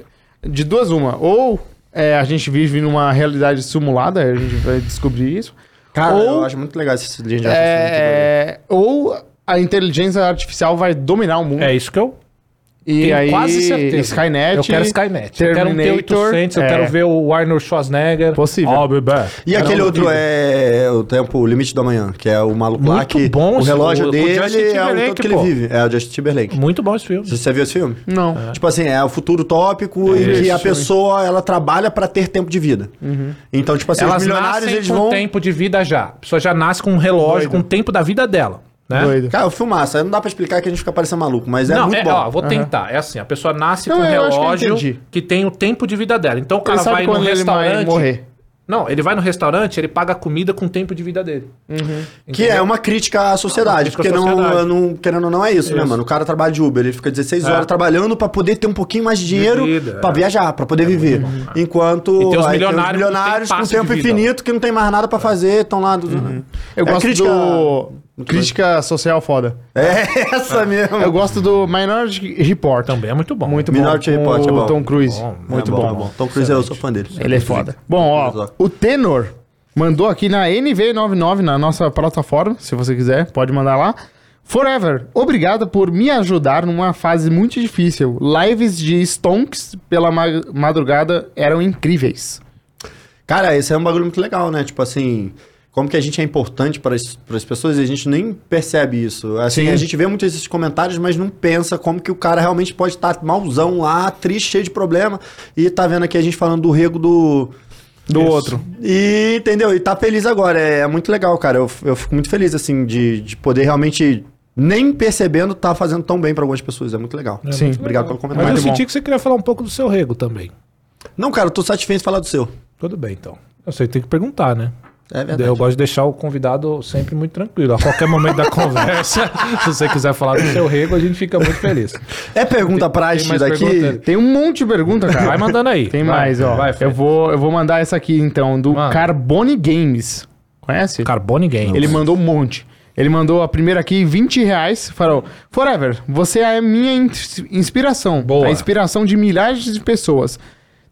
Speaker 1: de duas uma. Ou é, a gente vive numa realidade simulada, a gente vai descobrir isso.
Speaker 3: Cara,
Speaker 1: ou
Speaker 3: eu acho muito legal esse tipo dia de
Speaker 1: é, ou a inteligência artificial vai dominar o mundo.
Speaker 2: É isso que eu
Speaker 1: e
Speaker 2: tenho
Speaker 1: aí,
Speaker 2: quase certeza.
Speaker 1: Skynet.
Speaker 2: Eu quero Skynet. eu quero um
Speaker 1: Terminator,
Speaker 2: T-800, eu
Speaker 1: é.
Speaker 2: quero ver o Arnold Schwarzenegger.
Speaker 1: Possível.
Speaker 2: Ó, bebê.
Speaker 3: E
Speaker 2: Eu
Speaker 3: aquele
Speaker 2: não
Speaker 3: outro
Speaker 2: duvido.
Speaker 3: é o tempo, o limite da manhã, que é o maluco lá
Speaker 2: Muito
Speaker 3: que
Speaker 2: bom
Speaker 3: o
Speaker 2: esse-
Speaker 3: relógio
Speaker 2: o- o
Speaker 3: dele
Speaker 2: Justin
Speaker 3: é o
Speaker 2: Timberlake,
Speaker 3: tanto que ele
Speaker 2: pô.
Speaker 3: vive. É o Justin Timberlake.
Speaker 2: Muito bom esse filme.
Speaker 3: Você viu esse filme?
Speaker 1: Não.
Speaker 2: Né?
Speaker 3: Tipo assim, é o futuro tópico
Speaker 2: É
Speaker 3: em que a pessoa ela trabalha pra ter tempo de vida. Então, tipo assim,
Speaker 2: Uhum. Elas
Speaker 3: os milionários
Speaker 2: nascem
Speaker 3: eles
Speaker 2: com
Speaker 3: vão.
Speaker 2: tempo de vida já. A pessoa já nasce com um relógio, com o tempo da vida dela. Né?
Speaker 1: Doido.
Speaker 3: Cara, o filmaço, aí não dá pra explicar que a gente fica parecendo maluco, mas é
Speaker 2: não,
Speaker 3: muito
Speaker 2: é,
Speaker 3: bom.
Speaker 2: ó, vou tentar. É assim, a pessoa nasce
Speaker 1: Não, é,
Speaker 2: com um
Speaker 1: eu acho que eu
Speaker 2: relógio
Speaker 1: entendi.
Speaker 2: que, tem o tempo de vida dela. Então o cara
Speaker 1: Ele sabe
Speaker 2: vai no
Speaker 1: quando ele vai
Speaker 2: restaurante.
Speaker 1: morrer.
Speaker 2: Não, ele vai no restaurante, ele paga a comida com o tempo de vida dele.
Speaker 3: Que é uma crítica à sociedade,
Speaker 2: Uma crítica
Speaker 3: porque
Speaker 2: à
Speaker 3: não,
Speaker 2: sociedade. É.
Speaker 3: não, querendo ou não, é isso, né, mano? O cara trabalha de Uber, ele fica 16 horas trabalhando pra poder ter um pouquinho mais de dinheiro
Speaker 2: vida,
Speaker 3: pra
Speaker 2: é.
Speaker 3: viajar, pra poder viver. Enquanto
Speaker 2: E tem os
Speaker 3: aí
Speaker 2: milionários que
Speaker 3: milionários
Speaker 2: têm
Speaker 3: com
Speaker 2: passe
Speaker 3: tempo
Speaker 2: de vida. É. Uhum.
Speaker 3: infinito que não tem mais nada pra fazer, estão lá. do-
Speaker 1: Eu
Speaker 3: É
Speaker 1: gosto
Speaker 3: crítica-
Speaker 1: do. Crítica social foda.
Speaker 3: É essa mesmo.
Speaker 1: Eu gosto do Minority Report.
Speaker 2: Também é muito bom.
Speaker 1: Muito
Speaker 3: Minority
Speaker 1: bom.
Speaker 3: Report,
Speaker 1: com
Speaker 3: é bom.
Speaker 1: O Tom Cruise.
Speaker 2: é Bom,
Speaker 1: muito bom.
Speaker 3: Tom Cruise, eu sou fã dele.
Speaker 1: Ele é foda. Bom, ó,
Speaker 3: Exato.
Speaker 1: o Tenor mandou aqui na NV99, na nossa plataforma, se você quiser, pode mandar lá. Forever, obrigada por me ajudar numa fase muito difícil. Lives de Stonks pela ma- madrugada eram incríveis.
Speaker 3: Cara, esse é um bagulho muito legal, né? Tipo assim, como que a gente é importante para as pessoas e a gente nem percebe isso. Assim,
Speaker 1: Sim.
Speaker 3: a gente vê muitos esses comentários, mas não pensa como que o cara realmente pode estar malzão lá, triste, cheio de problema, e tá vendo aqui a gente falando do rego do.
Speaker 1: Do outro.
Speaker 3: E entendeu? E tá feliz agora. É, é muito legal, cara. Eu, eu fico muito feliz, assim, de, de poder realmente, nem percebendo, tá fazendo tão bem para algumas pessoas. É muito legal.
Speaker 1: Sim. muito
Speaker 3: Obrigado pelo
Speaker 2: Mas
Speaker 3: comentário.
Speaker 2: eu
Speaker 1: Muito bom.
Speaker 2: senti que você queria falar um pouco do seu rego também.
Speaker 3: Não, cara, eu tô satisfeito de falar do seu.
Speaker 2: Tudo bem, então. Eu sei, tem que perguntar, né?
Speaker 3: É
Speaker 2: Eu gosto de deixar o convidado sempre muito tranquilo. A qualquer momento da conversa, se você quiser falar do seu rego, a gente fica muito feliz.
Speaker 3: É pergunta pra
Speaker 2: tem mais pergunta?
Speaker 3: daqui.
Speaker 1: Tem um monte de pergunta, cara.
Speaker 2: Vai mandando aí.
Speaker 1: Tem
Speaker 2: Vai,
Speaker 1: mais, ó.
Speaker 2: Vai,
Speaker 1: eu,
Speaker 2: Fred.
Speaker 1: vou, eu vou mandar essa aqui, então, do
Speaker 2: Manda.
Speaker 1: Carbone Games. Conhece?
Speaker 2: Carbone Games.
Speaker 1: Ele mandou um monte. Ele mandou a primeira aqui, 20 reais. Falou: Forever, você é a minha ins- inspiração.
Speaker 2: Boa.
Speaker 1: A inspiração de milhares de pessoas.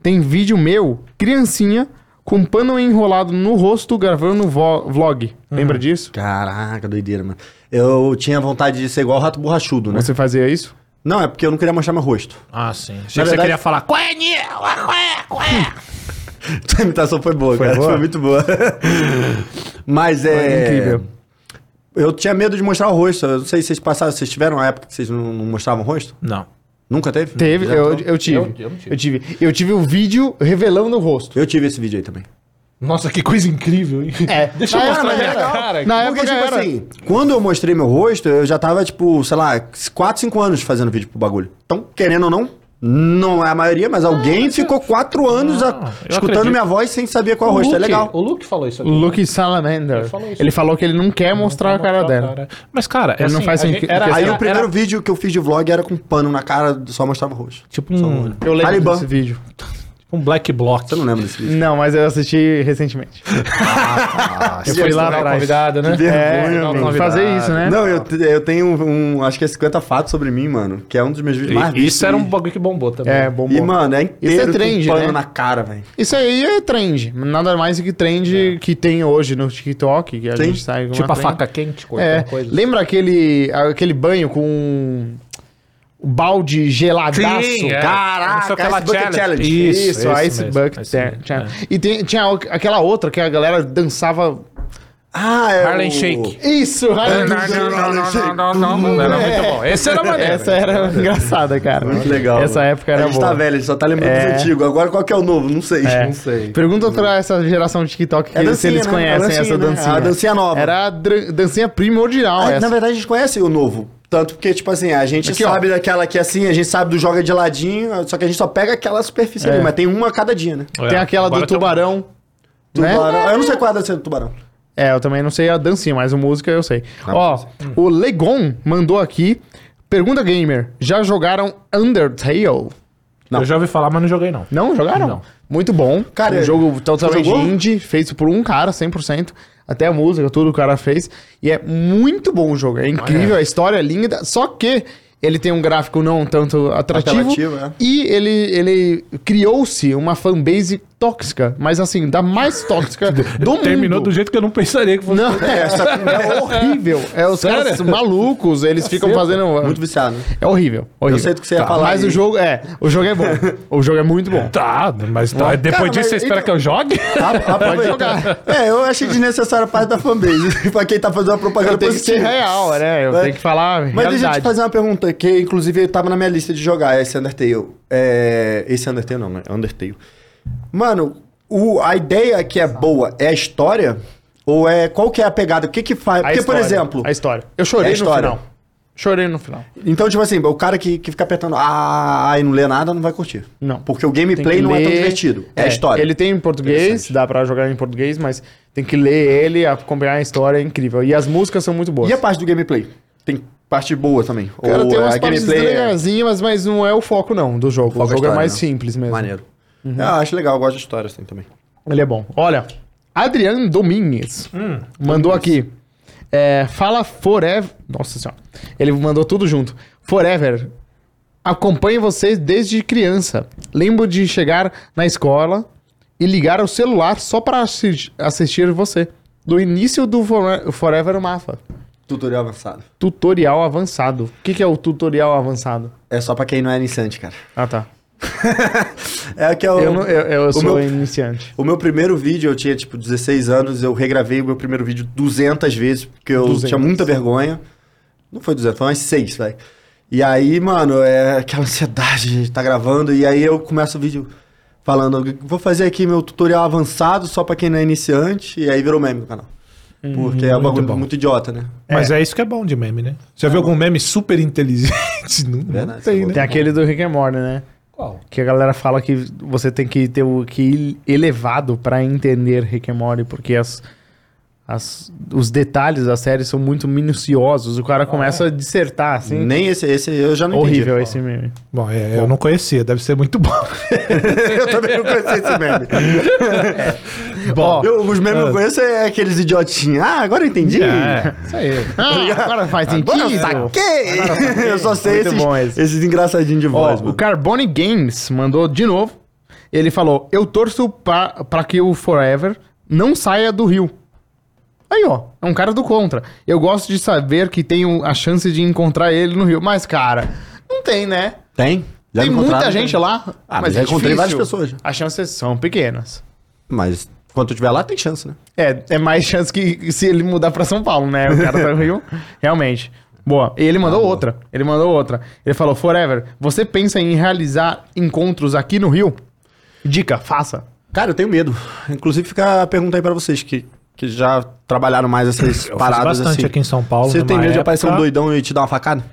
Speaker 1: Tem vídeo meu, criancinha, com pano enrolado no rosto gravando vo- vlog. Lembra disso?
Speaker 3: Caraca, doideira, mano. Eu tinha vontade de ser igual o rato borrachudo, né?
Speaker 1: Você fazia isso?
Speaker 3: Não, é porque eu não queria mostrar meu rosto.
Speaker 2: Ah, sim. Achei que
Speaker 3: verdade-
Speaker 2: você queria falar. Qué, Niel? Qué, qué?"
Speaker 3: Tua imitação foi boa,
Speaker 1: Foi
Speaker 3: cara.
Speaker 1: boa?
Speaker 3: Foi muito boa. Mas é.
Speaker 1: Incrível.
Speaker 3: Eu tinha medo de mostrar o rosto. Eu não sei se vocês passaram, vocês tiveram uma época que vocês não não mostravam o rosto?
Speaker 2: Não.
Speaker 3: Nunca teve?
Speaker 1: Teve,
Speaker 3: Já
Speaker 1: eu,
Speaker 3: tô-
Speaker 1: eu tive.
Speaker 2: Eu-
Speaker 1: Eu,
Speaker 2: eu não tive.
Speaker 1: tive. Eu tive o vídeo revelando o rosto.
Speaker 3: Eu tive esse vídeo aí também.
Speaker 2: Nossa, que coisa incrível, hein?
Speaker 1: É.
Speaker 2: Deixa eu
Speaker 1: Na
Speaker 2: mostrar
Speaker 1: época
Speaker 2: minha
Speaker 1: era-
Speaker 2: cara.
Speaker 1: Na
Speaker 3: Porque,
Speaker 1: época
Speaker 3: tipo
Speaker 1: era.
Speaker 3: assim, quando eu mostrei meu rosto, eu já tava, tipo, sei lá, 4, 5 anos fazendo vídeo pro bagulho. Então, querendo ou não, não é a maioria, mas alguém ficou 4 anos a-
Speaker 2: Ah, eu
Speaker 3: escutando
Speaker 2: acredito.
Speaker 3: minha voz sem saber qual
Speaker 2: O
Speaker 3: rosto.
Speaker 2: Luke,
Speaker 3: É legal.
Speaker 2: O Luke falou isso aqui.
Speaker 1: Luke Salamander. Ele
Speaker 2: falou
Speaker 1: falou,
Speaker 2: isso.
Speaker 1: que ele não quer mostrar a cara dela.
Speaker 2: Mas, cara, é
Speaker 1: Ele não
Speaker 2: assim,
Speaker 1: faz
Speaker 2: a
Speaker 1: sentido-
Speaker 2: gente- era,
Speaker 1: Aí
Speaker 3: Aí
Speaker 2: era-
Speaker 3: o primeiro
Speaker 2: era
Speaker 3: vídeo que eu fiz de vlog era com pano na cara, só mostrava o rosto.
Speaker 2: tipo um,
Speaker 1: Eu lembro
Speaker 3: Talibã.
Speaker 1: desse vídeo.
Speaker 2: um black block.
Speaker 3: Você não lembra desse vídeo?
Speaker 1: Não, Ah, tá. mas eu assisti recentemente. eu fui lá
Speaker 2: Não é
Speaker 1: atrás.
Speaker 2: convidado, né?
Speaker 1: É,
Speaker 3: vergonha,
Speaker 1: tem que
Speaker 2: mano.
Speaker 1: fazer isso, né?
Speaker 3: Não, eu, te- eu tenho um, acho que é 50 fatos sobre mim, mano, que é um dos meus vídeos mais
Speaker 2: E-
Speaker 3: vistos.
Speaker 2: Isso era um bagulho que bombou também.
Speaker 1: É, bom,
Speaker 3: E,
Speaker 1: bom.
Speaker 3: mano, é inteiro
Speaker 1: Isso é trend,
Speaker 3: com pano
Speaker 1: né?
Speaker 3: na cara, velho.
Speaker 1: Isso aí é trend. Nada mais do que trend que tem hoje no TikTok, que a
Speaker 3: Sim.
Speaker 1: gente sai com
Speaker 2: Tipo
Speaker 1: uma
Speaker 2: a
Speaker 1: trend.
Speaker 2: faca quente,
Speaker 1: É,
Speaker 2: qualquer coisa.
Speaker 1: lembra aquele, aquele banho com o balde geladaço?
Speaker 2: é.
Speaker 3: Caraca,
Speaker 2: Não sei o que lá,
Speaker 3: Ice Bucket Challenge.
Speaker 2: Isso,
Speaker 1: Isso,
Speaker 2: esse
Speaker 1: Ice
Speaker 2: mesmo,
Speaker 1: Bucket.
Speaker 2: esse mesmo,
Speaker 1: tinha-
Speaker 2: é.
Speaker 1: E tem- tinha o- aquela outra que a galera dançava.
Speaker 3: Ah, é
Speaker 2: Harlem
Speaker 3: o-
Speaker 2: Shake.
Speaker 1: Isso, Harlem
Speaker 3: não, não, não, não, não, não, não, não.
Speaker 2: Era muito bom. Esse era maneiro.
Speaker 1: Essa era engraçada, cara.
Speaker 3: Muito legal.
Speaker 1: Essa
Speaker 3: mano.
Speaker 1: época era
Speaker 3: A gente
Speaker 1: boa.
Speaker 3: tá velho, a gente só tá lembrando
Speaker 1: É.
Speaker 3: dos antigos. Agora qual que é o novo? Não sei.
Speaker 1: É.
Speaker 3: Não sei.
Speaker 1: Pergunta pra essa geração de TikTok que-
Speaker 3: É
Speaker 1: se
Speaker 3: dancinha,
Speaker 1: eles
Speaker 3: né?
Speaker 1: conhecem
Speaker 3: É dancinha,
Speaker 1: essa
Speaker 3: né?
Speaker 1: dancinha.
Speaker 3: A dancinha nova.
Speaker 1: Era a dra- dancinha primordial
Speaker 3: Ah,
Speaker 1: essa.
Speaker 3: na verdade, a gente conhece o novo. Tanto porque, tipo assim, a gente
Speaker 1: Aqui, ó.
Speaker 3: sabe daquela que assim, a gente sabe do joga de ladinho, só que a gente só pega aquela superfície
Speaker 1: É.
Speaker 3: ali, mas tem uma a cada dia, né?
Speaker 1: Tem aquela
Speaker 2: Agora
Speaker 1: do
Speaker 2: tem um-
Speaker 1: tubarão. Né?
Speaker 3: Tubarão. Eu não sei qual é a dança do tubarão.
Speaker 1: É, eu também não sei a dancinha, mas a música eu sei.
Speaker 3: Ah,
Speaker 1: Ó, o Legon mandou aqui. Pergunta gamer: já jogaram Undertale?
Speaker 3: Não.
Speaker 2: Eu já ouvi falar, mas não joguei, não.
Speaker 1: Não, jogaram?
Speaker 2: Não.
Speaker 1: Muito bom.
Speaker 3: Cara,
Speaker 1: um jogo totalmente
Speaker 3: jogou?
Speaker 1: indie, feito por um cara, 100%. Até a música, tudo o cara fez. E é muito bom o jogo. É incrível, a história é linda. Só que ele tem um gráfico não tanto atrativo.
Speaker 3: Apelativo, é.
Speaker 1: E ele, ele criou-se uma fanbase tóxica. Mas assim, da mais tóxica do mundo.
Speaker 2: Terminou do jeito que eu não pensaria que fosse.
Speaker 1: Não, é, é horrível. É os
Speaker 2: Sério?
Speaker 1: caras malucos, eles ficam fazendo.
Speaker 3: Muito viciado, né?
Speaker 1: É horrível, horrível.
Speaker 3: sei do que você ia falar
Speaker 1: Mas
Speaker 3: aí.
Speaker 1: o jogo é. O jogo é bom. o jogo é muito bom.
Speaker 2: Tá, mas tá. depois
Speaker 3: Cara,
Speaker 2: disso
Speaker 3: mas
Speaker 2: você espera
Speaker 3: então-
Speaker 2: que eu jogue?
Speaker 3: Pode
Speaker 1: jogar.
Speaker 3: É, eu achei desnecessário a parte da fanbase. pra quem tá fazendo uma propaganda
Speaker 1: Eu tenho que ser
Speaker 3: positiva.
Speaker 1: real, né? Eu
Speaker 3: É.
Speaker 1: tenho que falar a
Speaker 3: Mas deixa eu te
Speaker 1: realidade.
Speaker 3: fazer uma pergunta, que inclusive tava na minha lista de jogar esse Undertale. É, esse Undertale não, né? Undertale. Mano, o- a ideia que é boa é a história? Ou é qual que é a pegada? O que que faz?
Speaker 1: A
Speaker 3: Porque, por
Speaker 1: história,
Speaker 3: exemplo...
Speaker 1: A história. Eu chorei
Speaker 3: É a
Speaker 1: no
Speaker 3: história.
Speaker 1: final. Chorei no final.
Speaker 3: Então, tipo assim, o cara que, que fica apertando ah, ah, e não lê nada, não vai curtir.
Speaker 1: Não.
Speaker 3: Porque o
Speaker 1: Tem
Speaker 3: gameplay
Speaker 1: que
Speaker 3: não é tão
Speaker 1: ler.
Speaker 3: divertido. É, a história.
Speaker 1: Ele tem em português,
Speaker 3: Interessante.
Speaker 1: dá pra jogar em português, mas tem que ler ele, acompanhar a história, é incrível. E as músicas são muito boas.
Speaker 3: E a parte do gameplay? Tem parte boa também.
Speaker 1: Cara, tem umas
Speaker 3: a
Speaker 1: partes
Speaker 3: gameplay é-
Speaker 1: legazinhas, mas, mas não é o foco, não, do jogo. O,
Speaker 3: foco é a
Speaker 1: jogo é
Speaker 3: história,
Speaker 1: mais
Speaker 3: né?
Speaker 1: simples mesmo. Uhum.
Speaker 3: Maneiro. Ah, acho legal, eu gosto de história assim também.
Speaker 1: Ele é bom. Olha, Adriano Domingues mandou aqui. é, fala Forever. Nossa senhora. Ele mandou tudo junto. Forever. Acompanho vocês desde criança. Lembro de chegar na escola e ligar o celular só para assi- assistir você. Do início do Fore- Forever Mapa.
Speaker 3: Tutorial avançado.
Speaker 1: Tutorial avançado. O que, que é o tutorial avançado?
Speaker 3: É só pra quem não é iniciante, cara.
Speaker 1: Ah, tá.
Speaker 3: É que eu,
Speaker 1: Eu, não- eu, eu sou
Speaker 3: meu-
Speaker 1: iniciante.
Speaker 3: O meu primeiro vídeo, eu tinha tipo 16 anos, eu regravei o meu primeiro vídeo 200 vezes, porque eu
Speaker 1: 200.
Speaker 3: tinha muita vergonha. Não foi 200, foi umas 6, vai. E aí, mano, é aquela ansiedade de tá gravando, e aí eu começo o vídeo falando, vou fazer aqui meu tutorial avançado só pra quem não é iniciante, e aí virou meme do canal. Porque é um
Speaker 2: muito
Speaker 3: bagulho
Speaker 2: bom.
Speaker 3: muito idiota, né?
Speaker 2: Mas é isso que é bom de meme, né? Já viu algum meme super inteligente? Não, não
Speaker 3: Verdade,
Speaker 2: tem,
Speaker 3: isso é
Speaker 2: né?
Speaker 1: Tem aquele do Rick and Morty, né?
Speaker 2: Qual?
Speaker 1: Que a galera fala que você tem que ter o que ir elevado pra entender Rick and Morty, porque as, as- os detalhes da série são muito minuciosos. O cara começa a dissertar, assim.
Speaker 3: Nem esse, esse eu já não
Speaker 1: Horrível esse meme.
Speaker 2: Bom, é, eu não conhecia, deve ser muito bom.
Speaker 3: entendi. eu também não conheci esse meme.
Speaker 1: Ó,
Speaker 3: Eu- os memes
Speaker 2: ah.
Speaker 3: que eu conheço é aqueles idiotinhos. Ah, agora eu entendi.
Speaker 2: É, isso aí.
Speaker 1: ah, agora faz
Speaker 3: Agora eu
Speaker 1: sentido.
Speaker 3: saquei! Eu só sei
Speaker 1: Muito
Speaker 3: esses,
Speaker 1: bom esse.
Speaker 3: esses engraçadinhos de
Speaker 1: Ó,
Speaker 3: voz.
Speaker 1: o
Speaker 3: mano.
Speaker 1: Carbone Games mandou de novo. Ele falou: Eu torço pra, pra que o Forever não saia do Rio. Aí, ó, é um cara do contra. Eu gosto de saber que tenho a chance de encontrar ele no Rio. Mas, cara, não tem, né?
Speaker 3: Tem? Já
Speaker 1: tem
Speaker 3: me encontraram,
Speaker 1: muita
Speaker 3: tem.
Speaker 1: gente lá. é
Speaker 3: Ah, mas já encontrei
Speaker 1: difícil.
Speaker 3: várias pessoas já.
Speaker 1: As chances são pequenas.
Speaker 3: Mas quando eu estiver lá, tem chance, né?
Speaker 1: É, é mais chance que se ele mudar pra São Paulo, né? O cara tá no Rio. Realmente. Boa. E ele mandou outra. Ele mandou outra. Ele falou: Forever, você pensa em realizar encontros aqui no Rio? Dica, faça.
Speaker 3: Cara, eu tenho medo. Inclusive, fica a pergunta aí pra vocês que, que já trabalharam mais essas
Speaker 2: Eu
Speaker 3: paradas
Speaker 2: fiz bastante
Speaker 3: assim.
Speaker 2: aqui em São Paulo.
Speaker 3: Você tem
Speaker 2: numa
Speaker 3: medo de aparecer um
Speaker 2: época.
Speaker 3: doidão e te dar uma facada?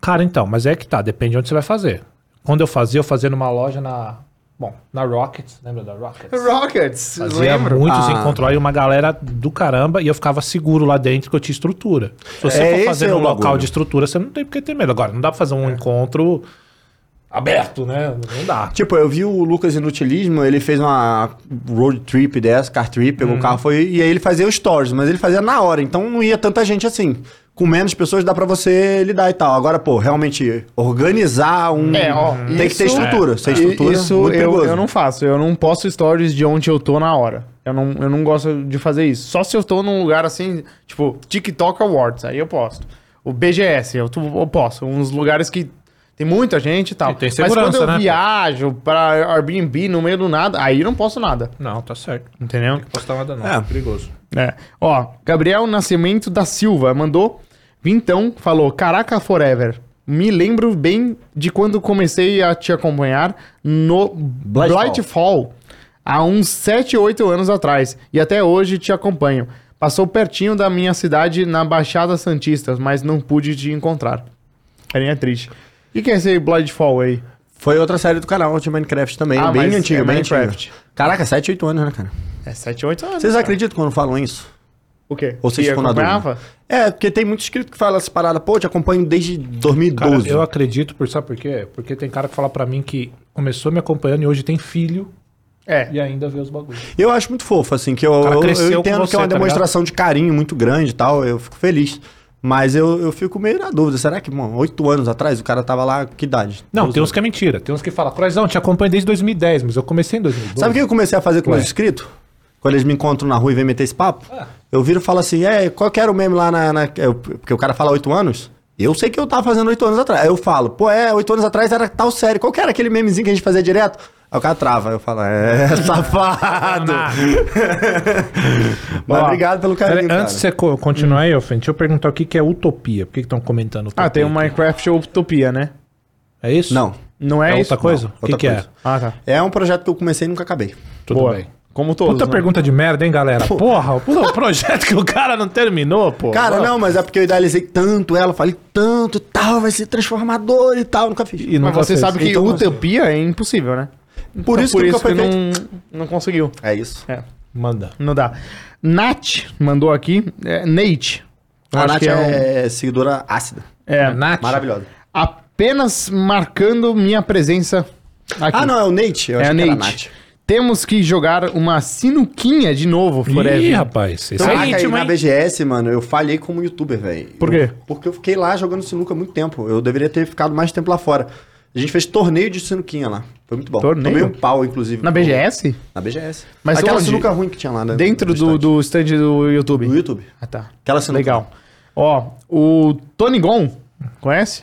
Speaker 2: Cara, então, mas é que tá, depende de onde você vai fazer. Quando eu fazia, eu fazia numa loja na. Bom, na Rockets, lembra da Rockets?
Speaker 1: Rockets,
Speaker 2: Fazia muitos
Speaker 3: Ah.
Speaker 2: encontros aí, uma galera do caramba, e eu ficava seguro lá dentro que eu tinha estrutura. Se você
Speaker 3: É,
Speaker 2: for
Speaker 3: esse
Speaker 2: fazer
Speaker 3: é
Speaker 2: num
Speaker 3: o
Speaker 2: local
Speaker 3: bagulho. É.
Speaker 2: de estrutura, você não tem por que ter medo. Agora, não dá pra fazer um encontro aberto, né? Não dá.
Speaker 3: Tipo, eu vi o Lucas Inutilismo, ele fez uma road trip dessa, car trip,
Speaker 1: Uhum.
Speaker 3: pegou o carro foi, e aí ele fazia os stories, mas ele fazia na hora, então não ia tanta gente assim. Com menos pessoas dá pra você lidar e tal. Agora, pô, realmente organizar um.
Speaker 1: É, ó,
Speaker 3: tem que
Speaker 1: isso-
Speaker 3: ter
Speaker 1: é,
Speaker 3: estrutura. Sem estrutura,
Speaker 1: Isso
Speaker 3: muito
Speaker 1: eu,
Speaker 3: perigoso.
Speaker 1: eu não faço. Eu não posto stories de onde eu tô na hora. Eu não, eu não gosto de fazer isso. Só se eu tô num lugar assim, tipo, TikTok Awards, aí eu posto. O BGS, eu, tu- eu posto. Uns lugares que tem muita gente e tal.
Speaker 2: E tem
Speaker 1: Mas quando
Speaker 2: segurança,
Speaker 1: eu
Speaker 2: né?
Speaker 1: viajo pra Airbnb no meio do nada, aí eu não posto nada.
Speaker 2: Não, tá certo. Não
Speaker 1: Entendeu?
Speaker 2: tem que postar nada, não.
Speaker 3: É.
Speaker 2: É perigoso.
Speaker 1: É. Ó, Gabriel Nascimento da Silva mandou vintão, falou: Caraca Forever. Me lembro bem de quando comecei a te acompanhar no
Speaker 3: Blightfall.
Speaker 1: Blightfall, há uns 7, 8 anos atrás. E até hoje te acompanho. Passou pertinho da minha cidade na Baixada Santista, mas não pude te encontrar. Carinha triste. E que é esse Blightfall aí?
Speaker 3: Foi outra série do canal de Minecraft também,
Speaker 1: Ah,
Speaker 3: bem
Speaker 1: mas
Speaker 3: antiga,
Speaker 1: é
Speaker 3: bem
Speaker 1: Minecraft.
Speaker 3: antiga. Caraca, 7, 8 anos, né, cara?
Speaker 1: É 7, 8 anos.
Speaker 3: Vocês
Speaker 1: cara.
Speaker 3: acreditam quando falam isso?
Speaker 1: O quê?
Speaker 3: Ou vocês
Speaker 1: Que
Speaker 3: ficam na dúvida?
Speaker 1: acompanhava?
Speaker 3: É, porque tem muito inscrito que fala essa parada, pô, te acompanho desde
Speaker 2: Cara,
Speaker 3: 2012.
Speaker 2: eu acredito, por, sabe por quê? Porque tem cara que fala pra mim que começou me acompanhando e hoje tem filho
Speaker 1: É.
Speaker 2: e ainda vê os bagulhos.
Speaker 3: Eu acho muito fofo, assim, que eu,
Speaker 2: cara
Speaker 3: eu,
Speaker 2: cresceu
Speaker 3: eu
Speaker 2: com
Speaker 3: entendo que
Speaker 2: você,
Speaker 3: é uma
Speaker 2: tá
Speaker 3: demonstração de carinho muito grande e tal, eu fico feliz. Mas eu, eu fico meio na dúvida, será que, mano, oito anos atrás o cara tava lá, que idade?
Speaker 2: Não, tem uns que é mentira. Tem uns que falam, Croizão, te acompanho desde 2010, mas eu comecei em 2012.
Speaker 3: Sabe o que eu comecei a fazer com
Speaker 2: Ué. Ah.
Speaker 3: meus inscritos? Quando eles me encontram na rua e vêm meter esse papo, eu viro e falo assim, é, qual que era o meme lá na... na- eu- porque o cara fala oito anos, eu sei que eu tava fazendo oito anos atrás. Aí eu falo, pô, é, oito anos atrás era tal série, qual que era aquele memezinho que a gente fazia direto? Aí o cara trava, eu falo, é,
Speaker 2: Ah,
Speaker 3: safado. Mas
Speaker 1: Ó,
Speaker 3: obrigado pelo
Speaker 2: Pera-
Speaker 3: carinho,
Speaker 2: antes de você co- continuar aí, Ofen, deixa eu perguntar o que, que é utopia. Por que estão comentando utopia?
Speaker 1: Ah, tem o Minecraft Utopia, né?
Speaker 2: É isso?
Speaker 3: Não.
Speaker 1: Não
Speaker 2: É,
Speaker 1: é, isso?
Speaker 2: outra coisa? O que,
Speaker 3: outra
Speaker 2: que é?
Speaker 3: coisa.
Speaker 1: Ah, tá.
Speaker 3: É um projeto que eu comecei e nunca acabei.
Speaker 2: Tudo
Speaker 1: Boa.
Speaker 2: bem.
Speaker 1: Como todos.
Speaker 2: Puta
Speaker 1: né?
Speaker 2: pergunta de merda, hein, galera? Porra, o projeto que o cara não terminou, pô.
Speaker 3: Cara, não, mas é porque eu idealizei tanto ela, falei tanto e tal, vai ser transformador e tal, nunca fiz.
Speaker 2: E
Speaker 1: Mas
Speaker 2: nunca
Speaker 1: você
Speaker 2: fez.
Speaker 1: sabe que
Speaker 3: Então,
Speaker 1: utopia é impossível, né?
Speaker 3: Por isso
Speaker 1: por
Speaker 3: que
Speaker 1: isso
Speaker 3: nunca
Speaker 1: que
Speaker 3: foi feito.
Speaker 1: não, não conseguiu.
Speaker 3: É isso.
Speaker 1: É,
Speaker 2: Manda.
Speaker 1: não dá. Nath mandou aqui. É, Nate. Eu
Speaker 3: A
Speaker 1: acho
Speaker 3: Nath
Speaker 1: que um-
Speaker 3: é, seguidora ácida.
Speaker 1: é,
Speaker 2: Nath?
Speaker 3: Maravilhosa.
Speaker 1: apenas marcando minha presença aqui.
Speaker 3: Ah, não, é o Nate. Eu
Speaker 1: É a
Speaker 3: achei que
Speaker 1: Nate.
Speaker 3: era
Speaker 1: Temos que jogar uma sinuquinha de novo,
Speaker 2: Ih,
Speaker 1: Forever.
Speaker 2: rapaz, isso
Speaker 3: Caraca,
Speaker 2: é
Speaker 3: Então aí
Speaker 2: íntimo,
Speaker 3: na
Speaker 2: hein?
Speaker 3: BGS, mano, eu falhei como youtuber, velho.
Speaker 1: Por
Speaker 3: Eu-
Speaker 1: quê?
Speaker 3: porque eu fiquei lá jogando sinuca há muito tempo. Eu deveria ter ficado mais tempo lá fora. A gente fez torneio de sinuquinha lá. Foi muito bom.
Speaker 1: Torneio?
Speaker 3: Tomei um pau, inclusive.
Speaker 1: Na
Speaker 3: pro-
Speaker 1: BGS?
Speaker 3: Na BGS.
Speaker 1: Mas
Speaker 3: Aquela
Speaker 1: onde?
Speaker 3: sinuca ruim que tinha lá, né?
Speaker 1: Dentro do, do stand do YouTube.
Speaker 3: Do YouTube.
Speaker 1: Ah, tá.
Speaker 3: Aquela sinuca.
Speaker 1: Legal. Ó, o Tony Gon, conhece?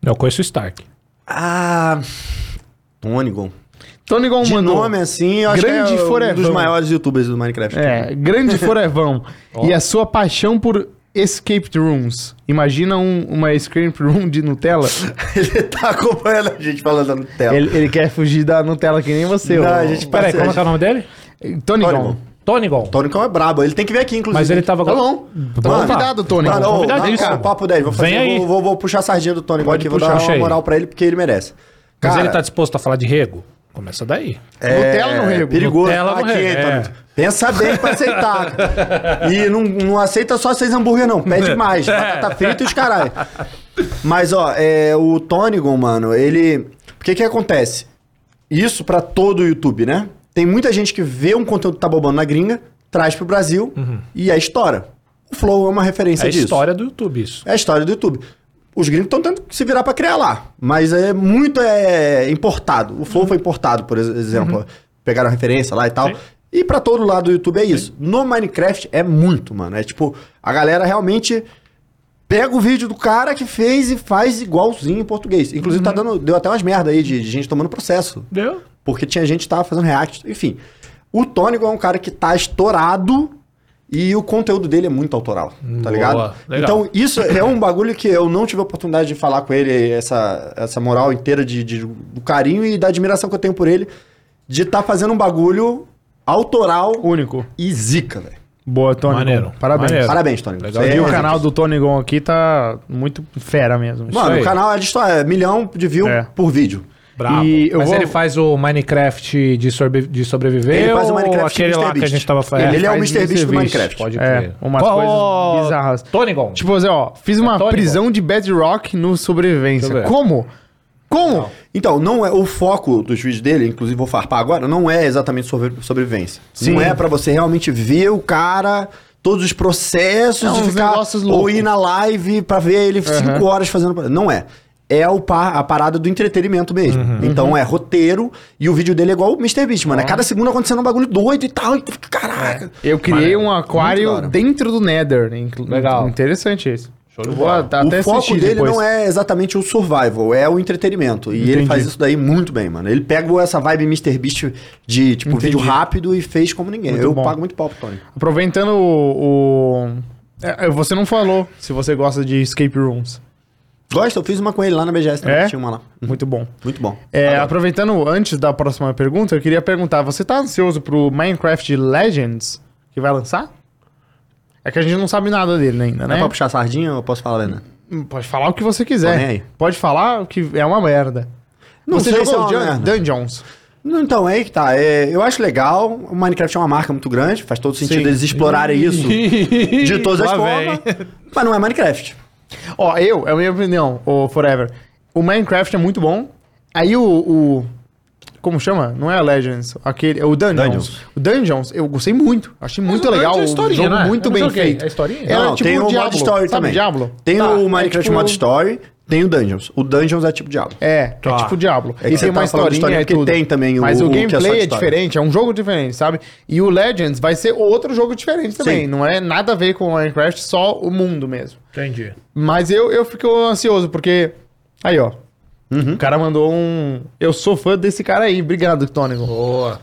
Speaker 2: Eu conheço o Stark.
Speaker 3: Ah. Tony Gon.
Speaker 1: Tony Gon
Speaker 3: De
Speaker 1: mandou.
Speaker 3: nome assim, eu acho
Speaker 1: Grande
Speaker 3: que é um
Speaker 1: Forevão.
Speaker 3: dos maiores youtubers do Minecraft.
Speaker 1: É, grande Forevão. e a sua paixão por escape rooms. Imagina um- uma escape room de Nutella.
Speaker 3: Ele tá acompanhando a gente falando da Nutella.
Speaker 1: ele, ele quer fugir da Nutella que nem você.
Speaker 3: Não,
Speaker 1: ô-
Speaker 3: a gente
Speaker 2: Peraí,
Speaker 3: Passa
Speaker 2: como é
Speaker 3: aí.
Speaker 2: que é o nome dele?
Speaker 1: Tony
Speaker 3: Tony
Speaker 1: Gon.
Speaker 3: Gon.
Speaker 2: Tony Gon.
Speaker 3: Tony Gon é brabo. Ele tem que vir aqui, inclusive.
Speaker 2: Mas ele tava...
Speaker 3: Tá bom.
Speaker 2: Tá bom, tá.
Speaker 1: Convidado, Tony.
Speaker 3: Mano, ô,
Speaker 2: convidado
Speaker 3: dá um
Speaker 2: isso.
Speaker 3: cara, papo 10. Vou, fazer,
Speaker 2: Vem aí.
Speaker 3: Vou, vou- vou puxar a sardinha do Tony Igual
Speaker 2: Pode
Speaker 3: aqui, vou
Speaker 2: puxar,
Speaker 3: dar uma
Speaker 2: puxa aí.
Speaker 3: moral pra ele, porque ele merece.
Speaker 2: Mas
Speaker 3: Cara,
Speaker 2: ele tá disposto a falar de rego? Começa daí.
Speaker 3: é
Speaker 1: Nutella no rego.
Speaker 3: Perigoso.
Speaker 2: Nutella no
Speaker 3: Aqui,
Speaker 2: rego,
Speaker 3: Tony.
Speaker 2: é.
Speaker 3: Pensa bem pra aceitar. cara. E não, não aceita só seis hambúrguer, não. Pede mais.
Speaker 2: É.
Speaker 3: Batata frita e os caralho. Mas, ó, é, o Tonigon, mano, ele... O que que acontece? Isso pra todo o YouTube, né? Tem muita gente que vê um conteúdo que tá bombando na gringa, traz pro Brasil e aí estoura. O Flow é uma referência
Speaker 2: Uhum. É a
Speaker 3: disso.
Speaker 2: história do YouTube, isso.
Speaker 3: É a história do YouTube. Os gringos estão tendo que se virar pra criar lá. Mas é muito é, importado. O Flow foi importado, por ex- exemplo. Pegaram a referência lá e tal.
Speaker 2: Uhum. Sim.
Speaker 3: E pra todo lado do YouTube é isso. No Minecraft é muito, mano. É tipo, a galera realmente pega o vídeo do cara que fez e faz igualzinho em português. Inclusive,
Speaker 2: Uhum.
Speaker 3: tá dando, deu até umas merda aí de, de gente tomando processo.
Speaker 2: Deu?
Speaker 3: Porque tinha gente que tava fazendo react, enfim. O Tônico é um cara que tá estourado e o conteúdo dele é muito autoral, tá
Speaker 2: Boa,
Speaker 3: ligado?
Speaker 2: legal.
Speaker 3: Então, isso é um bagulho que eu não tive a oportunidade de falar com ele, essa, essa moral inteira de, de- do carinho e da admiração que eu tenho por ele, de tá fazendo um bagulho autoral
Speaker 1: Único.
Speaker 3: e zica, velho.
Speaker 1: Boa, Tony.
Speaker 2: Maneiro,
Speaker 1: Gon. Parabéns.
Speaker 2: maneiro.
Speaker 3: Parabéns, Tônico.
Speaker 2: Legal.
Speaker 3: Você
Speaker 1: E
Speaker 3: é-
Speaker 1: o canal do Tony Gon aqui tá muito fera mesmo.
Speaker 2: Isso
Speaker 3: Mano,
Speaker 2: aí.
Speaker 3: o canal é de história, é milhão de views
Speaker 1: É.
Speaker 3: por vídeo.
Speaker 2: Bravo.
Speaker 1: E eu
Speaker 2: Mas
Speaker 1: vou-
Speaker 2: ele faz o Minecraft de, sorbe... de sobreviver
Speaker 3: Ele faz o
Speaker 2: ou
Speaker 3: Minecraft
Speaker 2: aquele
Speaker 3: Mr.
Speaker 2: lá que a
Speaker 3: Beast.
Speaker 2: gente tava falando?
Speaker 3: Ele, é o
Speaker 1: faz
Speaker 3: Mr. Beast do
Speaker 1: Mr. Beast,
Speaker 3: Minecraft.
Speaker 2: Pode
Speaker 1: É,
Speaker 2: crer.
Speaker 1: umas coisas bizarras.
Speaker 2: Tônigon.
Speaker 1: Tipo assim, ó, fiz uma
Speaker 2: Tá Tony Gon.
Speaker 1: prisão de bedrock no
Speaker 2: Deixa eu
Speaker 1: sobrevivência.
Speaker 2: ver.
Speaker 1: Como? Como?
Speaker 3: Então, não é o foco dos vídeos dele, inclusive vou farpar agora, não é exatamente sobre, sobrevivência.
Speaker 1: Sim.
Speaker 3: Não é pra você realmente ver o cara, todos os processos,
Speaker 1: É,
Speaker 3: e
Speaker 1: uns negócios
Speaker 3: ou
Speaker 1: loucos.
Speaker 3: ir na live pra ver ele cinco horas fazendo, não é. É o pa- a parada do entretenimento mesmo.
Speaker 1: Uhum.
Speaker 3: Então é roteiro e o vídeo dele é igual o Mr. Beast, mano. É cada segundo acontecendo um bagulho doido e tal. E tu fica, caraca.
Speaker 1: Eu criei
Speaker 2: Maneiro.
Speaker 1: um
Speaker 3: Muito da hora.
Speaker 1: aquário dentro do Nether. inclu-
Speaker 2: Legal.
Speaker 1: Interessante isso.
Speaker 2: Show de
Speaker 1: Eu vou
Speaker 2: bola.
Speaker 1: Tá até
Speaker 3: o foco
Speaker 1: assistir
Speaker 3: dele
Speaker 1: depois.
Speaker 3: não é exatamente o survival, é o entretenimento. E ele
Speaker 1: Entendi.
Speaker 3: faz isso daí muito bem, mano. Ele pega essa vibe Mr. Beast de, tipo,
Speaker 1: Entendi.
Speaker 3: vídeo rápido e fez como ninguém.
Speaker 1: Muito
Speaker 3: eu
Speaker 1: bom.
Speaker 3: pago muito pau pro Tony.
Speaker 1: Aproveitando o. o- é, você não falou se você gosta de escape rooms.
Speaker 3: Gosta? Eu fiz uma com ele lá na BGS também.
Speaker 1: É?
Speaker 3: Tinha uma lá.
Speaker 1: Muito bom.
Speaker 3: Muito bom.
Speaker 1: É, aproveitando antes da próxima pergunta, eu queria perguntar: você tá ansioso pro Minecraft Legends que vai lançar? É que a gente não sabe nada dele ainda,
Speaker 3: Não
Speaker 1: né?
Speaker 3: é pra puxar sardinha ou eu posso falar, né?
Speaker 1: Pode falar o que você
Speaker 3: Tô nem aí.
Speaker 1: quiser. Pode falar o que é uma merda.
Speaker 3: Não
Speaker 1: você
Speaker 3: sei se é
Speaker 1: jogou
Speaker 3: uma
Speaker 1: Dun-
Speaker 3: merda.
Speaker 1: Dungeons.
Speaker 3: Não, então, é aí que tá. É, eu acho legal. O Minecraft é uma marca muito grande. Faz todo sentido
Speaker 1: Sim.
Speaker 3: eles explorarem isso de todas as
Speaker 2: Lá
Speaker 3: formas. Mas não é Minecraft.
Speaker 1: Ó, eu, é a minha opinião, o Forever. O Minecraft é muito bom. Aí o. o- como chama? Não é Legends, aquele, é o Dungeons.
Speaker 3: Dungeons.
Speaker 1: O Dungeons eu gostei muito, achei muito
Speaker 2: o Dungeons
Speaker 1: legal,
Speaker 2: é
Speaker 1: o
Speaker 2: historinha,
Speaker 1: jogo
Speaker 2: né? Eu
Speaker 1: muito
Speaker 2: não
Speaker 1: bem
Speaker 2: joguei.
Speaker 1: feito.
Speaker 2: É historinha?
Speaker 1: Era
Speaker 3: não,
Speaker 1: tipo
Speaker 3: tem o
Speaker 1: Diablo,
Speaker 3: Mod Story
Speaker 1: sabe
Speaker 3: também.
Speaker 1: Diablo?
Speaker 3: Tem
Speaker 1: Tá,
Speaker 3: o
Speaker 1: é
Speaker 3: Minecraft
Speaker 1: tipo-
Speaker 3: Mod Story, tem o Dungeons. O Dungeons é tipo Diablo.
Speaker 1: É,
Speaker 2: Tá.
Speaker 1: é tipo Diablo.
Speaker 3: É que
Speaker 1: e
Speaker 3: você
Speaker 1: tem uma
Speaker 3: tá falando de
Speaker 1: historinha
Speaker 3: historinha
Speaker 1: e
Speaker 3: que
Speaker 1: tudo.
Speaker 3: tem também o-
Speaker 1: Mas o,
Speaker 3: o que é só
Speaker 1: gameplay é,
Speaker 3: história.
Speaker 1: diferente, é um jogo diferente, sabe? E o Legends vai ser outro jogo diferente também.
Speaker 3: Sim.
Speaker 1: Não é nada a ver com o Minecraft, só o mundo mesmo.
Speaker 2: Entendi.
Speaker 1: Mas eu, eu fico ansioso, porque. Aí, ó.
Speaker 3: Uhum.
Speaker 1: O cara mandou um. Eu sou fã desse cara aí. Obrigado, Tônico.
Speaker 2: Boa.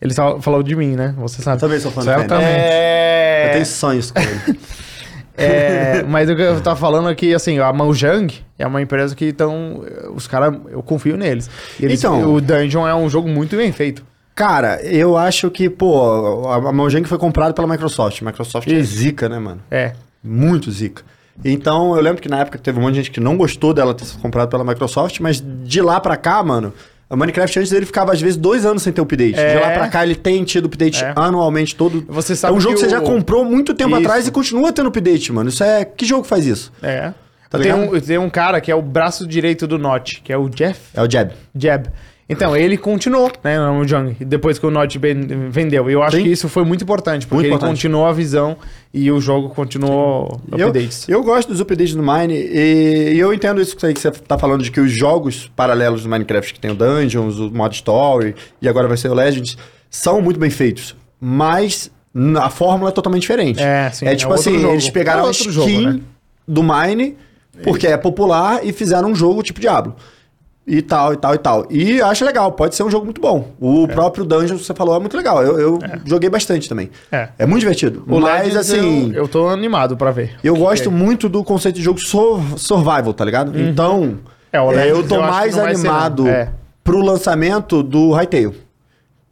Speaker 1: Ele só falou de mim, né? Você sabe.
Speaker 3: também sou fã do
Speaker 1: Certamente.
Speaker 3: Fernandes. Eu
Speaker 1: É...
Speaker 3: tenho sonhos com ele.
Speaker 1: é, Mas o que eu tava falando é que, assim, a Mojang é uma empresa que então. Os caras. Eu confio neles. E Eles,
Speaker 3: Então-
Speaker 1: O Dungeon é um jogo muito bem feito.
Speaker 3: Cara, eu acho que, pô, a a Mojang foi comprada pela Microsoft. Microsoft é zica, né, mano?
Speaker 1: É.
Speaker 3: Muito zica. Então, eu lembro que na época teve um monte de gente que não gostou dela ter sido comprada pela Microsoft, mas de lá pra cá, mano, a Minecraft antes ele ficava às vezes dois anos sem ter update. De
Speaker 1: É.
Speaker 3: lá pra cá ele tem tido update
Speaker 1: É.
Speaker 3: anualmente todo.
Speaker 1: Você sabe
Speaker 3: é um jogo que
Speaker 1: que
Speaker 3: você já
Speaker 1: o-
Speaker 3: comprou muito tempo
Speaker 1: Isso.
Speaker 3: atrás e continua tendo update, mano. Isso é. Que jogo faz isso?
Speaker 1: É.
Speaker 3: Tá
Speaker 1: tem,
Speaker 3: ligado?
Speaker 1: um, tem um cara que é o braço direito do Notch, que é o Jeff.
Speaker 3: É o Jab.
Speaker 1: Jeb. Então, ele continuou, né, no Mojang, depois que o Notch ben- vendeu. E eu acho
Speaker 3: Sim.
Speaker 1: que isso foi muito importante, porque
Speaker 3: Muito
Speaker 1: ele
Speaker 3: importante.
Speaker 1: continuou a visão e o jogo continuou
Speaker 3: Eu,
Speaker 1: updates.
Speaker 3: eu gosto dos updates do Mine e, e eu entendo isso aí que você tá falando de que os jogos paralelos do Minecraft, que tem o Dungeons, o Mod Story e agora vai ser o Legends, são muito bem feitos, mas n- a fórmula é totalmente diferente.
Speaker 1: É, sim,
Speaker 3: É
Speaker 1: é
Speaker 3: tipo
Speaker 1: outro
Speaker 3: assim,
Speaker 1: jogo.
Speaker 3: eles pegaram
Speaker 1: É
Speaker 3: a
Speaker 1: outro
Speaker 3: skin
Speaker 1: jogo, né?
Speaker 3: do Mine, porque é popular, e fizeram um jogo tipo Diablo. E tal, e tal, e tal. E acho legal, pode ser um jogo muito bom. O próprio Dungeons, que você falou, é muito legal. Eu, eu joguei bastante também.
Speaker 1: É.
Speaker 3: muito divertido.
Speaker 1: O
Speaker 3: mas,
Speaker 1: Legends,
Speaker 3: assim.
Speaker 1: eu, eu tô animado pra ver.
Speaker 3: Eu gosto muito do conceito de jogo sur- survival, tá ligado? Então,
Speaker 1: É, o
Speaker 3: é,
Speaker 1: Legends
Speaker 3: eu tô
Speaker 1: eu acho que
Speaker 3: mais
Speaker 1: não vai ser, não.
Speaker 3: animado
Speaker 1: É.
Speaker 3: pro lançamento do Hytale.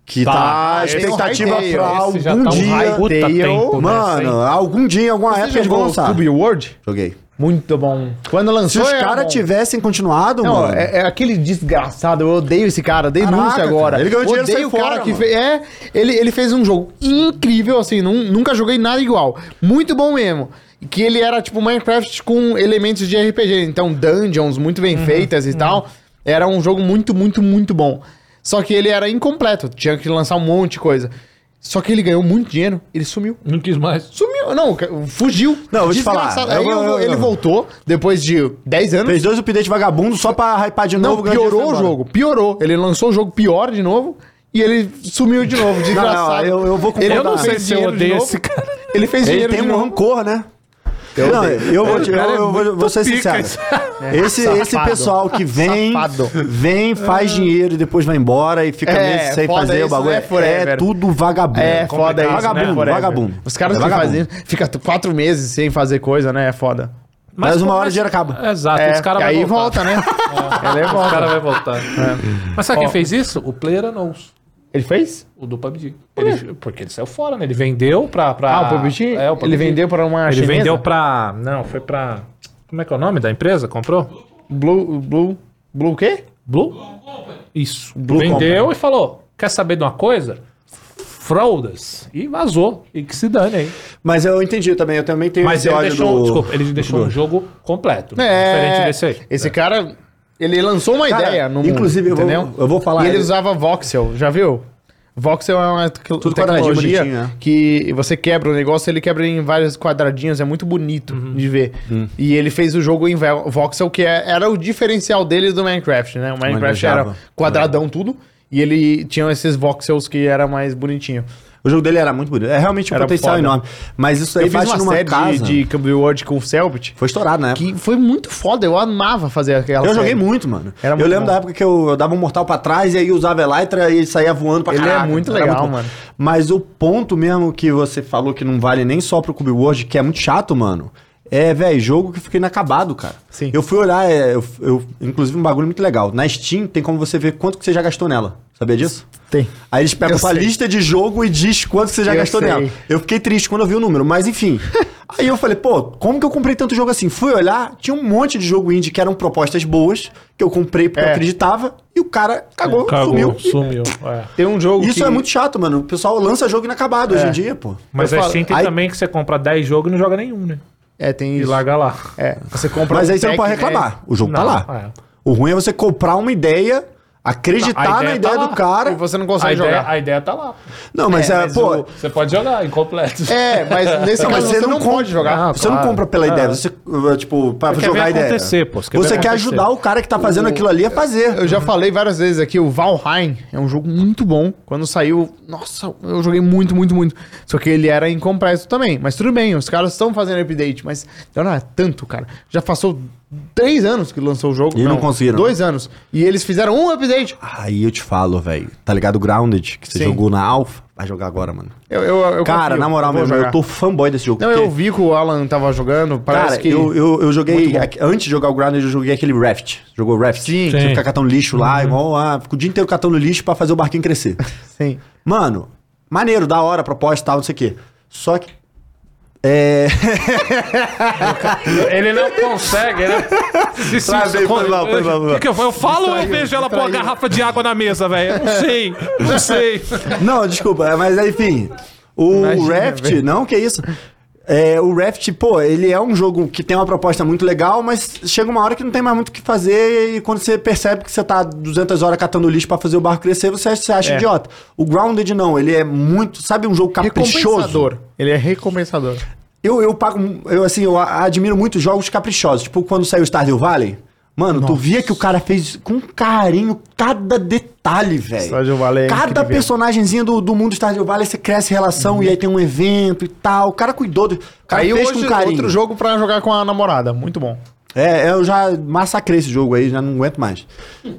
Speaker 3: Que
Speaker 2: Tá,
Speaker 3: tá,
Speaker 2: ah,
Speaker 3: a
Speaker 2: esse
Speaker 3: expectativa
Speaker 1: Hytale,
Speaker 3: pra
Speaker 2: esse já
Speaker 3: algum
Speaker 2: tá um
Speaker 3: dia.
Speaker 2: hype puta
Speaker 1: Dale,
Speaker 2: tempo nessa, hein?
Speaker 3: Mano, algum dia, em alguma
Speaker 1: Você
Speaker 3: época eles vão
Speaker 1: jogou o
Speaker 3: lançar.
Speaker 1: Cube World?
Speaker 3: Joguei.
Speaker 1: Muito bom. Quando
Speaker 3: Se
Speaker 1: lançou
Speaker 3: os
Speaker 1: era
Speaker 3: caras
Speaker 1: bom.
Speaker 3: tivessem continuado,
Speaker 1: Não,
Speaker 3: mano.
Speaker 1: é, é aquele desgraçado, eu odeio esse cara, denúncia
Speaker 3: Caraca,
Speaker 1: agora.
Speaker 3: cara, ele ganhou dinheiro
Speaker 1: odeio
Speaker 3: e
Speaker 1: o
Speaker 3: saiu
Speaker 1: cara
Speaker 3: fora,
Speaker 1: que
Speaker 3: mano.
Speaker 1: fez. É, ele, ele fez um jogo incrível, assim, nun- nunca joguei nada igual. Muito bom mesmo. Que ele era tipo Minecraft com elementos de RPG, então dungeons muito bem
Speaker 3: Uhum,
Speaker 1: feitas e tal. Era um jogo muito, muito, muito bom. Só que ele era incompleto, tinha que lançar um monte de coisa. Só que ele ganhou muito dinheiro, ele sumiu.
Speaker 2: Não quis mais.
Speaker 1: Sumiu, não, fugiu.
Speaker 3: Não, eu vou te
Speaker 1: Desgraçado.
Speaker 3: falar.
Speaker 1: Aí
Speaker 3: Eu-
Speaker 1: eu-
Speaker 3: eu- eu-
Speaker 1: ele voltou, depois de 10 anos.
Speaker 3: Fez dois updates vagabundo só pra hypar de
Speaker 1: é Não,
Speaker 3: novo. ganhou
Speaker 1: piorou o
Speaker 3: dinheiro e foi
Speaker 1: jogo, piorou. Ele lançou o jogo pior de novo e ele sumiu de novo, desgraçado.
Speaker 3: não, eu- eu vou
Speaker 1: ele
Speaker 3: concordar.
Speaker 1: não sei se
Speaker 2: é
Speaker 1: eu odeio esse cara. Ele fez
Speaker 3: embora. Ele
Speaker 1: dinheiro
Speaker 3: tem
Speaker 1: de
Speaker 3: um
Speaker 1: novo.
Speaker 3: rancor, né? não, eu vou, te- eu,
Speaker 2: cara é
Speaker 3: eu vou-
Speaker 2: muito
Speaker 3: vou ser
Speaker 2: pica
Speaker 3: sincero. Esse, esse
Speaker 1: Safado.
Speaker 3: pessoal que vem,
Speaker 1: Safado.
Speaker 3: vem, faz dinheiro e depois vai embora e fica
Speaker 1: É,
Speaker 3: meses sem
Speaker 1: foda
Speaker 3: fazer o
Speaker 1: isso,
Speaker 3: bagulho.
Speaker 1: né,
Speaker 3: É,
Speaker 1: forever.
Speaker 3: tudo vagabundo.
Speaker 1: É, foda isso, né,
Speaker 3: Vagabundo,
Speaker 1: forever.
Speaker 3: vagabundo.
Speaker 1: Os caras
Speaker 3: É
Speaker 1: que
Speaker 3: vagabundo.
Speaker 1: fazem, fica t- quatro meses sem fazer coisa, né? É foda.
Speaker 3: Mas uma
Speaker 2: como
Speaker 3: hora
Speaker 2: é-
Speaker 3: o dinheiro acaba.
Speaker 2: Exato,
Speaker 1: É,
Speaker 2: esse cara vai
Speaker 1: aí volta,
Speaker 2: voltar.
Speaker 1: né? Ele aí
Speaker 2: O
Speaker 1: volta.
Speaker 2: cara vai voltar.
Speaker 1: É.
Speaker 2: Mas sabe quem
Speaker 1: Ó.
Speaker 2: fez isso? O PlayerUnnons.
Speaker 1: Ele fez?
Speaker 2: O do PUBG. Ele- porque ele saiu fora, né? Ele vendeu pra. pra-
Speaker 1: Ah, o PUBG?
Speaker 2: É, o PUBG.
Speaker 1: Ele vendeu pra uma
Speaker 2: Ele
Speaker 1: chinesa?
Speaker 2: vendeu pra. Não, foi pra. Como é que é o nome da empresa? Comprou?
Speaker 1: Blue, Blue, Blue o quê?
Speaker 2: Blue? Isso.
Speaker 1: Blue
Speaker 2: vendeu
Speaker 1: Company.
Speaker 2: e falou: quer saber de uma coisa? Fraudas. E vazou. E que se dane aí.
Speaker 3: Mas eu entendi também, eu também tenho
Speaker 2: Mas
Speaker 3: esse
Speaker 2: ele
Speaker 3: ódio
Speaker 2: deixou.
Speaker 3: do-
Speaker 2: Desculpa, ele deixou um jogo completo. Diferente desse aí.
Speaker 1: É.
Speaker 2: né?
Speaker 1: Esse cara, ele lançou uma
Speaker 3: Cara,
Speaker 1: ideia no
Speaker 3: inclusive, eu
Speaker 1: mundo,
Speaker 3: vou-
Speaker 1: entendeu?
Speaker 3: eu vou falar-
Speaker 1: E ele usava voxel, já viu? Voxel é uma te-
Speaker 3: quadradinho,
Speaker 1: tecnologia
Speaker 3: bonitinho, né?
Speaker 1: que você quebra o negócio, ele quebra em vários quadradinhos, é muito bonito
Speaker 2: Uhum.
Speaker 1: de ver.
Speaker 3: Uhum.
Speaker 1: E ele fez o jogo em vo- voxel, que é- era o diferencial dele do Minecraft, né? O Minecraft era
Speaker 3: Manejava. Uhum.
Speaker 1: quadradão tudo, e ele tinha esses voxels que era mais bonitinho.
Speaker 3: O jogo dele era muito bonito. É realmente um
Speaker 1: Era
Speaker 3: potencial
Speaker 1: foda.
Speaker 3: enorme. Mas isso aí
Speaker 1: Eu fiz
Speaker 3: bate
Speaker 1: uma
Speaker 3: é numa
Speaker 1: série
Speaker 3: casa.
Speaker 1: de, de Cambio World com o Selbit,
Speaker 3: Foi estourado, né?
Speaker 1: que foi muito foda, eu amava fazer aquela
Speaker 3: Eu
Speaker 1: série.
Speaker 3: joguei muito, mano.
Speaker 1: Era
Speaker 3: eu
Speaker 1: muito
Speaker 3: lembro
Speaker 1: bom.
Speaker 3: da época que eu, eu dava um mortal pra trás e aí usava Elytra e saía voando pra
Speaker 1: Ele é
Speaker 3: caraca.
Speaker 1: muito
Speaker 3: Era
Speaker 1: legal,
Speaker 3: bom.
Speaker 1: mano.
Speaker 3: Mas o ponto mesmo que você falou que não vale nem só pro Cube World, que é muito chato, mano. É, velho, jogo que fica inacabado, cara.
Speaker 1: Sim.
Speaker 3: Eu fui olhar, é, eu, eu- inclusive um bagulho muito legal. Na Steam tem como você ver quanto que você já gastou nela. Sabia disso?
Speaker 1: Tem.
Speaker 3: Aí eles pegam
Speaker 1: Eu
Speaker 3: sua
Speaker 1: sei.
Speaker 3: lista de jogo e diz quanto você já
Speaker 1: Eu
Speaker 3: gastou
Speaker 1: sei.
Speaker 3: nela. Eu fiquei triste quando eu vi o número, mas enfim. Aí eu falei, pô, como que eu comprei tanto jogo assim? Fui olhar, tinha um monte de jogo indie que eram propostas boas, que eu comprei porque
Speaker 1: É.
Speaker 3: eu acreditava, e o cara cagou,
Speaker 2: Cagou,
Speaker 3: sumiu. E
Speaker 2: sumiu. é.
Speaker 1: Tem um jogo
Speaker 3: Isso
Speaker 1: que-
Speaker 3: é muito chato, mano. O pessoal lança jogo inacabado hoje em dia, pô.
Speaker 2: Mas
Speaker 1: Eu
Speaker 2: a
Speaker 1: falo,
Speaker 2: Steam tem
Speaker 3: aí-
Speaker 2: também que você compra 10 jogos e não joga nenhum, né?
Speaker 1: É, tem
Speaker 2: E
Speaker 1: isso.
Speaker 2: larga lá.
Speaker 1: É, você compra
Speaker 3: Mas
Speaker 1: um
Speaker 3: aí você
Speaker 1: pack,
Speaker 3: não pode
Speaker 1: né?
Speaker 3: reclamar. O jogo tá
Speaker 2: Não,
Speaker 3: lá.
Speaker 2: é.
Speaker 3: O ruim é você comprar uma ideia, acreditar
Speaker 2: Não, a
Speaker 3: na
Speaker 2: ideia tá
Speaker 3: ideia
Speaker 2: lá.
Speaker 3: do cara.
Speaker 1: E você não
Speaker 2: A
Speaker 1: consegue
Speaker 2: ideia,
Speaker 1: jogar.
Speaker 2: a ideia tá lá.
Speaker 3: Não, mas, é,
Speaker 2: Mas
Speaker 3: pô.
Speaker 2: o- você pode jogar, incompleto.
Speaker 1: É, mas nesse
Speaker 3: Não, mas
Speaker 1: caso
Speaker 3: você, não, compra,
Speaker 1: pode jogar.
Speaker 2: Ah,
Speaker 3: você
Speaker 2: claro.
Speaker 3: não compra pela
Speaker 2: Ah.
Speaker 3: ideia, você, uh, tipo, pra
Speaker 2: Você quer
Speaker 3: jogar
Speaker 2: ver
Speaker 3: a ideia.
Speaker 2: acontecer, pô, você
Speaker 3: Você quer,
Speaker 2: quer ver acontecer.
Speaker 3: ajudar o cara que tá fazendo aquilo ali a fazer.
Speaker 1: Eu já falei várias vezes aqui, o Valheim é um jogo muito bom. Quando saiu, nossa, eu joguei muito, muito, muito. Só que ele era incompleto também. Mas tudo bem, os caras estão fazendo update, mas então, não era tanto, cara. Já passou três anos que lançou o jogo.
Speaker 3: E não conseguiram. né?
Speaker 1: Dois anos. E eles fizeram um update.
Speaker 3: Aí eu te falo, velho. Tá ligado o Grounded que você
Speaker 1: Sim.
Speaker 3: jogou na Alpha? Vai jogar agora, mano.
Speaker 1: Eu, eu, eu
Speaker 3: cara,
Speaker 1: confio,
Speaker 3: na moral
Speaker 1: vou
Speaker 3: mesmo,
Speaker 1: jogar.
Speaker 3: eu tô fanboy desse jogo.
Speaker 1: Não,
Speaker 3: porque,
Speaker 1: eu vi que o Alan tava jogando, parece
Speaker 3: Cara,
Speaker 1: que...
Speaker 3: eu, eu, eu
Speaker 1: Muito
Speaker 3: joguei.
Speaker 1: bom.
Speaker 3: aqui- antes de jogar o Grounded, eu joguei aquele Raft. Jogou Raft?
Speaker 1: Sim. Uhum.
Speaker 3: Você
Speaker 2: Sim.
Speaker 3: fica catando lixo lá, igual. Ah, fica o dia inteiro catando lixo pra fazer o barquinho crescer.
Speaker 1: Sim.
Speaker 3: Mano, maneiro, da hora, proposta e tal, não sei o quê. Só que. É.
Speaker 2: Ele não consegue, né? Se, se,
Speaker 3: Traz aí, foi mal, foi mal, foi mal.
Speaker 2: O que, que eu falo? Eu falo ou eu vejo ela pôr a garrafa de água na mesa, velho? Eu Não sei, não sei.
Speaker 3: Não, desculpa, é, mas enfim. O
Speaker 1: Imagina,
Speaker 3: Raft,
Speaker 1: velho.
Speaker 3: não, que isso. É, o Raft, pô, ele é um jogo que tem uma proposta muito legal, mas chega uma hora que não tem mais muito o que fazer e quando você percebe que você tá 200 horas catando lixo pra fazer o barco crescer, você acha, você acha
Speaker 1: É.
Speaker 3: idiota. O Grounded não, ele é muito, sabe, um jogo caprichoso.
Speaker 1: Recompensador. Ele é recompensador.
Speaker 3: Eu, eu pago, eu assim, eu a- admiro muito jogos caprichosos, tipo quando saiu Stardew Valley. Mano, tu via que o cara fez com carinho cada detalhe, velho.
Speaker 1: Stardew Valley é
Speaker 3: Cada
Speaker 1: incrível. Uhum.
Speaker 3: personagemzinho do, do mundo Stardew Valley, você cresce relação e aí tem um evento e tal. O cara cuidou do. O cara
Speaker 1: Aí
Speaker 3: fez
Speaker 1: hoje,
Speaker 3: com carinho.
Speaker 1: outro jogo pra jogar com a namorada. Muito bom.
Speaker 3: É, eu já massacrei esse jogo aí, já não aguento mais.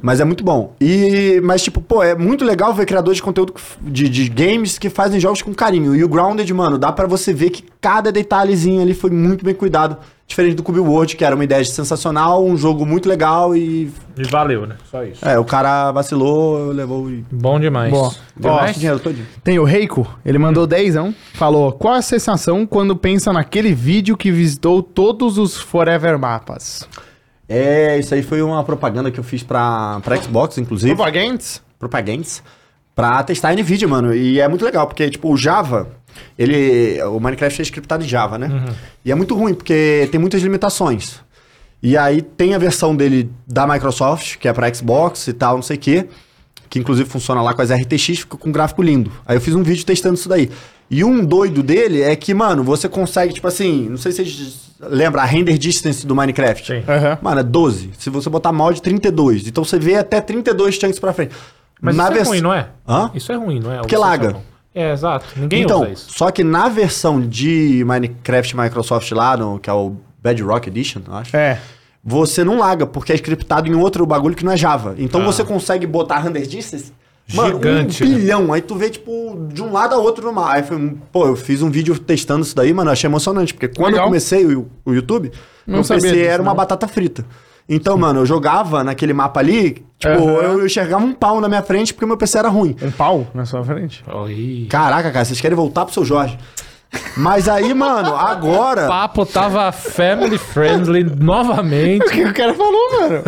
Speaker 3: Mas é muito bom. E, mas, tipo, pô, é muito legal ver criadores de conteúdo que f- de, de games que fazem jogos com carinho. E o Grounded, mano, dá pra você ver que cada detalhezinho ali foi muito bem cuidado. Diferente do Cube World, que era uma ideia sensacional, um jogo muito legal e.
Speaker 2: E valeu, né? Só isso.
Speaker 3: É, o cara vacilou, levou e.
Speaker 2: Bom demais.
Speaker 1: Bom.
Speaker 3: Deu
Speaker 1: Ó,
Speaker 3: mais É dinheiro todinho.
Speaker 1: Tem o Reiko, ele mandou dezão. Falou, qual a sensação quando pensa naquele vídeo que visitou todos os Forever Mapas?
Speaker 3: É, isso aí foi uma propaganda que eu fiz pra, pra Xbox, inclusive.
Speaker 1: Propagandas?
Speaker 3: propagandas pra testar NVIDIA, mano. E é muito legal, porque, tipo, o Java, ele... O Minecraft é scriptado em Java, né? E é muito ruim, porque tem muitas limitações. E aí tem a versão dele da Microsoft, que é pra Xbox e tal, não sei o quê. que inclusive funciona lá com as RTX, fica com um gráfico lindo. Aí eu fiz um vídeo testando isso daí. E um doido dele é que, mano, você consegue, tipo assim, não sei se vocês lembram, a render distance do Minecraft.
Speaker 2: Sim.
Speaker 1: Aham.
Speaker 3: Mano, é 12. Se você botar mal é de 32. Então você vê até 32 chunks pra frente.
Speaker 2: Mas isso
Speaker 3: vers-
Speaker 2: é ruim, não é?
Speaker 3: Hã?
Speaker 2: Isso é ruim, não é?
Speaker 3: Porque
Speaker 2: Você
Speaker 3: laga.
Speaker 2: tá bom. É, exato. Ninguém
Speaker 3: então,
Speaker 2: usa isso.
Speaker 3: só que na versão de Minecraft Microsoft lá, no, que é o Bedrock Edition, eu acho.
Speaker 1: É.
Speaker 3: Você não laga, porque é scriptado em outro bagulho que não é Java. Então
Speaker 1: Ah.
Speaker 3: você consegue botar render distance. Mano,
Speaker 2: Gigante,
Speaker 3: um
Speaker 2: né?
Speaker 3: bilhão. Aí tu vê, tipo, de um lado a outro no mar. Aí foi, um- pô, eu fiz um vídeo testando isso daí, mano, eu achei emocionante. Porque quando
Speaker 1: Legal.
Speaker 3: eu comecei o, o YouTube,
Speaker 1: Não
Speaker 3: meu
Speaker 1: sabia
Speaker 3: PC
Speaker 1: disso,
Speaker 3: era uma
Speaker 1: não.
Speaker 3: batata frita. Então, mano, eu jogava naquele mapa ali, tipo,
Speaker 1: Aham.
Speaker 3: eu, eu enxergava um pau na minha frente porque meu PC era ruim.
Speaker 1: Um pau na sua frente?
Speaker 2: Oi.
Speaker 3: Caraca, cara, vocês querem voltar pro seu Jorge. Mas aí, mano,
Speaker 2: O
Speaker 3: agora.
Speaker 2: papo tava family friendly
Speaker 1: O
Speaker 2: novamente.
Speaker 1: que o cara falou, mano?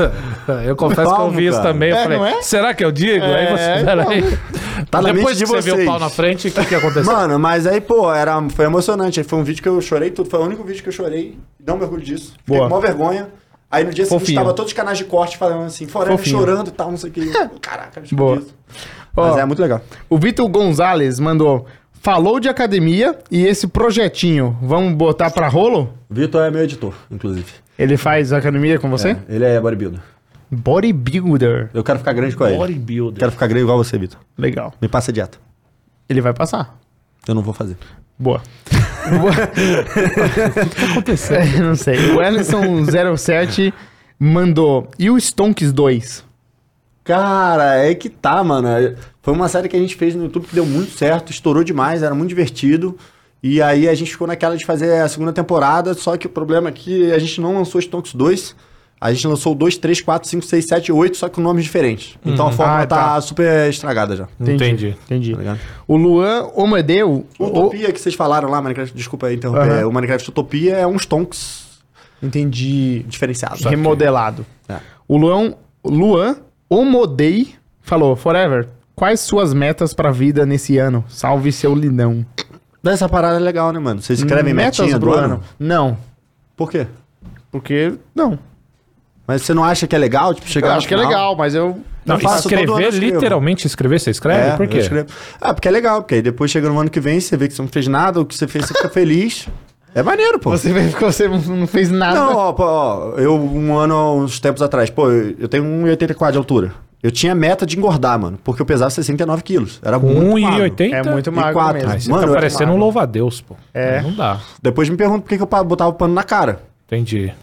Speaker 2: Tá, Eu confesso que eu
Speaker 3: Calma,
Speaker 2: vi isso
Speaker 3: cara.
Speaker 2: também. Eu
Speaker 1: É,
Speaker 2: falei,
Speaker 1: não é?
Speaker 2: será que eu digo? aí
Speaker 1: É,
Speaker 2: você, peraí.
Speaker 3: Tá na
Speaker 2: Depois
Speaker 3: mente de
Speaker 2: que você vê o
Speaker 3: vocês.
Speaker 2: pau na frente, o que, que aconteceu?
Speaker 3: Mano, mas aí, pô, era, foi emocionante. Aí foi um vídeo que eu chorei tudo. Foi o único vídeo que eu chorei. Dá um mergulho disso. Fiquei
Speaker 1: Boa.
Speaker 3: com maior vergonha. Aí no dia seguinte
Speaker 1: Fofinho.
Speaker 3: tava todos os canais de corte falando assim, Forever
Speaker 1: Fofinho.
Speaker 3: chorando e tal, não sei o que. Eu, Caraca, eu
Speaker 1: Boa.
Speaker 3: isso.
Speaker 1: Ó,
Speaker 3: Mas é muito legal.
Speaker 1: O Vitor Gonzalez mandou. Falou de academia e esse projetinho, vamos botar pra rolo?
Speaker 3: Vitor é meu editor, inclusive.
Speaker 1: Ele faz academia com você?
Speaker 3: Ele é bodybuilder.
Speaker 1: Bodybuilder.
Speaker 3: Eu quero ficar grande com ele.
Speaker 2: Bodybuilder.
Speaker 3: Quero ficar grande igual você, Vitor.
Speaker 1: Legal.
Speaker 3: Me passa a dieta.
Speaker 1: Ele vai passar.
Speaker 3: Eu não vou fazer.
Speaker 1: Boa. tá aconteceu? não sei. O Ellison07 mandou. E o Stonks 2?
Speaker 3: Cara, é que tá, mano. Foi uma série que a gente fez no YouTube que deu muito certo, estourou demais, era muito divertido. E aí a gente ficou naquela de fazer a segunda temporada, só que o problema é que a gente não lançou Stonks 2. A gente lançou 2, 3, 4, 5, 6, 7, 8, só que com nomes diferentes. Então a forma
Speaker 1: Ah,
Speaker 3: tá.
Speaker 1: tá.
Speaker 3: super estragada já.
Speaker 2: Entendi.
Speaker 1: Entendi.
Speaker 3: Tá ligado?
Speaker 1: O Luan Omadeu.
Speaker 3: Utopia que vocês falaram lá, Minecraft, desculpa aí interromper.
Speaker 1: Aham.
Speaker 3: O Minecraft Utopia é um Stonks
Speaker 1: Entendi.
Speaker 3: diferenciado.
Speaker 1: Remodelado.
Speaker 3: É.
Speaker 1: O Luan, Luan Omodei falou: Forever, quais suas metas pra vida nesse ano? Salve seu lindão.
Speaker 3: Essa parada é legal, né, mano? Vocês escrevem metinha do ano?
Speaker 1: Não.
Speaker 3: Por quê?
Speaker 1: Porque, não.
Speaker 3: Mas você não acha que é legal, tipo,
Speaker 1: Eu
Speaker 3: chegar no
Speaker 1: acho que é
Speaker 3: final?
Speaker 1: legal, mas eu.
Speaker 2: Não,
Speaker 3: Eu faço, todo ano eu
Speaker 2: escrever,
Speaker 3: escrevo.
Speaker 2: literalmente escrever, você escreve?
Speaker 3: É,
Speaker 2: Por quê?
Speaker 3: eu escrevo. Ah, porque é legal, porque aí depois chega no ano que vem, você vê que você não fez nada, o que você fez, você fica feliz. É maneiro, pô.
Speaker 1: Você vê que você não fez nada.
Speaker 3: Não, ó, pô, ó, eu um ano, uns tempos atrás, pô, eu eu tenho 1,84 de altura. Eu tinha meta de engordar, mano, porque eu pesava 69 quilos. Era muito magro.
Speaker 2: 1,80?
Speaker 1: É muito
Speaker 3: E
Speaker 1: magro
Speaker 3: quatro.
Speaker 1: mesmo.
Speaker 2: Aí você
Speaker 3: Mano,
Speaker 2: tá
Speaker 3: eu-
Speaker 2: parecendo um louva-a-Deus, pô.
Speaker 1: É.
Speaker 2: Não dá.
Speaker 3: Depois me perguntam por que que eu pa- botava o pano na cara.
Speaker 2: Entendi.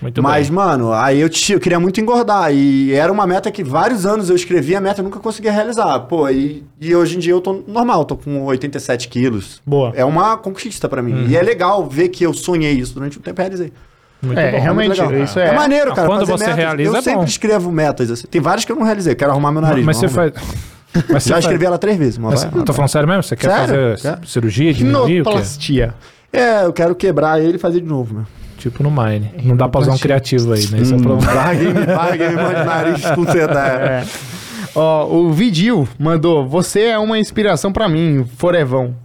Speaker 2: Muito
Speaker 3: Mas,
Speaker 2: bem.
Speaker 3: mano, aí eu, ti- eu queria muito engordar. E era uma meta que vários anos eu escrevi, a meta eu nunca conseguia realizar. Pô, e, e hoje em dia eu tô normal, tô com 87 quilos.
Speaker 2: Boa. Uhum.
Speaker 3: É uma conquista pra mim. E é legal ver que eu sonhei isso durante um tempo e realizei.
Speaker 2: Muito
Speaker 1: É,
Speaker 2: bom.
Speaker 1: realmente,
Speaker 3: Muito legal.
Speaker 1: isso é.
Speaker 3: maneiro, cara.
Speaker 2: Ah, Quando
Speaker 3: fazer
Speaker 2: você
Speaker 3: metas.
Speaker 2: realiza,
Speaker 3: Eu
Speaker 2: é
Speaker 3: sempre
Speaker 2: bom.
Speaker 3: escrevo metas. assim. Tem várias que eu não realizei. Eu quero arrumar meu nariz.
Speaker 2: Mas
Speaker 3: não
Speaker 2: você
Speaker 3: arrumei.
Speaker 2: faz. Mas você
Speaker 3: Já
Speaker 2: faz-
Speaker 3: escrevi ela três vezes, mas
Speaker 2: Mas,
Speaker 3: vai.
Speaker 2: tô falando sério mesmo? Você quer
Speaker 3: Sério?
Speaker 2: fazer
Speaker 3: Quer?
Speaker 2: cirurgia,
Speaker 1: é
Speaker 2: diminuir o quê?
Speaker 1: Rinoplastia.
Speaker 3: É, eu quero quebrar ele e fazer de novo, meu.
Speaker 2: Tipo no Mine. Não dá pra usar um criativo aí, né? Isso é
Speaker 3: Hum.
Speaker 2: problema.
Speaker 3: Larguei, me larguei, me mande nariz com
Speaker 1: É. Ó, o Vidil mandou: Você é uma inspiração pra mim, Forevão.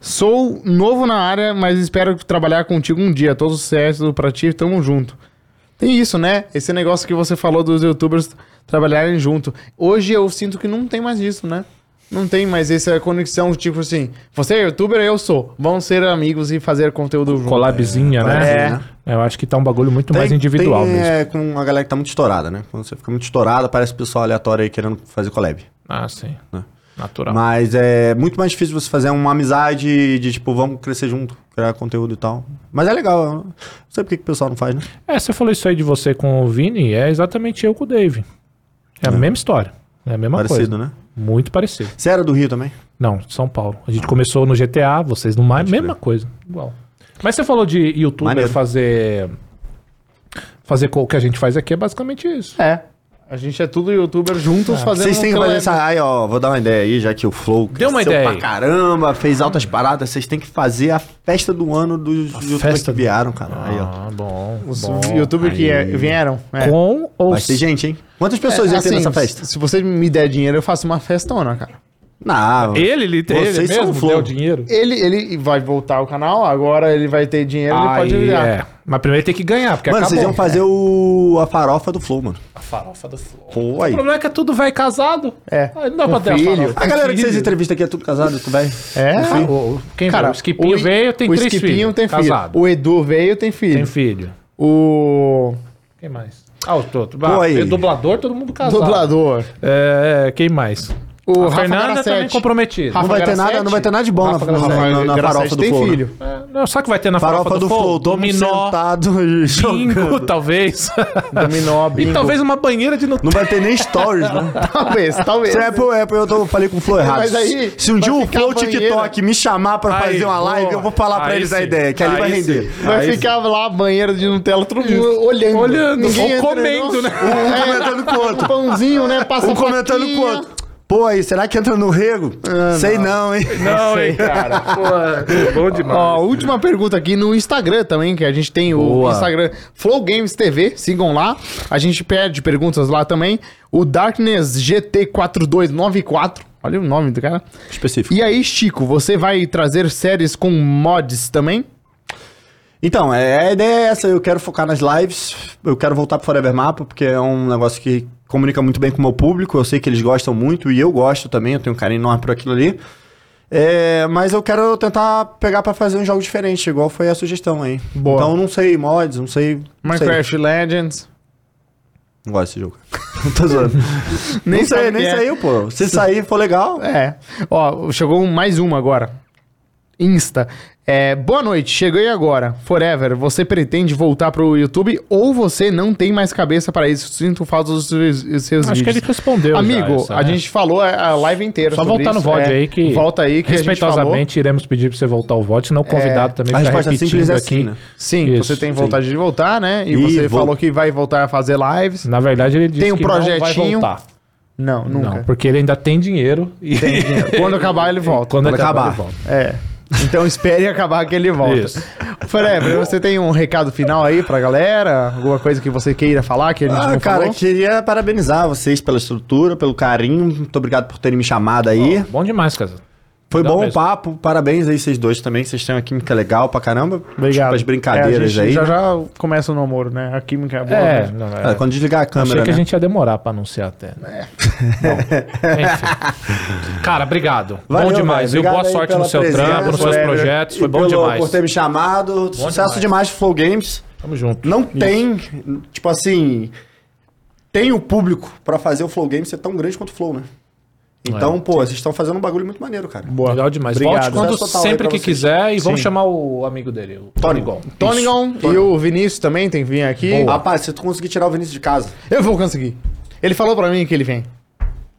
Speaker 1: Sou novo na área, mas espero trabalhar contigo um dia. Todo sucesso pra ti, tamo junto. Tem isso, né? Esse negócio que você falou dos youtubers trabalharem junto. Hoje eu sinto que não tem mais isso, né? Não tem mais essa conexão, tipo assim, você é youtuber, eu sou. Vão ser amigos e fazer conteúdo junto.
Speaker 2: Collabzinha,
Speaker 3: É.
Speaker 2: né? É, Eu acho que tá um bagulho muito mais individual
Speaker 3: tem,
Speaker 2: mesmo.
Speaker 3: É, com a galera que tá muito estourada, né? Quando você fica muito estourada, parece o pessoal aleatório aí querendo fazer collab.
Speaker 2: Ah, sim.
Speaker 3: Né?
Speaker 2: Natural.
Speaker 3: Mas é muito mais difícil você fazer uma amizade de tipo, vamos crescer junto, criar conteúdo e tal. Mas é legal. eu Não sei por que que o pessoal não faz, né?
Speaker 2: É, você falou isso aí de você com o Vini, é exatamente eu com o Dave. É a mesma história. É a mesma
Speaker 3: Parecido,
Speaker 2: coisa.
Speaker 3: né?
Speaker 2: Muito parecido.
Speaker 3: Você era do Rio também?
Speaker 2: Não, de São Paulo. A gente começou no GTA, vocês no Mine, mesma coisa. Igual. Mas você falou de youtuber
Speaker 3: Maneiro.
Speaker 2: fazer. Fazer co- o que a gente faz aqui é basicamente isso.
Speaker 1: É. A gente é tudo youtuber juntos fazendo. um
Speaker 3: Vocês têm que fazer
Speaker 1: collab.
Speaker 3: essa. Aí, ó, vou dar uma ideia aí, já que o Flow
Speaker 2: Deu uma
Speaker 3: cresceu
Speaker 2: ideia aí.
Speaker 3: pra caramba, fez altas paradas. Vocês têm que fazer a festa do ano dos youtubers
Speaker 2: festa
Speaker 3: que
Speaker 2: do-
Speaker 3: vieram, cara. Aí, ó.
Speaker 2: Ah, bom.
Speaker 1: Os
Speaker 2: bom.
Speaker 1: youtubers que é, vieram. é.
Speaker 2: Com ou
Speaker 3: Vai ter gente, hein? Quantas pessoas
Speaker 1: É,
Speaker 3: iam ter
Speaker 1: assim,
Speaker 3: nessa festa?
Speaker 1: Se se você me der dinheiro, eu faço uma festona, cara.
Speaker 3: Não.
Speaker 2: Ele, ele,
Speaker 3: Vocês
Speaker 2: ele
Speaker 3: são
Speaker 2: mesmo
Speaker 3: flow.
Speaker 2: deu dinheiro?
Speaker 1: Ele, ele vai voltar ao canal, agora ele vai ter dinheiro, ele pode
Speaker 2: Aí,
Speaker 1: virar.
Speaker 2: é. Mas primeiro tem que ganhar, porque
Speaker 3: Mano,
Speaker 2: acabou. né?
Speaker 3: vocês iam fazer o... a farofa do Flow, mano.
Speaker 2: A farofa do flow.
Speaker 3: Pô,
Speaker 2: O
Speaker 3: aí.
Speaker 2: problema é que é tudo vai casado.
Speaker 1: É.
Speaker 2: Aí não dá
Speaker 1: Com
Speaker 2: pra ter
Speaker 1: filho.
Speaker 2: a farofa.
Speaker 3: A galera que
Speaker 2: Filho.
Speaker 3: vocês entrevistam aqui é tudo casado, tudo bem?
Speaker 1: É?
Speaker 2: Ah, o- Quem
Speaker 1: Cara,
Speaker 2: veio? O Skipinho
Speaker 1: I-
Speaker 2: veio, tem
Speaker 1: o
Speaker 2: três
Speaker 1: Skipinho
Speaker 2: filhos.
Speaker 1: tem filho.
Speaker 2: Casado.
Speaker 1: O Edu veio, tem filho.
Speaker 2: Tem filho.
Speaker 1: O
Speaker 2: Quem mais? Ah, o outro.
Speaker 3: Pô, aí.
Speaker 2: Ah, dublador, todo mundo casado.
Speaker 1: dublador.
Speaker 2: É, quem mais?
Speaker 1: O
Speaker 2: a
Speaker 1: Rafa
Speaker 2: Fernanda
Speaker 1: Garassetti.
Speaker 2: também é comprometida.
Speaker 1: Rafa
Speaker 3: Não vai, ter
Speaker 1: Grassetti?
Speaker 3: nada, não vai ter nada de bom na,
Speaker 1: Rafa
Speaker 3: na-
Speaker 1: Grassetti.
Speaker 3: na- na farofa
Speaker 1: Grassetti
Speaker 3: do
Speaker 1: tem
Speaker 3: Flow. né?
Speaker 1: filho.
Speaker 2: É, não, sabe o que vai ter na farofa,
Speaker 3: Farofa do Flow, todo mundo
Speaker 2: Dominó,
Speaker 3: sentado e
Speaker 2: bingo,
Speaker 3: jogando.
Speaker 2: talvez.
Speaker 1: É Dominó,
Speaker 2: e
Speaker 1: bingo.
Speaker 2: talvez uma banheira de Nutella.
Speaker 3: Não vai ter nem stories, né?
Speaker 1: talvez, talvez.
Speaker 3: Se é pro, é pro- eu tô, falei com o Flow errado.
Speaker 1: Mas aí,
Speaker 3: se um dia
Speaker 1: vai
Speaker 3: o
Speaker 1: ficar
Speaker 3: Flow
Speaker 1: a banheira.
Speaker 3: TikTok me chamar pra
Speaker 2: Aí,
Speaker 3: fazer uma live,
Speaker 2: boa.
Speaker 3: eu vou falar pra
Speaker 2: Aí
Speaker 3: eles a
Speaker 2: sim.
Speaker 3: ideia, que ali
Speaker 2: Aí
Speaker 3: vai
Speaker 2: sim.
Speaker 3: render.
Speaker 1: Vai
Speaker 3: Aí
Speaker 1: ficar lá a banheira de Nutella, todo mundo olhando.
Speaker 2: Olhando, ou
Speaker 1: entra, não.
Speaker 2: comendo, né?
Speaker 3: Um comentando com o
Speaker 1: Um
Speaker 3: outro.
Speaker 1: pãozinho, né? Passa
Speaker 3: Um comentando com o
Speaker 1: faquinha.
Speaker 3: outro. Pô, aí, será que entra no rego? Sei não, hein?
Speaker 2: Não, hein, cara. Pô, é bom demais.
Speaker 1: Ó, última pergunta aqui no Instagram também, que a gente tem o
Speaker 2: Boa.
Speaker 1: Instagram Flow Games TV, sigam lá. A gente pede perguntas lá também. O Darkness GT4294, olha o nome do cara.
Speaker 3: Específico.
Speaker 1: E aí, Chico, você vai trazer séries com mods também?
Speaker 3: Então, é, a ideia é essa. Eu quero focar nas lives. Eu quero voltar pro Forever Mapa, porque é um negócio que comunica muito bem com o meu público. Eu sei que eles gostam muito e eu gosto também. Eu tenho um carinho enorme por aquilo ali. É, mas eu quero tentar pegar pra fazer um jogo diferente, igual foi a sugestão aí.
Speaker 1: Boa.
Speaker 3: Então, não sei mods, não sei. não sei.
Speaker 1: Minecraft Legends.
Speaker 3: Não gosto desse jogo. Tô zoando.
Speaker 1: Nem
Speaker 3: nem sei,
Speaker 1: sabe
Speaker 3: nem
Speaker 1: que é.
Speaker 3: saiu, pô. Se sair, for legal.
Speaker 1: É. Ó, chegou um- mais uma agora. Insta. É, boa noite, cheguei agora. Forever, você pretende voltar pro YouTube ou você não tem mais cabeça para isso? Sinto falta dos seus, dos seus
Speaker 2: Acho que
Speaker 1: vídeos.
Speaker 2: ele respondeu. já
Speaker 1: Amigo,
Speaker 2: essa,
Speaker 1: a
Speaker 2: né?
Speaker 1: gente falou a a live inteira.
Speaker 2: Só
Speaker 1: sobre
Speaker 2: voltar no
Speaker 1: isso.
Speaker 2: VOD
Speaker 1: É,
Speaker 2: aí que.
Speaker 1: Volta aí que a gente falou. É,
Speaker 2: Respeitosamente, iremos pedir pra você voltar ao VOD, senão o convidado também
Speaker 3: A
Speaker 2: fica
Speaker 3: resposta
Speaker 2: repetindo
Speaker 3: simples é
Speaker 2: aqui.
Speaker 3: assim, né?
Speaker 1: Sim,
Speaker 2: Isso,
Speaker 1: você tem
Speaker 3: sim.
Speaker 1: vontade de voltar, né? E,
Speaker 3: Ih,
Speaker 1: você
Speaker 3: vou-
Speaker 1: falou que vai voltar a fazer lives.
Speaker 2: Na verdade, ele disse
Speaker 1: Tem um
Speaker 2: que não vai
Speaker 1: projetinho.
Speaker 2: voltar.
Speaker 1: Não,
Speaker 2: Não,
Speaker 1: nunca.
Speaker 2: porque ele ainda tem dinheiro e
Speaker 1: Quando acabar, ele volta.
Speaker 2: quando
Speaker 3: Quando
Speaker 2: acabar,
Speaker 3: acabar.
Speaker 2: ele volta.
Speaker 1: É. Então espere acabar que ele volta.
Speaker 2: Isso.
Speaker 1: Forever, você tem um recado final aí pra galera? Alguma coisa que você queira falar que a gente
Speaker 3: Ah,
Speaker 1: não
Speaker 3: cara,
Speaker 1: falou?
Speaker 3: queria parabenizar vocês pela estrutura, pelo carinho. Muito obrigado por terem me chamado aí.
Speaker 2: Bom demais, cara.
Speaker 3: Foi
Speaker 2: Dá
Speaker 3: bom
Speaker 2: mesmo.
Speaker 3: o papo, parabéns aí vocês dois também, que vocês têm uma química legal pra caramba. Desculpa as
Speaker 1: É, a
Speaker 3: brincadeiras
Speaker 1: gente
Speaker 3: aí.
Speaker 1: Já já começa o namoro, né? A química é boa.
Speaker 2: É,
Speaker 1: né?
Speaker 2: não, é.
Speaker 3: É, quando desligar a câmera,
Speaker 2: Achei que
Speaker 3: né? É.
Speaker 2: a gente ia demorar pra anunciar até. né? Bom, enfim. Cara, obrigado.
Speaker 3: Valeu,
Speaker 2: bom demais.
Speaker 3: velho.
Speaker 2: viu? boa
Speaker 3: Obrigado aí
Speaker 2: sorte
Speaker 3: pela
Speaker 2: no seu
Speaker 3: presença,
Speaker 2: trampo, nos seus
Speaker 3: Kleber,
Speaker 2: projetos.
Speaker 3: e
Speaker 2: Foi bom
Speaker 3: pelo-
Speaker 2: demais.
Speaker 3: Por ter me chamado. Sucesso
Speaker 2: demais.
Speaker 3: demais, Flow Games.
Speaker 2: Tamo junto.
Speaker 3: Não tem, tipo assim, tem o público pra fazer o Flow Games ser tão grande quanto o Flow, né?
Speaker 2: É.
Speaker 3: Então, pô, vocês estão fazendo um bagulho muito maneiro, cara.
Speaker 1: Boa.
Speaker 2: Legal demais.
Speaker 1: Obrigado.
Speaker 2: Volte quando
Speaker 3: Sucesso total aí
Speaker 2: sempre
Speaker 3: pra
Speaker 2: que
Speaker 3: vocês.
Speaker 2: quiser e vamos
Speaker 1: Sim.
Speaker 2: chamar o amigo dele, o Tony
Speaker 3: Tony.
Speaker 2: Gon.
Speaker 1: Tonigon e o Vinícius também tem que vir aqui. Ah,
Speaker 3: Rapaz, se tu conseguir tirar o Vinícius de casa.
Speaker 1: Eu vou conseguir. Ele falou pra mim que ele vem.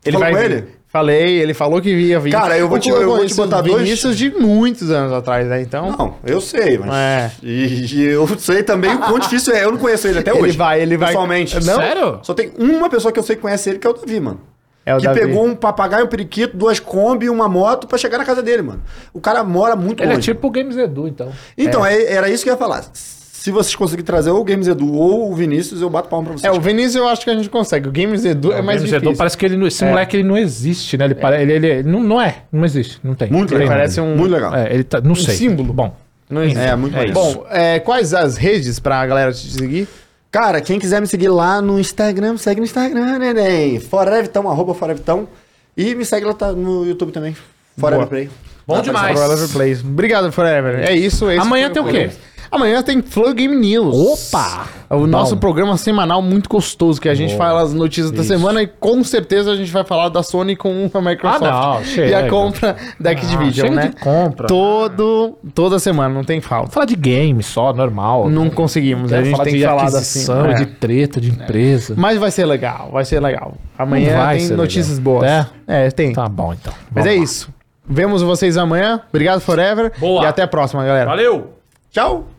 Speaker 1: Ele
Speaker 3: Falou
Speaker 1: vai
Speaker 3: com
Speaker 1: vir.
Speaker 3: ele?
Speaker 1: Falei, ele falou que ia vir.
Speaker 3: Cara, eu vou te- eu vou te
Speaker 1: conheço
Speaker 3: botar
Speaker 1: o
Speaker 3: dois-
Speaker 1: Vinícius de muitos anos atrás, né? Então,
Speaker 3: Não, eu sei, mas.
Speaker 1: É.
Speaker 3: E, e eu sei também o quão difícil é. Eu não conheço ele até
Speaker 1: Ele
Speaker 3: hoje.
Speaker 1: vai, ele vai-
Speaker 3: Pessoalmente.
Speaker 1: Não?
Speaker 2: Sério?
Speaker 3: Só tem uma pessoa que eu sei que conhece ele, que é o Davi, mano.
Speaker 1: É o
Speaker 3: que
Speaker 1: Davi.
Speaker 3: pegou um papagaio, um periquito, duas Kombi e uma moto pra chegar na casa dele, mano. O cara mora muito
Speaker 2: Ele é
Speaker 3: longe.
Speaker 2: tipo o Games Edu, então.
Speaker 3: Então, é- era isso que eu ia falar. Se vocês conseguirem trazer ou o Games Edu ou o Vinícius, eu bato palma pra vocês.
Speaker 1: é, o Vinícius eu acho que a gente consegue. O Games Edu é,
Speaker 2: O
Speaker 1: mais
Speaker 2: Games
Speaker 1: difícil.
Speaker 2: Edu parece que ele, não-
Speaker 3: É.
Speaker 2: esse moleque ele não existe, né? Ele, pare- ele, ele- ele não, não é, não existe, não tem.
Speaker 3: Muito
Speaker 2: Ele
Speaker 3: legal.
Speaker 1: parece um-
Speaker 3: Muito legal. É,
Speaker 2: É, ele tá, não sei.
Speaker 1: símbolo.
Speaker 2: Bom,
Speaker 1: Não existe.
Speaker 3: muito legal.
Speaker 1: é Bom, é, quais as redes pra galera te seguir?
Speaker 3: Cara, quem quiser me seguir lá no Instagram, me segue no Instagram, né, neném. Forevitão, arroba Forevitão. E me segue lá tá, no YouTube também. Forever
Speaker 1: Boa.
Speaker 3: Play.
Speaker 2: Bom
Speaker 3: Lá tá
Speaker 2: demais.
Speaker 1: Pro Eleven é Plays. Obrigado, Forever. É isso. esse
Speaker 2: Amanhã
Speaker 1: foi
Speaker 2: tem o quê?
Speaker 1: programa. Amanhã tem Flow Game News.
Speaker 2: Opa!
Speaker 1: O nosso
Speaker 2: Bom.
Speaker 1: programa semanal muito gostoso, que a gente
Speaker 2: Boa.
Speaker 1: fala as notícias da
Speaker 2: Isso.
Speaker 1: semana e com certeza a gente vai falar da Sony com a Microsoft.
Speaker 2: Ah, não,
Speaker 1: e a
Speaker 2: chega. Ah,
Speaker 1: compra da Activision,
Speaker 2: chega
Speaker 1: né?
Speaker 2: de compra.
Speaker 1: Todo, toda semana, não tem falta.
Speaker 2: falar de game só, normal.
Speaker 1: Não conseguimos,
Speaker 2: Quero
Speaker 1: a gente
Speaker 2: falar
Speaker 1: tem assim, né? que
Speaker 2: de
Speaker 1: falar da
Speaker 2: aquisição, é.
Speaker 1: Sony.
Speaker 2: de treta,
Speaker 1: É.
Speaker 2: de empresa.
Speaker 1: Mas vai ser legal, vai ser legal.
Speaker 2: Não
Speaker 1: Amanhã
Speaker 2: vai
Speaker 1: tem
Speaker 2: ser
Speaker 1: notícias
Speaker 2: legal.
Speaker 1: boas. É, tem.
Speaker 2: Tá bom, então.
Speaker 1: Mas é
Speaker 2: Vamos lá.
Speaker 1: isso. Vemos vocês amanhã. Obrigado, Forever.
Speaker 2: Boa.
Speaker 1: E até a próxima, galera.
Speaker 2: Valeu!
Speaker 3: Tchau.